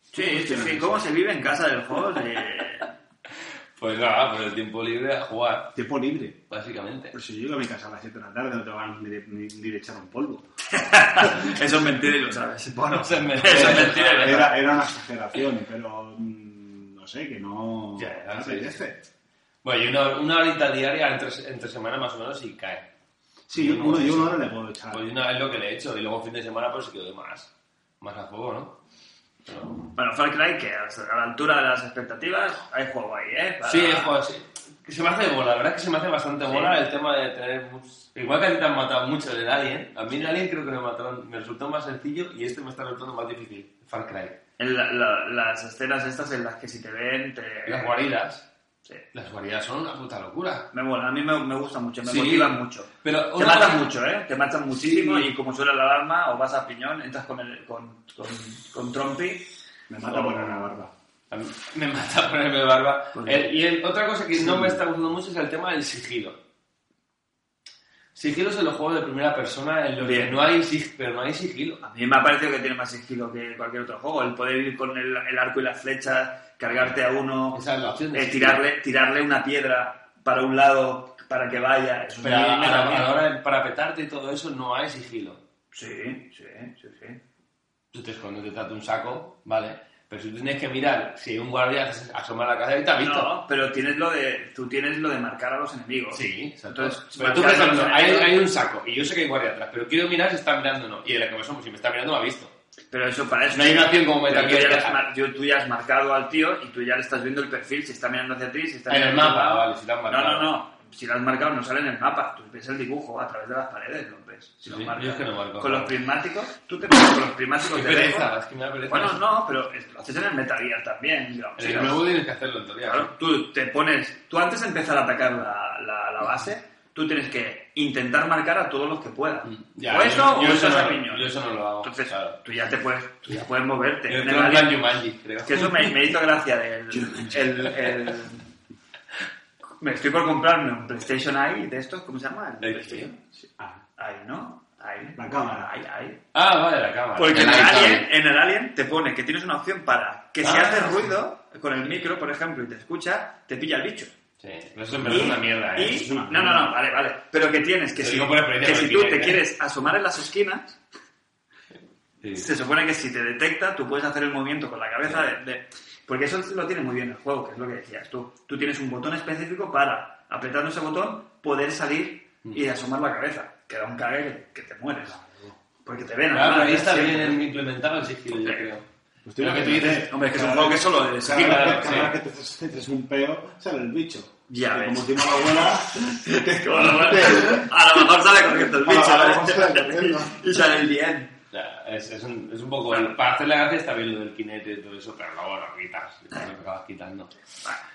Speaker 1: Sí, sí,
Speaker 2: gestionan
Speaker 1: sí.
Speaker 2: eso.
Speaker 1: ¿Cómo se vive en casa del juego? De...
Speaker 4: Pues nada, por el tiempo libre a jugar,
Speaker 2: Tiempo libre.
Speaker 4: básicamente.
Speaker 2: Pero si Pues yo llego a mi casa a las 7 de la tarde, no te van ni de, ni, ni de echar un polvo.
Speaker 1: Eso es mentira y lo sabes. Bueno,
Speaker 4: Eso es mentira.
Speaker 1: Eso es mentira y lo sabes.
Speaker 2: Era, era una exageración, pero mm, no sé, que no
Speaker 4: Ya, ya,
Speaker 2: no
Speaker 4: sí,
Speaker 2: apetece.
Speaker 4: Bueno, y una, una horita diaria entre, entre semana más o menos y cae.
Speaker 2: Sí,
Speaker 4: Yo
Speaker 2: yo,
Speaker 4: no
Speaker 2: uno,
Speaker 4: sé
Speaker 2: yo
Speaker 4: eso.
Speaker 2: una hora le puedo
Speaker 1: Ah.
Speaker 2: echar.
Speaker 4: Pues una vez lo que le he hecho, y luego fin de semana pues se quedó más, más a fuego, ¿no? Pero-
Speaker 1: Bueno, Far Cry, que a la altura de las expectativas, hay juego ahí, ¿eh? Para-
Speaker 4: Sí, es juego así. Que se me hace bola, la verdad es que se me hace bastante bola el tema de tener... mus- Igual que a ti te han matado mucho del Alien, a mí el Alien creo que me mataron, me resultó más sencillo y este me está resultando más difícil, Far Cry.
Speaker 1: En la- la- las escenas estas en las que si te ven, te...
Speaker 4: Las guaridas,
Speaker 1: Sí.
Speaker 4: las guaridas son una puta locura.
Speaker 1: Me mola, a mí me, me gusta mucho, me
Speaker 4: Sí.
Speaker 1: motiva mucho.
Speaker 4: Pero
Speaker 1: Te
Speaker 4: una
Speaker 1: matan
Speaker 4: cosa-
Speaker 1: mucho, ¿eh? Te matan muchísimo
Speaker 4: Sí.
Speaker 1: y como suena la alarma o vas a piñón, entras con, el, con, con, con Trompi.
Speaker 2: Me mata poner una barba.
Speaker 4: A mí Me mata ponerme barba.
Speaker 1: Pues
Speaker 4: El- y el- otra cosa que no me está gustando mucho es el tema del sigilo. Sigilos en los juegos de primera persona en los que
Speaker 1: Bien.
Speaker 4: no hay, sig- pero no hay sigilo.
Speaker 1: A mí me ha parecido que tiene más sigilo que cualquier otro juego. El poder ir con el, el arco y las flechas, cargarte a uno,
Speaker 4: Esa es la opción. de
Speaker 1: eh,
Speaker 4: sigilo.
Speaker 1: tirarle, tirarle una piedra para un lado para que vaya. Eso
Speaker 4: Pero
Speaker 1: me-
Speaker 4: a,
Speaker 1: me
Speaker 4: a-
Speaker 1: da
Speaker 4: a la
Speaker 1: miedo.
Speaker 4: hora de- para petarte y todo eso no hay sigilo.
Speaker 1: Sí, sí, sí, sí.
Speaker 4: Tú te escondes detrás de un saco, ¿vale? Pero si tú tienes que mirar, si un guardia se asoma a la casa y te ha visto.
Speaker 1: No, pero tienes lo de, tú tienes lo de marcar a los enemigos.
Speaker 4: Sí, exacto.
Speaker 1: Entonces,
Speaker 4: pero tú, por ejemplo, hay, hay un saco y yo sé que hay guardia atrás, pero quiero mirar si está mirando o no. Y de la que me asomo, si me está mirando, me ha visto.
Speaker 1: Pero eso para eso.
Speaker 4: No hay una opción como Metal
Speaker 1: Pero tú, ya
Speaker 4: Gear.
Speaker 1: le has mar- yo- tú ya has marcado al tío y tú ya le estás viendo el perfil, si está mirando hacia ti, si está
Speaker 4: En el
Speaker 1: mirando hacia
Speaker 4: mapa,
Speaker 1: abajo.
Speaker 4: Ah, vale, si lo has marcado.
Speaker 1: No, no, no. Si lo has marcado no sale en el mapa, tú ves el dibujo a través de las paredes, lo ves. Si
Speaker 4: Sí,
Speaker 1: lo
Speaker 4: sí,
Speaker 1: marcas.
Speaker 4: yo es que no marco.
Speaker 1: Con los prismáticos, tú te pones con los prismáticos
Speaker 4: Qué
Speaker 1: Pues de
Speaker 4: pereza,
Speaker 1: lejos.
Speaker 4: es que me da pereza.
Speaker 1: Bueno, no, pero es- lo haces en el Metal Gear también. digamos.
Speaker 4: En el nuevo tienes que hacerlo en teoría.
Speaker 1: Claro, tú te pones, tú antes de empezar a atacar la, la- la base, tú tienes que intentar marcar a todos los que puedas.
Speaker 4: ¿no?
Speaker 1: o eso, o
Speaker 4: Mm, yo, yo
Speaker 1: eso es
Speaker 4: no,
Speaker 1: a piñón.
Speaker 4: yo eso no lo hago.
Speaker 1: Entonces,
Speaker 4: claro.
Speaker 1: tú ya te puedes, tú ya puedes moverte.
Speaker 4: Yo
Speaker 1: En
Speaker 4: tengo
Speaker 1: el
Speaker 4: un
Speaker 1: alien-
Speaker 4: plan Jumanji, creo.
Speaker 1: que eso me, me hizo gracia del el- el- me estoy por comprarme un PlayStation ahí de estos ¿cómo se llama? El
Speaker 4: ¿De
Speaker 1: PlayStation
Speaker 2: Ah,
Speaker 1: ahí ¿no? ahí
Speaker 2: La cámara.
Speaker 1: ahí, ahí.
Speaker 4: Ah, vale, la cámara.
Speaker 1: porque en
Speaker 3: El
Speaker 1: el,
Speaker 3: iCloud.
Speaker 1: alien, en el Alien te pone que tienes una opción para que si
Speaker 4: Ah.
Speaker 1: hace ruido con el micro por ejemplo y te escucha te pilla el bicho
Speaker 4: Sí, pero eso en verdad es una mierda, ¿eh?
Speaker 1: y-
Speaker 2: es una
Speaker 1: no, no,
Speaker 2: mierda.
Speaker 1: no, vale, vale. Pero que tienes que
Speaker 4: Te
Speaker 1: si,
Speaker 4: digo por experiencia,
Speaker 1: que
Speaker 4: porque
Speaker 1: si tú
Speaker 4: tiene-
Speaker 1: te quieres asomar en las esquinas,
Speaker 4: Sí.
Speaker 1: se supone que si te detecta, tú puedes hacer el movimiento con la cabeza de, de- Porque eso lo tiene muy bien el juego, que es lo que decías tú. Tú tienes un botón específico para, apretando ese botón, poder salir
Speaker 4: Mm.
Speaker 1: y asomar la cabeza. Que da un cague que, que te mueres. Porque te ven.
Speaker 4: Claro,
Speaker 1: además,
Speaker 4: pero ahí está
Speaker 1: siempre.
Speaker 4: bien implementado el sigilo, yo
Speaker 1: Hombre.
Speaker 4: creo.
Speaker 2: pues
Speaker 4: Lo que tú
Speaker 2: hacer.
Speaker 4: dices,
Speaker 1: Hombre, es que es un
Speaker 2: Cada
Speaker 1: juego que
Speaker 2: vez-
Speaker 1: solo eh, es...
Speaker 2: Cada,
Speaker 4: claro,
Speaker 2: vez- cada
Speaker 4: sí.
Speaker 2: vez que te haces- te haces un peo, sale el bicho.
Speaker 1: Ya
Speaker 2: Y
Speaker 1: ves.
Speaker 2: Como tiene una abuela,
Speaker 1: Que bueno, bueno, a lo mejor sale corriendo el
Speaker 2: A lo
Speaker 1: bicho.
Speaker 2: mejor
Speaker 1: ¿eh?
Speaker 2: sale corriendo.
Speaker 1: y sale el bien.
Speaker 4: Ya, Es, es un, es un poco. el- para hacer la gracia está bien lo del kinete y todo eso, pero luego lo quitas. Lo acabas quitando.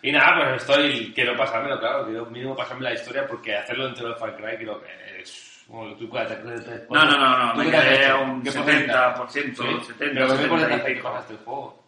Speaker 4: Y nada, pues estoy. Quiero pasármelo, claro. Quiero mínimo pasarme la historia porque hacerlo entero de Far Cry creo que es. Bueno, tú quédate con el tres-
Speaker 1: No, no, no, no,
Speaker 4: ¿Tú
Speaker 1: me
Speaker 4: qué te has
Speaker 1: quedé
Speaker 4: hecho?
Speaker 1: a un
Speaker 4: ¿Qué
Speaker 1: 70%, 70,
Speaker 4: Pero ¿qué por
Speaker 1: 75.
Speaker 4: cosas del juego?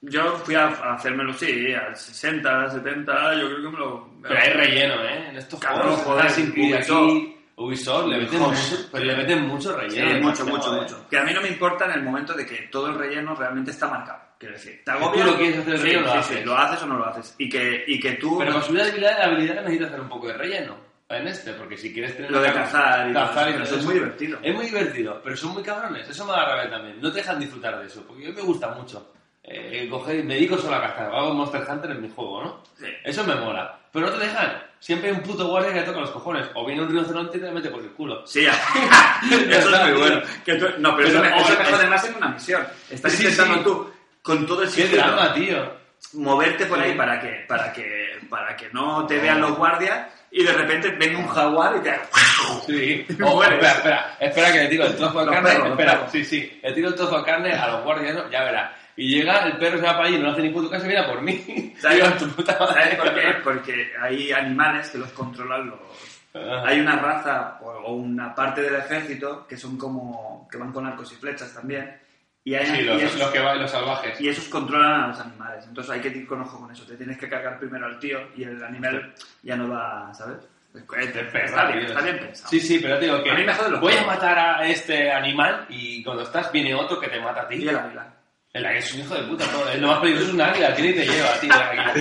Speaker 1: Yo fui a, a hacérmelo, sí, al 60, 70, yo creo que me lo... me
Speaker 4: Pero
Speaker 1: lo-
Speaker 4: hay relleno, ¿eh? En estos
Speaker 1: Cabrón,
Speaker 4: juegos.
Speaker 1: joder,
Speaker 4: Assassin's Creed
Speaker 1: Ubisoft.
Speaker 4: aquí, Ubisoft, le meten mucho, pero le meten
Speaker 1: Sí,
Speaker 4: mucho ¿eh? relleno.
Speaker 1: mucho,
Speaker 4: macho,
Speaker 1: mucho,
Speaker 4: joder.
Speaker 1: mucho. Que a mí no me importa en el momento de que todo el relleno realmente está marcado. Quiero decir, te
Speaker 4: tú
Speaker 1: agobia...
Speaker 4: lo quieres hacer el
Speaker 1: sí,
Speaker 4: relleno,
Speaker 1: sí,
Speaker 4: lo
Speaker 1: sí,
Speaker 4: haces.
Speaker 1: lo haces o no lo haces. Y que, y que tú...
Speaker 4: Pero con subida de habilidad, habilidad necesitas hacer un poco de relleno en este, porque si quieres tener...
Speaker 1: Lo de
Speaker 4: una-
Speaker 1: cazar y
Speaker 4: cazar y
Speaker 1: todo eso,
Speaker 4: todo
Speaker 1: es
Speaker 4: eso.
Speaker 1: muy divertido.
Speaker 4: Es muy divertido, pero son muy cabrones. Eso me da rabia también. No te dejan disfrutar de eso, porque a mí me gusta mucho. Eh, coger, me dedico solo a cazar. Hago Monster Hunter en mi juego, ¿no?
Speaker 1: Sí.
Speaker 4: Eso me mola. Pero no te dejan. Siempre hay un puto guardia que te toca los cojones. O viene un rinoceronte y te mete por el culo.
Speaker 1: Sí, ya. eso es muy bueno. Que tú- no, pero,
Speaker 4: Pero,
Speaker 1: eso, me- eso
Speaker 4: oye,
Speaker 1: mejor
Speaker 4: es-
Speaker 1: además en una misión. Estás
Speaker 4: Sí,
Speaker 1: intentando
Speaker 4: sí.
Speaker 1: tú, con todo el
Speaker 4: ¡Qué
Speaker 1: sigilo,
Speaker 4: drama, tío!
Speaker 1: moverte por ahí
Speaker 4: Sí.
Speaker 1: para que, para que, para que no te vean los guardias y de repente venga un jaguar y te haga
Speaker 4: Sí.
Speaker 1: Y
Speaker 4: Oh,
Speaker 1: mueres.
Speaker 4: espera, espera, espera que le tiro el trozo de
Speaker 1: Los
Speaker 4: carne.
Speaker 1: perros, los
Speaker 4: espera,
Speaker 1: perros.
Speaker 4: sí, sí. Le tiro el trozo de carne a los guardias, ¿no? ya verá. Y llega, el perro se va para allí, no hace ni puto caso, y viene a por mí.
Speaker 1: ¿Sabes?
Speaker 4: Digo, tu puta madre.
Speaker 1: ¿Sabes por qué? Porque hay animales que los controlan los...
Speaker 4: Ajá.
Speaker 1: Hay una raza o o una parte del ejército que son como... que van con arcos y flechas también. Y, hay,
Speaker 4: Sí,
Speaker 1: y,
Speaker 4: los,
Speaker 1: esos,
Speaker 4: los que van, los salvajes.
Speaker 1: y esos controlan a los animales. Entonces hay que ir con ojo con eso. Te tienes que cargar primero al tío y el animal ya no va, ¿sabes? Está bien, está bien pensado.
Speaker 4: Sí, sí, pero te digo que
Speaker 1: A mí me jode los
Speaker 4: voy a
Speaker 1: huevos.
Speaker 4: matar a este animal y cuando estás viene otro que te mata a ti.
Speaker 1: Y el águila.
Speaker 4: El águila es un hijo de puta, todo. Es lo más peligroso es un águila, ¿quién te lleva, tío? el águila?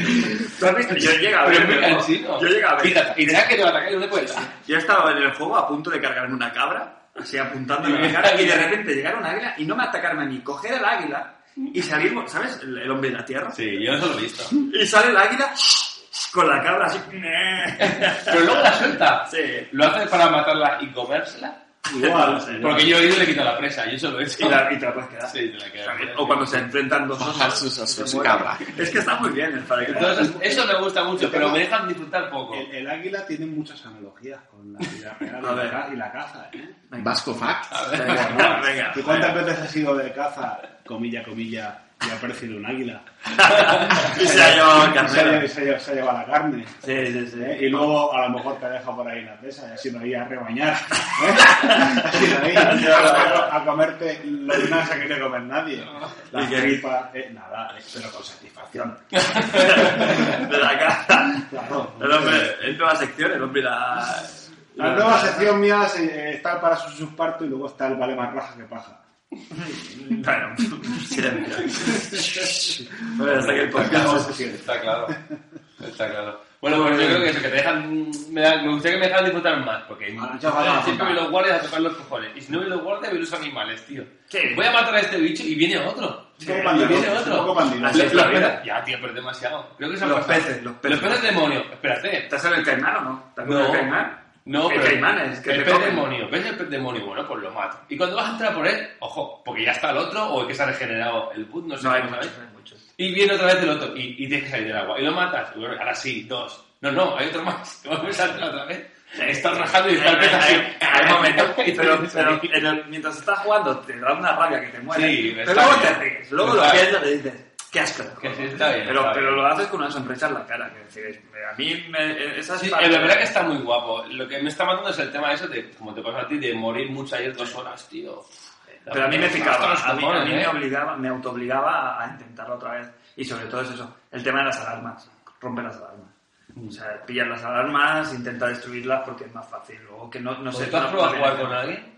Speaker 1: ¿Tú has visto? Yo llego a
Speaker 4: Pero es
Speaker 1: ver.
Speaker 4: muy
Speaker 1: pero-
Speaker 4: cansino.
Speaker 1: Yo llego a ver.
Speaker 4: Quítate. Y sabes que te va a atacar y no te puedes.
Speaker 1: Yo estaba en el juego a punto de cargarme una cabra, así apuntándole a
Speaker 4: Y
Speaker 1: la cara, y de
Speaker 4: águila.
Speaker 1: repente llegar un águila y no me atacarme a mí, coger el águila y salir, ¿sabes? El, el hombre de la tierra.
Speaker 4: Sí, yo eso lo he visto.
Speaker 1: Y sale el águila con la cabra así.
Speaker 4: Pero luego la suelta.
Speaker 1: Sí.
Speaker 4: Lo hace para matarla y comérsela.
Speaker 2: Igual,
Speaker 4: Porque yo he ido y le quito la presa, yo eso lo he hecho.
Speaker 1: Y, la, y te la puedes quedar.
Speaker 4: Sí, te la quedas.
Speaker 1: También. O cuando se enfrentan dos
Speaker 3: Bajar
Speaker 1: osos.
Speaker 3: sus osos,
Speaker 1: se mueren.
Speaker 3: cabra.
Speaker 1: Es que está muy bien el Far Cry.
Speaker 4: Entonces, eso me gusta mucho, pero me dejan disfrutar poco.
Speaker 2: El, el águila tiene muchas analogías con la vida real
Speaker 1: A
Speaker 2: y la
Speaker 1: ver.
Speaker 2: ca- y la caza, ¿eh?
Speaker 1: Venga.
Speaker 3: Vasco Fact.
Speaker 1: Venga, venga.
Speaker 2: ¿Tú cuántas veces has ido de caza, comilla, comilla, y ha aparecido un águila?
Speaker 1: Y se ha llevado el
Speaker 2: Y se ha
Speaker 1: carnero.
Speaker 2: lle- se ha lle- se ha llevado la carne.
Speaker 1: Sí, sí, sí.
Speaker 2: ¿eh? Y luego a lo mejor te deja por ahí la presa y así lo iba a rebañar. ¿eh? Así lo iba a, a comerte lo que no se quería comer nadie. La
Speaker 1: ¿Y qué?
Speaker 2: gripa, nada, eh, pero con satisfacción.
Speaker 1: De la cara.
Speaker 2: Claro.
Speaker 1: El hombre, el nueva sección, el hombre la.
Speaker 2: La nueva sección mía se- eh, está para sus susparto y luego está el vale más raja que paja.
Speaker 1: Bueno, silencio. Bueno, hasta aquí el podcast.
Speaker 4: Está claro. Está claro. Bueno, pues yo creo que eso, que te dejan. Me, da- me gustaría que me dejaran disfrutar más, porque
Speaker 2: Ah, ya va, ya va.
Speaker 4: siempre me los guardias a tocar los cojones. Y si no me los guardias, me los animales, tío.
Speaker 1: Sí.
Speaker 4: Voy a matar a este bicho y viene otro.
Speaker 2: Es como
Speaker 4: Y
Speaker 2: pandilón,
Speaker 4: viene
Speaker 2: es un
Speaker 4: otro. Ah,
Speaker 2: poco pandilón.
Speaker 1: Así
Speaker 4: Los-
Speaker 1: es la
Speaker 4: los
Speaker 1: vida.
Speaker 4: peces- Ya, tío, pero es demasiado. Creo que son
Speaker 1: Los peces, los peces.
Speaker 4: Los peces demonio. Espérate.
Speaker 1: ¿Estás en el caimán o no? ¿Estás con el caimán?
Speaker 4: No,
Speaker 1: el
Speaker 4: pero.
Speaker 1: caimán es que
Speaker 4: el
Speaker 1: te
Speaker 4: pez
Speaker 1: comen.
Speaker 4: demonio. ¿Ves el pez demonio? Bueno, pues lo mato. Y cuando vas a entrar por él, ojo, porque ya está el otro o el que se ha regenerado el put, no sé
Speaker 1: No, hay
Speaker 4: cómo sabéis.
Speaker 1: muchos, hay muchos.
Speaker 4: Y viene otra vez el otro y, y tienes que salir del agua. Y lo matas. Y bueno, ahora sí, dos. No, no, hay otro más. Te vuelves a entrar otra vez. Estás rajando y
Speaker 1: Hay,
Speaker 4: estás así.
Speaker 1: hay- hay momentos,
Speaker 4: Y te
Speaker 1: pero,
Speaker 4: ríes
Speaker 1: pero
Speaker 4: ahí.
Speaker 1: en el- mientras estás jugando te da una rabia que te muere.
Speaker 4: Sí,
Speaker 1: pero
Speaker 4: está
Speaker 1: luego
Speaker 4: bien.
Speaker 1: te ríes, luego lo
Speaker 4: Está bien.
Speaker 1: piensas y dices, qué asco. de
Speaker 4: Que sí,
Speaker 1: juego".
Speaker 4: está bien,
Speaker 1: pero,
Speaker 4: está
Speaker 1: pero
Speaker 4: bien.
Speaker 1: lo haces con una sonrisa en la cara. Que decir, a mí me, esas
Speaker 4: Sí,
Speaker 1: partes-
Speaker 4: la verdad que está muy guapo. Lo que me está matando es el tema eso de, como te pasa a ti, de morir mucho ayer dos horas, tío.
Speaker 1: Pero a mí me
Speaker 4: Hasta
Speaker 1: picaba,
Speaker 4: los
Speaker 1: a mí, a
Speaker 4: cojones,
Speaker 1: mí
Speaker 4: ¿eh?
Speaker 1: me, obligaba, me autoobligaba a- a intentarlo otra vez. Y sobre todo es eso, el tema de las alarmas, rompe las alarmas.
Speaker 4: Mm.
Speaker 1: O sea, pillas las alarmas, intenta destruirlas porque es más fácil. Luego que no, no
Speaker 4: Pues ¿Tú
Speaker 1: sé...
Speaker 4: has
Speaker 1: no-
Speaker 4: probado a
Speaker 1: no-
Speaker 4: jugar con alguien?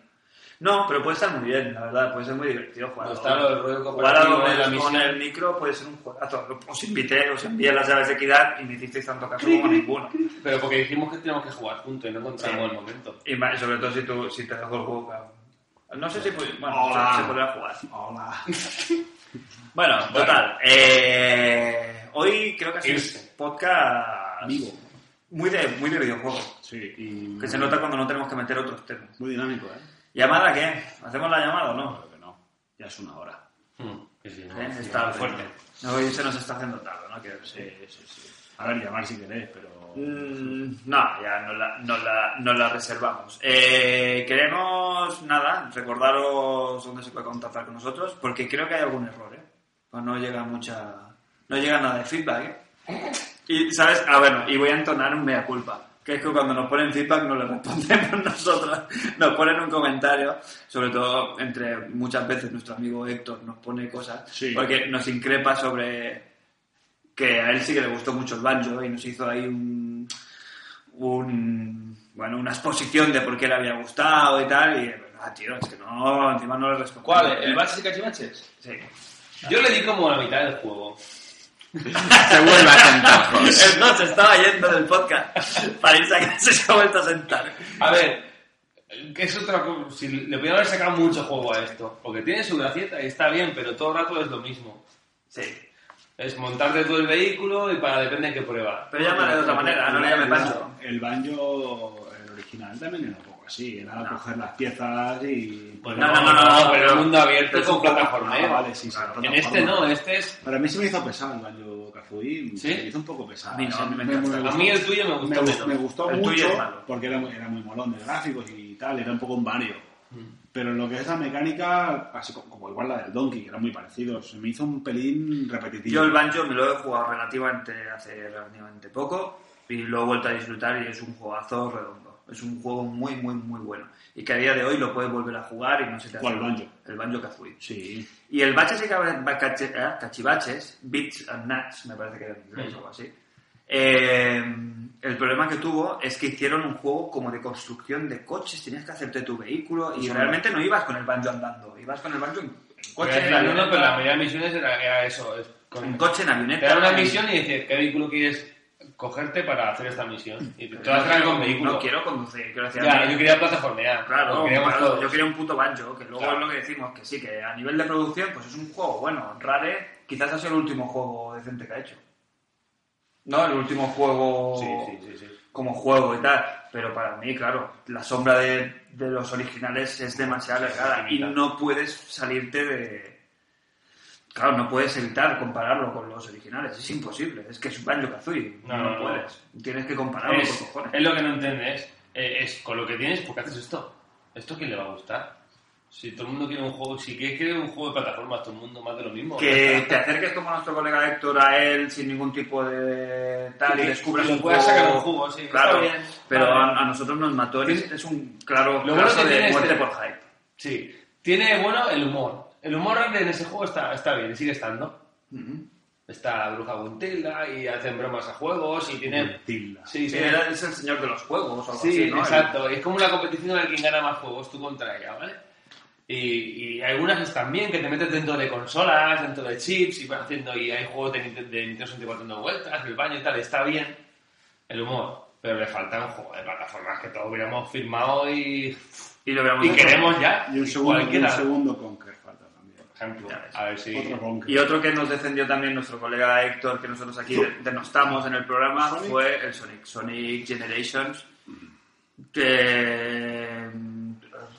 Speaker 1: No, pero puede estar muy bien, la verdad, puede ser muy divertido jugar.
Speaker 4: No está lo del
Speaker 1: jugar
Speaker 4: rollo
Speaker 1: a
Speaker 4: cooperativo,
Speaker 1: dobles
Speaker 4: la
Speaker 1: con
Speaker 4: misión.
Speaker 1: el micro puede ser un juegazo. Os invité, os envié las llaves de equidad y me hicisteis tanto caso como ninguno.
Speaker 4: Pero porque dijimos que teníamos que jugar juntos y no encontramos el momento.
Speaker 1: Y más- sobre todo si, tú, si te dejo el juego, claro. No sé si pu- bueno,
Speaker 2: Hola.
Speaker 1: se, se podrá jugar.
Speaker 2: Hola.
Speaker 1: Bueno, total. eh, hoy creo que ha sido
Speaker 4: Irse.
Speaker 1: un podcast
Speaker 2: Vivo. Mm.
Speaker 1: muy de, muy de videojuegos.
Speaker 2: Sí, y
Speaker 1: Que se nota cuando no tenemos que meter otros temas.
Speaker 2: muy dinámico, ¿eh?
Speaker 1: ¿Llamada qué? ¿Hacemos la llamada o no?
Speaker 2: Creo que no. Ya es una hora.
Speaker 4: Hmm, que sí,
Speaker 1: Eh,
Speaker 4: sí,
Speaker 1: Está
Speaker 4: muy
Speaker 1: fuerte. No, hoy se nos está haciendo tarde, ¿no? Que, sí.
Speaker 2: Sí, sí, sí. A ver, llamar si queréis, pero...
Speaker 1: Mm, No, ya no la, no la, no la reservamos. Eh, queremos, nada, recordaros dónde se puede contactar con nosotros, porque creo que hay algún error, ¿eh? Pues no llega mucha... No llega nada de feedback, ¿eh? Y, ¿sabes? Ah, bueno, y voy a entonar un mea culpa. Que es que cuando nos ponen feedback no le respondemos nosotros. Nos ponen un comentario, sobre todo entre muchas veces nuestro amigo Héctor nos pone cosas.
Speaker 2: Sí.
Speaker 1: Porque nos increpa sobre que a él sí que le gustó mucho el banjo y nos hizo ahí un, un- bueno, una exposición de por qué le había gustado y tal. Y, ah, tío, es que no, encima no le respondo.
Speaker 4: ¿Cuál? ¿El Baches y Cachivaches?
Speaker 1: Sí.
Speaker 4: Yo le di como la mitad del juego.
Speaker 3: Se vuelve a sentar. Jos.
Speaker 1: El no se estaba yendo del podcast para irse a casa y se ha vuelto a sentar.
Speaker 4: A ver, que es otra cosa. Si le pudieron haber sacado mucho juego a esto. Porque tiene su gracieta y está bien, pero todo el rato es lo mismo.
Speaker 1: Sí.
Speaker 4: Es montarte tú el vehículo y para depende de qué prueba.
Speaker 1: Pero llámale de otra manera, no le llame Pancho.
Speaker 2: El banjo, el original, también era un poco así. Era
Speaker 1: No.
Speaker 2: coger las piezas y...
Speaker 4: Pues
Speaker 1: No,
Speaker 4: no,
Speaker 1: no,
Speaker 4: no,
Speaker 1: no, no, no,
Speaker 4: pero
Speaker 1: pero-
Speaker 4: el mundo abierto
Speaker 1: pero es
Speaker 4: es un
Speaker 1: un poco-
Speaker 4: plataformeo.
Speaker 2: Ah, vale, sí, sí.
Speaker 1: Claro,
Speaker 4: En este no,
Speaker 1: eh.
Speaker 4: este es.
Speaker 2: Para mí se me hizo pesado el banjo Kazooie.
Speaker 4: ¿Sí?
Speaker 2: Se me hizo un poco pesado.
Speaker 1: A mí no,
Speaker 2: O sea,
Speaker 1: a mí me
Speaker 2: me- me
Speaker 1: encanta.
Speaker 4: A mí el tuyo me gustó
Speaker 2: me,
Speaker 4: menos.
Speaker 2: me gustó
Speaker 1: El tuyo
Speaker 2: mucho
Speaker 1: es malo.
Speaker 2: porque era, era muy molón de gráficos y tal, era un poco un vario.
Speaker 1: Mm.
Speaker 2: Pero en lo que es la mecánica, así co- como, igual la del Donkey, que era muy parecido, se me hizo un pelín repetitivo.
Speaker 1: Yo el banjo me lo he jugado relativamente hace relativamente poco y lo he vuelto a disfrutar y es un juegazo redondo. Es un juego muy, muy, muy bueno. Y que a día de hoy lo puedes volver a jugar y no se te hace.
Speaker 2: ¿Cuál banjo?
Speaker 1: El banjo Kazooie.
Speaker 2: Sí,
Speaker 1: Y eh, el baches y Caba- Bacache- ah, cachivaches, Beats and Nuts, me parece que era en inglés o algo así. Eh, el problema que tuvo es que hicieron un juego como de construcción de coches, tenías que hacerte tu vehículo y realmente no ibas con el banjo andando, ibas con el banjo en, en coche, en
Speaker 4: Pues Era el uno, pero
Speaker 1: avioneta,
Speaker 4: la mayoría de misiones era, era eso. es- con-
Speaker 1: en coche, en
Speaker 4: te
Speaker 1: avioneta.
Speaker 4: dan una
Speaker 1: en-
Speaker 4: misión y dices, ¿qué vehículo quieres cogerte para hacer esta misión? Y te
Speaker 1: No
Speaker 4: vas a traer
Speaker 1: quiero-
Speaker 4: con vehículo.
Speaker 1: No quiero conducir, quiero decir, a
Speaker 4: Ya,
Speaker 1: mí-
Speaker 4: yo quería plataformear.
Speaker 1: Claro,
Speaker 4: lo queríamos
Speaker 1: claro,
Speaker 4: todos.
Speaker 1: yo quería un puto banjo, que luego
Speaker 4: Claro.
Speaker 1: es lo que decimos, que sí, que a nivel de producción, pues es un juego bueno. Rare quizás ha sido el último juego decente que ha hecho. No, el último juego
Speaker 4: Sí, sí, sí, sí.
Speaker 1: como juego y tal. Pero para mí, claro, la sombra de, de los originales es demasiado alargada y no puedes salirte de... Claro, no puedes evitar compararlo con los originales, es imposible. Es que es un banjo kazooie,
Speaker 4: No,
Speaker 1: no,
Speaker 4: no, no.
Speaker 1: puedes. Tienes que compararlo
Speaker 4: Es,
Speaker 1: con cojones.
Speaker 4: es lo que no entiendes. Eh, es con lo que tienes, ¿por qué haces esto? ¿Esto a quién le va a gustar? Si todo el mundo quiere un juego, si quieres quiere un juego de plataformas, todo el mundo más de lo mismo.
Speaker 1: que te acerques como nuestro colega Héctor a él sin ningún tipo de tal y
Speaker 4: Sí,
Speaker 1: descubras
Speaker 4: y
Speaker 1: un
Speaker 4: puedas
Speaker 1: juego,
Speaker 4: sacar un jugo, sí,
Speaker 1: claro,
Speaker 4: está bien.
Speaker 1: pero
Speaker 4: Vale.
Speaker 1: a, a nosotros nos mató es, es un claro
Speaker 4: Lo bueno
Speaker 1: caso
Speaker 4: que tiene este-
Speaker 1: de
Speaker 4: es
Speaker 1: muerte
Speaker 4: que-
Speaker 1: por hype
Speaker 4: Sí. Tiene bueno el humor. El humor en ese juego está, está bien, sigue estando. Está Bruja con tilda y hacen bromas a juegos y tiene.
Speaker 2: Tilda.
Speaker 4: Sí,
Speaker 1: Sí,
Speaker 4: sí.
Speaker 1: era- es el señor de los juegos o algo
Speaker 4: Sí,
Speaker 1: así, ¿no?
Speaker 4: exacto. Es como una competición de quien gana más juegos, tú contra ella, ¿vale? Y, y algunas están bien, que te metes dentro de consolas, dentro de chips, y vas haciendo, y hay juegos de Nintendo, de Nintendo 64 dando vueltas, el baño y tal, está bien el humor, pero le falta un juego de plataformas que todos hubiéramos firmado y,
Speaker 1: y, lo veamos
Speaker 4: y
Speaker 1: después.
Speaker 4: queremos ya.
Speaker 2: Y un segundo,
Speaker 4: cualquiera,
Speaker 2: un segundo Conker falta también.
Speaker 4: por ejemplo,
Speaker 1: Ya ves.
Speaker 4: a ver si...
Speaker 2: Otro Conker.
Speaker 1: Y otro que nos defendió también nuestro colega Héctor, que nosotros aquí denostamos en el programa,
Speaker 2: Sonic.
Speaker 1: fue el Sonic, Sonic Generations. Que.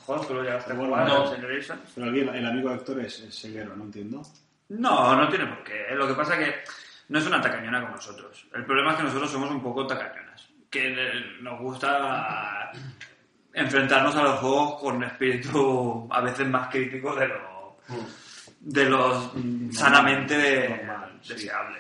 Speaker 1: Joder, tú lo llegaste a
Speaker 2: Bueno,
Speaker 1: jugar,
Speaker 4: no.
Speaker 1: el Generations.
Speaker 2: Pero aquí el, el amigo Héctor es, es ceguero, no entiendo.
Speaker 1: No, no tiene por qué. Lo que pasa es que no es una tacañona como nosotros. El problema es que nosotros somos un poco tacañonas. Que eh, nos gusta enfrentarnos a los juegos con espíritu a veces más crítico de lo, de los mm, sanamente
Speaker 2: normal, sí.
Speaker 1: deseable.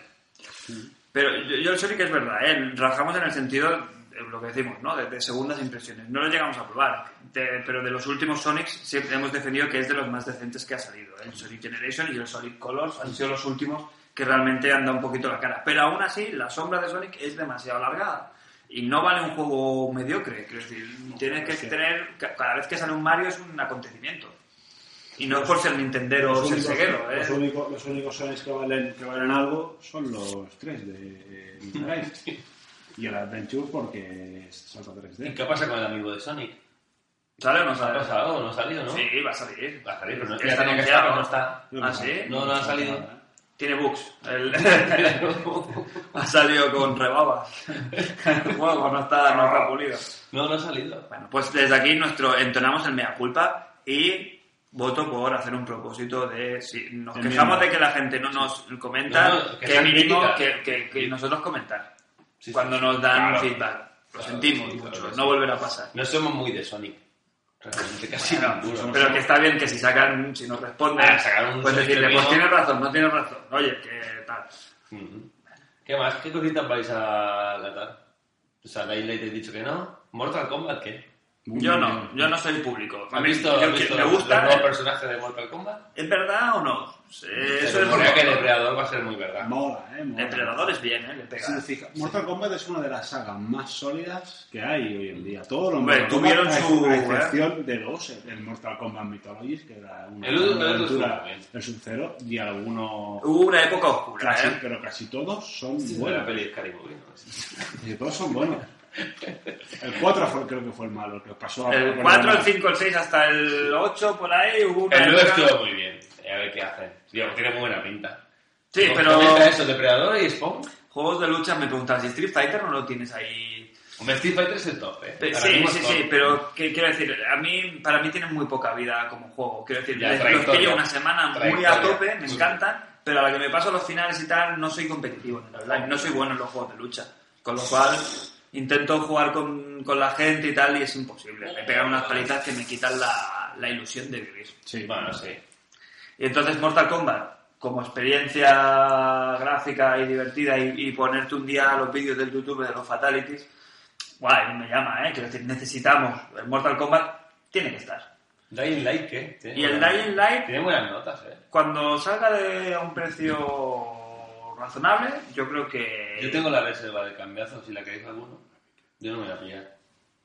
Speaker 1: Pero yo, yo el Sonic es verdad, ¿eh? rajamos en el sentido, de lo que decimos, ¿no? De, de segundas impresiones. No lo llegamos a probar, de- pero de los últimos Sonics siempre hemos defendido que es de los más decentes que ha salido. ¿eh? El Sonic Generation y el Sonic Colors han sido los últimos que realmente han dado un poquito la cara. Pero aún así, la sombra de Sonic es demasiado alargada. Y no vale un juego mediocre, quiero decir, tienes que
Speaker 2: sí.
Speaker 1: tener, ca- cada vez que sale un Mario es un acontecimiento. Y no es por ser Nintendero o
Speaker 2: Los
Speaker 1: ser
Speaker 2: únicos,
Speaker 1: ceguero, ¿eh?
Speaker 2: los, únicos, los únicos Sonics que valen, que valen algo son los tres de eh, Mega Drive. y el Adventure porque es salta
Speaker 4: ¿Y
Speaker 2: 3D.
Speaker 4: qué pasa con el amigo de Sonic?
Speaker 1: ¿Sale o no
Speaker 4: ¿Ha
Speaker 1: sale?
Speaker 4: pasado o no ha salido, no?
Speaker 1: Sí, va a salir.
Speaker 4: Va a salir, pero no,
Speaker 1: Está
Speaker 4: ya tenía que
Speaker 1: anunciado.
Speaker 4: estar, pero no está.
Speaker 1: ¿Ah, sí?
Speaker 4: No, no ha salido.
Speaker 1: Tiene bugs. El- ha salido con rebabas. El juego no está, no está pulido.
Speaker 4: No, no ha salido.
Speaker 1: Bueno, pues desde aquí nuestro entonamos el mea culpa y voto por hacer un propósito de si nos
Speaker 2: De
Speaker 1: quejamos
Speaker 2: mierda.
Speaker 1: de que la gente no nos comenta,
Speaker 4: No, no,
Speaker 1: que,
Speaker 4: que sean
Speaker 1: mínimo
Speaker 4: críticas.
Speaker 1: que, que- que nosotros comentar
Speaker 4: Sí, sí,
Speaker 1: cuando
Speaker 4: sí.
Speaker 1: nos dan
Speaker 4: Claro.
Speaker 1: feedback. Lo
Speaker 4: Claro,
Speaker 1: sentimos
Speaker 4: sí,
Speaker 1: mucho,
Speaker 4: claro que
Speaker 1: no
Speaker 4: sí.
Speaker 1: volverá a pasar.
Speaker 4: No somos muy de Sonic. Realmente casi
Speaker 1: Claro,
Speaker 4: ninguno.
Speaker 1: pero que está bien que si sacan, si nos responden,
Speaker 4: Ah, sacar un
Speaker 1: pues decirle,
Speaker 4: sonido.
Speaker 1: pues tienes razón, no tienes razón, oye, que tal.
Speaker 4: Ujú. ¿Qué más? ¿Qué cositas vais a tratar? O sea, Daylight he dicho que no. ¿Mortal Kombat qué?
Speaker 1: Yo no, yo no soy público. A
Speaker 4: Mm. ¿Has
Speaker 1: mí
Speaker 4: visto,
Speaker 1: yo
Speaker 4: has
Speaker 1: que-
Speaker 4: visto
Speaker 1: me
Speaker 4: los- los nuevos
Speaker 1: gusta,
Speaker 4: personajes de Mortal Kombat?
Speaker 1: ¿es verdad o no? Sí, Eso
Speaker 4: Se
Speaker 1: es
Speaker 4: rumorea que
Speaker 1: lo-
Speaker 4: Depredador va a ser muy verdad.
Speaker 2: Mola, eh. Mola.
Speaker 1: Depredador es bien, ¿eh? Le pega.
Speaker 2: Si te fijas, Mortal Kombat es una de las sagas más sólidas que hay hoy en día. Todos los
Speaker 1: Hombre,
Speaker 2: Mortal
Speaker 1: tuvieron
Speaker 2: Kombat, a
Speaker 1: su-
Speaker 2: ex- a excepción de dos, el- el Mortal Kombat Mythologies, que era una,
Speaker 4: El otro- el
Speaker 2: una
Speaker 4: otro
Speaker 2: aventura,
Speaker 4: estuvo bien.
Speaker 2: el Sub-Zero, y alguno...
Speaker 1: Hubo una época
Speaker 4: Ah,
Speaker 1: oscura,
Speaker 2: Casi,
Speaker 1: ¿eh?
Speaker 2: pero casi todos son
Speaker 4: Buena
Speaker 2: buenos.
Speaker 4: peli de Excalibur, ¿no?
Speaker 2: Y todos son buenos. El 4 fue, creo que fue el malo, el que pasó a...
Speaker 1: El
Speaker 2: bueno,
Speaker 1: 4, el
Speaker 2: no.
Speaker 1: 5, el 6, hasta el 8, por ahí, hubo una
Speaker 4: El nuevo
Speaker 1: época-
Speaker 4: estuvo muy bien. A ver qué hacen. Tío, pues tiene muy buena pinta.
Speaker 1: Sí,
Speaker 4: ¿Cómo
Speaker 1: pero-
Speaker 4: comenta eso, Depredador y Spawn?
Speaker 1: Juegos de lucha, me preguntas, ¿y Street Fighter no lo tienes ahí?
Speaker 4: Hombre, Street Fighter es el top, ¿eh?
Speaker 1: Pe-
Speaker 4: Ahora
Speaker 1: Sí,
Speaker 4: mismo
Speaker 1: sí,
Speaker 4: es
Speaker 1: sí,
Speaker 4: top.
Speaker 1: pero que- quiero decir, a mí, para mí tienen muy poca vida como juego. Quiero decir,
Speaker 4: Ya,
Speaker 1: les- los
Speaker 4: trayectoria.
Speaker 1: pillo una semana muy a
Speaker 4: Trayectoria.
Speaker 1: tope, me
Speaker 4: Muy
Speaker 1: encantan, pero a la que me paso los finales y tal, no soy competitivo, la verdad, y no soy bueno en los juegos de lucha. Con lo cual, intento jugar con, con la gente y tal, y es imposible. Me pegan unas palizas que me quitan la, la ilusión de vivir.
Speaker 2: Sí,
Speaker 4: Bueno, sí.
Speaker 1: Y entonces Mortal Kombat, como experiencia gráfica y divertida y, y ponerte un día los vídeos del YouTube de los Fatalities, guay, me llama, ¿eh? Quiero decir, necesitamos. El Mortal Kombat tiene que estar.
Speaker 4: Dying Light, ¿qué? Tiene
Speaker 1: Y el
Speaker 4: buena-
Speaker 1: Dying Light,
Speaker 4: Tiene buenas notas, ¿eh?
Speaker 1: cuando salga de a un precio razonable. Yo creo que.
Speaker 4: Yo tengo la reserva de cambiazo, si la queréis alguno. Yo no me voy a pillar.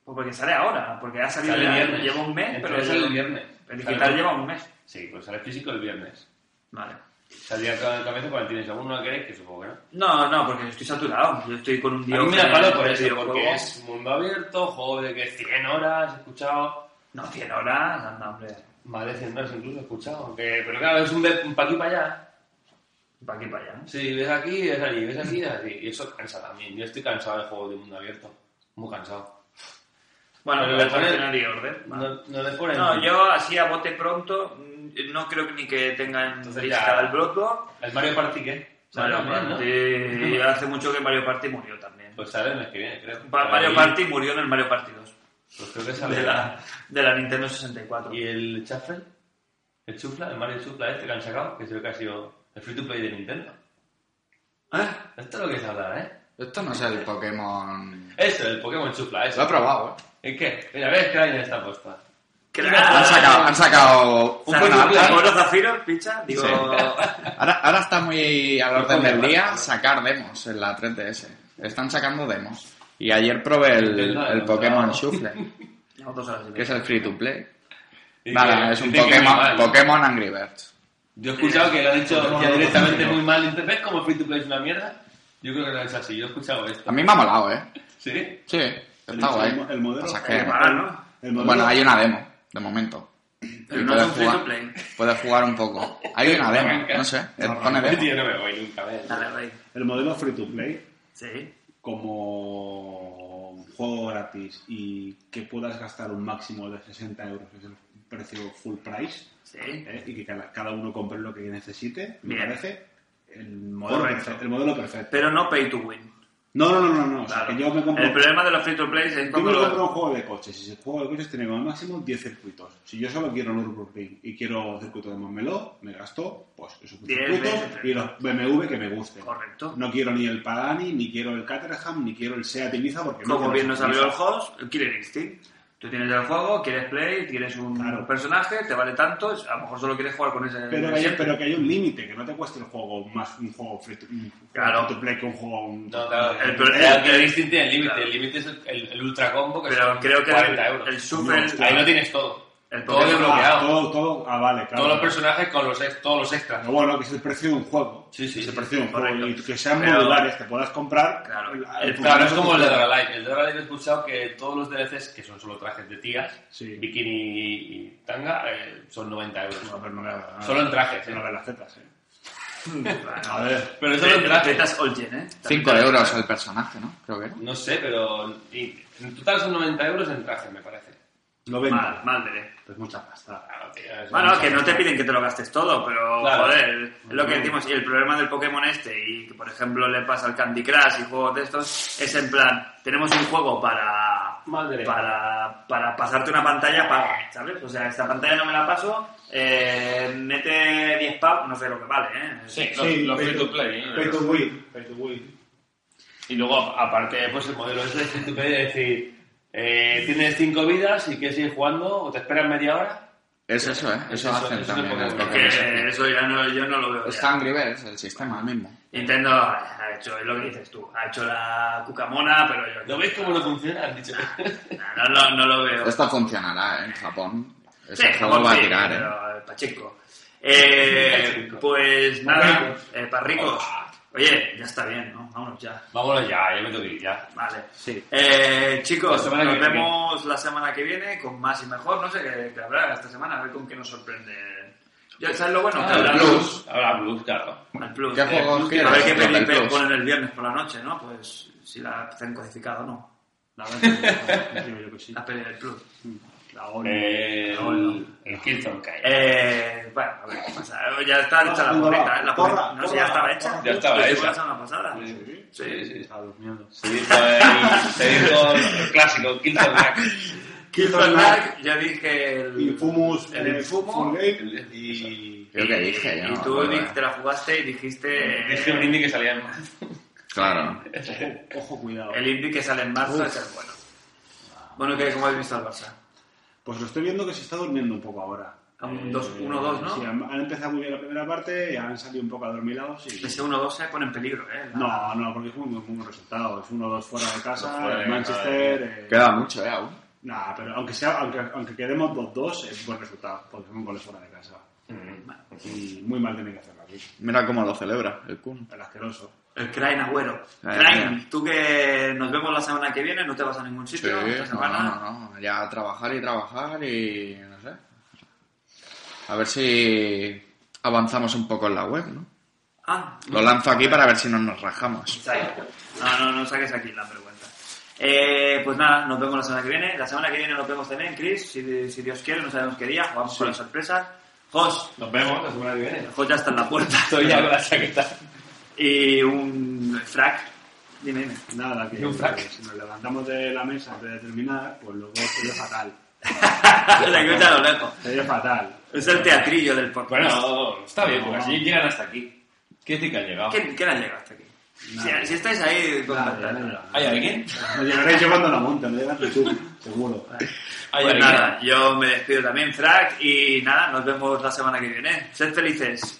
Speaker 1: Pues porque sale ahora, porque ha salido
Speaker 4: Sale
Speaker 1: ya-
Speaker 4: viernes.
Speaker 1: lleva un mes,
Speaker 4: Entre
Speaker 1: pero
Speaker 4: eso
Speaker 1: el-
Speaker 4: el viernes.
Speaker 1: El
Speaker 4: Sale-
Speaker 1: digital lleva un mes.
Speaker 4: Sí, pues sale físico el viernes.
Speaker 1: Vale.
Speaker 4: Saldría cada cabeza cuando tienes alguno que queréis, que supongo que no.
Speaker 1: No, no, porque estoy saturado. Yo estoy con un
Speaker 4: A
Speaker 1: día.
Speaker 4: mí me da palo por eso, porque es mundo abierto, juego de que 100 horas he escuchado,
Speaker 1: No, 100 horas, anda, hombre.
Speaker 4: más de 100 horas incluso he escuchado, aunque, pero claro, es un, de- un pa' aquí para allá.
Speaker 1: Para aquí, para allá.
Speaker 4: Si ves aquí, es allí, ves aquí, es allí. Y eso cansa también. Yo estoy cansado de juegos de mundo abierto, muy cansado.
Speaker 1: Bueno,
Speaker 4: Pero
Speaker 1: pero
Speaker 4: le
Speaker 1: le
Speaker 4: ponen-
Speaker 1: orden. vale.
Speaker 4: No, no les ponen.
Speaker 1: No, yo así a bote pronto mm, no creo que ni que tengan
Speaker 4: Entonces
Speaker 1: lista
Speaker 4: ya-
Speaker 1: el Bloodborne.
Speaker 4: El Mario Party, ¿qué? Sale
Speaker 1: Mario
Speaker 4: también, ¿no?
Speaker 1: Party- hace mucho que Mario Party murió también.
Speaker 4: Pues sale el mes que viene, creo.
Speaker 1: Pa- Mario
Speaker 4: Ahí,
Speaker 1: Party murió en el Mario Party 2
Speaker 4: Pues creo que
Speaker 1: de
Speaker 4: sale.
Speaker 1: la, de la Nintendo 64.
Speaker 4: ¿Y el Shuffle? ¿El Chufla? ¿El Mario Chufla este que han sacado? Que creo que ha sido el free to play de Nintendo.
Speaker 1: ¿Eh?
Speaker 4: Esto es lo que es hablar, ¿eh?
Speaker 3: Esto no es el Pokémon.
Speaker 4: Eso, el Pokémon Chufla, eso.
Speaker 3: Lo he probado, ¿eh?
Speaker 4: ¿En qué? Mira, ves que hay en esta posta.
Speaker 3: Han sacado. Han sacado
Speaker 4: Un poco
Speaker 3: Zafiro.
Speaker 4: plan.
Speaker 1: ¿Con los zafiros, picha? Digo,
Speaker 3: Sí. Ahora, ahora está muy al orden del
Speaker 4: Pokémon,
Speaker 3: día
Speaker 4: ¿no?
Speaker 3: sacar demos en la 3DS. Están sacando demos. Y ayer probé el,
Speaker 4: Nintendo,
Speaker 3: el
Speaker 4: ¿no?
Speaker 3: Pokémon
Speaker 4: Claro.
Speaker 3: Shuffle,
Speaker 1: no, dos horas y
Speaker 3: que es
Speaker 1: media. Eh,
Speaker 3: el free to play.
Speaker 4: Y
Speaker 3: Nada,
Speaker 4: que-
Speaker 3: es un
Speaker 4: dice que muy
Speaker 3: Pokémon,
Speaker 4: mal.
Speaker 3: Pokémon Angry Birds.
Speaker 4: Yo he escuchado que lo han hecho
Speaker 2: Pokémon
Speaker 4: ya
Speaker 2: no lo
Speaker 4: directamente
Speaker 2: consigo.
Speaker 4: muy mal. Dice, ¿Ves cómo el free to play es una mierda? Yo creo que lo han hecho así. Yo he escuchado
Speaker 3: A
Speaker 4: esto.
Speaker 3: mí me ha molado, ¿eh?
Speaker 4: ¿Sí?
Speaker 3: Sí, está
Speaker 2: el,
Speaker 3: guay.
Speaker 2: el modelo.
Speaker 3: Pasa
Speaker 1: Hay que
Speaker 3: que-
Speaker 1: pagar, ¿no?
Speaker 2: el modelo-
Speaker 3: Bueno, hay una demo, de momento.
Speaker 1: Pero
Speaker 3: Y
Speaker 1: no
Speaker 3: puedes
Speaker 1: es un free to
Speaker 3: jugar-
Speaker 1: play.
Speaker 3: Puedes jugar un poco. Hay una demo, no sé. eh, Pone
Speaker 4: Yo
Speaker 3: demo.
Speaker 4: no me voy nunca, ¿ves?
Speaker 1: Dale, rey.
Speaker 2: el modelo free to play
Speaker 1: Sí.
Speaker 2: como un juego gratis y que puedas gastar un máximo de 60 euros, que es el precio full price,
Speaker 1: Sí.
Speaker 2: ¿eh? y que cada, cada uno compre lo que necesite, me
Speaker 1: Bien.
Speaker 2: parece el modelo,
Speaker 1: Correcto.
Speaker 2: perfecto, el modelo perfecto.
Speaker 1: Pero no pay to win.
Speaker 2: No, no, no, no, no. o sea,
Speaker 1: Claro.
Speaker 2: que yo me compro,
Speaker 1: El problema de los free to play es
Speaker 2: yo
Speaker 1: cuando
Speaker 2: me
Speaker 1: lo-
Speaker 2: compro un juego de coches. Y si el juego de coches tiene como máximo 10 circuitos. Si yo solo quiero el Nürburgring y quiero circuito de Montmeló, me gasto pues esos
Speaker 1: 10
Speaker 2: circuitos
Speaker 1: veces.
Speaker 2: y los BMW que me gusten.
Speaker 1: Correcto.
Speaker 2: No quiero ni el Pagani, ni quiero el Caterham, ni quiero el Seat Ibiza porque no
Speaker 1: Como
Speaker 2: quiero
Speaker 1: bien
Speaker 2: los
Speaker 1: nos habló el
Speaker 2: Ibiza.
Speaker 1: host, Killer Instinct. Tú tienes el juego, quieres play, quieres un
Speaker 2: Claro.
Speaker 1: personaje, te vale tanto, a lo mejor solo quieres jugar con ese.
Speaker 2: Pero que, hay,
Speaker 1: siempre.
Speaker 2: pero que hay un límite, que no te cueste el juego más un juego free to, un juego
Speaker 1: Claro.
Speaker 2: free to play que un juego... un-
Speaker 4: No, claro.
Speaker 1: El
Speaker 4: El,
Speaker 1: pro-
Speaker 4: el, el distinto tiene el límite.
Speaker 1: Claro.
Speaker 4: El límite es el, el, el ultra combo que
Speaker 1: Pero
Speaker 4: son
Speaker 1: creo que
Speaker 4: 40
Speaker 1: el,
Speaker 4: euros.
Speaker 1: el super.
Speaker 2: No,
Speaker 4: Ahí lo tienes todo.
Speaker 1: El
Speaker 4: todo
Speaker 1: Pokémon-
Speaker 2: Ah,
Speaker 4: desbloqueado.
Speaker 2: todo, todo... Ah, vale, claro.
Speaker 4: Todos los personajes con los, ex- todos los extras.
Speaker 2: Pero bueno, que es el precio de un juego.
Speaker 4: Sí, sí,
Speaker 2: Es el
Speaker 4: sí,
Speaker 2: precio de un juego. Y
Speaker 1: correcto.
Speaker 2: que sean
Speaker 1: Pero-
Speaker 2: modulares, te puedas comprar...
Speaker 1: Claro.
Speaker 2: el-
Speaker 1: El-
Speaker 4: Claro, es como el de Dralife. El de Dralife he escuchado que todos los DLCs, que son solo trajes de tías,
Speaker 2: Sí.
Speaker 4: bikini y, y tanga, eh, son 90 euros.
Speaker 2: No, pero no me hagas-
Speaker 4: Solo en trajes, ¿eh?
Speaker 2: No me hagas las tetas, eh. A
Speaker 1: Bueno,
Speaker 2: ver...
Speaker 4: Pero solo en trajes.
Speaker 1: Tetas all gen, ¿eh?
Speaker 3: 5 euros el personaje, ¿no? Creo que era.
Speaker 4: No sé, pero y- en total son 90 euros en trajes, me parece.
Speaker 2: 90.
Speaker 1: Mal, mal, Dere.
Speaker 2: Pues mucha pasta.
Speaker 4: Claro, tío, es
Speaker 1: Bueno,
Speaker 4: mucho.
Speaker 1: que no te piden que te lo gastes todo, pero
Speaker 4: Claro.
Speaker 1: joder, es lo que decimos. Y el problema del Pokémon este, y que por ejemplo le pasa al Candy Crush y juegos de estos, es en plan, tenemos un juego para.
Speaker 4: Madre.
Speaker 1: Para, para pasarte una pantalla paga, ¿sabes? O sea, esta pantalla no me la paso, eh, mete 10 pavos, no sé lo que vale, ¿eh?
Speaker 5: Sí, los, los free to play. ¿eh?
Speaker 2: Pay to win. Pay to win.
Speaker 4: Y luego, a- aparte, pues el modelo ese de free to play de decir, eh, tienes 5 vidas y quieres ir jugando o te esperas media hora.
Speaker 3: Es eso, ¿eh?
Speaker 4: Es
Speaker 3: Eso
Speaker 4: eso,
Speaker 3: hacen
Speaker 4: eso es
Speaker 3: también.
Speaker 4: un
Speaker 3: el
Speaker 4: Pokémon.
Speaker 1: Que
Speaker 3: Pokémon Shuffle.
Speaker 1: eso ya no, yo no lo veo. ya.
Speaker 3: Está Angry Birds, el sistema, el mismo.
Speaker 1: Nintendo ha hecho es lo que dices tú, ha hecho la cucamona, pero yo.
Speaker 4: ¿No veis cómo no funciona? Han dicho.
Speaker 1: No, no, no lo veo.
Speaker 3: Esto funcionará ¿eh? en Japón.
Speaker 1: Sí,
Speaker 3: Ese juego
Speaker 1: Japón
Speaker 3: va a
Speaker 1: sí,
Speaker 3: tirar, ¿eh?
Speaker 1: pero, eh, Pacheco. Eh,
Speaker 4: Pacheco.
Speaker 1: pues nada, eh, para ricos. Oye, ya está bien, ¿no? Vámonos ya.
Speaker 4: Vámonos ya, ya me tengo que ir ya.
Speaker 1: Vale.
Speaker 2: Sí.
Speaker 1: Eh,
Speaker 4: La
Speaker 1: chicos,
Speaker 4: semana
Speaker 1: nos
Speaker 4: que viene.
Speaker 1: vemos la semana que viene con más y mejor. No sé qué, qué habrá esta semana, a ver con qué nos sorprende. Ya sabes lo bueno, que habrá
Speaker 4: Habrá
Speaker 3: Plus.
Speaker 4: Habrá Plus, claro.
Speaker 1: El plus.
Speaker 3: ¿Qué
Speaker 1: Eh,
Speaker 3: juegos
Speaker 1: plus,
Speaker 3: quieres?
Speaker 1: A ver qué
Speaker 3: Los del
Speaker 1: peli
Speaker 3: plus.
Speaker 1: ponen el viernes por la noche, ¿no? Pues si la han codificado o no.
Speaker 2: La verdad, creo yo que sí.
Speaker 1: La peli del plus.
Speaker 2: La ONU.
Speaker 4: Eh,
Speaker 1: No, no.
Speaker 4: el, el Kingston Kai.
Speaker 1: Eh, bueno, a ver qué pasa. Ya está
Speaker 2: No,
Speaker 1: hecha la
Speaker 2: no,
Speaker 1: porrita. ¿eh? La
Speaker 2: porra,
Speaker 1: porrita. No sé, ya estaba
Speaker 2: porra, porra.
Speaker 1: hecha.
Speaker 4: Ya estaba
Speaker 1: Lo
Speaker 4: hecha.
Speaker 1: hicimos La semana pasada.
Speaker 2: Sí.
Speaker 1: Sí, sí.
Speaker 2: A los miedos.
Speaker 4: Se dijo, el, se dijo el clásico, Kingston Kai.
Speaker 1: Kingston Dark, yo dije el.
Speaker 2: Infumus,
Speaker 1: El
Speaker 2: eh,
Speaker 1: Infumo.
Speaker 2: Full Game y...
Speaker 3: Yo que dije, yo
Speaker 1: Y
Speaker 3: no
Speaker 1: tú,
Speaker 3: me acuerdo,
Speaker 1: Nick,
Speaker 3: ¿eh?
Speaker 1: te la jugaste y dijiste. eh,
Speaker 4: Dije un indie Eh, que salía en
Speaker 3: Claro.
Speaker 2: Ojo, ojo, cuidado.
Speaker 1: El indie que sale en marzo
Speaker 2: Uf.
Speaker 1: es el bueno. Bueno, que ¿cómo has visto al Barça?
Speaker 2: Pues lo estoy viendo que se está durmiendo un poco ahora.
Speaker 1: a un
Speaker 2: Eh,
Speaker 1: 2-1-2, ¿no?
Speaker 2: Sí, han, han empezado muy bien la primera parte y han salido un poco adormilados. Y...
Speaker 1: Ese 1-2 se pone en peligro, ¿eh? La-
Speaker 2: No, no, porque es un muy buen resultado. Es 1-2 fuera de casa,
Speaker 5: Fuera de
Speaker 2: el Manchester. eh,
Speaker 3: Queda mucho, ¿eh? Aún.
Speaker 2: Nah, pero aunque, sea, aunque, aunque quedemos 2-2, es buen resultado, porque son goles fuera de casa.
Speaker 1: Mm.
Speaker 2: Y muy mal tiene que hacerlo aquí.
Speaker 3: Mira cómo lo celebra el Kun.
Speaker 2: El asqueroso.
Speaker 1: El Crane Agüero.
Speaker 3: Madre
Speaker 1: Crane,
Speaker 3: mía.
Speaker 1: tú que nos vemos la semana que viene, no te vas a ningún
Speaker 3: Sí,
Speaker 1: sitio esta
Speaker 3: no,
Speaker 1: semana.
Speaker 3: no, no. Ya trabajar y trabajar y no sé. A ver si avanzamos un poco en la web, ¿no?
Speaker 1: Ah,
Speaker 3: Lo lanzo aquí para ver si no nos rajamos.
Speaker 1: Sai. No, no, no saques aquí la vergüenza. Eh, pues nada, nos vemos la semana que viene. La semana que viene nos vemos también, Chris, si, si Dios quiere, no sabemos qué día, jugamos con las sorpresas. Jos,
Speaker 4: Nos vemos la semana que viene.
Speaker 1: Jos ya está en la puerta.
Speaker 4: Estoy ya con la chaqueta.
Speaker 1: Y un frac. Dime, dime.
Speaker 2: Nada, que
Speaker 4: Y un frac.
Speaker 2: que si nos levantamos de la mesa antes de terminar, pues luego se ve fatal.
Speaker 1: La que está a lo lejos.
Speaker 2: Se ve fatal.
Speaker 1: Es el teatrillo del podcast.
Speaker 5: Bueno, está bien, porque
Speaker 2: No.
Speaker 5: así llegan hasta aquí. ¿Qué decir que han llegado?
Speaker 1: ¿Quién, quién ha llegado hasta aquí?
Speaker 2: Nadie.
Speaker 1: Si, si estáis ahí,
Speaker 2: Nada,
Speaker 1: contactad.
Speaker 4: ¿Hay alguien?
Speaker 2: No llegaréis yo cuando la monte, no llegaste tú, seguro.
Speaker 4: ¿Hay
Speaker 1: Pues
Speaker 4: alguien?
Speaker 1: nada, yo me despido también, Frac, y nada, nos vemos la semana que viene. Sed felices.